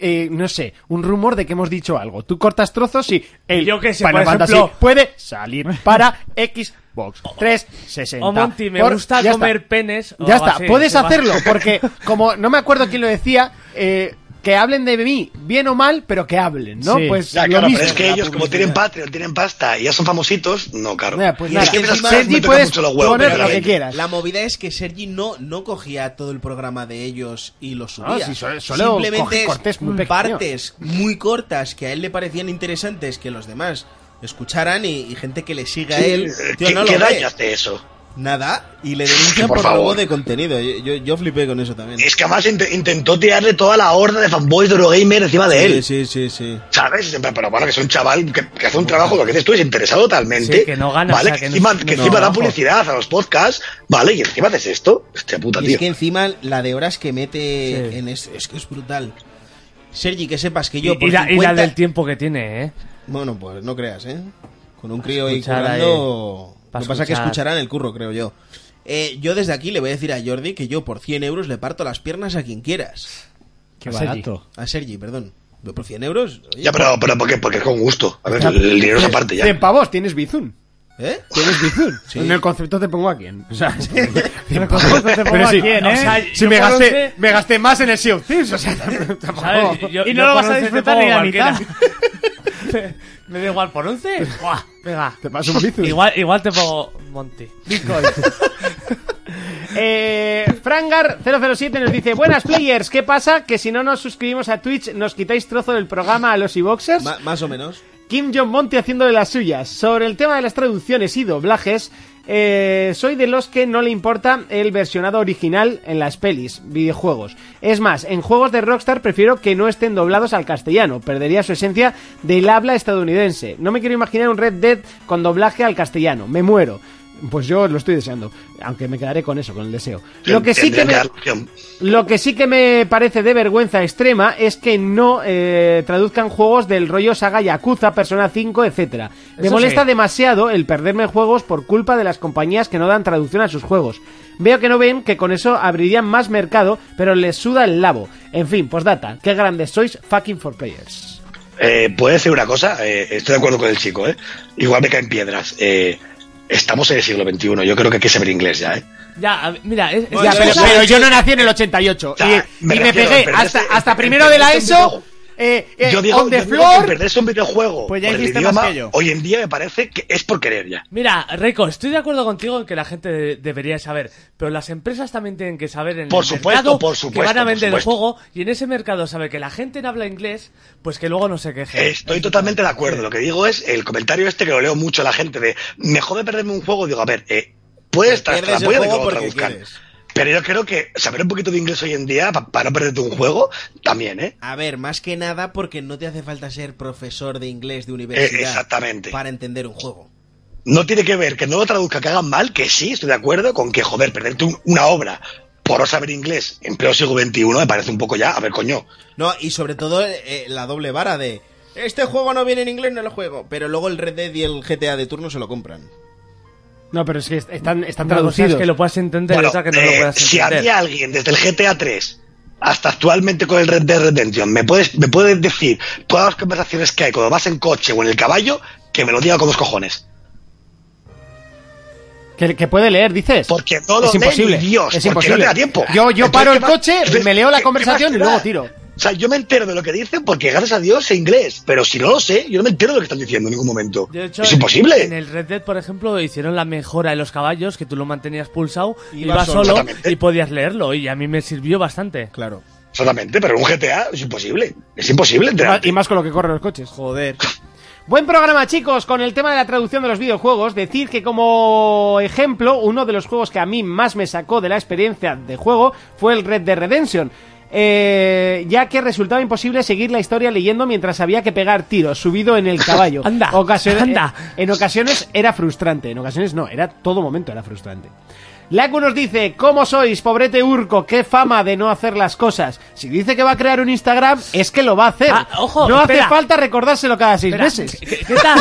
Speaker 1: eh, no sé, un rumor de que hemos dicho algo. Tú cortas trozos y el
Speaker 3: Yo qué sé,
Speaker 1: Final
Speaker 3: por
Speaker 1: Fantasy
Speaker 3: ejemplo-
Speaker 1: puede salir para Xbox 360.
Speaker 3: O Monty, me
Speaker 1: Por-
Speaker 3: gusta
Speaker 1: ya está.
Speaker 3: comer penes. o
Speaker 1: Ya
Speaker 3: algo
Speaker 1: está,
Speaker 3: así,
Speaker 1: puedes
Speaker 3: se va.
Speaker 1: hacerlo, porque como no me acuerdo quién lo decía, eh, que hablen de mí, bien o mal, pero que hablen, ¿no?
Speaker 2: Sí.
Speaker 1: Pues
Speaker 5: Ya,
Speaker 1: lo
Speaker 5: claro,
Speaker 1: mismo.
Speaker 5: pero es que
Speaker 1: La
Speaker 5: ellos, como
Speaker 1: publicidad.
Speaker 5: tienen Patreon, tienen pasta y ya son famositos, no, claro.
Speaker 1: Mira, pues
Speaker 5: Y
Speaker 1: nada.
Speaker 5: es que esas
Speaker 4: Encima,
Speaker 5: cosas
Speaker 1: Sergi,
Speaker 5: me tocan
Speaker 1: puedes
Speaker 5: mucho los huevos,
Speaker 1: poner lo que
Speaker 5: realmente.
Speaker 1: quieras.
Speaker 4: La movida es que Sergi no, no cogía todo el programa de ellos y lo subía.
Speaker 1: No, Ah, sí, solo- solo coge
Speaker 4: Simplemente es
Speaker 1: cortes muy pequeños.
Speaker 4: partes muy cortas que a él le parecían interesantes que los demás escucharan y, y gente que le siga a él.
Speaker 5: Sí, eh,
Speaker 4: Tío,
Speaker 5: ¿Qué,
Speaker 4: no
Speaker 5: qué
Speaker 4: lo ve.
Speaker 5: daño hace eso?
Speaker 4: Nada, y le denuncian
Speaker 5: Por
Speaker 4: por, robo
Speaker 5: favor.
Speaker 4: de contenido. Yo, yo, yo flipé con eso también.
Speaker 5: Es que además int- intentó tirarle toda la horda de fanboys de Eurogamer encima de él.
Speaker 4: Sí, sí, sí, sí.
Speaker 5: ¿Sabes? Pero bueno, que es un chaval que, que hace un trabajo, lo que dices tú, es interesado totalmente.
Speaker 3: Sí, que no gana,
Speaker 5: ¿vale?
Speaker 3: o sea,
Speaker 5: que
Speaker 3: que no-
Speaker 5: encima, que
Speaker 3: no
Speaker 5: encima da
Speaker 3: trabajo.
Speaker 5: publicidad a los podcasts, ¿vale? Y encima haces esto. Hostia puta,
Speaker 4: Y
Speaker 5: tío.
Speaker 4: es que encima la de horas que mete
Speaker 3: Sí.
Speaker 4: en es, es que es brutal. Sergi, que sepas que yo
Speaker 3: Y,
Speaker 4: por
Speaker 3: y la, y la
Speaker 4: 50
Speaker 3: del tiempo que tiene, ¿eh?
Speaker 4: Bueno, pues no creas, ¿eh? Con un crío y
Speaker 3: escuchar
Speaker 4: currando...
Speaker 3: Pa'
Speaker 4: Lo que pasa es que
Speaker 3: escuchar.
Speaker 4: escucharán el curro, creo yo. Eh, yo desde aquí le voy a decir a Jordi que yo por 100 euros le parto las piernas a quien quieras.
Speaker 2: Qué
Speaker 1: Sergi.
Speaker 2: barato.
Speaker 4: A Sergi, perdón. Yo por 100 euros... oye,
Speaker 5: Ya, pero, pero ¿por qué? Porque es con gusto. A ver, el, el dinero es aparte ya.
Speaker 1: 100 pavos, tienes Bizun.
Speaker 4: ¿Eh?
Speaker 1: Tienes Bizun.
Speaker 4: Sí.
Speaker 1: En el concepto te pongo a quién. O sea,
Speaker 2: Pero con esto te pongo
Speaker 1: pero sí,
Speaker 2: a quién, ¿eh?
Speaker 1: o sea, si
Speaker 3: yo
Speaker 1: me
Speaker 3: por
Speaker 1: gasté,
Speaker 3: once-
Speaker 1: me gasté más en el Sea of Thieves, o sea, tampoco-
Speaker 3: ¿Sabes? Yo-
Speaker 2: y
Speaker 3: yo
Speaker 2: no lo
Speaker 3: por
Speaker 2: vas a
Speaker 3: 11 te
Speaker 2: disfrutar
Speaker 3: pongo
Speaker 2: ni la
Speaker 3: cualquiera.
Speaker 2: mitad.
Speaker 3: Me da igual por 11. Buah, venga.
Speaker 1: Te paso un Bizun.
Speaker 3: Igual, igual te pongo Monty.
Speaker 1: Eh, Frangar007 nos dice Buenas players, ¿qué pasa? Que si no nos suscribimos a Twitch ¿Nos quitáis trozo del programa a los e-boxers?
Speaker 4: Ma- más o menos.
Speaker 1: Kim Jong Monty haciéndole las suyas. Sobre el tema de las traducciones y doblajes, eh, soy de los que no le importa el versionado original en las pelis, videojuegos. Es más, en juegos de Rockstar prefiero que no estén doblados al castellano, perdería su esencia del habla estadounidense. No me quiero imaginar un Red Dead con doblaje al castellano, me muero. Pues yo lo estoy deseando, aunque me quedaré con eso, con el deseo. Lo que sí que
Speaker 5: Tendrían
Speaker 1: me...
Speaker 5: dar opción.
Speaker 1: Lo que sí que me parece de vergüenza extrema es que no eh, traduzcan juegos del rollo saga Yakuza, Persona 5, etcétera. Me
Speaker 3: Eso
Speaker 1: molesta
Speaker 3: sí.
Speaker 1: demasiado el perderme juegos por culpa de las compañías que no dan traducción a sus juegos. Veo que no ven que con eso abrirían más mercado, pero les suda el labo. En fin, postdata, qué grandes sois, fucking for players.
Speaker 5: Eh, ¿Puedo decir una cosa? Eh, estoy de acuerdo con el chico, ¿eh? Igual me caen piedras. Eh, estamos en el siglo XXI. Yo creo que hay que saber inglés ya, ¿eh?
Speaker 3: Ya, a ver, mira, es, es-
Speaker 4: Ya, pero- pero
Speaker 1: yo no nací en el 88
Speaker 5: y- Ya, me y me refiero, pegué pero este- hasta- ese- hasta el- primero el- de la el- ESO,
Speaker 1: eh,
Speaker 2: Eh,
Speaker 5: yo digo, yo digo que perderse un videojuego
Speaker 2: Pues ya
Speaker 5: por el
Speaker 2: hiciste más
Speaker 5: idioma,
Speaker 2: que yo.
Speaker 5: hoy en día me parece que es por querer ya.
Speaker 3: Mira, Reiko, estoy de acuerdo contigo en que la gente de- debería saber, pero las empresas también tienen que saber en
Speaker 5: Por
Speaker 3: el
Speaker 5: supuesto,
Speaker 3: mercado
Speaker 5: por
Speaker 3: que van
Speaker 5: supuesto,
Speaker 3: a
Speaker 5: por
Speaker 3: vender el
Speaker 5: supuesto.
Speaker 3: juego y en ese mercado sabe que la gente no habla inglés, pues que luego no se queje.
Speaker 5: Estoy totalmente de acuerdo. Lo que digo es el comentario este que lo leo mucho a la gente de me jode perderme un juego. Digo, a ver, eh, puedes estar
Speaker 4: Pierdes el
Speaker 5: apoyo de
Speaker 4: juego
Speaker 5: cómo lo
Speaker 4: porque
Speaker 5: traduzcan.
Speaker 4: quieres.
Speaker 5: Pero yo creo que saber un poquito de inglés hoy en día pa- para no perderte un juego también, ¿eh?
Speaker 4: A ver, más que nada porque no te hace falta ser profesor de inglés de universidad.
Speaker 5: Eh, exactamente.
Speaker 4: Para entender un juego.
Speaker 5: No tiene que ver que no lo traduzca, que hagan mal, que sí, estoy de acuerdo con que, joder, perderte un- una obra por no saber inglés en pleno siglo XXI me parece un poco ya, a ver, coño.
Speaker 4: No, y sobre todo eh, la doble vara de... Este juego no viene en inglés, no lo juego. Pero luego el Red Dead y el GTA de turno se lo compran.
Speaker 1: No, pero es que est- están, están
Speaker 3: Una cosa
Speaker 1: traducidos.
Speaker 3: es que lo puedas entender y
Speaker 5: Bueno,
Speaker 3: otra que no lo
Speaker 5: eh,
Speaker 3: puedas
Speaker 5: si
Speaker 3: entender.
Speaker 5: había alguien desde el GTA 3 hasta actualmente con el Red Dead Redemption, me puedes, me puedes decir todas las conversaciones que hay cuando vas en coche o en el caballo, que me lo diga con los cojones.
Speaker 1: Que, que puede leer, dices.
Speaker 5: Porque no lo
Speaker 1: es
Speaker 5: lee ni
Speaker 1: imposible.
Speaker 5: Dios,
Speaker 1: es
Speaker 5: porque
Speaker 1: imposible.
Speaker 5: no te da tiempo.
Speaker 1: Yo, yo
Speaker 5: Entonces,
Speaker 1: paro
Speaker 5: ¿qué
Speaker 1: el
Speaker 5: más-
Speaker 1: coche,
Speaker 5: entonces,
Speaker 1: me leo la
Speaker 5: ¿qué- qué
Speaker 1: conversación
Speaker 5: más
Speaker 1: y
Speaker 5: te
Speaker 1: luego
Speaker 5: da?
Speaker 1: tiro.
Speaker 5: O sea, yo me entero de lo que dicen porque gracias a Dios sé inglés, pero si no lo sé, yo no me entero de lo que están diciendo en ningún momento.
Speaker 3: De hecho,
Speaker 5: es
Speaker 3: en-
Speaker 5: imposible.
Speaker 3: En el Red Dead, por ejemplo, hicieron la mejora de los caballos, que tú lo mantenías pulsado,
Speaker 4: Iba
Speaker 3: iba
Speaker 4: solo.
Speaker 3: solo
Speaker 5: Exactamente.
Speaker 3: y podías leerlo. Y a mí me sirvió bastante.
Speaker 4: Claro.
Speaker 5: Solamente, pero en un GTA es imposible. Es imposible
Speaker 1: Y más-
Speaker 5: enterarte.
Speaker 1: Ah, Y más con lo que corren los coches.
Speaker 2: Joder.
Speaker 1: Buen programa, chicos, con el tema de la traducción de los videojuegos. Decir que, como ejemplo, uno de los juegos que a mí más me sacó de la experiencia de juego fue el Red Dead Redemption. eh, ya que resultaba imposible seguir la historia leyendo mientras había que pegar tiros subido en el caballo.
Speaker 3: Anda,
Speaker 1: Ocasio-
Speaker 3: anda.
Speaker 1: En, en ocasiones era frustrante, en ocasiones no, era todo momento era frustrante. Laku nos dice, ¿cómo sois, pobrete urco? Qué fama de no hacer las cosas. Si dice que va a crear un Instagram, es que lo va a hacer.
Speaker 3: Ah, ojo,
Speaker 1: no hace
Speaker 3: espera.
Speaker 1: falta recordárselo cada seis
Speaker 3: Espera,
Speaker 1: meses.
Speaker 3: ¿Qué, qué tal,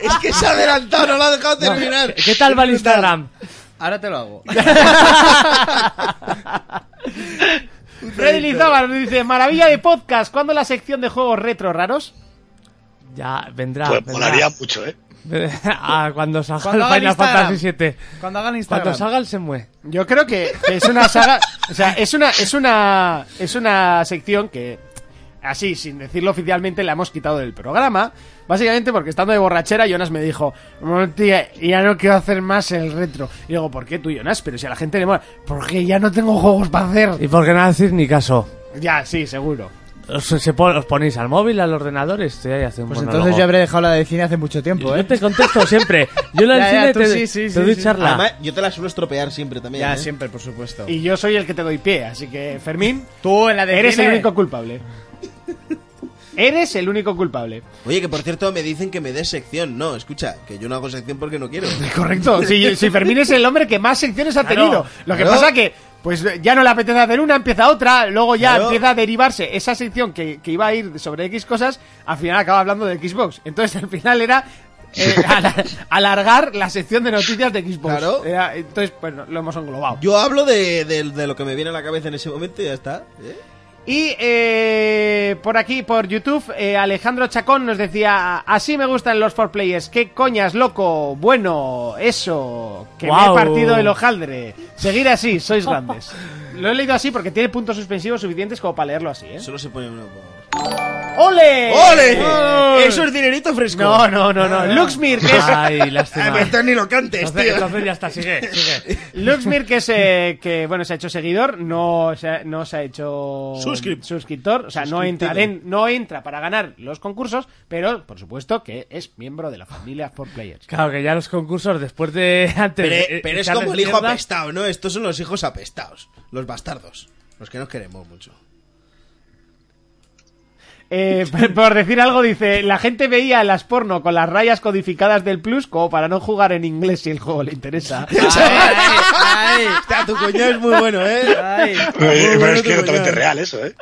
Speaker 4: Es que se ha adelantado, no lo ha dejado terminar.
Speaker 3: ¿Qué tal va el Instagram?
Speaker 2: Ahora te lo hago.
Speaker 1: Freddy Lizaba nos dice, maravilla de podcast, ¿cuándo la sección de juegos retro raros?
Speaker 3: Ya, vendrá.
Speaker 5: Pues
Speaker 3: vendrá.
Speaker 5: molaría mucho, ¿eh?
Speaker 3: ah, cuando salga
Speaker 2: Cuando haga
Speaker 3: el
Speaker 2: el
Speaker 3: Final
Speaker 2: Instagram.
Speaker 3: Fantasy VII.
Speaker 2: Cuando hagan Instagram.
Speaker 3: Cuando salga el Semue.
Speaker 1: Yo creo que, que es una saga, o sea, es una, es una, es una sección que, así, sin decirlo oficialmente, la hemos quitado del programa. Básicamente porque estando de borrachera, Jonas me dijo, "Bueno, tía, ya no quiero hacer más el retro. Y digo, ¿por qué tú, Jonas? Pero si a la gente le mola, porque ya no tengo juegos para hacer.
Speaker 3: ¿Y por qué no decir ni caso?
Speaker 1: Ya, sí, seguro.
Speaker 3: Os, se pon- os ponéis al móvil, al ordenador y estoy ahí haciendo
Speaker 8: Pues
Speaker 3: un
Speaker 8: entonces
Speaker 3: monólogo.
Speaker 8: yo habré dejado la de cine hace mucho tiempo,
Speaker 3: Yo
Speaker 8: ¿eh?
Speaker 3: te contesto siempre. Yo la
Speaker 2: Ya, ya,
Speaker 3: del cine
Speaker 2: tú
Speaker 3: te,
Speaker 2: sí, sí,
Speaker 3: te
Speaker 2: sí,
Speaker 3: doy
Speaker 2: sí.
Speaker 3: charla.
Speaker 4: Además, yo te la suelo estropear siempre también.
Speaker 2: Ya,
Speaker 4: ¿eh?
Speaker 2: siempre, por supuesto.
Speaker 1: Y yo soy el que te doy pie, así que, Fermín,
Speaker 2: tú en la de
Speaker 1: eres
Speaker 2: cine?
Speaker 1: el único culpable. Eres el único culpable.
Speaker 4: Oye, que por cierto me dicen que me des sección. No, escucha, que yo no hago sección porque no quiero.
Speaker 1: Correcto. Si, si Fermín es el hombre que más secciones ha
Speaker 3: Claro,
Speaker 1: tenido. Lo que
Speaker 4: Ah, claro.
Speaker 1: pasa que, pues ya no le apetece hacer una, empieza otra, luego ya
Speaker 4: Claro.
Speaker 1: empieza a derivarse esa sección que, que iba a ir sobre X cosas, al final acaba hablando de Xbox. Entonces al final era eh, ala- alargar la sección de noticias de Xbox.
Speaker 4: Claro.
Speaker 1: Era- entonces, pues no, lo hemos englobado.
Speaker 4: Yo hablo de, de- de lo que me viene a la cabeza en ese momento y ya está. ¿eh?
Speaker 1: Y eh, por aquí, por YouTube, eh, Alejandro Chacón nos decía, así me gustan los 4players, qué coñas, loco, bueno, eso, que me
Speaker 3: Guau.
Speaker 1: he partido el hojaldre. Seguir así, sois grandes. Lo he leído así porque tiene puntos suspensivos suficientes como para leerlo así, ¿eh?
Speaker 4: Solo se pone uno.
Speaker 1: ¡Ole! ¡Oh!
Speaker 4: ¡Ole! Eso es dinerito fresco.
Speaker 1: No, no, no, no. Luxmir, que es
Speaker 3: Ay, lástima.
Speaker 4: Entonces Ah, ni lo cantes,
Speaker 3: Entonces,
Speaker 4: tío.
Speaker 3: entonces ya está, sigue, sigue.
Speaker 1: Luxmir, que, es, eh, que bueno, se ha hecho seguidor, no se ha, no se ha hecho
Speaker 4: Suscrip-
Speaker 1: suscriptor, o sea, no entra, den- no entra para ganar los concursos, pero por supuesto que es miembro de la familia 4Players.
Speaker 3: Claro, que ya los concursos después de antes.
Speaker 4: Pero,
Speaker 3: de-
Speaker 4: pero es
Speaker 3: echarles
Speaker 4: como el hijo
Speaker 3: eh, mierda-
Speaker 4: apestado, ¿no? Estos son los hijos apestados. Los bastardos. Los que nos queremos mucho.
Speaker 1: Eh, por- por decir algo, dice, la gente veía las porno con las rayas codificadas del plus como para no jugar en inglés si el juego le interesa.
Speaker 2: Ay, ay,
Speaker 4: Hostia, tu coño es muy bueno, ¿eh?
Speaker 2: ay.
Speaker 5: Pero,
Speaker 4: Muy bueno
Speaker 5: es que
Speaker 4: tu
Speaker 5: es totalmente
Speaker 4: coñazo.
Speaker 5: real eso, ¿eh?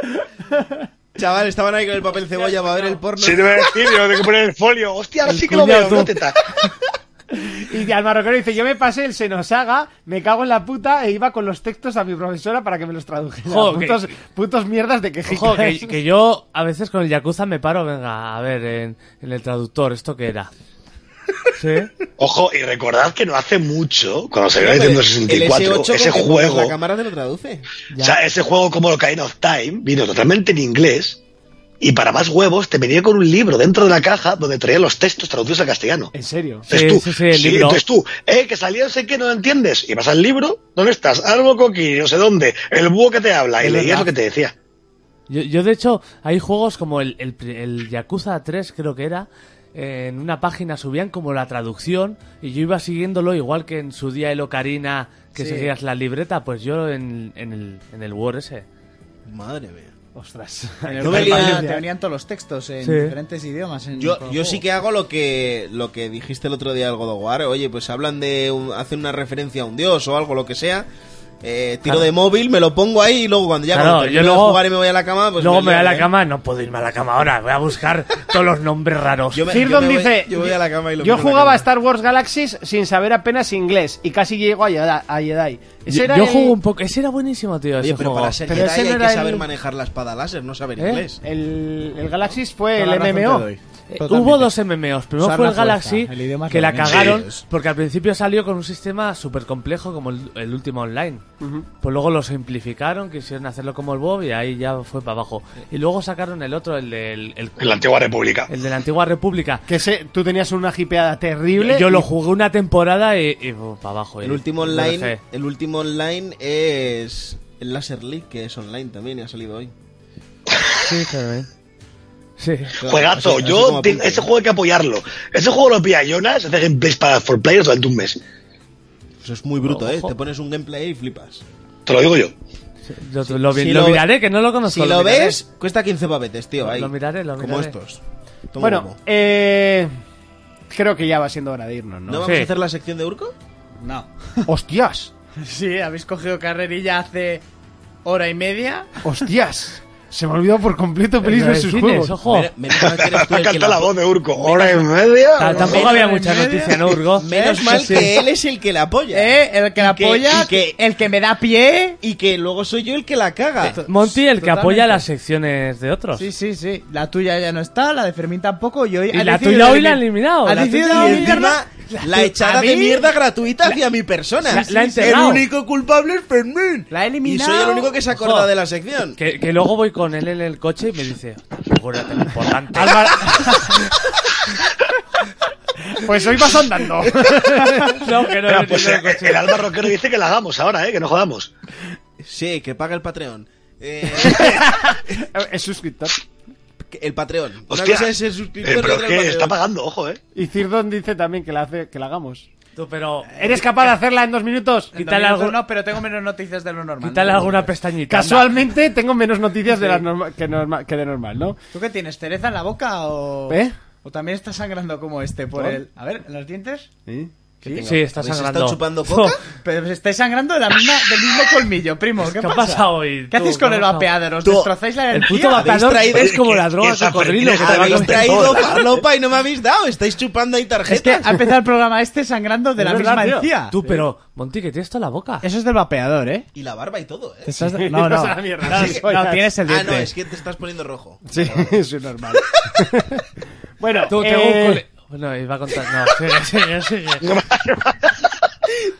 Speaker 4: Chaval, estaban ahí con el papel cebolla para ver el porno.
Speaker 5: Si te voy a decir, yo tengo que poner el folio. Hostia, ahora
Speaker 3: El
Speaker 5: sí que lo veo,
Speaker 3: cuñado.
Speaker 5: no teta.
Speaker 1: Y al marroquero dice, yo me pasé el Senosaga, me cago en la puta e iba con los textos a mi profesora para que me los tradujera.
Speaker 3: Jo, que-
Speaker 1: putos, putos mierdas de quejitas.
Speaker 3: Ojo, que, que yo a veces con el Yakuza me paro, venga, a ver, en, en el traductor, ¿esto qué era? ¿Sí?
Speaker 5: Ojo, y recordad que no hace mucho, cuando salió el
Speaker 4: El
Speaker 5: Nintendo 64,
Speaker 4: S8
Speaker 5: ese
Speaker 4: con que
Speaker 5: juego,
Speaker 4: La cámara te lo traduce.
Speaker 5: o sea, ese juego como lo Ocarina of Time, vino totalmente en inglés. Y para más huevos, te venía con un libro dentro de la caja donde traía los textos traducidos al castellano.
Speaker 1: En serio.
Speaker 5: Entonces
Speaker 3: Sí,
Speaker 5: tú,
Speaker 3: sí, sí, el libro.
Speaker 5: entonces tú, eh, que salió sé que no lo entiendes. Y vas al libro, ¿dónde estás? Algo coquí, no sé dónde, el búho que te habla, y
Speaker 3: Es
Speaker 5: leías
Speaker 3: verdad.
Speaker 5: lo que te decía.
Speaker 3: Yo, yo, de hecho, hay juegos como el, el, pri- el Yakuza 3, creo que era, eh, en una página subían como la traducción y yo iba siguiéndolo igual que en su día el Ocarina, que seguías la libreta, pues yo en, en el, en el Word ese.
Speaker 4: Madre mía.
Speaker 1: Ostras.
Speaker 8: En el
Speaker 4: No
Speaker 8: Word
Speaker 4: venía-
Speaker 8: Pal te venían todos los textos en
Speaker 3: Sí.
Speaker 8: diferentes idiomas. en-
Speaker 4: Yo,
Speaker 8: por
Speaker 4: yo
Speaker 8: juego.
Speaker 4: sí que hago lo que lo que dijiste el otro día del God of War. Oye, pues hablan de. un- hacen una referencia a un dios o algo, lo que sea. eh, tiro de móvil, me lo pongo ahí y luego cuando ya
Speaker 3: Claro,
Speaker 4: cuando
Speaker 3: yo
Speaker 4: termino de
Speaker 3: luego-
Speaker 4: jugar y me voy a la cama, pues
Speaker 3: Luego me voy a
Speaker 4: lío,
Speaker 3: la
Speaker 4: ¿eh?
Speaker 3: cama, no puedo irme a la cama ahora, voy a buscar todos los nombres raros.
Speaker 4: Yo me- yo
Speaker 1: Firdon
Speaker 4: me voy-
Speaker 1: dice:
Speaker 4: yo voy a la cama y lo
Speaker 1: Yo
Speaker 4: miro en la
Speaker 1: jugaba a
Speaker 4: cama".
Speaker 1: Star Wars Galaxies sin saber apenas inglés y casi llego a Jedi. a Jedi. Ese
Speaker 3: Yo,
Speaker 1: era
Speaker 3: yo
Speaker 1: el-
Speaker 3: jugué un poco. Ese era buenísimo, tío.
Speaker 4: Oye,
Speaker 3: ese
Speaker 4: pero
Speaker 3: juego.
Speaker 4: para ser
Speaker 1: Pero
Speaker 4: Jedi
Speaker 1: ese no
Speaker 4: hay
Speaker 1: era
Speaker 4: que saber
Speaker 1: el-
Speaker 4: manejar la espada láser, no saber
Speaker 3: ¿Eh?
Speaker 4: inglés.
Speaker 1: El, el Galaxies fue
Speaker 10: Toda
Speaker 1: el
Speaker 10: la razón te
Speaker 1: MMO.
Speaker 10: doy.
Speaker 3: Eh,
Speaker 10: Totalmente.
Speaker 3: hubo dos MMOs. Primero
Speaker 10: Usar
Speaker 3: fue
Speaker 10: la
Speaker 3: el Galaxy,
Speaker 10: fuerza, el idioma es
Speaker 3: que
Speaker 10: lo
Speaker 3: la
Speaker 10: mismo.
Speaker 3: cagaron
Speaker 4: Sí.
Speaker 3: porque al principio salió con un sistema súper complejo como el, el último online. Pues luego lo simplificaron, quisieron hacerlo como el Bob y ahí ya fue para abajo. Y luego sacaron el otro, el del... El,
Speaker 5: En la antigua república.
Speaker 3: el de la antigua república.
Speaker 1: Que se, tú tenías una jipeada terrible.
Speaker 3: Yo, yo
Speaker 1: y-
Speaker 3: lo jugué una temporada y, para abajo.
Speaker 4: El
Speaker 3: y
Speaker 4: último
Speaker 3: Pues, lo
Speaker 4: online,
Speaker 3: dejé.
Speaker 4: el último online es el Laser League, que es online también y ha salido hoy.
Speaker 3: Sí, también. Sí.
Speaker 4: Claro,
Speaker 5: Juegazo,
Speaker 4: así- así como
Speaker 5: yo te-
Speaker 4: apunte.
Speaker 5: ese juego hay que apoyarlo. Ese juego lo pilla Jonas, hace gameplays para for players durante un mes.
Speaker 4: Eso es muy bruto, ¿eh?
Speaker 3: Ojo.
Speaker 4: Te pones un gameplay y flipas.
Speaker 5: Te lo digo yo.
Speaker 3: Lo, lo vi-
Speaker 4: Si
Speaker 3: lo
Speaker 4: lo-
Speaker 3: miraré, que no lo conozco.
Speaker 4: si lo
Speaker 3: miraré.
Speaker 4: ves, cuesta 15 papetes, tío.
Speaker 3: Lo-
Speaker 4: Ahí.
Speaker 3: lo miraré, lo
Speaker 4: Como
Speaker 3: miraré.
Speaker 4: estos. Toma
Speaker 1: Bueno,
Speaker 4: huevo.
Speaker 1: eh, creo que ya va siendo hora de irnos, ¿no?
Speaker 4: ¿No, vamos
Speaker 3: sí.
Speaker 4: a hacer la sección de Urco?
Speaker 10: No.
Speaker 1: ¡Hostias!
Speaker 2: Sí, habéis cogido carrerilla hace hora y media.
Speaker 1: ¡Hostias! Se me olvidó por completo Pelis
Speaker 3: Lo de
Speaker 1: vs.
Speaker 3: cines,
Speaker 1: Juegos.
Speaker 3: ojo.
Speaker 4: Mer- Menos mal que eres tú
Speaker 5: Ha
Speaker 4: el que
Speaker 5: cantado
Speaker 4: la-
Speaker 5: la voz de Urco. Hora y media.
Speaker 3: Ta- Tampoco había mucha
Speaker 2: medio.
Speaker 3: noticia, ¿no, Urgo?
Speaker 4: Menos mal que él es el que la apoya.
Speaker 2: ¿Eh? El que la
Speaker 4: Y que-
Speaker 2: apoya,
Speaker 4: y que-
Speaker 2: el que me da pie.
Speaker 4: Y que luego soy yo el que la caga.
Speaker 3: Monty, el que apoya
Speaker 2: Totalmente.
Speaker 3: las secciones de otros.
Speaker 2: Sí, sí, sí. La tuya ya no está, la de Fermín tampoco. Y, hoy
Speaker 3: Y
Speaker 2: ha
Speaker 3: la
Speaker 2: decidido
Speaker 3: tuya hoy
Speaker 2: elimi-
Speaker 3: la han eliminado.
Speaker 2: Ha
Speaker 3: La
Speaker 2: decidido
Speaker 3: tuya-
Speaker 4: Y
Speaker 2: eliminarla.
Speaker 4: encima, la echada
Speaker 2: ¿A
Speaker 4: de
Speaker 2: mí?
Speaker 4: mierda gratuita hacia mi persona.
Speaker 3: la- la ha
Speaker 4: el
Speaker 3: enterrado.
Speaker 4: único culpable es Fermín.
Speaker 2: La ha
Speaker 4: Y
Speaker 2: eliminado.
Speaker 4: soy el único que se acuerda
Speaker 3: Ojo.
Speaker 4: de la sección.
Speaker 3: Que, que luego voy con él en el coche y me dice, "Acuérdate, lo importante.
Speaker 1: Pues hoy vas andando.
Speaker 3: no, que no,
Speaker 5: Mira,
Speaker 3: no,
Speaker 5: pues,
Speaker 3: no, no,
Speaker 5: eh,
Speaker 3: coche.
Speaker 5: el Alba Roquero dice que la hagamos ahora, ¿eh? que no jodamos.
Speaker 4: Sí, que paga el Patreon. Eh,
Speaker 1: es suscriptor.
Speaker 4: el Patreon. Una
Speaker 5: Hostia,
Speaker 4: cosa es el
Speaker 5: eh,
Speaker 4: suscriptor y
Speaker 5: pero
Speaker 4: otra
Speaker 5: es que
Speaker 4: el
Speaker 5: está
Speaker 4: Patreon.
Speaker 5: pagando, ojo, ¿eh?
Speaker 1: Y Cirdon dice también que la, hace, que la hagamos.
Speaker 3: Tú, pero
Speaker 1: ¿Eres capaz de hacerla en dos minutos?
Speaker 2: Eh, En dos
Speaker 3: Quítale
Speaker 2: minutos
Speaker 3: algo-
Speaker 2: No, pero tengo menos noticias de lo normal.
Speaker 3: quítale
Speaker 2: No te
Speaker 3: alguna
Speaker 2: preocupes.
Speaker 3: pestañita.
Speaker 1: Casualmente tengo menos noticias de las norma- que, norma- que de normal, ¿no?
Speaker 2: ¿Tú qué tienes? ¿Cereza en la boca o.?
Speaker 1: ¿Eh?
Speaker 2: ¿O también está sangrando como este por
Speaker 1: ¿Por?
Speaker 2: el.? A ver, ¿en los dientes?
Speaker 3: Anda. Sí, está
Speaker 4: ¿Habéis
Speaker 3: sangrando.
Speaker 4: estado chupando coca?
Speaker 2: Pero se estáis sangrando de la misma, del mismo colmillo, primo. ¿Qué,
Speaker 3: ¿Qué ha
Speaker 2: pasa?
Speaker 3: pasado hoy?
Speaker 2: ¿Qué
Speaker 3: tú?
Speaker 2: hacéis con
Speaker 3: ¿Qué
Speaker 2: el
Speaker 3: ha pasado?
Speaker 2: vapeador? ¿Os
Speaker 4: Tú,
Speaker 2: destrocáis la
Speaker 3: El
Speaker 2: energía?
Speaker 3: puto vapeador
Speaker 4: traído-
Speaker 3: es como
Speaker 5: Oye,
Speaker 3: la
Speaker 5: que-
Speaker 3: droga
Speaker 5: que esa
Speaker 3: cocodrilo que
Speaker 5: Fermín
Speaker 3: te va a
Speaker 5: está
Speaker 4: Habéis
Speaker 5: Todas.
Speaker 4: traído
Speaker 5: Todas.
Speaker 4: farlopa y no me habéis dado. Estáis chupando ahí
Speaker 2: Es que
Speaker 4: tarjetas.
Speaker 2: ha empezado el programa este sangrando de la
Speaker 1: Es verdad,
Speaker 2: misma
Speaker 1: tío.
Speaker 2: encía.
Speaker 3: Tú, pero, Monty, que tienes toda la boca.
Speaker 2: Eso es del vapeador, ¿eh?
Speaker 4: Y la barba y todo,
Speaker 2: Te
Speaker 4: ¿eh?
Speaker 2: estás- No,
Speaker 1: Vas
Speaker 2: no.
Speaker 1: a la mierda.
Speaker 2: No,
Speaker 1: Sí,
Speaker 2: no,
Speaker 1: oigas.
Speaker 2: tienes el
Speaker 4: Ah,
Speaker 2: diente.
Speaker 4: no, es que te estás poniendo rojo.
Speaker 1: Sí, es normal. bueno,
Speaker 3: Tú, tengo
Speaker 1: eh,
Speaker 3: un cole... Bueno, iba a contar... No, sigue, sigue, sigue.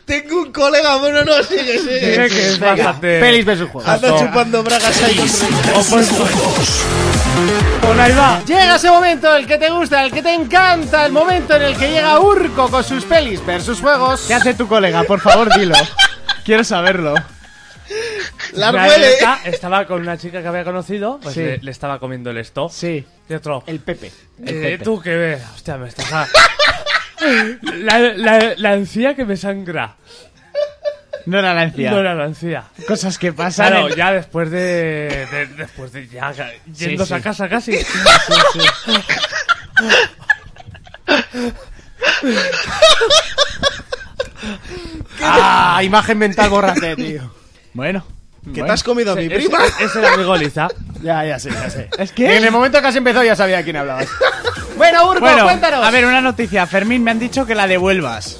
Speaker 4: Tengo un colega, bueno, no, sigue,
Speaker 3: Sigue,
Speaker 4: sigue.
Speaker 3: que es
Speaker 1: venga,
Speaker 3: bastante...
Speaker 1: Pelis vs. Juegos.
Speaker 2: Ah,
Speaker 4: Anda chupando bragas ahí.
Speaker 1: Pues ahí va. Llega ese momento, el que te gusta, el que te encanta, el momento en el que llega Urco con sus pelis versus juegos.
Speaker 2: ¿Qué hace tu colega? Por favor, dilo. Quiero saberlo.
Speaker 4: Las
Speaker 3: Una
Speaker 4: huele.
Speaker 3: anécdota, estaba con una chica que había conocido, pues
Speaker 1: Sí.
Speaker 3: le, le estaba comiendo el esto.
Speaker 1: Sí,
Speaker 3: Y otro,
Speaker 1: el Pepe.
Speaker 3: eh, tú que ves, hostia, me estás... a- la, la, la encía que me sangra.
Speaker 2: No era la encía.
Speaker 3: No era la encía.
Speaker 2: Cosas que pasan.
Speaker 3: Claro,
Speaker 2: en-
Speaker 3: ya después de, de- después de ya ca- yéndose
Speaker 2: sí.
Speaker 3: a casa casi.
Speaker 1: Ah, imagen mental borrate, tío.
Speaker 2: Bueno.
Speaker 4: Que te has comido a mi
Speaker 3: Es,
Speaker 4: prima.
Speaker 3: es el amigo Liza.
Speaker 1: Ya, ya sé, ya sé.
Speaker 2: ¿Es que?
Speaker 1: En el momento que has empezado ya sabía a quién hablabas. bueno, Urco,
Speaker 2: Bueno,
Speaker 1: cuéntanos.
Speaker 2: a ver, una noticia. Fermín, me han dicho que la devuelvas.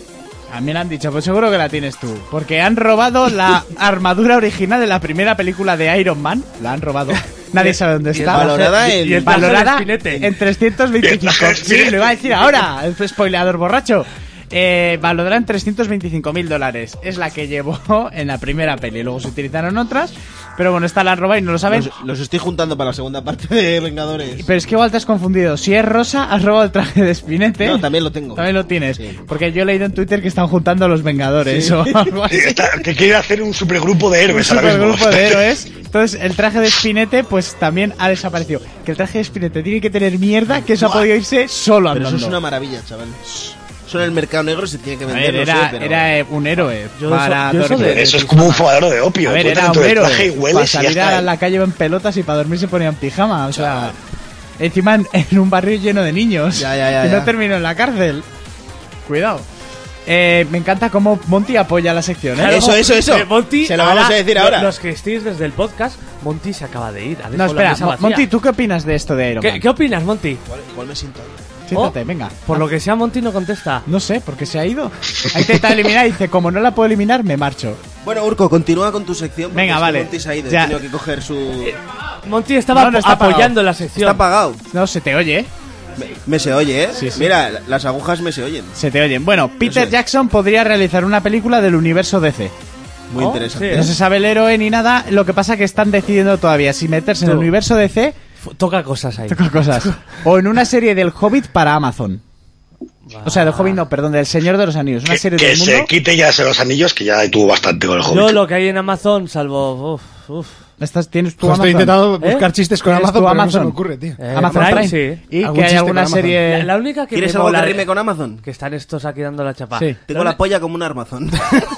Speaker 2: A mí me la han dicho, pues seguro que la tienes tú. Porque han robado la armadura original de la primera película de Iron Man. La han robado. Nadie sabe dónde
Speaker 4: y el
Speaker 2: está.
Speaker 4: valorada en-
Speaker 2: Y el
Speaker 3: traje de
Speaker 2: valorada
Speaker 3: espinete.
Speaker 2: en 325.
Speaker 5: Y el traje de
Speaker 2: Sí,
Speaker 5: espinete.
Speaker 2: lo iba a decir ahora. El spoileador borracho. Eh, valorará en 325 mil dólares. Es la que llevó en la primera peli. Luego se utilizaron otras. Pero bueno, esta la han robado y no lo saben.
Speaker 4: Los, los estoy juntando para la segunda parte de Vengadores.
Speaker 2: Pero es que igual te has confundido. Si es rosa, has robado el traje de espinete.
Speaker 4: No, también lo tengo.
Speaker 2: También lo tienes.
Speaker 4: Sí.
Speaker 2: Porque yo he leído en Twitter que están juntando a los Vengadores o algo
Speaker 5: Sí,
Speaker 2: así.
Speaker 5: está- que quiere hacer un supergrupo de
Speaker 2: Un
Speaker 5: héroes ahora mismo.
Speaker 2: supergrupo de héroes. Entonces, el traje de espinete, pues también ha desaparecido. Que el traje de espinete tiene que tener mierda, que eso ha podido irse solo
Speaker 4: Pero eso
Speaker 2: andando.
Speaker 4: es una maravilla, chaval. Eso en el mercado negro se tiene que
Speaker 2: A
Speaker 4: vender.
Speaker 2: ver,
Speaker 4: no
Speaker 2: era,
Speaker 4: sé, pero-
Speaker 2: era eh, un héroe.
Speaker 3: Yo
Speaker 2: para
Speaker 3: eso- yo eso
Speaker 2: dormir.
Speaker 3: de-
Speaker 5: Eso es como un fumador de opio.
Speaker 2: A ver,
Speaker 5: Tú
Speaker 2: era
Speaker 5: dentro
Speaker 2: un
Speaker 5: del
Speaker 2: héroe.
Speaker 5: traje y
Speaker 2: para
Speaker 5: hueles y ya
Speaker 2: salir
Speaker 5: está, eh.
Speaker 2: a la calle en pelotas y para dormir se ponían pijama. O sea, encima en, en un barrio lleno de niños.
Speaker 4: Ya, ya, ya,
Speaker 2: y no
Speaker 4: ya.
Speaker 2: terminó en la cárcel. Cuidado. Eh, me encanta cómo Monty apoya la sección, ¿eh?
Speaker 4: Eso, eso, eso.
Speaker 3: Eh, Monty,
Speaker 4: Se lo vamos a decir
Speaker 3: lo-
Speaker 4: ahora.
Speaker 3: Los que estéis desde el podcast, Monty se acaba de ir. Ha
Speaker 2: No,
Speaker 3: dejado la
Speaker 2: espera,
Speaker 3: mesa
Speaker 2: Mo-
Speaker 3: vacía.
Speaker 2: Monty, ¿tú qué opinas de esto de Iron
Speaker 3: ¿Qué,
Speaker 2: Man?
Speaker 3: qué opinas, Monty?
Speaker 4: Igual, igual me siento.
Speaker 2: Siéntate,
Speaker 3: Oh.
Speaker 2: venga.
Speaker 3: Por lo que sea, Monty no contesta.
Speaker 2: No sé, porque se ha ido. Ha intentado eliminar y dice, como no la puedo eliminar, me marcho.
Speaker 4: Bueno, Urco, continúa con tu sección. porque
Speaker 2: Venga,
Speaker 4: es que
Speaker 2: vale.
Speaker 4: Monty se ha ido,
Speaker 2: Ya. Eh,
Speaker 4: he tenido que coger su.
Speaker 3: Monty estaba
Speaker 2: No, no está
Speaker 3: apoyando la
Speaker 4: Está
Speaker 3: sección.
Speaker 4: apagado.
Speaker 2: No, se te oye, ¿eh?
Speaker 4: Me, me se oye, ¿eh?
Speaker 2: sí.
Speaker 4: Mira, la- las agujas me se oyen.
Speaker 2: Se te oyen. Bueno, Peter
Speaker 4: sé.
Speaker 2: Jackson podría realizar una película del universo DC.
Speaker 4: Muy
Speaker 3: Oh,
Speaker 4: interesante.
Speaker 2: No se sabe el héroe ni nada, lo que pasa que están decidiendo todavía si meterse en el
Speaker 3: Tú.
Speaker 2: universo DC
Speaker 3: F- Toca cosas ahí.
Speaker 2: toca cosas, o en una serie del Hobbit para Amazon. O sea, del Hobbit no, perdón, del Señor de los Anillos, una
Speaker 5: Que,
Speaker 2: serie
Speaker 5: que
Speaker 2: del
Speaker 5: se
Speaker 2: mundo.
Speaker 5: quite ya ese los anillos, que ya tuvo bastante con el
Speaker 3: Yo
Speaker 5: Hobbit.
Speaker 3: lo que hay en Amazon, salvo. Uf, uf.
Speaker 2: Estas tienes tu
Speaker 1: Pues estoy
Speaker 2: Amazon.
Speaker 1: intentando
Speaker 3: ¿Eh?
Speaker 1: buscar chistes con
Speaker 2: ¿Tienes
Speaker 1: Amazon,
Speaker 2: tu
Speaker 1: pero no se me
Speaker 2: Amazon?
Speaker 1: ocurre, tío.
Speaker 3: Eh,
Speaker 2: Amazon Prime, Ah,
Speaker 3: sí.
Speaker 2: y
Speaker 1: Algún
Speaker 2: que hay
Speaker 1: chiste
Speaker 2: alguna
Speaker 1: con Amazon.
Speaker 2: serie
Speaker 3: La, la única que
Speaker 4: Eh, ¿Quieres
Speaker 3: me
Speaker 4: algo que
Speaker 3: mola-
Speaker 4: rime con Amazon?
Speaker 3: que están estos aquí dando la chapa.
Speaker 2: Sí.
Speaker 4: Tengo la polla como un armazón.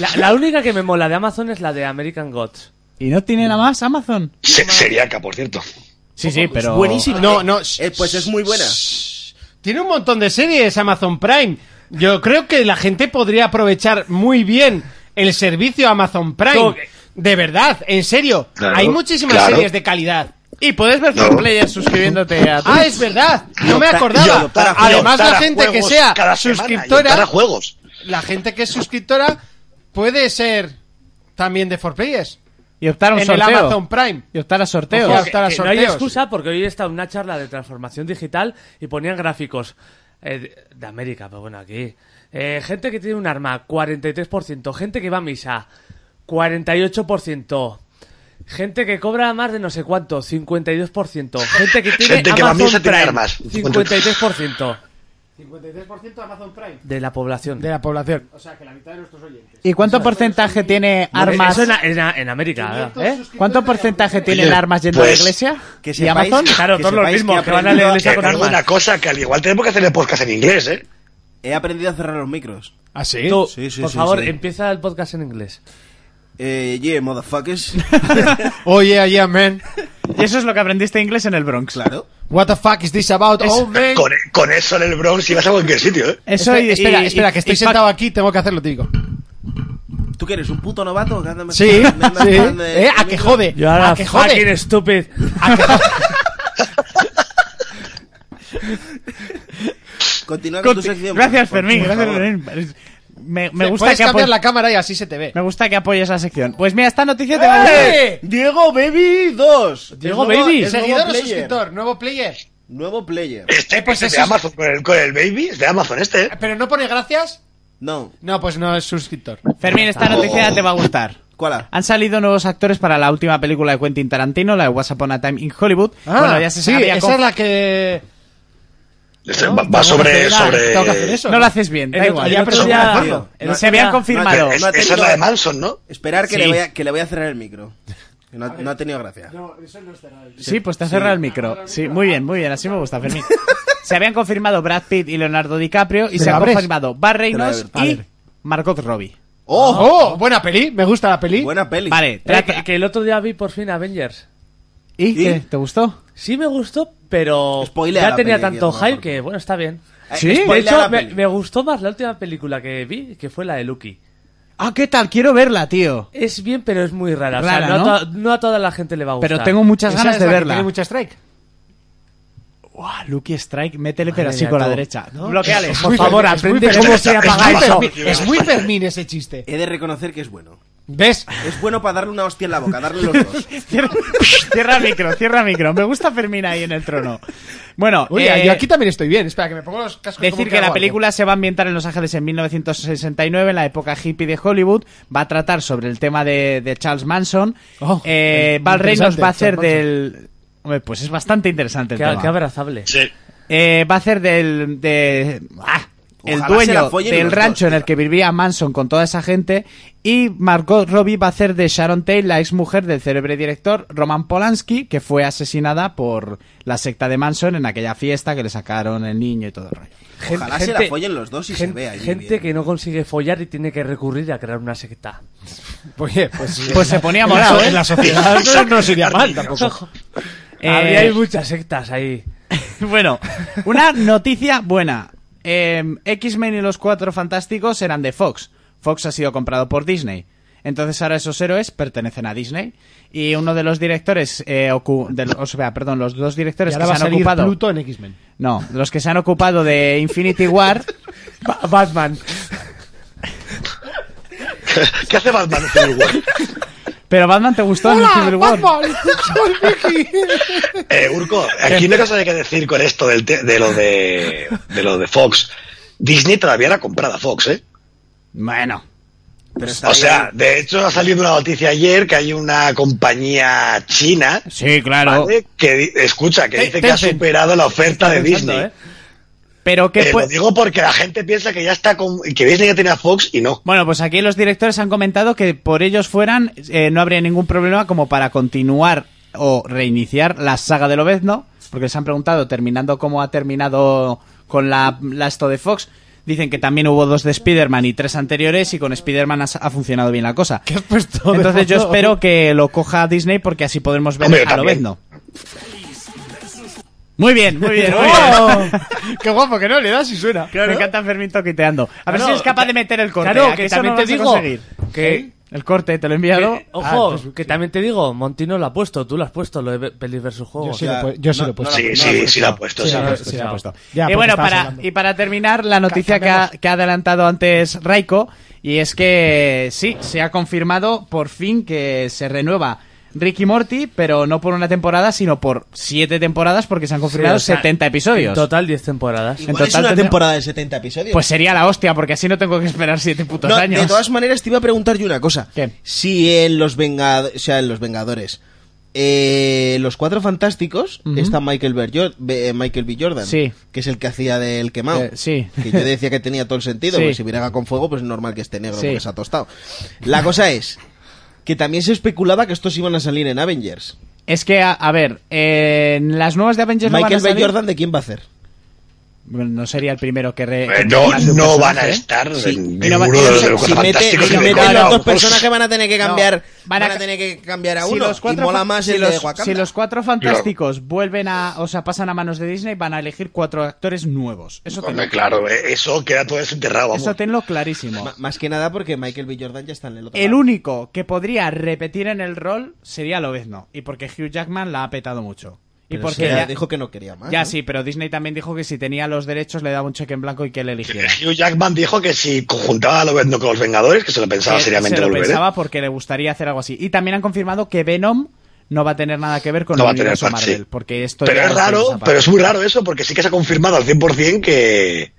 Speaker 3: La, la única que me mola de Amazon es la de American Gods.
Speaker 2: y no tiene nada más Amazon.
Speaker 5: Se- Seriaca, por cierto.
Speaker 2: Sí, sí, pero
Speaker 1: Buenísimo. No, no.
Speaker 4: Eh, pues es muy buena.
Speaker 1: Tiene un montón de series Amazon Prime. Yo creo que la gente podría aprovechar muy bien el servicio Amazon Prime.
Speaker 3: Todo que-
Speaker 1: De verdad, en serio.
Speaker 5: Claro,
Speaker 1: Hay muchísimas
Speaker 5: claro.
Speaker 1: series de calidad.
Speaker 2: y puedes ver
Speaker 5: No.
Speaker 2: player suscribiéndote a
Speaker 1: Ah, es verdad. No me
Speaker 4: Yo-
Speaker 1: acordaba.
Speaker 4: yo- para-
Speaker 1: Además,
Speaker 5: Y optar
Speaker 1: la
Speaker 5: a
Speaker 1: gente que
Speaker 5: juegos
Speaker 1: sea
Speaker 5: cada semana, y optar a
Speaker 1: suscriptora,
Speaker 5: juegos.
Speaker 1: la gente que es suscriptora puede ser también de 4Players.
Speaker 2: y optar a un
Speaker 1: En el
Speaker 2: sorteo.
Speaker 1: Amazon Prime.
Speaker 2: Y optar a sorteos.
Speaker 1: Ojo,
Speaker 3: Que-
Speaker 1: Para
Speaker 3: que no hay
Speaker 1: sorteos.
Speaker 3: excusa porque hoy está una charla de transformación digital y ponían gráficos eh, de- de América, pero bueno, aquí. Eh, gente que tiene un arma, 43%. Gente que va a misa, 48%. Gente que cobra más de no sé cuánto, 52%. Gente que tiene
Speaker 5: Gente que va a
Speaker 3: Amazon
Speaker 5: misa tiene
Speaker 3: Prime,
Speaker 5: armas,
Speaker 3: 53%
Speaker 1: 53% Amazon Prime.
Speaker 3: de la población.
Speaker 1: De la población. O sea, que la mitad de nuestros oyentes.
Speaker 2: ¿Y cuánto porcentaje tiene
Speaker 3: Bueno,
Speaker 2: armas?
Speaker 3: eso en, en- en América, ¿eh?
Speaker 2: ¿Eh? ¿Cuánto porcentaje tiene
Speaker 5: Oye,
Speaker 2: el armas yendo a la
Speaker 5: pues,
Speaker 2: iglesia?
Speaker 4: que
Speaker 2: ¿Y
Speaker 4: sepáis
Speaker 2: Amazon?
Speaker 3: Claro,
Speaker 4: Que
Speaker 3: todos los
Speaker 4: sepáis
Speaker 3: mismos
Speaker 4: que
Speaker 3: que van a la
Speaker 4: aprendo-
Speaker 3: iglesia
Speaker 5: Que
Speaker 3: con
Speaker 5: hago
Speaker 3: armas.
Speaker 5: una cosa, que al igual tenemos que hacer el podcast en inglés, ¿eh?
Speaker 4: He aprendido a cerrar los micros.
Speaker 1: ¿Ah, sí?
Speaker 3: Tú,
Speaker 4: Sí, sí,
Speaker 3: por
Speaker 4: sí,
Speaker 3: favor,
Speaker 4: sí.
Speaker 3: empieza el podcast en inglés.
Speaker 4: Eh, yeah, motherfuckers.
Speaker 1: Oh, yeah, yeah, man.
Speaker 2: Y eso es lo que aprendiste inglés en el Bronx.
Speaker 4: claro.
Speaker 1: What the fuck is this about? Oh, man.
Speaker 5: Con, con eso en el Bronx ibas a cualquier sitio, ¿eh?
Speaker 2: Eso
Speaker 1: espera,
Speaker 2: y-
Speaker 1: espera,
Speaker 2: y-
Speaker 1: espera, que
Speaker 2: y-
Speaker 1: estoy
Speaker 2: y-
Speaker 1: sentado aquí, tengo que hacer lo típico.
Speaker 4: ¿Tú que eres un puto novato? Que andas-
Speaker 1: Sí,
Speaker 4: me andas
Speaker 1: sí.
Speaker 4: hablando de-
Speaker 1: Eh, a que jode.
Speaker 3: Yo ahora
Speaker 1: A que jode.
Speaker 3: fucking stupid.
Speaker 4: Continúa con tu
Speaker 2: Conti-
Speaker 4: sección.
Speaker 2: Gracias,
Speaker 4: por- por
Speaker 2: Fermín. Gracias,
Speaker 4: favor.
Speaker 2: Fermín. Me, me gusta
Speaker 1: Puedes
Speaker 2: que
Speaker 1: cambiar
Speaker 2: apo-
Speaker 1: la cámara y así se te ve.
Speaker 2: me gusta que apoyes la sección. Pues mira, esta noticia te va a gustar.
Speaker 1: ¡Eh!
Speaker 4: Diego Baby 2.
Speaker 3: Diego Baby.
Speaker 4: el nuevo
Speaker 1: Seguidor o
Speaker 4: player.
Speaker 1: suscriptor, nuevo player.
Speaker 4: Nuevo player.
Speaker 5: Este,
Speaker 1: Eh, pues
Speaker 5: este
Speaker 1: eso
Speaker 5: de
Speaker 1: es- Ah,
Speaker 5: Amazon, con el, con el Baby, es de Amazon este, ¿eh?
Speaker 1: ¿Pero no pone gracias?
Speaker 4: No.
Speaker 1: No, pues no es suscriptor.
Speaker 2: Fermín, esta noticia te va a gustar.
Speaker 4: ¿Cuál? ha?
Speaker 2: Han salido nuevos actores para la última película de Quentin Tarantino, la de What's Upon a Time in Hollywood. bueno, ya se
Speaker 1: Ah, sí,
Speaker 2: sabía
Speaker 1: esa
Speaker 2: con-
Speaker 1: es la que...
Speaker 5: Este va, va sobre... sobre...
Speaker 1: Tengo que hacer eso.
Speaker 2: No lo haces bien, da
Speaker 3: El
Speaker 2: igual.
Speaker 3: otro- el otro
Speaker 2: Pero-
Speaker 3: día-
Speaker 4: tío.
Speaker 2: Eh,
Speaker 4: No,
Speaker 2: se habían
Speaker 3: no,
Speaker 2: confirmado.
Speaker 5: Es-
Speaker 4: No ha
Speaker 5: esa es
Speaker 4: tenido-
Speaker 5: la de Manson, ¿no?
Speaker 4: Esperar que,
Speaker 2: Sí.
Speaker 4: le voy a, que le voy a cerrar el micro. Que No, no ha tenido gracia.
Speaker 2: Sí, pues te ha cerrado el micro. Sí, muy bien, muy bien, así me gusta, Fermín. Se habían confirmado Brad Pitt y Leonardo DiCaprio y se
Speaker 1: la
Speaker 2: han
Speaker 1: abres?
Speaker 2: confirmado Bar Reynolds
Speaker 4: Te la abro.
Speaker 2: y Margot Robbie.
Speaker 4: ¡Oh!
Speaker 1: ¡Oh! Buena peli, me gusta la peli.
Speaker 4: Buena peli.
Speaker 2: Vale,
Speaker 3: Eh,
Speaker 2: trata-
Speaker 3: que, que el otro día vi por fin Avengers.
Speaker 2: ¿Y,
Speaker 4: ¿Y?
Speaker 2: qué? ¿Te gustó?
Speaker 3: Sí me gustó, pero
Speaker 4: Spoilea
Speaker 3: ya
Speaker 4: la
Speaker 3: tenía
Speaker 4: peli,
Speaker 3: tanto
Speaker 4: Diego, por
Speaker 3: hype
Speaker 4: favor.
Speaker 3: que, bueno, está bien.
Speaker 4: Eh,
Speaker 2: ¿Sí?
Speaker 4: spoiler
Speaker 3: De
Speaker 4: la
Speaker 3: hecho, me,
Speaker 4: peli.
Speaker 3: me gustó más la última película que vi, que fue la de Lucky.
Speaker 2: Ah, ¿qué tal? Quiero verla, tío.
Speaker 3: Es bien, pero es muy rara. o sea,
Speaker 2: Rara,
Speaker 3: no,
Speaker 2: ¿no?
Speaker 3: A to- no a toda la gente le va a gustar.
Speaker 2: Pero tengo muchas
Speaker 1: Esa
Speaker 2: ganas
Speaker 1: es
Speaker 2: de
Speaker 1: la que
Speaker 2: verla.
Speaker 1: Tiene mucha strike.
Speaker 2: Guau, Lucky Strike, métele
Speaker 3: Madre
Speaker 2: pero así
Speaker 3: mía,
Speaker 2: con la
Speaker 3: tú.
Speaker 2: derecha. ¿no?
Speaker 3: Bloqueale,
Speaker 1: Es
Speaker 3: por
Speaker 1: muy
Speaker 3: favor,
Speaker 1: Fermín, es muy
Speaker 3: aprende
Speaker 1: Fermín.
Speaker 3: cómo se
Speaker 5: Es muy
Speaker 3: apaga eso.
Speaker 5: Fermín.
Speaker 1: Es muy Fermín ese chiste.
Speaker 4: He de reconocer que es bueno.
Speaker 1: ¿Ves?
Speaker 4: Es bueno para darle una hostia en la boca, darle los dos.
Speaker 2: Cierra, cierra micro, cierra micro. Me gusta Fermín ahí en el trono. Bueno,
Speaker 1: Oye,
Speaker 2: eh,
Speaker 1: yo aquí también estoy bien. Espera, que me pongo los cascos. como
Speaker 2: Decir que la
Speaker 1: hago algo.
Speaker 2: película se va a ambientar en Los Ángeles en 1969, en la época hippie de Hollywood. Va a tratar sobre el tema de, de Charles Manson.
Speaker 1: Oh,
Speaker 2: eh,
Speaker 1: in-
Speaker 2: Val Reynolds
Speaker 1: interesante,
Speaker 2: va a hacer
Speaker 1: Charles
Speaker 2: del. Hombre, pues es bastante interesante el
Speaker 3: Qué,
Speaker 2: tema.
Speaker 3: qué abrazable.
Speaker 5: Sí.
Speaker 2: Eh, va a hacer del. de- ¡Ah! el
Speaker 4: Ojalá se la
Speaker 2: dueño
Speaker 4: follen
Speaker 2: del
Speaker 4: los dos,
Speaker 2: rancho en el
Speaker 4: tío.
Speaker 2: que vivía Manson con toda esa gente. Y Margot Robbie va a hacer de Sharon Tate, la ex mujer del célebre director Roman Polanski, que fue asesinada por la secta de Manson en aquella fiesta que le sacaron el niño y todo el rollo.
Speaker 3: Gen-
Speaker 4: Ojalá se la follen los dos y
Speaker 3: gen-
Speaker 4: se vea. allí
Speaker 3: gente
Speaker 4: bien.
Speaker 3: que no consigue follar y tiene que recurrir a crear una secta.
Speaker 1: Oye, pues.
Speaker 2: Pues se ponía morado, ¿eh?
Speaker 1: En la sociedad no, no sería mal tampoco.
Speaker 2: Eh,
Speaker 3: Habría hay muchas sectas ahí.
Speaker 2: bueno, una noticia buena. Eh, eh, X-Men y los Cuatro Fantásticos eran de Fox. Fox ha sido comprado por Disney. Entonces ahora esos héroes pertenecen a Disney. Y uno de los directores, eh, ocu- de los, o sea, perdón, los dos
Speaker 11: Y
Speaker 2: directores que
Speaker 11: ahora va
Speaker 2: se
Speaker 11: a
Speaker 2: han
Speaker 11: salir
Speaker 2: ocupado.
Speaker 11: Pluto en X-Men.
Speaker 2: No, los que se han ocupado de Infinity War. Batman.
Speaker 5: ¿Qué hace Batman en Civil War?
Speaker 2: Pero Batman te gustó en Civil War.
Speaker 5: Eh, Urco, aquí una cosa hay que decir con esto del te- de, lo de, de lo de Fox. Disney todavía la comprada Fox, ¿eh?
Speaker 2: Bueno.
Speaker 4: Pero está
Speaker 5: O sea,
Speaker 4: bien.
Speaker 5: de hecho ha salido una noticia ayer que hay una compañía china
Speaker 2: Sí, claro.
Speaker 5: ¿vale? que di- escucha, que dice que ha
Speaker 3: Tencent.
Speaker 5: superado la oferta de
Speaker 3: Pensando,
Speaker 5: Disney.
Speaker 3: ¿eh?
Speaker 2: Pero que
Speaker 5: Eh,
Speaker 2: fue-
Speaker 5: Lo digo porque la gente piensa que ya está con que Disney ya tenía Fox y no.
Speaker 2: Bueno, pues aquí los directores han comentado que por ellos fueran eh, no habría ningún problema como para continuar o reiniciar la saga del Obezno, porque les han preguntado, terminando cómo ha terminado con la, la esto de Fox, dicen que también hubo dos de Spider-Man y tres anteriores y con Spider-Man ha, ha funcionado bien la cosa.
Speaker 11: ¿Qué has puesto? de
Speaker 2: Entonces yo
Speaker 11: fondo?
Speaker 2: espero que lo coja Disney porque así podremos ver
Speaker 5: Hombre, yo
Speaker 2: a
Speaker 5: también.
Speaker 2: Lobezno. Muy bien, muy bien, muy bien.
Speaker 11: ¡Oh! ¡Qué guapo que no! Le das y suena.
Speaker 2: Me encanta Fermín toquiteando. A ver
Speaker 3: Claro,
Speaker 2: si es capaz de meter el corte. Ah,
Speaker 3: Claro,
Speaker 2: ¿a
Speaker 3: que
Speaker 2: eso
Speaker 3: también
Speaker 2: no lo vas
Speaker 3: te
Speaker 2: a
Speaker 3: digo
Speaker 2: conseguir?
Speaker 3: que-
Speaker 2: El corte, te lo he enviado. Ah,
Speaker 3: Eh, ojo, que también te digo, Montino lo ha puesto, tú lo has puesto, lo de Be- pelis versus
Speaker 11: Yo
Speaker 3: juegos.
Speaker 11: sí,
Speaker 4: Ya,
Speaker 11: lo, he pu- yo sí
Speaker 4: no-
Speaker 11: lo he puesto.
Speaker 5: sí,
Speaker 4: no,
Speaker 5: sí,
Speaker 4: no,
Speaker 5: sí la ha puesto. sí.
Speaker 2: Se la ha puesto.
Speaker 11: Ya,
Speaker 2: y
Speaker 11: porque
Speaker 2: bueno,
Speaker 11: estabas
Speaker 2: para,
Speaker 11: hablando.
Speaker 2: y para terminar, la noticia que ha,
Speaker 11: Cazamos.
Speaker 2: que ha adelantado antes Raiko, y es que sí, se ha confirmado por fin que se renueva Ricky Morty, pero no por una temporada, sino por siete temporadas, porque se han confirmado
Speaker 3: o sea,
Speaker 2: 70 episodios.
Speaker 3: En total 10 temporadas.
Speaker 4: Igual
Speaker 2: en
Speaker 4: es
Speaker 2: total
Speaker 4: una
Speaker 2: tendrá-
Speaker 4: temporada de 70 episodios.
Speaker 2: Pues sería la hostia, porque así no tengo que esperar siete putos
Speaker 4: No,
Speaker 2: años.
Speaker 4: De todas maneras, te iba a preguntar yo una cosa.
Speaker 2: ¿Qué?
Speaker 4: Si en los, Vengad- o sea, en los Vengadores, eh, los Cuatro Fantásticos, está Michael, B. Jor- B- eh, Michael B. Jordan,
Speaker 2: Sí.
Speaker 4: que es el que hacía del quemado.
Speaker 2: Eh, sí.
Speaker 4: Que yo decía que tenía todo el sentido,
Speaker 2: Sí.
Speaker 4: porque si viraga con fuego, pues es normal que esté negro
Speaker 2: Sí.
Speaker 4: porque se ha tostado. La cosa es que también se especulaba que estos iban a salir en Avengers.
Speaker 2: Es que, a, a ver, eh, en las nuevas de Avengers no van a
Speaker 4: Michael B.
Speaker 2: salir-
Speaker 4: Jordan, ¿de quién va a hacer?
Speaker 2: Bueno, no sería el primero que... re-
Speaker 5: Eh,
Speaker 2: que
Speaker 5: no,
Speaker 2: hace un
Speaker 5: no van a
Speaker 2: personaje, ¿eh?
Speaker 5: estar
Speaker 4: Sí.
Speaker 5: en
Speaker 2: Y no va-
Speaker 5: ninguno de los de los
Speaker 4: si
Speaker 5: Cuatro
Speaker 4: mete,
Speaker 5: fantásticos.
Speaker 4: si
Speaker 5: ni de
Speaker 4: meten
Speaker 5: Cuatro.
Speaker 4: los dos personajes van a tener que cambiar
Speaker 2: van
Speaker 4: van
Speaker 2: a
Speaker 4: a,
Speaker 2: ca-
Speaker 4: tener que cambiar a
Speaker 2: Si
Speaker 4: uno
Speaker 2: los cuatro
Speaker 4: y mola
Speaker 2: fa-
Speaker 4: más
Speaker 2: si
Speaker 4: el
Speaker 2: los,
Speaker 4: de Wakanda
Speaker 2: si los cuatro fantásticos vuelven a, o sea, pasan a manos de Disney, van a elegir cuatro actores nuevos. Eso tenlo,
Speaker 5: Hombre, claro, eh, eso queda todo desenterrado. vamos.
Speaker 2: eso tenlo clarísimo.
Speaker 4: Ma-
Speaker 5: Oh.
Speaker 4: más que nada porque Michael B. Jordan ya está en el otro
Speaker 2: El
Speaker 4: lado.
Speaker 2: único que podría repetir en el rol sería Lobezno, y porque Hugh Jackman la ha petado mucho. Y
Speaker 4: Pero
Speaker 2: porque
Speaker 4: es que
Speaker 2: ya,
Speaker 4: dijo ¿eh? que no quería más.
Speaker 2: ya
Speaker 4: ¿no?
Speaker 2: sí, pero Disney también dijo que si tenía los derechos le daba un cheque en blanco y que le eligiera.
Speaker 5: Hugh Jackman dijo que si conjuntaba a Lobezno con los Vengadores, que se lo pensaba
Speaker 2: Que
Speaker 5: seriamente
Speaker 2: se lo
Speaker 5: volver. ¿eh?
Speaker 2: pensaba porque le gustaría hacer algo así. Y también han confirmado que Venom no va a tener nada que ver con
Speaker 5: No va
Speaker 2: el
Speaker 5: a tener
Speaker 2: universo
Speaker 5: parte, sí.
Speaker 2: Marvel, porque esto
Speaker 5: Pero
Speaker 2: ya
Speaker 5: es
Speaker 2: lo tenemos
Speaker 5: raro,
Speaker 2: aparte.
Speaker 5: pero es muy raro eso, porque sí que se ha confirmado al 100% que,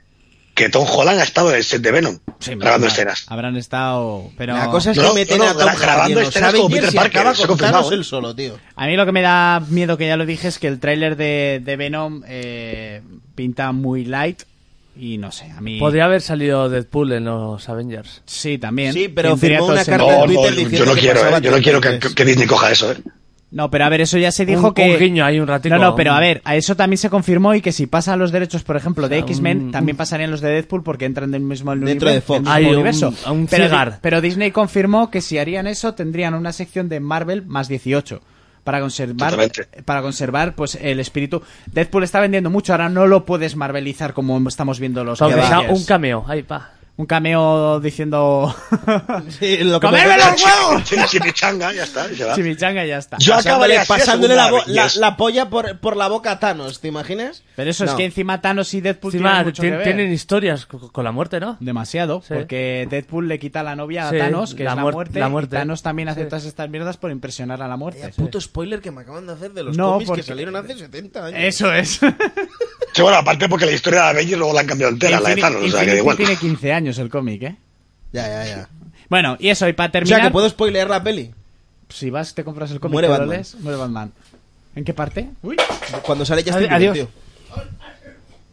Speaker 5: que Tom Holland ha estado en el set de Venom,
Speaker 2: Sí, habrán-
Speaker 5: grabando escenas.
Speaker 2: Habrán estado. Pero
Speaker 4: La cosa es
Speaker 5: No,
Speaker 4: que meten
Speaker 5: no, no,
Speaker 4: a Tom
Speaker 5: gra- grabando
Speaker 4: Hardy en los
Speaker 5: escenas como
Speaker 4: Avengers
Speaker 5: Peter
Speaker 4: y
Speaker 5: Parker,
Speaker 4: acaba
Speaker 5: eso
Speaker 4: con
Speaker 5: confirmado,
Speaker 4: Thanos
Speaker 5: ¿eh?
Speaker 4: él solo, tío.
Speaker 2: a mí lo que me da miedo, que ya lo dije, es que el tráiler de, de Venom eh, pinta muy light. Y no sé, a mí.
Speaker 3: Podría haber salido Deadpool en los Avengers.
Speaker 2: Sí, también.
Speaker 4: Sí, pero
Speaker 2: Tendría
Speaker 4: firmó
Speaker 2: todo
Speaker 4: una
Speaker 2: el
Speaker 4: carta
Speaker 2: sentido.
Speaker 5: No,
Speaker 4: en Twitter
Speaker 5: no, yo
Speaker 4: diciendo
Speaker 5: no
Speaker 4: que
Speaker 5: quiero,
Speaker 4: pasaba
Speaker 5: ¿eh? yo no quiero que,
Speaker 4: antes.
Speaker 5: que Disney coja eso. ¿eh?
Speaker 2: No, pero a ver, eso ya se dijo
Speaker 3: Un-
Speaker 2: que.
Speaker 3: un guiño ahí un ratico.
Speaker 2: No, no, pero a ver, a eso también se confirmó y que si pasan los derechos, por ejemplo, de X-Men,
Speaker 3: un-
Speaker 2: también pasarían los de Deadpool porque entran del mismo uni-
Speaker 4: Dentro de Fox.
Speaker 2: del mismo
Speaker 3: Hay un-
Speaker 2: universo.
Speaker 3: a un
Speaker 2: pero,
Speaker 3: cigar.
Speaker 2: pero Disney confirmó que si harían eso, tendrían una sección de Marvel más 18 para conservar
Speaker 5: Totalmente.
Speaker 2: para conservar pues el espíritu Deadpool está vendiendo mucho ahora no lo puedes marvelizar como estamos viendo los
Speaker 3: Aunque sea
Speaker 2: Avengers.
Speaker 3: un cameo. Ahí, pa.
Speaker 2: un cameo diciendo
Speaker 4: Sí, lo que
Speaker 2: ¡Comérmelo!
Speaker 4: me-
Speaker 2: los huevos!
Speaker 5: Chim- Chimichanga, ya está. y se va.
Speaker 2: chimichanga y ya está
Speaker 5: Yo
Speaker 4: Pasándole,
Speaker 5: acabaré así la
Speaker 4: pasándole la,
Speaker 5: segunda
Speaker 4: bo- la-
Speaker 5: Avengers.
Speaker 4: la polla por, por la boca a Thanos, ¿te imaginas?
Speaker 2: pero eso es
Speaker 4: No.
Speaker 2: que encima Thanos y Deadpool
Speaker 3: Encima
Speaker 2: tienen mucho
Speaker 3: tien-
Speaker 2: que ver.
Speaker 3: tienen historias co- con la muerte, ¿no?
Speaker 2: Demasiado,
Speaker 3: Sí.
Speaker 2: porque Deadpool le quita la novia a
Speaker 3: Sí,
Speaker 2: Thanos, que
Speaker 3: la
Speaker 2: es la
Speaker 3: muer-
Speaker 2: muerte,
Speaker 3: la
Speaker 2: y
Speaker 3: muerte.
Speaker 2: Thanos también hace
Speaker 3: Sí.
Speaker 2: todas estas mierdas por impresionar a la muerte.
Speaker 4: Vaya puto spoiler que me acaban de hacer de los
Speaker 2: No,
Speaker 4: cómics
Speaker 2: porque-
Speaker 4: que salieron hace 70 años.
Speaker 2: Eso es.
Speaker 5: Sí, bueno, aparte porque la historia de Avengers luego la han cambiado entera, la de
Speaker 2: Infinity-
Speaker 5: Thanos, o sea que da
Speaker 2: Infinity
Speaker 5: igual.
Speaker 2: tiene 15 años el cómic, ¿eh?
Speaker 4: Ya, ya, ya.
Speaker 2: Bueno, y eso, y para
Speaker 4: O sea,
Speaker 2: terminar,
Speaker 4: que puedo spoilear la peli.
Speaker 2: si vas, te compras el cómic,
Speaker 4: Muere
Speaker 2: te lo
Speaker 4: Batman.
Speaker 2: lees, muere Batman. ¿En qué parte? Uy,
Speaker 4: Cuando sale ya estoy
Speaker 11: Adiós.
Speaker 4: tío.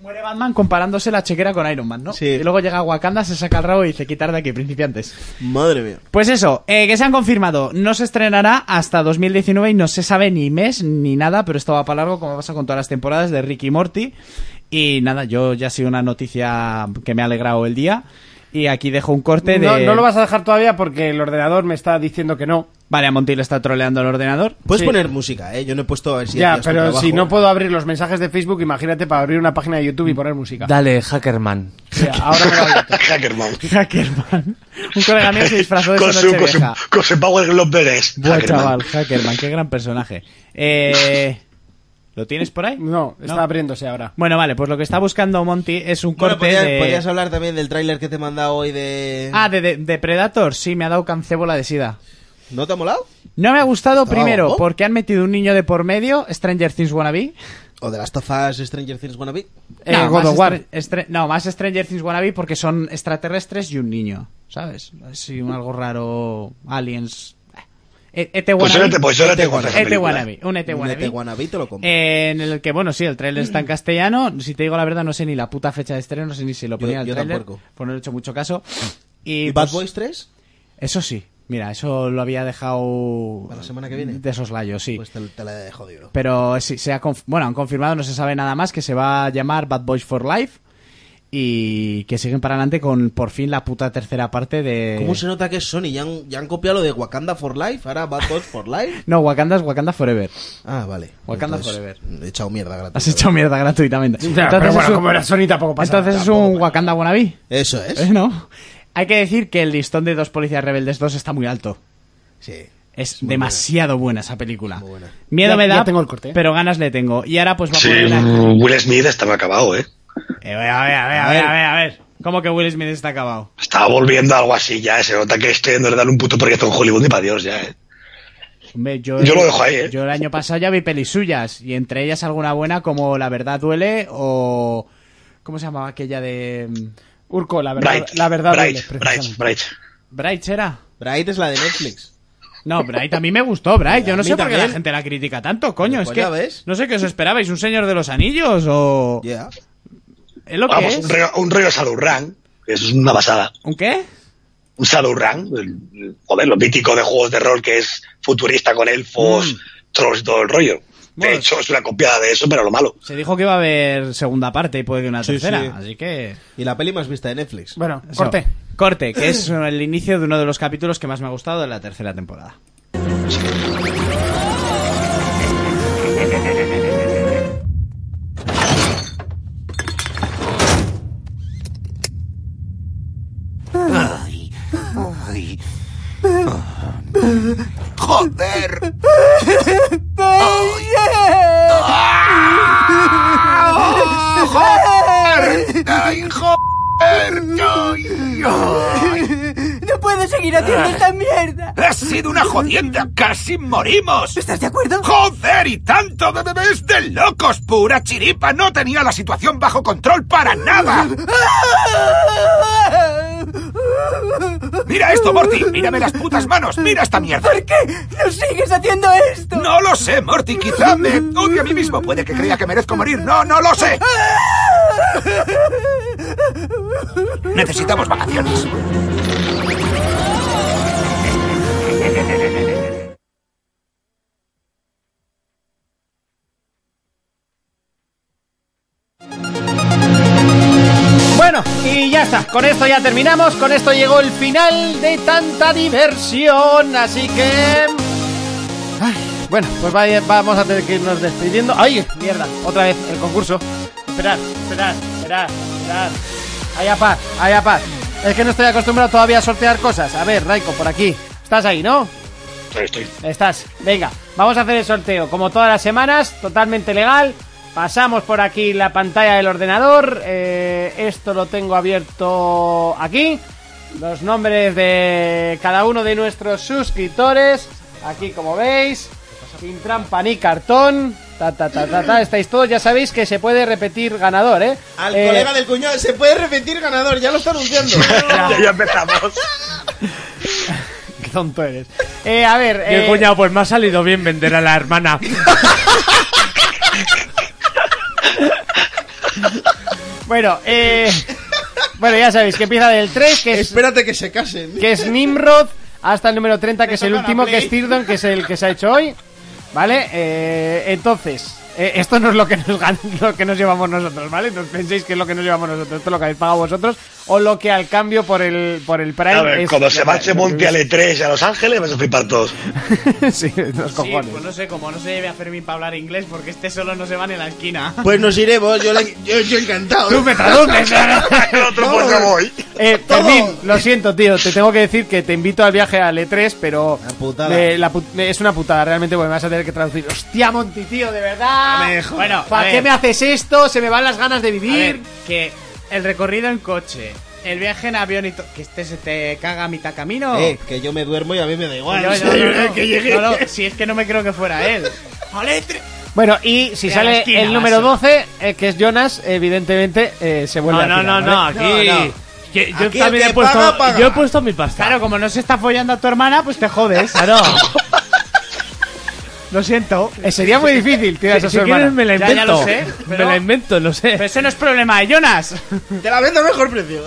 Speaker 2: muere Batman comparándose la chequera con Iron Man, ¿no?
Speaker 4: Sí.
Speaker 2: Y luego llega Wakanda, se saca el rabo y dice, quitar de aquí, principiantes.
Speaker 4: Madre mía.
Speaker 2: Pues eso, eh, que se han confirmado, no se estrenará hasta 2019 y no se sabe ni mes ni nada, pero esto va para largo como pasa con todas las temporadas de Ricky Morty. Y nada, yo ya ha sido una noticia que me ha alegrado el día. Y aquí dejo un corte de...
Speaker 1: No, no lo vas a dejar todavía porque el ordenador me está diciendo que no.
Speaker 2: Vale, a Monty le está troleando el ordenador.
Speaker 4: Puedes poner música, ¿eh? Yo no he puesto a ver si
Speaker 12: Ya,
Speaker 4: hacías tu
Speaker 12: pero si
Speaker 4: trabajo.
Speaker 12: no puedo abrir los mensajes de Facebook, imagínate para abrir una página de YouTube y poner música.
Speaker 3: Dale, Hackerman.
Speaker 12: Ya, ahora me lo abro.
Speaker 5: Hackerman.
Speaker 2: Hackerman. Un colega mío se disfrazó de
Speaker 5: Con
Speaker 2: esa
Speaker 5: su,
Speaker 2: noche
Speaker 5: con su,
Speaker 2: vieja.
Speaker 5: con su Power Glove Beres.
Speaker 2: Buah,
Speaker 5: Hackerman.
Speaker 2: chaval, Hackerman, qué gran personaje. Eh, ¿Lo tienes por ahí?
Speaker 12: No, está abriéndose ahora.
Speaker 2: Bueno, vale, pues lo que está buscando Monty es un
Speaker 4: Bueno,
Speaker 2: corte
Speaker 4: podrías,
Speaker 2: de...
Speaker 4: podrías hablar también del tráiler que te he mandado hoy de...
Speaker 2: Ah, de, de, de Predator, sí, me ha dado cancébola de sida.
Speaker 4: ¿No te ha molado?
Speaker 2: No me ha gustado primero
Speaker 4: ¿no?
Speaker 2: porque han metido un niño de por medio, Stranger Things Wannabe.
Speaker 4: ¿O de las tofas Stranger Things Wannabe?
Speaker 2: Eh,
Speaker 12: God
Speaker 2: más
Speaker 12: of War.
Speaker 2: Stra- Stra- no, más Stranger Things Wannabe porque son extraterrestres y un niño, ¿sabes? Así un algo raro, aliens... Eh, ET
Speaker 5: Pues
Speaker 2: Wannabe.
Speaker 5: ahora te- pues ahora te
Speaker 4: ET
Speaker 5: cuento esa
Speaker 2: ET
Speaker 5: película.
Speaker 2: Wannabe, un ET
Speaker 4: Un
Speaker 2: Wannabe.
Speaker 4: ET Wannabe te lo compro.
Speaker 2: Eh, En el que, bueno, sí, el trailer está en castellano. Si te digo la verdad, no sé ni la puta fecha de estreno, no sé ni si lo
Speaker 4: Yo-
Speaker 2: ponía en el
Speaker 4: yo
Speaker 2: trailer.
Speaker 4: tampoco.
Speaker 2: Pues no le he hecho mucho caso.
Speaker 4: ¿Y
Speaker 2: Y,
Speaker 4: Bad
Speaker 2: pues,
Speaker 4: Boys 3?
Speaker 2: Eso sí, mira, eso lo había dejado.
Speaker 4: ¿Para la semana que viene?
Speaker 2: De soslayo, sí.
Speaker 4: Pues te, te la dejo de oro.
Speaker 2: Pero sí, se ha conf- bueno, han confirmado, no se sabe nada más, que se va a llamar Bad Boys for Life. Y que siguen para adelante con por fin la puta tercera parte de.
Speaker 4: ¿Cómo se nota que es Sony? ¿Ya han, ya han copiado lo de Wakanda for Life? ¿Ahora Bad Boys for Life?
Speaker 2: No, Wakanda es Wakanda Forever.
Speaker 4: Ah, vale.
Speaker 2: Wakanda
Speaker 4: Forever. He echado mierda gratuita.
Speaker 2: Has hecho mierda gratuitamente.
Speaker 12: Ya, pero bueno,
Speaker 2: es un-
Speaker 12: como era Sony tampoco pasa.
Speaker 2: entonces es un Wakanda Wannabe.
Speaker 4: Eso es.
Speaker 2: Eh, ¿No? Hay que decir que el listón de Dos Policías Rebeldes 2 está muy alto.
Speaker 4: Sí.
Speaker 2: Es demasiado buena. esa película.
Speaker 4: Muy buena.
Speaker 2: Miedo
Speaker 12: Ya-
Speaker 2: me da,
Speaker 12: ya tengo el corte. ¿eh?
Speaker 2: pero ganas le tengo. Y ahora pues va
Speaker 5: Sí, Mm.
Speaker 2: a poner... la-
Speaker 5: Will Smith estaba acabado, ¿eh?
Speaker 2: Eh, a ver, a ver, a ver, a ver, a ver, a ver. ¿Cómo que Will Smith está acabado?
Speaker 5: Estaba volviendo a algo así ya, eh. se nota que estoy en dar un puto proyecto en Hollywood y para Dios ya, ¿eh?
Speaker 2: Hombre, yo,
Speaker 5: Yo lo dejo ahí, ¿eh?
Speaker 2: Yo el año pasado ya vi pelis suyas, y entre ellas alguna buena como La Verdad Duele o... ¿Cómo se llamaba aquella de... mm,
Speaker 12: Urco, la verdad,
Speaker 5: Bright,
Speaker 12: la verdad
Speaker 5: Bright,
Speaker 12: duele,
Speaker 5: Bright,
Speaker 12: precisamente.
Speaker 5: Bright.
Speaker 2: Bright era?
Speaker 4: Bright es la de Netflix.
Speaker 2: No, Bright, a mí me gustó Bright. Yo
Speaker 4: A
Speaker 2: no
Speaker 4: mí
Speaker 2: sé por qué la
Speaker 4: también.
Speaker 2: gente la critica tanto, coño.
Speaker 4: Pues
Speaker 2: es
Speaker 4: ya
Speaker 2: que
Speaker 4: ves.
Speaker 2: no sé qué os esperabais, un señor de los anillos o...
Speaker 4: Yeah.
Speaker 2: ¿Es lo que
Speaker 5: Vamos,
Speaker 2: es?
Speaker 5: un rollo, un rollo Shadowrun, que es una pasada.
Speaker 2: ¿Un qué?
Speaker 5: Un Shadowrun, el- el- joder, lo mítico de juegos de rol que es futurista con elfos,
Speaker 12: Mm.
Speaker 5: trolls y todo el rollo. De
Speaker 2: Bueno.
Speaker 5: hecho, es una copiada de eso, pero lo malo.
Speaker 2: Se dijo que iba a haber segunda parte y puede que una
Speaker 4: Sí,
Speaker 2: tercera,
Speaker 4: sí.
Speaker 2: así que...
Speaker 4: Y la peli más vista de Netflix.
Speaker 12: Bueno,
Speaker 2: Eso.
Speaker 12: corte.
Speaker 2: Corte, que es el inicio de uno de los capítulos que más me ha gustado de la tercera temporada.
Speaker 9: ¡No puedo seguir haciendo esta mierda! ¡Ha sido una jodienda! ¡Casi morimos! ¿Estás de acuerdo? ¡Joder! ¡Y tanto! de bebés de locos! ¡Pura chiripa! ¡No tenía la situación bajo control para nada! ¡Mira esto, Morty! ¡Mírame las putas manos! ¡Mira esta mierda! ¿Por qué no sigues haciendo esto? No lo sé, Morty. Quizá me odie a mí mismo. Puede que crea que merezco morir. ¡No, no lo sé! Necesitamos vacaciones.
Speaker 1: Bueno, y ya está. Con esto ya terminamos. Con esto llegó el final de tanta diversión. Así que. Ay, bueno, pues vaya- vamos a tener que irnos despidiendo. ¡Ay, mierda! Otra vez el concurso. Esperad, esperad, esperad, esperad. Haya paz, haya paz. Es que no estoy acostumbrado todavía a sortear cosas. A ver, Raiko, por aquí. Estás ahí, ¿no?
Speaker 5: Ahí estoy.
Speaker 1: Estás. Venga, vamos a hacer el sorteo. Como todas las semanas, totalmente legal. Pasamos por aquí la pantalla del ordenador. Eh, esto lo tengo abierto aquí. Los nombres de cada uno de nuestros suscriptores. Aquí, como veis. Sin trampa ni cartón. Ta, ta, ta, ta, ta. Estáis todos. Ya sabéis que se puede repetir ganador, ¿eh?
Speaker 4: Al
Speaker 1: Eh,
Speaker 4: colega del cuñado se puede repetir ganador, ya lo está anunciando.
Speaker 5: ya, ya empezamos.
Speaker 1: Qué tonto eres. Eh, a ver.
Speaker 3: Y el
Speaker 1: eh,
Speaker 3: cuñado, pues me ha salido bien vender a la hermana.
Speaker 1: Bueno, eh, bueno, ya sabéis que empieza del 3, que es
Speaker 4: Espérate que se casen.
Speaker 1: que es Nimrod, hasta el número 30, que es el
Speaker 4: toca la
Speaker 1: último, que
Speaker 4: Play.
Speaker 1: es Tirdon, que es el que se ha hecho hoy. ¿Vale? Eh, entonces, eh, esto no es lo que, nos gan- lo que nos llevamos nosotros, ¿vale? No os penséis que es lo que nos llevamos nosotros, esto es lo que habéis pagado vosotros. o lo que al cambio por el, por el Prime.
Speaker 5: A ver,
Speaker 1: es-
Speaker 5: cuando se marche Monte al E3 y a Los Ángeles, vas a flipar todos.
Speaker 1: sí, los
Speaker 2: Sí,
Speaker 1: cojones.
Speaker 2: pues no sé, como no se lleve a Fermín para hablar inglés, porque este solo no se va ni a la esquina.
Speaker 4: Pues nos iremos, yo, la- yo, yo encantado.
Speaker 1: Tú me traduces.
Speaker 5: El otro pues me voy.
Speaker 1: Eh, Fermín, lo siento, tío. Te tengo que decir que te invito al viaje al E3, pero.
Speaker 4: Una putada.
Speaker 1: eh, la put- eh, es una putada, realmente, porque me vas a tener que traducir. Hostia, Monti, tío, de verdad.
Speaker 2: Bueno, a
Speaker 1: ¿Para qué
Speaker 2: ver.
Speaker 1: me haces esto? Se me van las ganas de
Speaker 2: A ver,
Speaker 1: vivir.
Speaker 2: que el recorrido en coche, el viaje en avión y todo. Que este se te caga a mitad camino.
Speaker 4: Eh, que yo me duermo y a mí me da
Speaker 2: No,
Speaker 4: igual.
Speaker 2: no,
Speaker 4: O sea,
Speaker 2: no,
Speaker 1: eh,
Speaker 2: no, no.
Speaker 4: que llegue.
Speaker 2: No, no, si es que no me creo que fuera él.
Speaker 1: Bueno, y si
Speaker 2: De la
Speaker 1: sale
Speaker 2: esquina,
Speaker 1: el número
Speaker 2: eso.
Speaker 1: 12, eh, que es Jonas, evidentemente eh, se vuelve
Speaker 3: No,
Speaker 1: a
Speaker 3: no,
Speaker 1: tirar,
Speaker 3: no, no,
Speaker 1: ¿vale?
Speaker 3: aquí.
Speaker 4: No, no.
Speaker 3: que yo
Speaker 4: Aquí el
Speaker 3: también
Speaker 4: que
Speaker 3: he puesto.
Speaker 4: paga, paga.
Speaker 3: Yo he puesto mi pasta.
Speaker 2: Claro, como no se está follando a tu hermana, pues te jodes.
Speaker 3: Claro.
Speaker 2: Lo siento.
Speaker 1: Eh, sería muy difícil, tío, eso
Speaker 3: Si quieres me la
Speaker 2: Ya, ya
Speaker 3: invento.
Speaker 2: lo sé,
Speaker 3: Me
Speaker 2: pero-
Speaker 3: la invento, lo
Speaker 2: Pero
Speaker 3: sé.
Speaker 2: ese no es problema de Jonas.
Speaker 4: Te la vendo a mejor precio.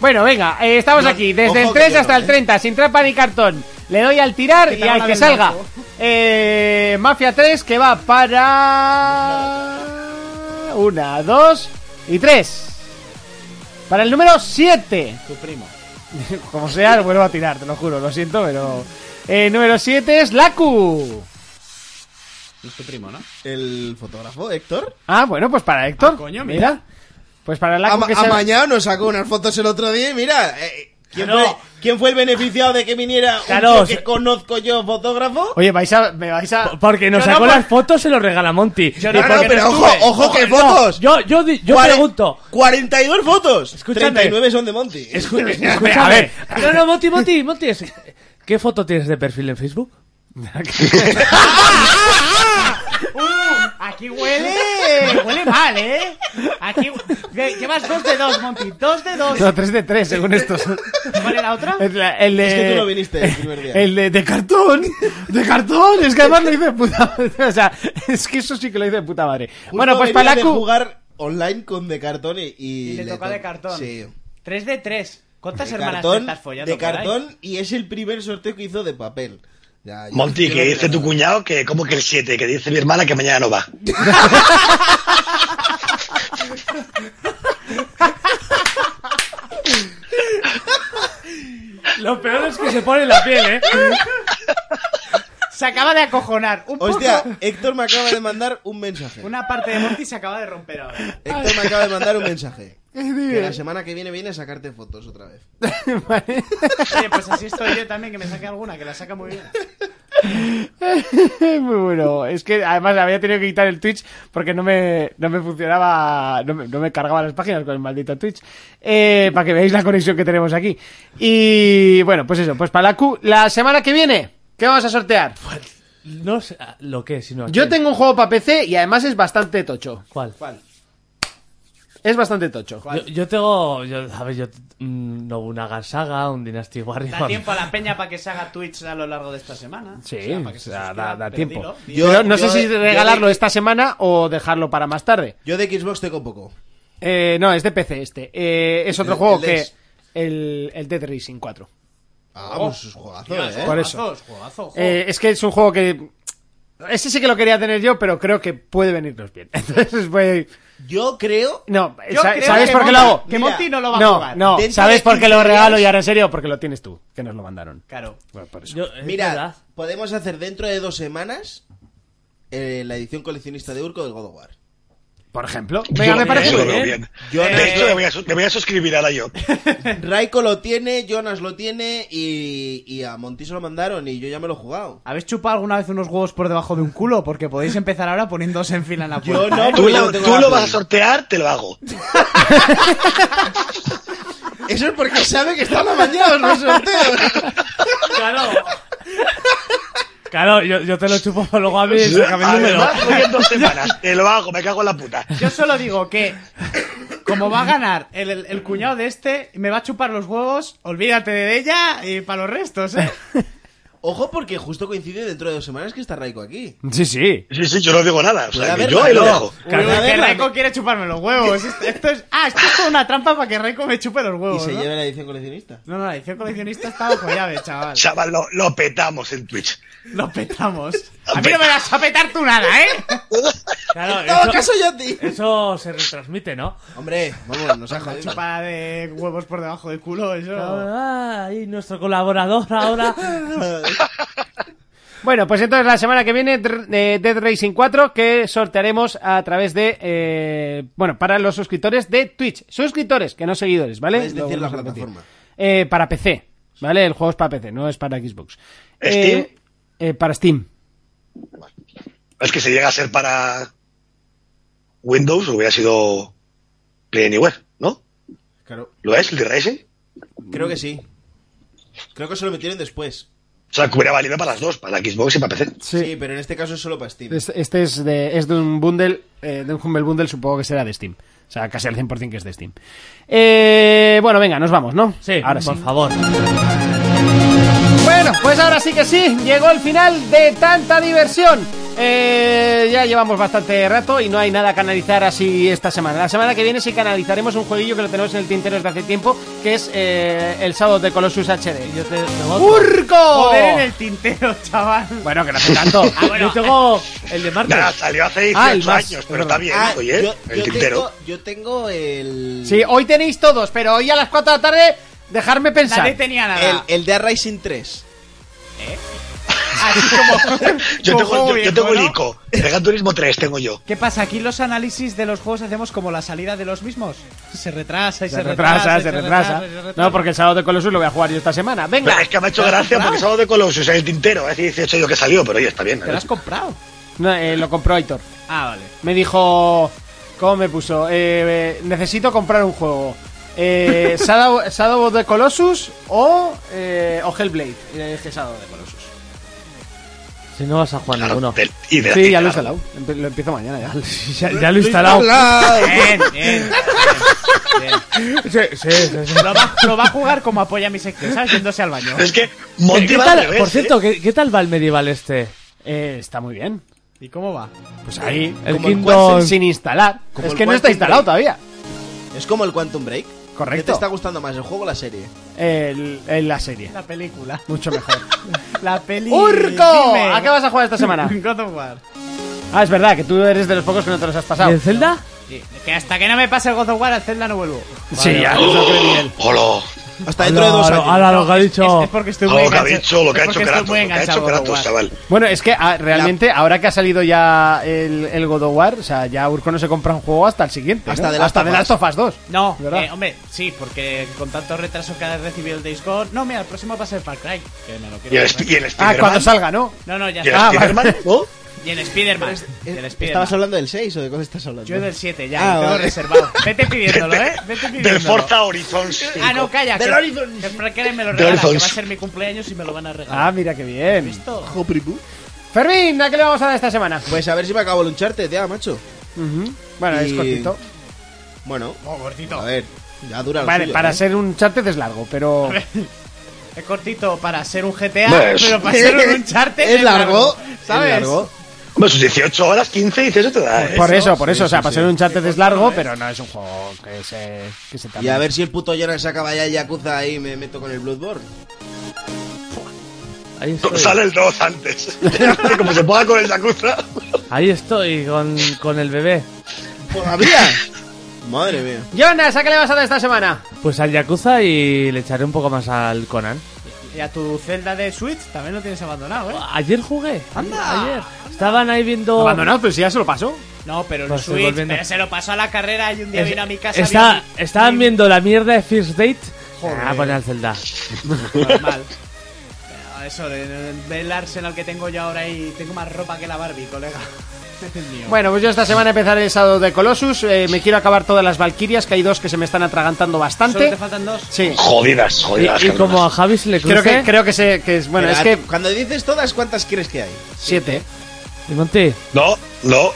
Speaker 1: Bueno, venga, eh, estamos aquí, desde
Speaker 4: ojo
Speaker 1: el 3
Speaker 4: que
Speaker 1: hasta
Speaker 4: yo no,
Speaker 1: el 30, sin trampa ni cartón. Le doy al tirar y
Speaker 2: van
Speaker 1: al
Speaker 2: a
Speaker 1: que
Speaker 2: del
Speaker 1: salga.
Speaker 2: banco.
Speaker 1: Eh, Mafia 3 que va para... Una, dos y tres. Para el número 7. Tu primo. Como sea, lo vuelvo a tirar, te lo juro, lo siento, pero... Eh, número 7 es Laku.
Speaker 4: El fotógrafo, Héctor,
Speaker 1: Ah, bueno, pues para Héctor.
Speaker 2: coño,
Speaker 1: mira. Pues para Laku
Speaker 4: ama-
Speaker 1: que se-
Speaker 4: amañado nos sacó unas fotos el otro día y mira. eh, ¿Quién,
Speaker 3: Claro.
Speaker 4: fue, quién fue el beneficiado de que viniera un
Speaker 3: Claro,
Speaker 4: tío que
Speaker 3: se-
Speaker 4: conozco yo, fotógrafo?
Speaker 1: Oye, vais a... Me vais a...
Speaker 3: Porque nos
Speaker 1: Yo no,
Speaker 3: sacó
Speaker 1: por-
Speaker 3: las fotos, se lo regala Monty.
Speaker 2: Yo
Speaker 4: No,
Speaker 2: no,
Speaker 4: no,
Speaker 2: porque
Speaker 4: pero
Speaker 2: no
Speaker 4: ojo,
Speaker 2: estuve.
Speaker 4: ojo, que
Speaker 3: No,
Speaker 4: fotos.
Speaker 3: Yo, yo, di- yo
Speaker 4: Cuare-
Speaker 3: pregunto.
Speaker 4: 42 fotos.
Speaker 3: Escúchame.
Speaker 4: 39 son de Monty.
Speaker 3: Escu- escúchame.
Speaker 1: a ver.
Speaker 3: No, no, Monty, Monty, Monty. es- ¿Qué foto tienes de perfil en Facebook?
Speaker 2: Aquí huele. Huele mal, ¿eh? Aquí. lle- Llevas dos de dos, Monty. Dos de dos.
Speaker 1: No, 3 de 3, según estos.
Speaker 2: ¿Cuál es la otra?
Speaker 1: El, la- el de,
Speaker 4: Es que tú no viniste el primer día.
Speaker 1: El de, de cartón. De cartón. Es que además lo hice de puta madre. O sea, es que eso sí que lo hice de puta madre.
Speaker 4: Justo
Speaker 1: bueno, pues
Speaker 4: venía
Speaker 1: para
Speaker 4: de
Speaker 1: Laku.
Speaker 4: jugar online con de cartón y, y
Speaker 2: Y le tocó
Speaker 4: to-
Speaker 2: de cartón.
Speaker 4: Sí.
Speaker 2: Tres de tres. ¿Cuántas
Speaker 4: De
Speaker 2: hermanas te
Speaker 4: cartón,
Speaker 2: estás follando?
Speaker 4: de
Speaker 2: por ahí?
Speaker 4: cartón y es el primer sorteo que hizo de papel. Ya, yo-
Speaker 5: Monty,
Speaker 4: yo
Speaker 5: que
Speaker 4: no
Speaker 5: dice tu
Speaker 4: digo nada.
Speaker 5: cuñado que como que el 7, que dice mi hermana que mañana no va.
Speaker 3: Lo peor es que se pone la piel, ¿eh?
Speaker 2: Se acaba de acojonar. Un poco-
Speaker 4: Hostia, Héctor me acaba de mandar un mensaje.
Speaker 2: Una parte de Monty se acaba de romper ahora.
Speaker 4: Héctor me acaba de mandar un mensaje. Que la semana que viene viene a sacarte fotos otra vez.
Speaker 2: Oye, pues así estoy yo también, que me saque alguna, que la saca muy bien.
Speaker 1: Muy bueno. Es que además había tenido que quitar el Twitch porque no me, no me funcionaba. No me, no me cargaba las páginas con el maldito Twitch. Eh, para que veáis la conexión que tenemos aquí. Y bueno, pues eso. Pues para Laku, la semana que viene, ¿qué vamos a sortear?
Speaker 3: No sé ah, lo que, sino. a
Speaker 1: Yo
Speaker 3: quién.
Speaker 1: tengo un juego para PC y además es bastante tocho.
Speaker 3: ¿Cuál?
Speaker 1: Es bastante tocho.
Speaker 3: Yo, yo tengo. Yo, a ver, yo. mm, Un Nobunaga Saga, un Dynasty Warrior.
Speaker 2: Da tiempo a la peña para que se haga Twitch a lo largo de esta semana.
Speaker 1: Sí,
Speaker 2: O sea, para que se
Speaker 1: o sea,
Speaker 2: suscriba,
Speaker 1: da- da
Speaker 2: pero
Speaker 1: tiempo.
Speaker 2: dilo, dilo.
Speaker 4: Yo,
Speaker 1: Pero no
Speaker 4: yo
Speaker 1: sé si
Speaker 4: de- yo
Speaker 1: regalarlo
Speaker 4: de-
Speaker 1: esta semana o dejarlo para más tarde.
Speaker 4: Yo de Xbox tengo poco.
Speaker 1: Eh, no, es de PC este. Eh, es otro
Speaker 4: El-
Speaker 1: juego
Speaker 4: el
Speaker 1: que...
Speaker 4: Dex.
Speaker 1: El, el Dead Racing 4.
Speaker 4: Ah,
Speaker 2: Oh,
Speaker 4: pues es juegazo, eh.
Speaker 1: Por eso.
Speaker 2: Juegazos, juegazos,
Speaker 1: Eh, es que es un juego que... Ese sí que lo quería tener yo, pero creo que puede venirnos bien. Entonces voy...
Speaker 4: Yo creo.
Speaker 1: No,
Speaker 2: Yo
Speaker 1: sa-
Speaker 2: creo
Speaker 1: ¿sabes
Speaker 2: que
Speaker 1: por qué lo
Speaker 2: Monty-
Speaker 1: hago?
Speaker 2: Que
Speaker 4: Mira,
Speaker 2: Monty no lo va a
Speaker 1: No,
Speaker 2: jugar.
Speaker 1: no,
Speaker 4: Dentro
Speaker 1: ¿sabes
Speaker 4: de
Speaker 1: por qué lo
Speaker 4: 15
Speaker 1: regalo?
Speaker 4: días-
Speaker 1: Y ahora en serio, porque lo tienes tú, que nos lo mandaron.
Speaker 2: Claro.
Speaker 3: Yo- es
Speaker 4: Mira,
Speaker 3: verdad.
Speaker 4: podemos hacer dentro de dos semanas eh, la edición coleccionista de Urco del God of War.
Speaker 1: Por ejemplo. Venga, me
Speaker 5: Yo
Speaker 1: parece
Speaker 5: eso
Speaker 1: muy
Speaker 5: lo veo
Speaker 1: bien.
Speaker 5: bien.
Speaker 4: Yo no-
Speaker 5: de hecho, me voy, a, su- me voy a suscribir ahora ¿eh? yo.
Speaker 4: Raiko lo tiene, Jonas lo tiene y, y a Monty se lo mandaron y yo ya me lo he jugado.
Speaker 2: ¿Habéis chupado alguna vez unos huevos por debajo de un culo? Porque podéis empezar ahora poniéndose en fila en la puerta.
Speaker 4: Yo no,
Speaker 5: eh, Tú,
Speaker 4: porque yo
Speaker 5: lo,
Speaker 4: no tengo
Speaker 5: tú
Speaker 4: la
Speaker 5: lo vas a
Speaker 4: Play.
Speaker 5: sortear, te lo hago.
Speaker 4: Eso es porque sabe que están amañados los sorteos.
Speaker 3: Claro. Claro, yo, yo te lo chupo luego a mí. sácame el número.
Speaker 5: Además, voy en dos semanas. Te lo hago, me cago en la puta.
Speaker 2: Yo solo digo que, como va a ganar el, el- el cuñado de este, me va a chupar los huevos, olvídate de ella y para los restos, ¿eh?
Speaker 4: Ojo, porque justo coincide dentro de dos semanas que está Raiko aquí.
Speaker 1: Sí, sí.
Speaker 5: Sí, sí, yo no digo nada. O
Speaker 4: Puede
Speaker 5: sea, que
Speaker 4: haber
Speaker 5: yo ahí lo
Speaker 4: razón.
Speaker 5: dejo.
Speaker 2: Uy, uy,
Speaker 4: a
Speaker 2: que
Speaker 4: ver,
Speaker 2: Raiko quiere chuparme los huevos. Esto, esto es, ah, esto es como una trampa para que Raiko me chupe los
Speaker 4: Y
Speaker 2: huevos.
Speaker 4: se
Speaker 2: ¿no?
Speaker 4: lleve la edición coleccionista.
Speaker 2: No, no, la edición coleccionista está bajo llave, chaval.
Speaker 5: Chaval, lo, lo petamos en Twitch.
Speaker 2: Lo petamos. A mí no me vas a petar tú nada, ¿eh?
Speaker 3: Claro,
Speaker 4: En todo
Speaker 3: eso-
Speaker 4: caso, yo a ti.
Speaker 3: Eso se retransmite, ¿no?
Speaker 4: Hombre, vamos, nos ha jodido.
Speaker 2: Chupada de huevos por debajo del culo, eso.
Speaker 3: Ah, y nuestro colaborador ahora.
Speaker 1: Bueno, pues entonces la semana que viene dr- eh, Dead Racing 4 que sortearemos a través de... eh, bueno, para los suscriptores de Twitch. Suscriptores, que no seguidores, ¿vale?
Speaker 4: Puedes
Speaker 1: Lo
Speaker 4: decir la
Speaker 1: vamos a repetir.
Speaker 4: plataforma.
Speaker 1: Eh, para PC, ¿vale? El juego es para PC, no es para Xbox.
Speaker 5: ¿Steam?
Speaker 1: Eh, eh, para Steam.
Speaker 5: Es que si llega a ser para Windows, hubiera sido Play Anywhere, ¿no?
Speaker 4: Claro,
Speaker 5: ¿Lo es, el de Racing?
Speaker 4: creo que sí. Creo que se lo metieron después.
Speaker 5: O sea, que hubiera valido para las dos, para la Xbox y para PC.
Speaker 4: Sí, pero en este caso es solo para Steam.
Speaker 1: Es- Este es de, es de un bundle, eh, de un Humble Bundle, supongo que será de Steam. O sea, casi al 100% que es de Steam. Eh, bueno, venga, nos vamos, ¿no?
Speaker 3: Sí,
Speaker 1: ahora sí.
Speaker 3: por favor.
Speaker 1: Bueno, pues ahora sí que sí, llegó el final de tanta diversión. Eh, ya llevamos bastante rato y no hay nada que analizar así esta semana. La semana que viene sí canalizaremos un jueguillo que lo tenemos en el tintero desde hace tiempo, que es eh, el sábado de Colossus HD.
Speaker 3: Yo te, te voto.
Speaker 1: ¡Urco!
Speaker 2: Joder
Speaker 4: Oh.
Speaker 2: en el tintero, chaval.
Speaker 1: Bueno, que no hace tanto.
Speaker 3: Ah, bueno, yo tengo el de Marte.
Speaker 5: Nada, salió hace
Speaker 1: Ah, el
Speaker 5: 18
Speaker 1: más,
Speaker 5: años,
Speaker 1: es
Speaker 5: pero
Speaker 1: verdad.
Speaker 5: está bien,
Speaker 4: Ah,
Speaker 5: oye,
Speaker 4: yo,
Speaker 5: el
Speaker 4: yo
Speaker 5: tintero.
Speaker 4: tengo, yo tengo el.
Speaker 1: Sí, hoy tenéis todos, pero hoy a las 4 de la tarde, dejarme pensar.
Speaker 2: Nadie tenía nada.
Speaker 4: el, el de A Rising 3.
Speaker 2: Así como.
Speaker 5: Yo tengo,
Speaker 2: como
Speaker 5: yo- yo
Speaker 2: viejo,
Speaker 5: tengo el
Speaker 2: ¿no?
Speaker 5: ICO. El Gran Turismo 3 tengo yo.
Speaker 2: ¿Qué pasa? Aquí los análisis de los juegos hacemos como la salida de los mismos. Se retrasa y se,
Speaker 1: Se retrasa,
Speaker 2: y
Speaker 1: se retrasa.
Speaker 2: y se retrasa.
Speaker 1: No, porque el sábado de Colossus lo voy a jugar yo esta semana. Venga.
Speaker 5: Nah, es que me ha hecho gracia porque sábado de Colossus es el tintero, hace 18 años que salió, pero oye, está bien.
Speaker 2: ¿Te lo has comprado?
Speaker 1: No, eh, lo compró Aitor.
Speaker 2: Ah, vale.
Speaker 1: Me dijo. ¿Cómo me puso? Eh, eh, necesito comprar un juego. Eh, Shadow, Shadow of the Colossus o, eh, o Hellblade. Y le dije Shadow of the Colossus.
Speaker 3: Si no vas a jugar
Speaker 5: Claro,
Speaker 3: ninguno.
Speaker 5: del- y de la
Speaker 1: Sí, ya
Speaker 5: tira,
Speaker 1: lo he
Speaker 5: claro.
Speaker 1: instalado. Empe- Lo empiezo mañana ya.
Speaker 3: Ya, ya lo he instalado.
Speaker 2: Bien, bien.
Speaker 3: Sí, sí, sí, sí.
Speaker 2: Lo va, lo va a jugar como apoya mi sección, ¿sabes? Yéndose al baño.
Speaker 5: Es que
Speaker 3: ¿Qué
Speaker 5: Monty va al
Speaker 3: tal,
Speaker 5: revés,
Speaker 3: por
Speaker 5: ¿eh?
Speaker 3: cierto, ¿qué, qué tal va el medieval este?
Speaker 1: Eh, está muy bien.
Speaker 2: ¿Y cómo va?
Speaker 1: Pues ahí.
Speaker 3: El
Speaker 4: Como el
Speaker 3: Kingdom.
Speaker 1: Sin instalar.
Speaker 4: Como
Speaker 1: Es
Speaker 4: el
Speaker 1: que no
Speaker 4: Quantum
Speaker 1: está instalado
Speaker 4: Break.
Speaker 1: todavía.
Speaker 4: Es como el Quantum Break. ¿Qué te
Speaker 1: Correcto.
Speaker 4: está gustando más, el juego o la serie?
Speaker 1: El- en la serie.
Speaker 2: La película.
Speaker 1: Mucho mejor.
Speaker 2: La peli.
Speaker 1: ¡Urco!
Speaker 2: Dime.
Speaker 1: ¿A qué vas a jugar esta semana?
Speaker 2: God of War.
Speaker 1: Ah, es verdad que tú eres de los pocos que no te los has
Speaker 3: ¿Y
Speaker 1: pasado.
Speaker 3: el Zelda?
Speaker 2: Sí, Que hasta que no me pase el God of War, al Zelda no vuelvo.
Speaker 1: Sí, ya.
Speaker 5: Hola. Ah,
Speaker 4: Hasta dentro de dos
Speaker 3: Ala,
Speaker 4: años. Eh,
Speaker 3: ala, lo que ha
Speaker 2: Es,
Speaker 3: dicho.
Speaker 2: Este es porque estoy muy
Speaker 5: Oh. Lo que ha
Speaker 2: enganchado. Este
Speaker 5: dicho, lo que ha
Speaker 2: es porque
Speaker 5: hecho
Speaker 2: estoy
Speaker 5: Kratos, lo
Speaker 2: muy
Speaker 5: que ha
Speaker 2: enganchado
Speaker 5: hecho
Speaker 2: a God of
Speaker 5: Kratos,
Speaker 2: War.
Speaker 5: chaval.
Speaker 1: Bueno, es que ah, realmente ahora que ha salido ya el, el God of War, o sea, ya Urco no se compra un juego hasta el siguiente.
Speaker 4: Hasta
Speaker 1: ¿no?
Speaker 4: The Last
Speaker 1: hasta
Speaker 4: of
Speaker 1: The
Speaker 4: Us.
Speaker 1: Last of Us 2.
Speaker 2: No,
Speaker 1: ¿Verdad?
Speaker 2: eh, hombre, sí, porque con tanto retraso que ha recibido el Days Gone. No, mira, el próximo va a ser Far Cry. Que me lo quiero
Speaker 5: Y el,
Speaker 2: comprar.
Speaker 5: Sp- y el
Speaker 1: Ah,
Speaker 5: Spider-Man.
Speaker 1: cuando salga, ¿no?
Speaker 2: No, no, ya Ah,
Speaker 5: Y el
Speaker 2: está.
Speaker 5: Spider-Man, ¿no?
Speaker 2: Y el Spider-Man. Y el
Speaker 4: ¿Estabas
Speaker 2: Spider-Man.
Speaker 4: hablando del 6 o de cuál estás hablando?
Speaker 2: Yo del 7 ya,
Speaker 4: Ah,
Speaker 2: lo tengo
Speaker 4: vale.
Speaker 2: reservado. Vete pidiéndolo, ¿eh? Vete pidiéndolo.
Speaker 5: Del Forza Horizon 5.
Speaker 2: Ah, no, calla.
Speaker 4: Del
Speaker 2: que-
Speaker 4: Horizon.
Speaker 2: que Far Cry me lo
Speaker 5: Del
Speaker 2: regala, que va a
Speaker 5: Horizon.
Speaker 2: ser mi cumpleaños y me lo van a
Speaker 1: Ah,
Speaker 2: regalar.
Speaker 1: mira qué bien.
Speaker 2: ¿Listo?
Speaker 4: Ojo, primo.
Speaker 1: Fermín, ¿a qué le vamos a dar esta semana?
Speaker 4: Oh. Pues a ver si me acabo el Uncharted ya, macho.
Speaker 1: Ujú. Bueno, es
Speaker 4: Y-
Speaker 1: cortito.
Speaker 4: Bueno,
Speaker 2: Oh, gordito.
Speaker 4: a ver, ya dura lo
Speaker 1: Vale,
Speaker 4: suyo,
Speaker 1: para
Speaker 4: ¿eh?
Speaker 1: ser un charted es largo, pero.
Speaker 2: Es cortito para ser un GTA,
Speaker 5: Pues-
Speaker 2: pero para ser un Uncharted
Speaker 4: Es largo,
Speaker 2: ¿sabes?
Speaker 4: es largo.
Speaker 5: Hombre, sus 18 horas, 15 y 18 te da,
Speaker 2: Pues
Speaker 5: ¿eh?
Speaker 1: Por eso, por
Speaker 4: sí,
Speaker 1: eso, o sea,
Speaker 4: sí,
Speaker 1: para
Speaker 4: sí. ¿eh?
Speaker 1: ser un charted es largo, pero no es un juego que se, que se
Speaker 4: Y a ver si el puto Jonas acaba ya el Yakuza y me meto con el Bloodborne.
Speaker 3: Ahí estoy.
Speaker 5: Sale el 2 antes. Como se ponga con el Yakuza.
Speaker 3: Ahí estoy con, con el bebé.
Speaker 4: ¿Todavía? Madre mía.
Speaker 1: Jonas, ¿a qué le vas a dar esta semana?
Speaker 3: Pues al Yakuza y le echaré un poco más al Conan.
Speaker 2: Y a tu celda de Switch también lo tienes abandonado, ¿eh?
Speaker 3: Ayer jugué. Anda. Ayer. Estaban ahí
Speaker 4: Oh.
Speaker 3: viendo.
Speaker 1: Abandonado, pero si ya se lo pasó.
Speaker 2: No, pero el
Speaker 3: Pues estoy
Speaker 2: Switch
Speaker 3: volviendo.
Speaker 2: pero se lo pasó a la carrera y un día
Speaker 3: Es-
Speaker 2: vino a mi casa.
Speaker 3: está-
Speaker 2: vio mi-
Speaker 3: estaban
Speaker 2: mi-
Speaker 3: viendo la mierda de First Date.
Speaker 2: Joder.
Speaker 3: Ah, poner al Zelda.
Speaker 2: Normal. Pero Eso, de- de- del Arsenal que tengo yo ahora y tengo más ropa que la Barbie, colega. Es el mío.
Speaker 1: Bueno, pues yo esta semana empezaré el sábado de Colossus. eh, me quiero acabar todas las Valkyrias, que hay dos que se me están atragantando
Speaker 2: Solo
Speaker 1: bastante.
Speaker 2: te faltan dos.
Speaker 1: Sí,
Speaker 5: Jodidas,
Speaker 3: Y,
Speaker 5: jodidas.
Speaker 3: y
Speaker 5: cabronas.
Speaker 3: como a Javi se le
Speaker 1: creo
Speaker 3: cruce.
Speaker 1: que, creo que, se, que es. Bueno,
Speaker 4: Mira,
Speaker 1: es que.
Speaker 4: Cuando dices todas, ¿cuántas crees que hay?
Speaker 1: Siete.
Speaker 3: Y Monty,
Speaker 5: No, no.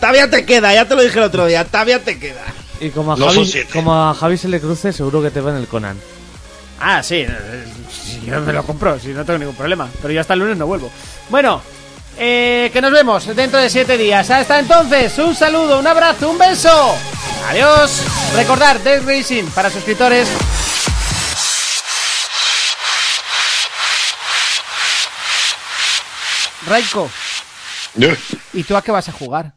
Speaker 4: Todavía te queda, ya te lo dije el otro día, todavía te queda.
Speaker 3: y como a,
Speaker 5: No son
Speaker 3: Javi,
Speaker 5: siete.
Speaker 3: como a Javi se le cruce, seguro que te va en el Conan.
Speaker 1: Ah, sí. eh, sí, Yo me lo compro, si no tengo ningún problema. Pero yo hasta el lunes no vuelvo. Bueno, eh, que nos vemos dentro de siete días. Hasta entonces, un saludo, un abrazo, un beso. Adiós. Recordar, Dead Racing para suscriptores. Raiko. ¿Y tú a qué vas a jugar?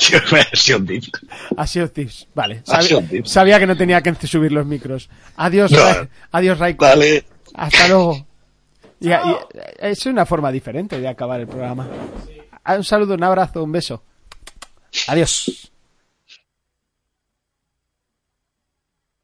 Speaker 5: Yo me he sido un tip.
Speaker 1: Ha sido tips, vale.
Speaker 5: Ha sido
Speaker 1: Sabía,
Speaker 5: tips.
Speaker 1: sabía que no tenía que subir los micros. Adiós,
Speaker 5: No.
Speaker 1: Ra- adiós Raiko.
Speaker 5: Dale.
Speaker 1: Hasta luego. Y- y- es una forma diferente de acabar el programa. Ah, Un saludo, un abrazo, un beso. Adiós.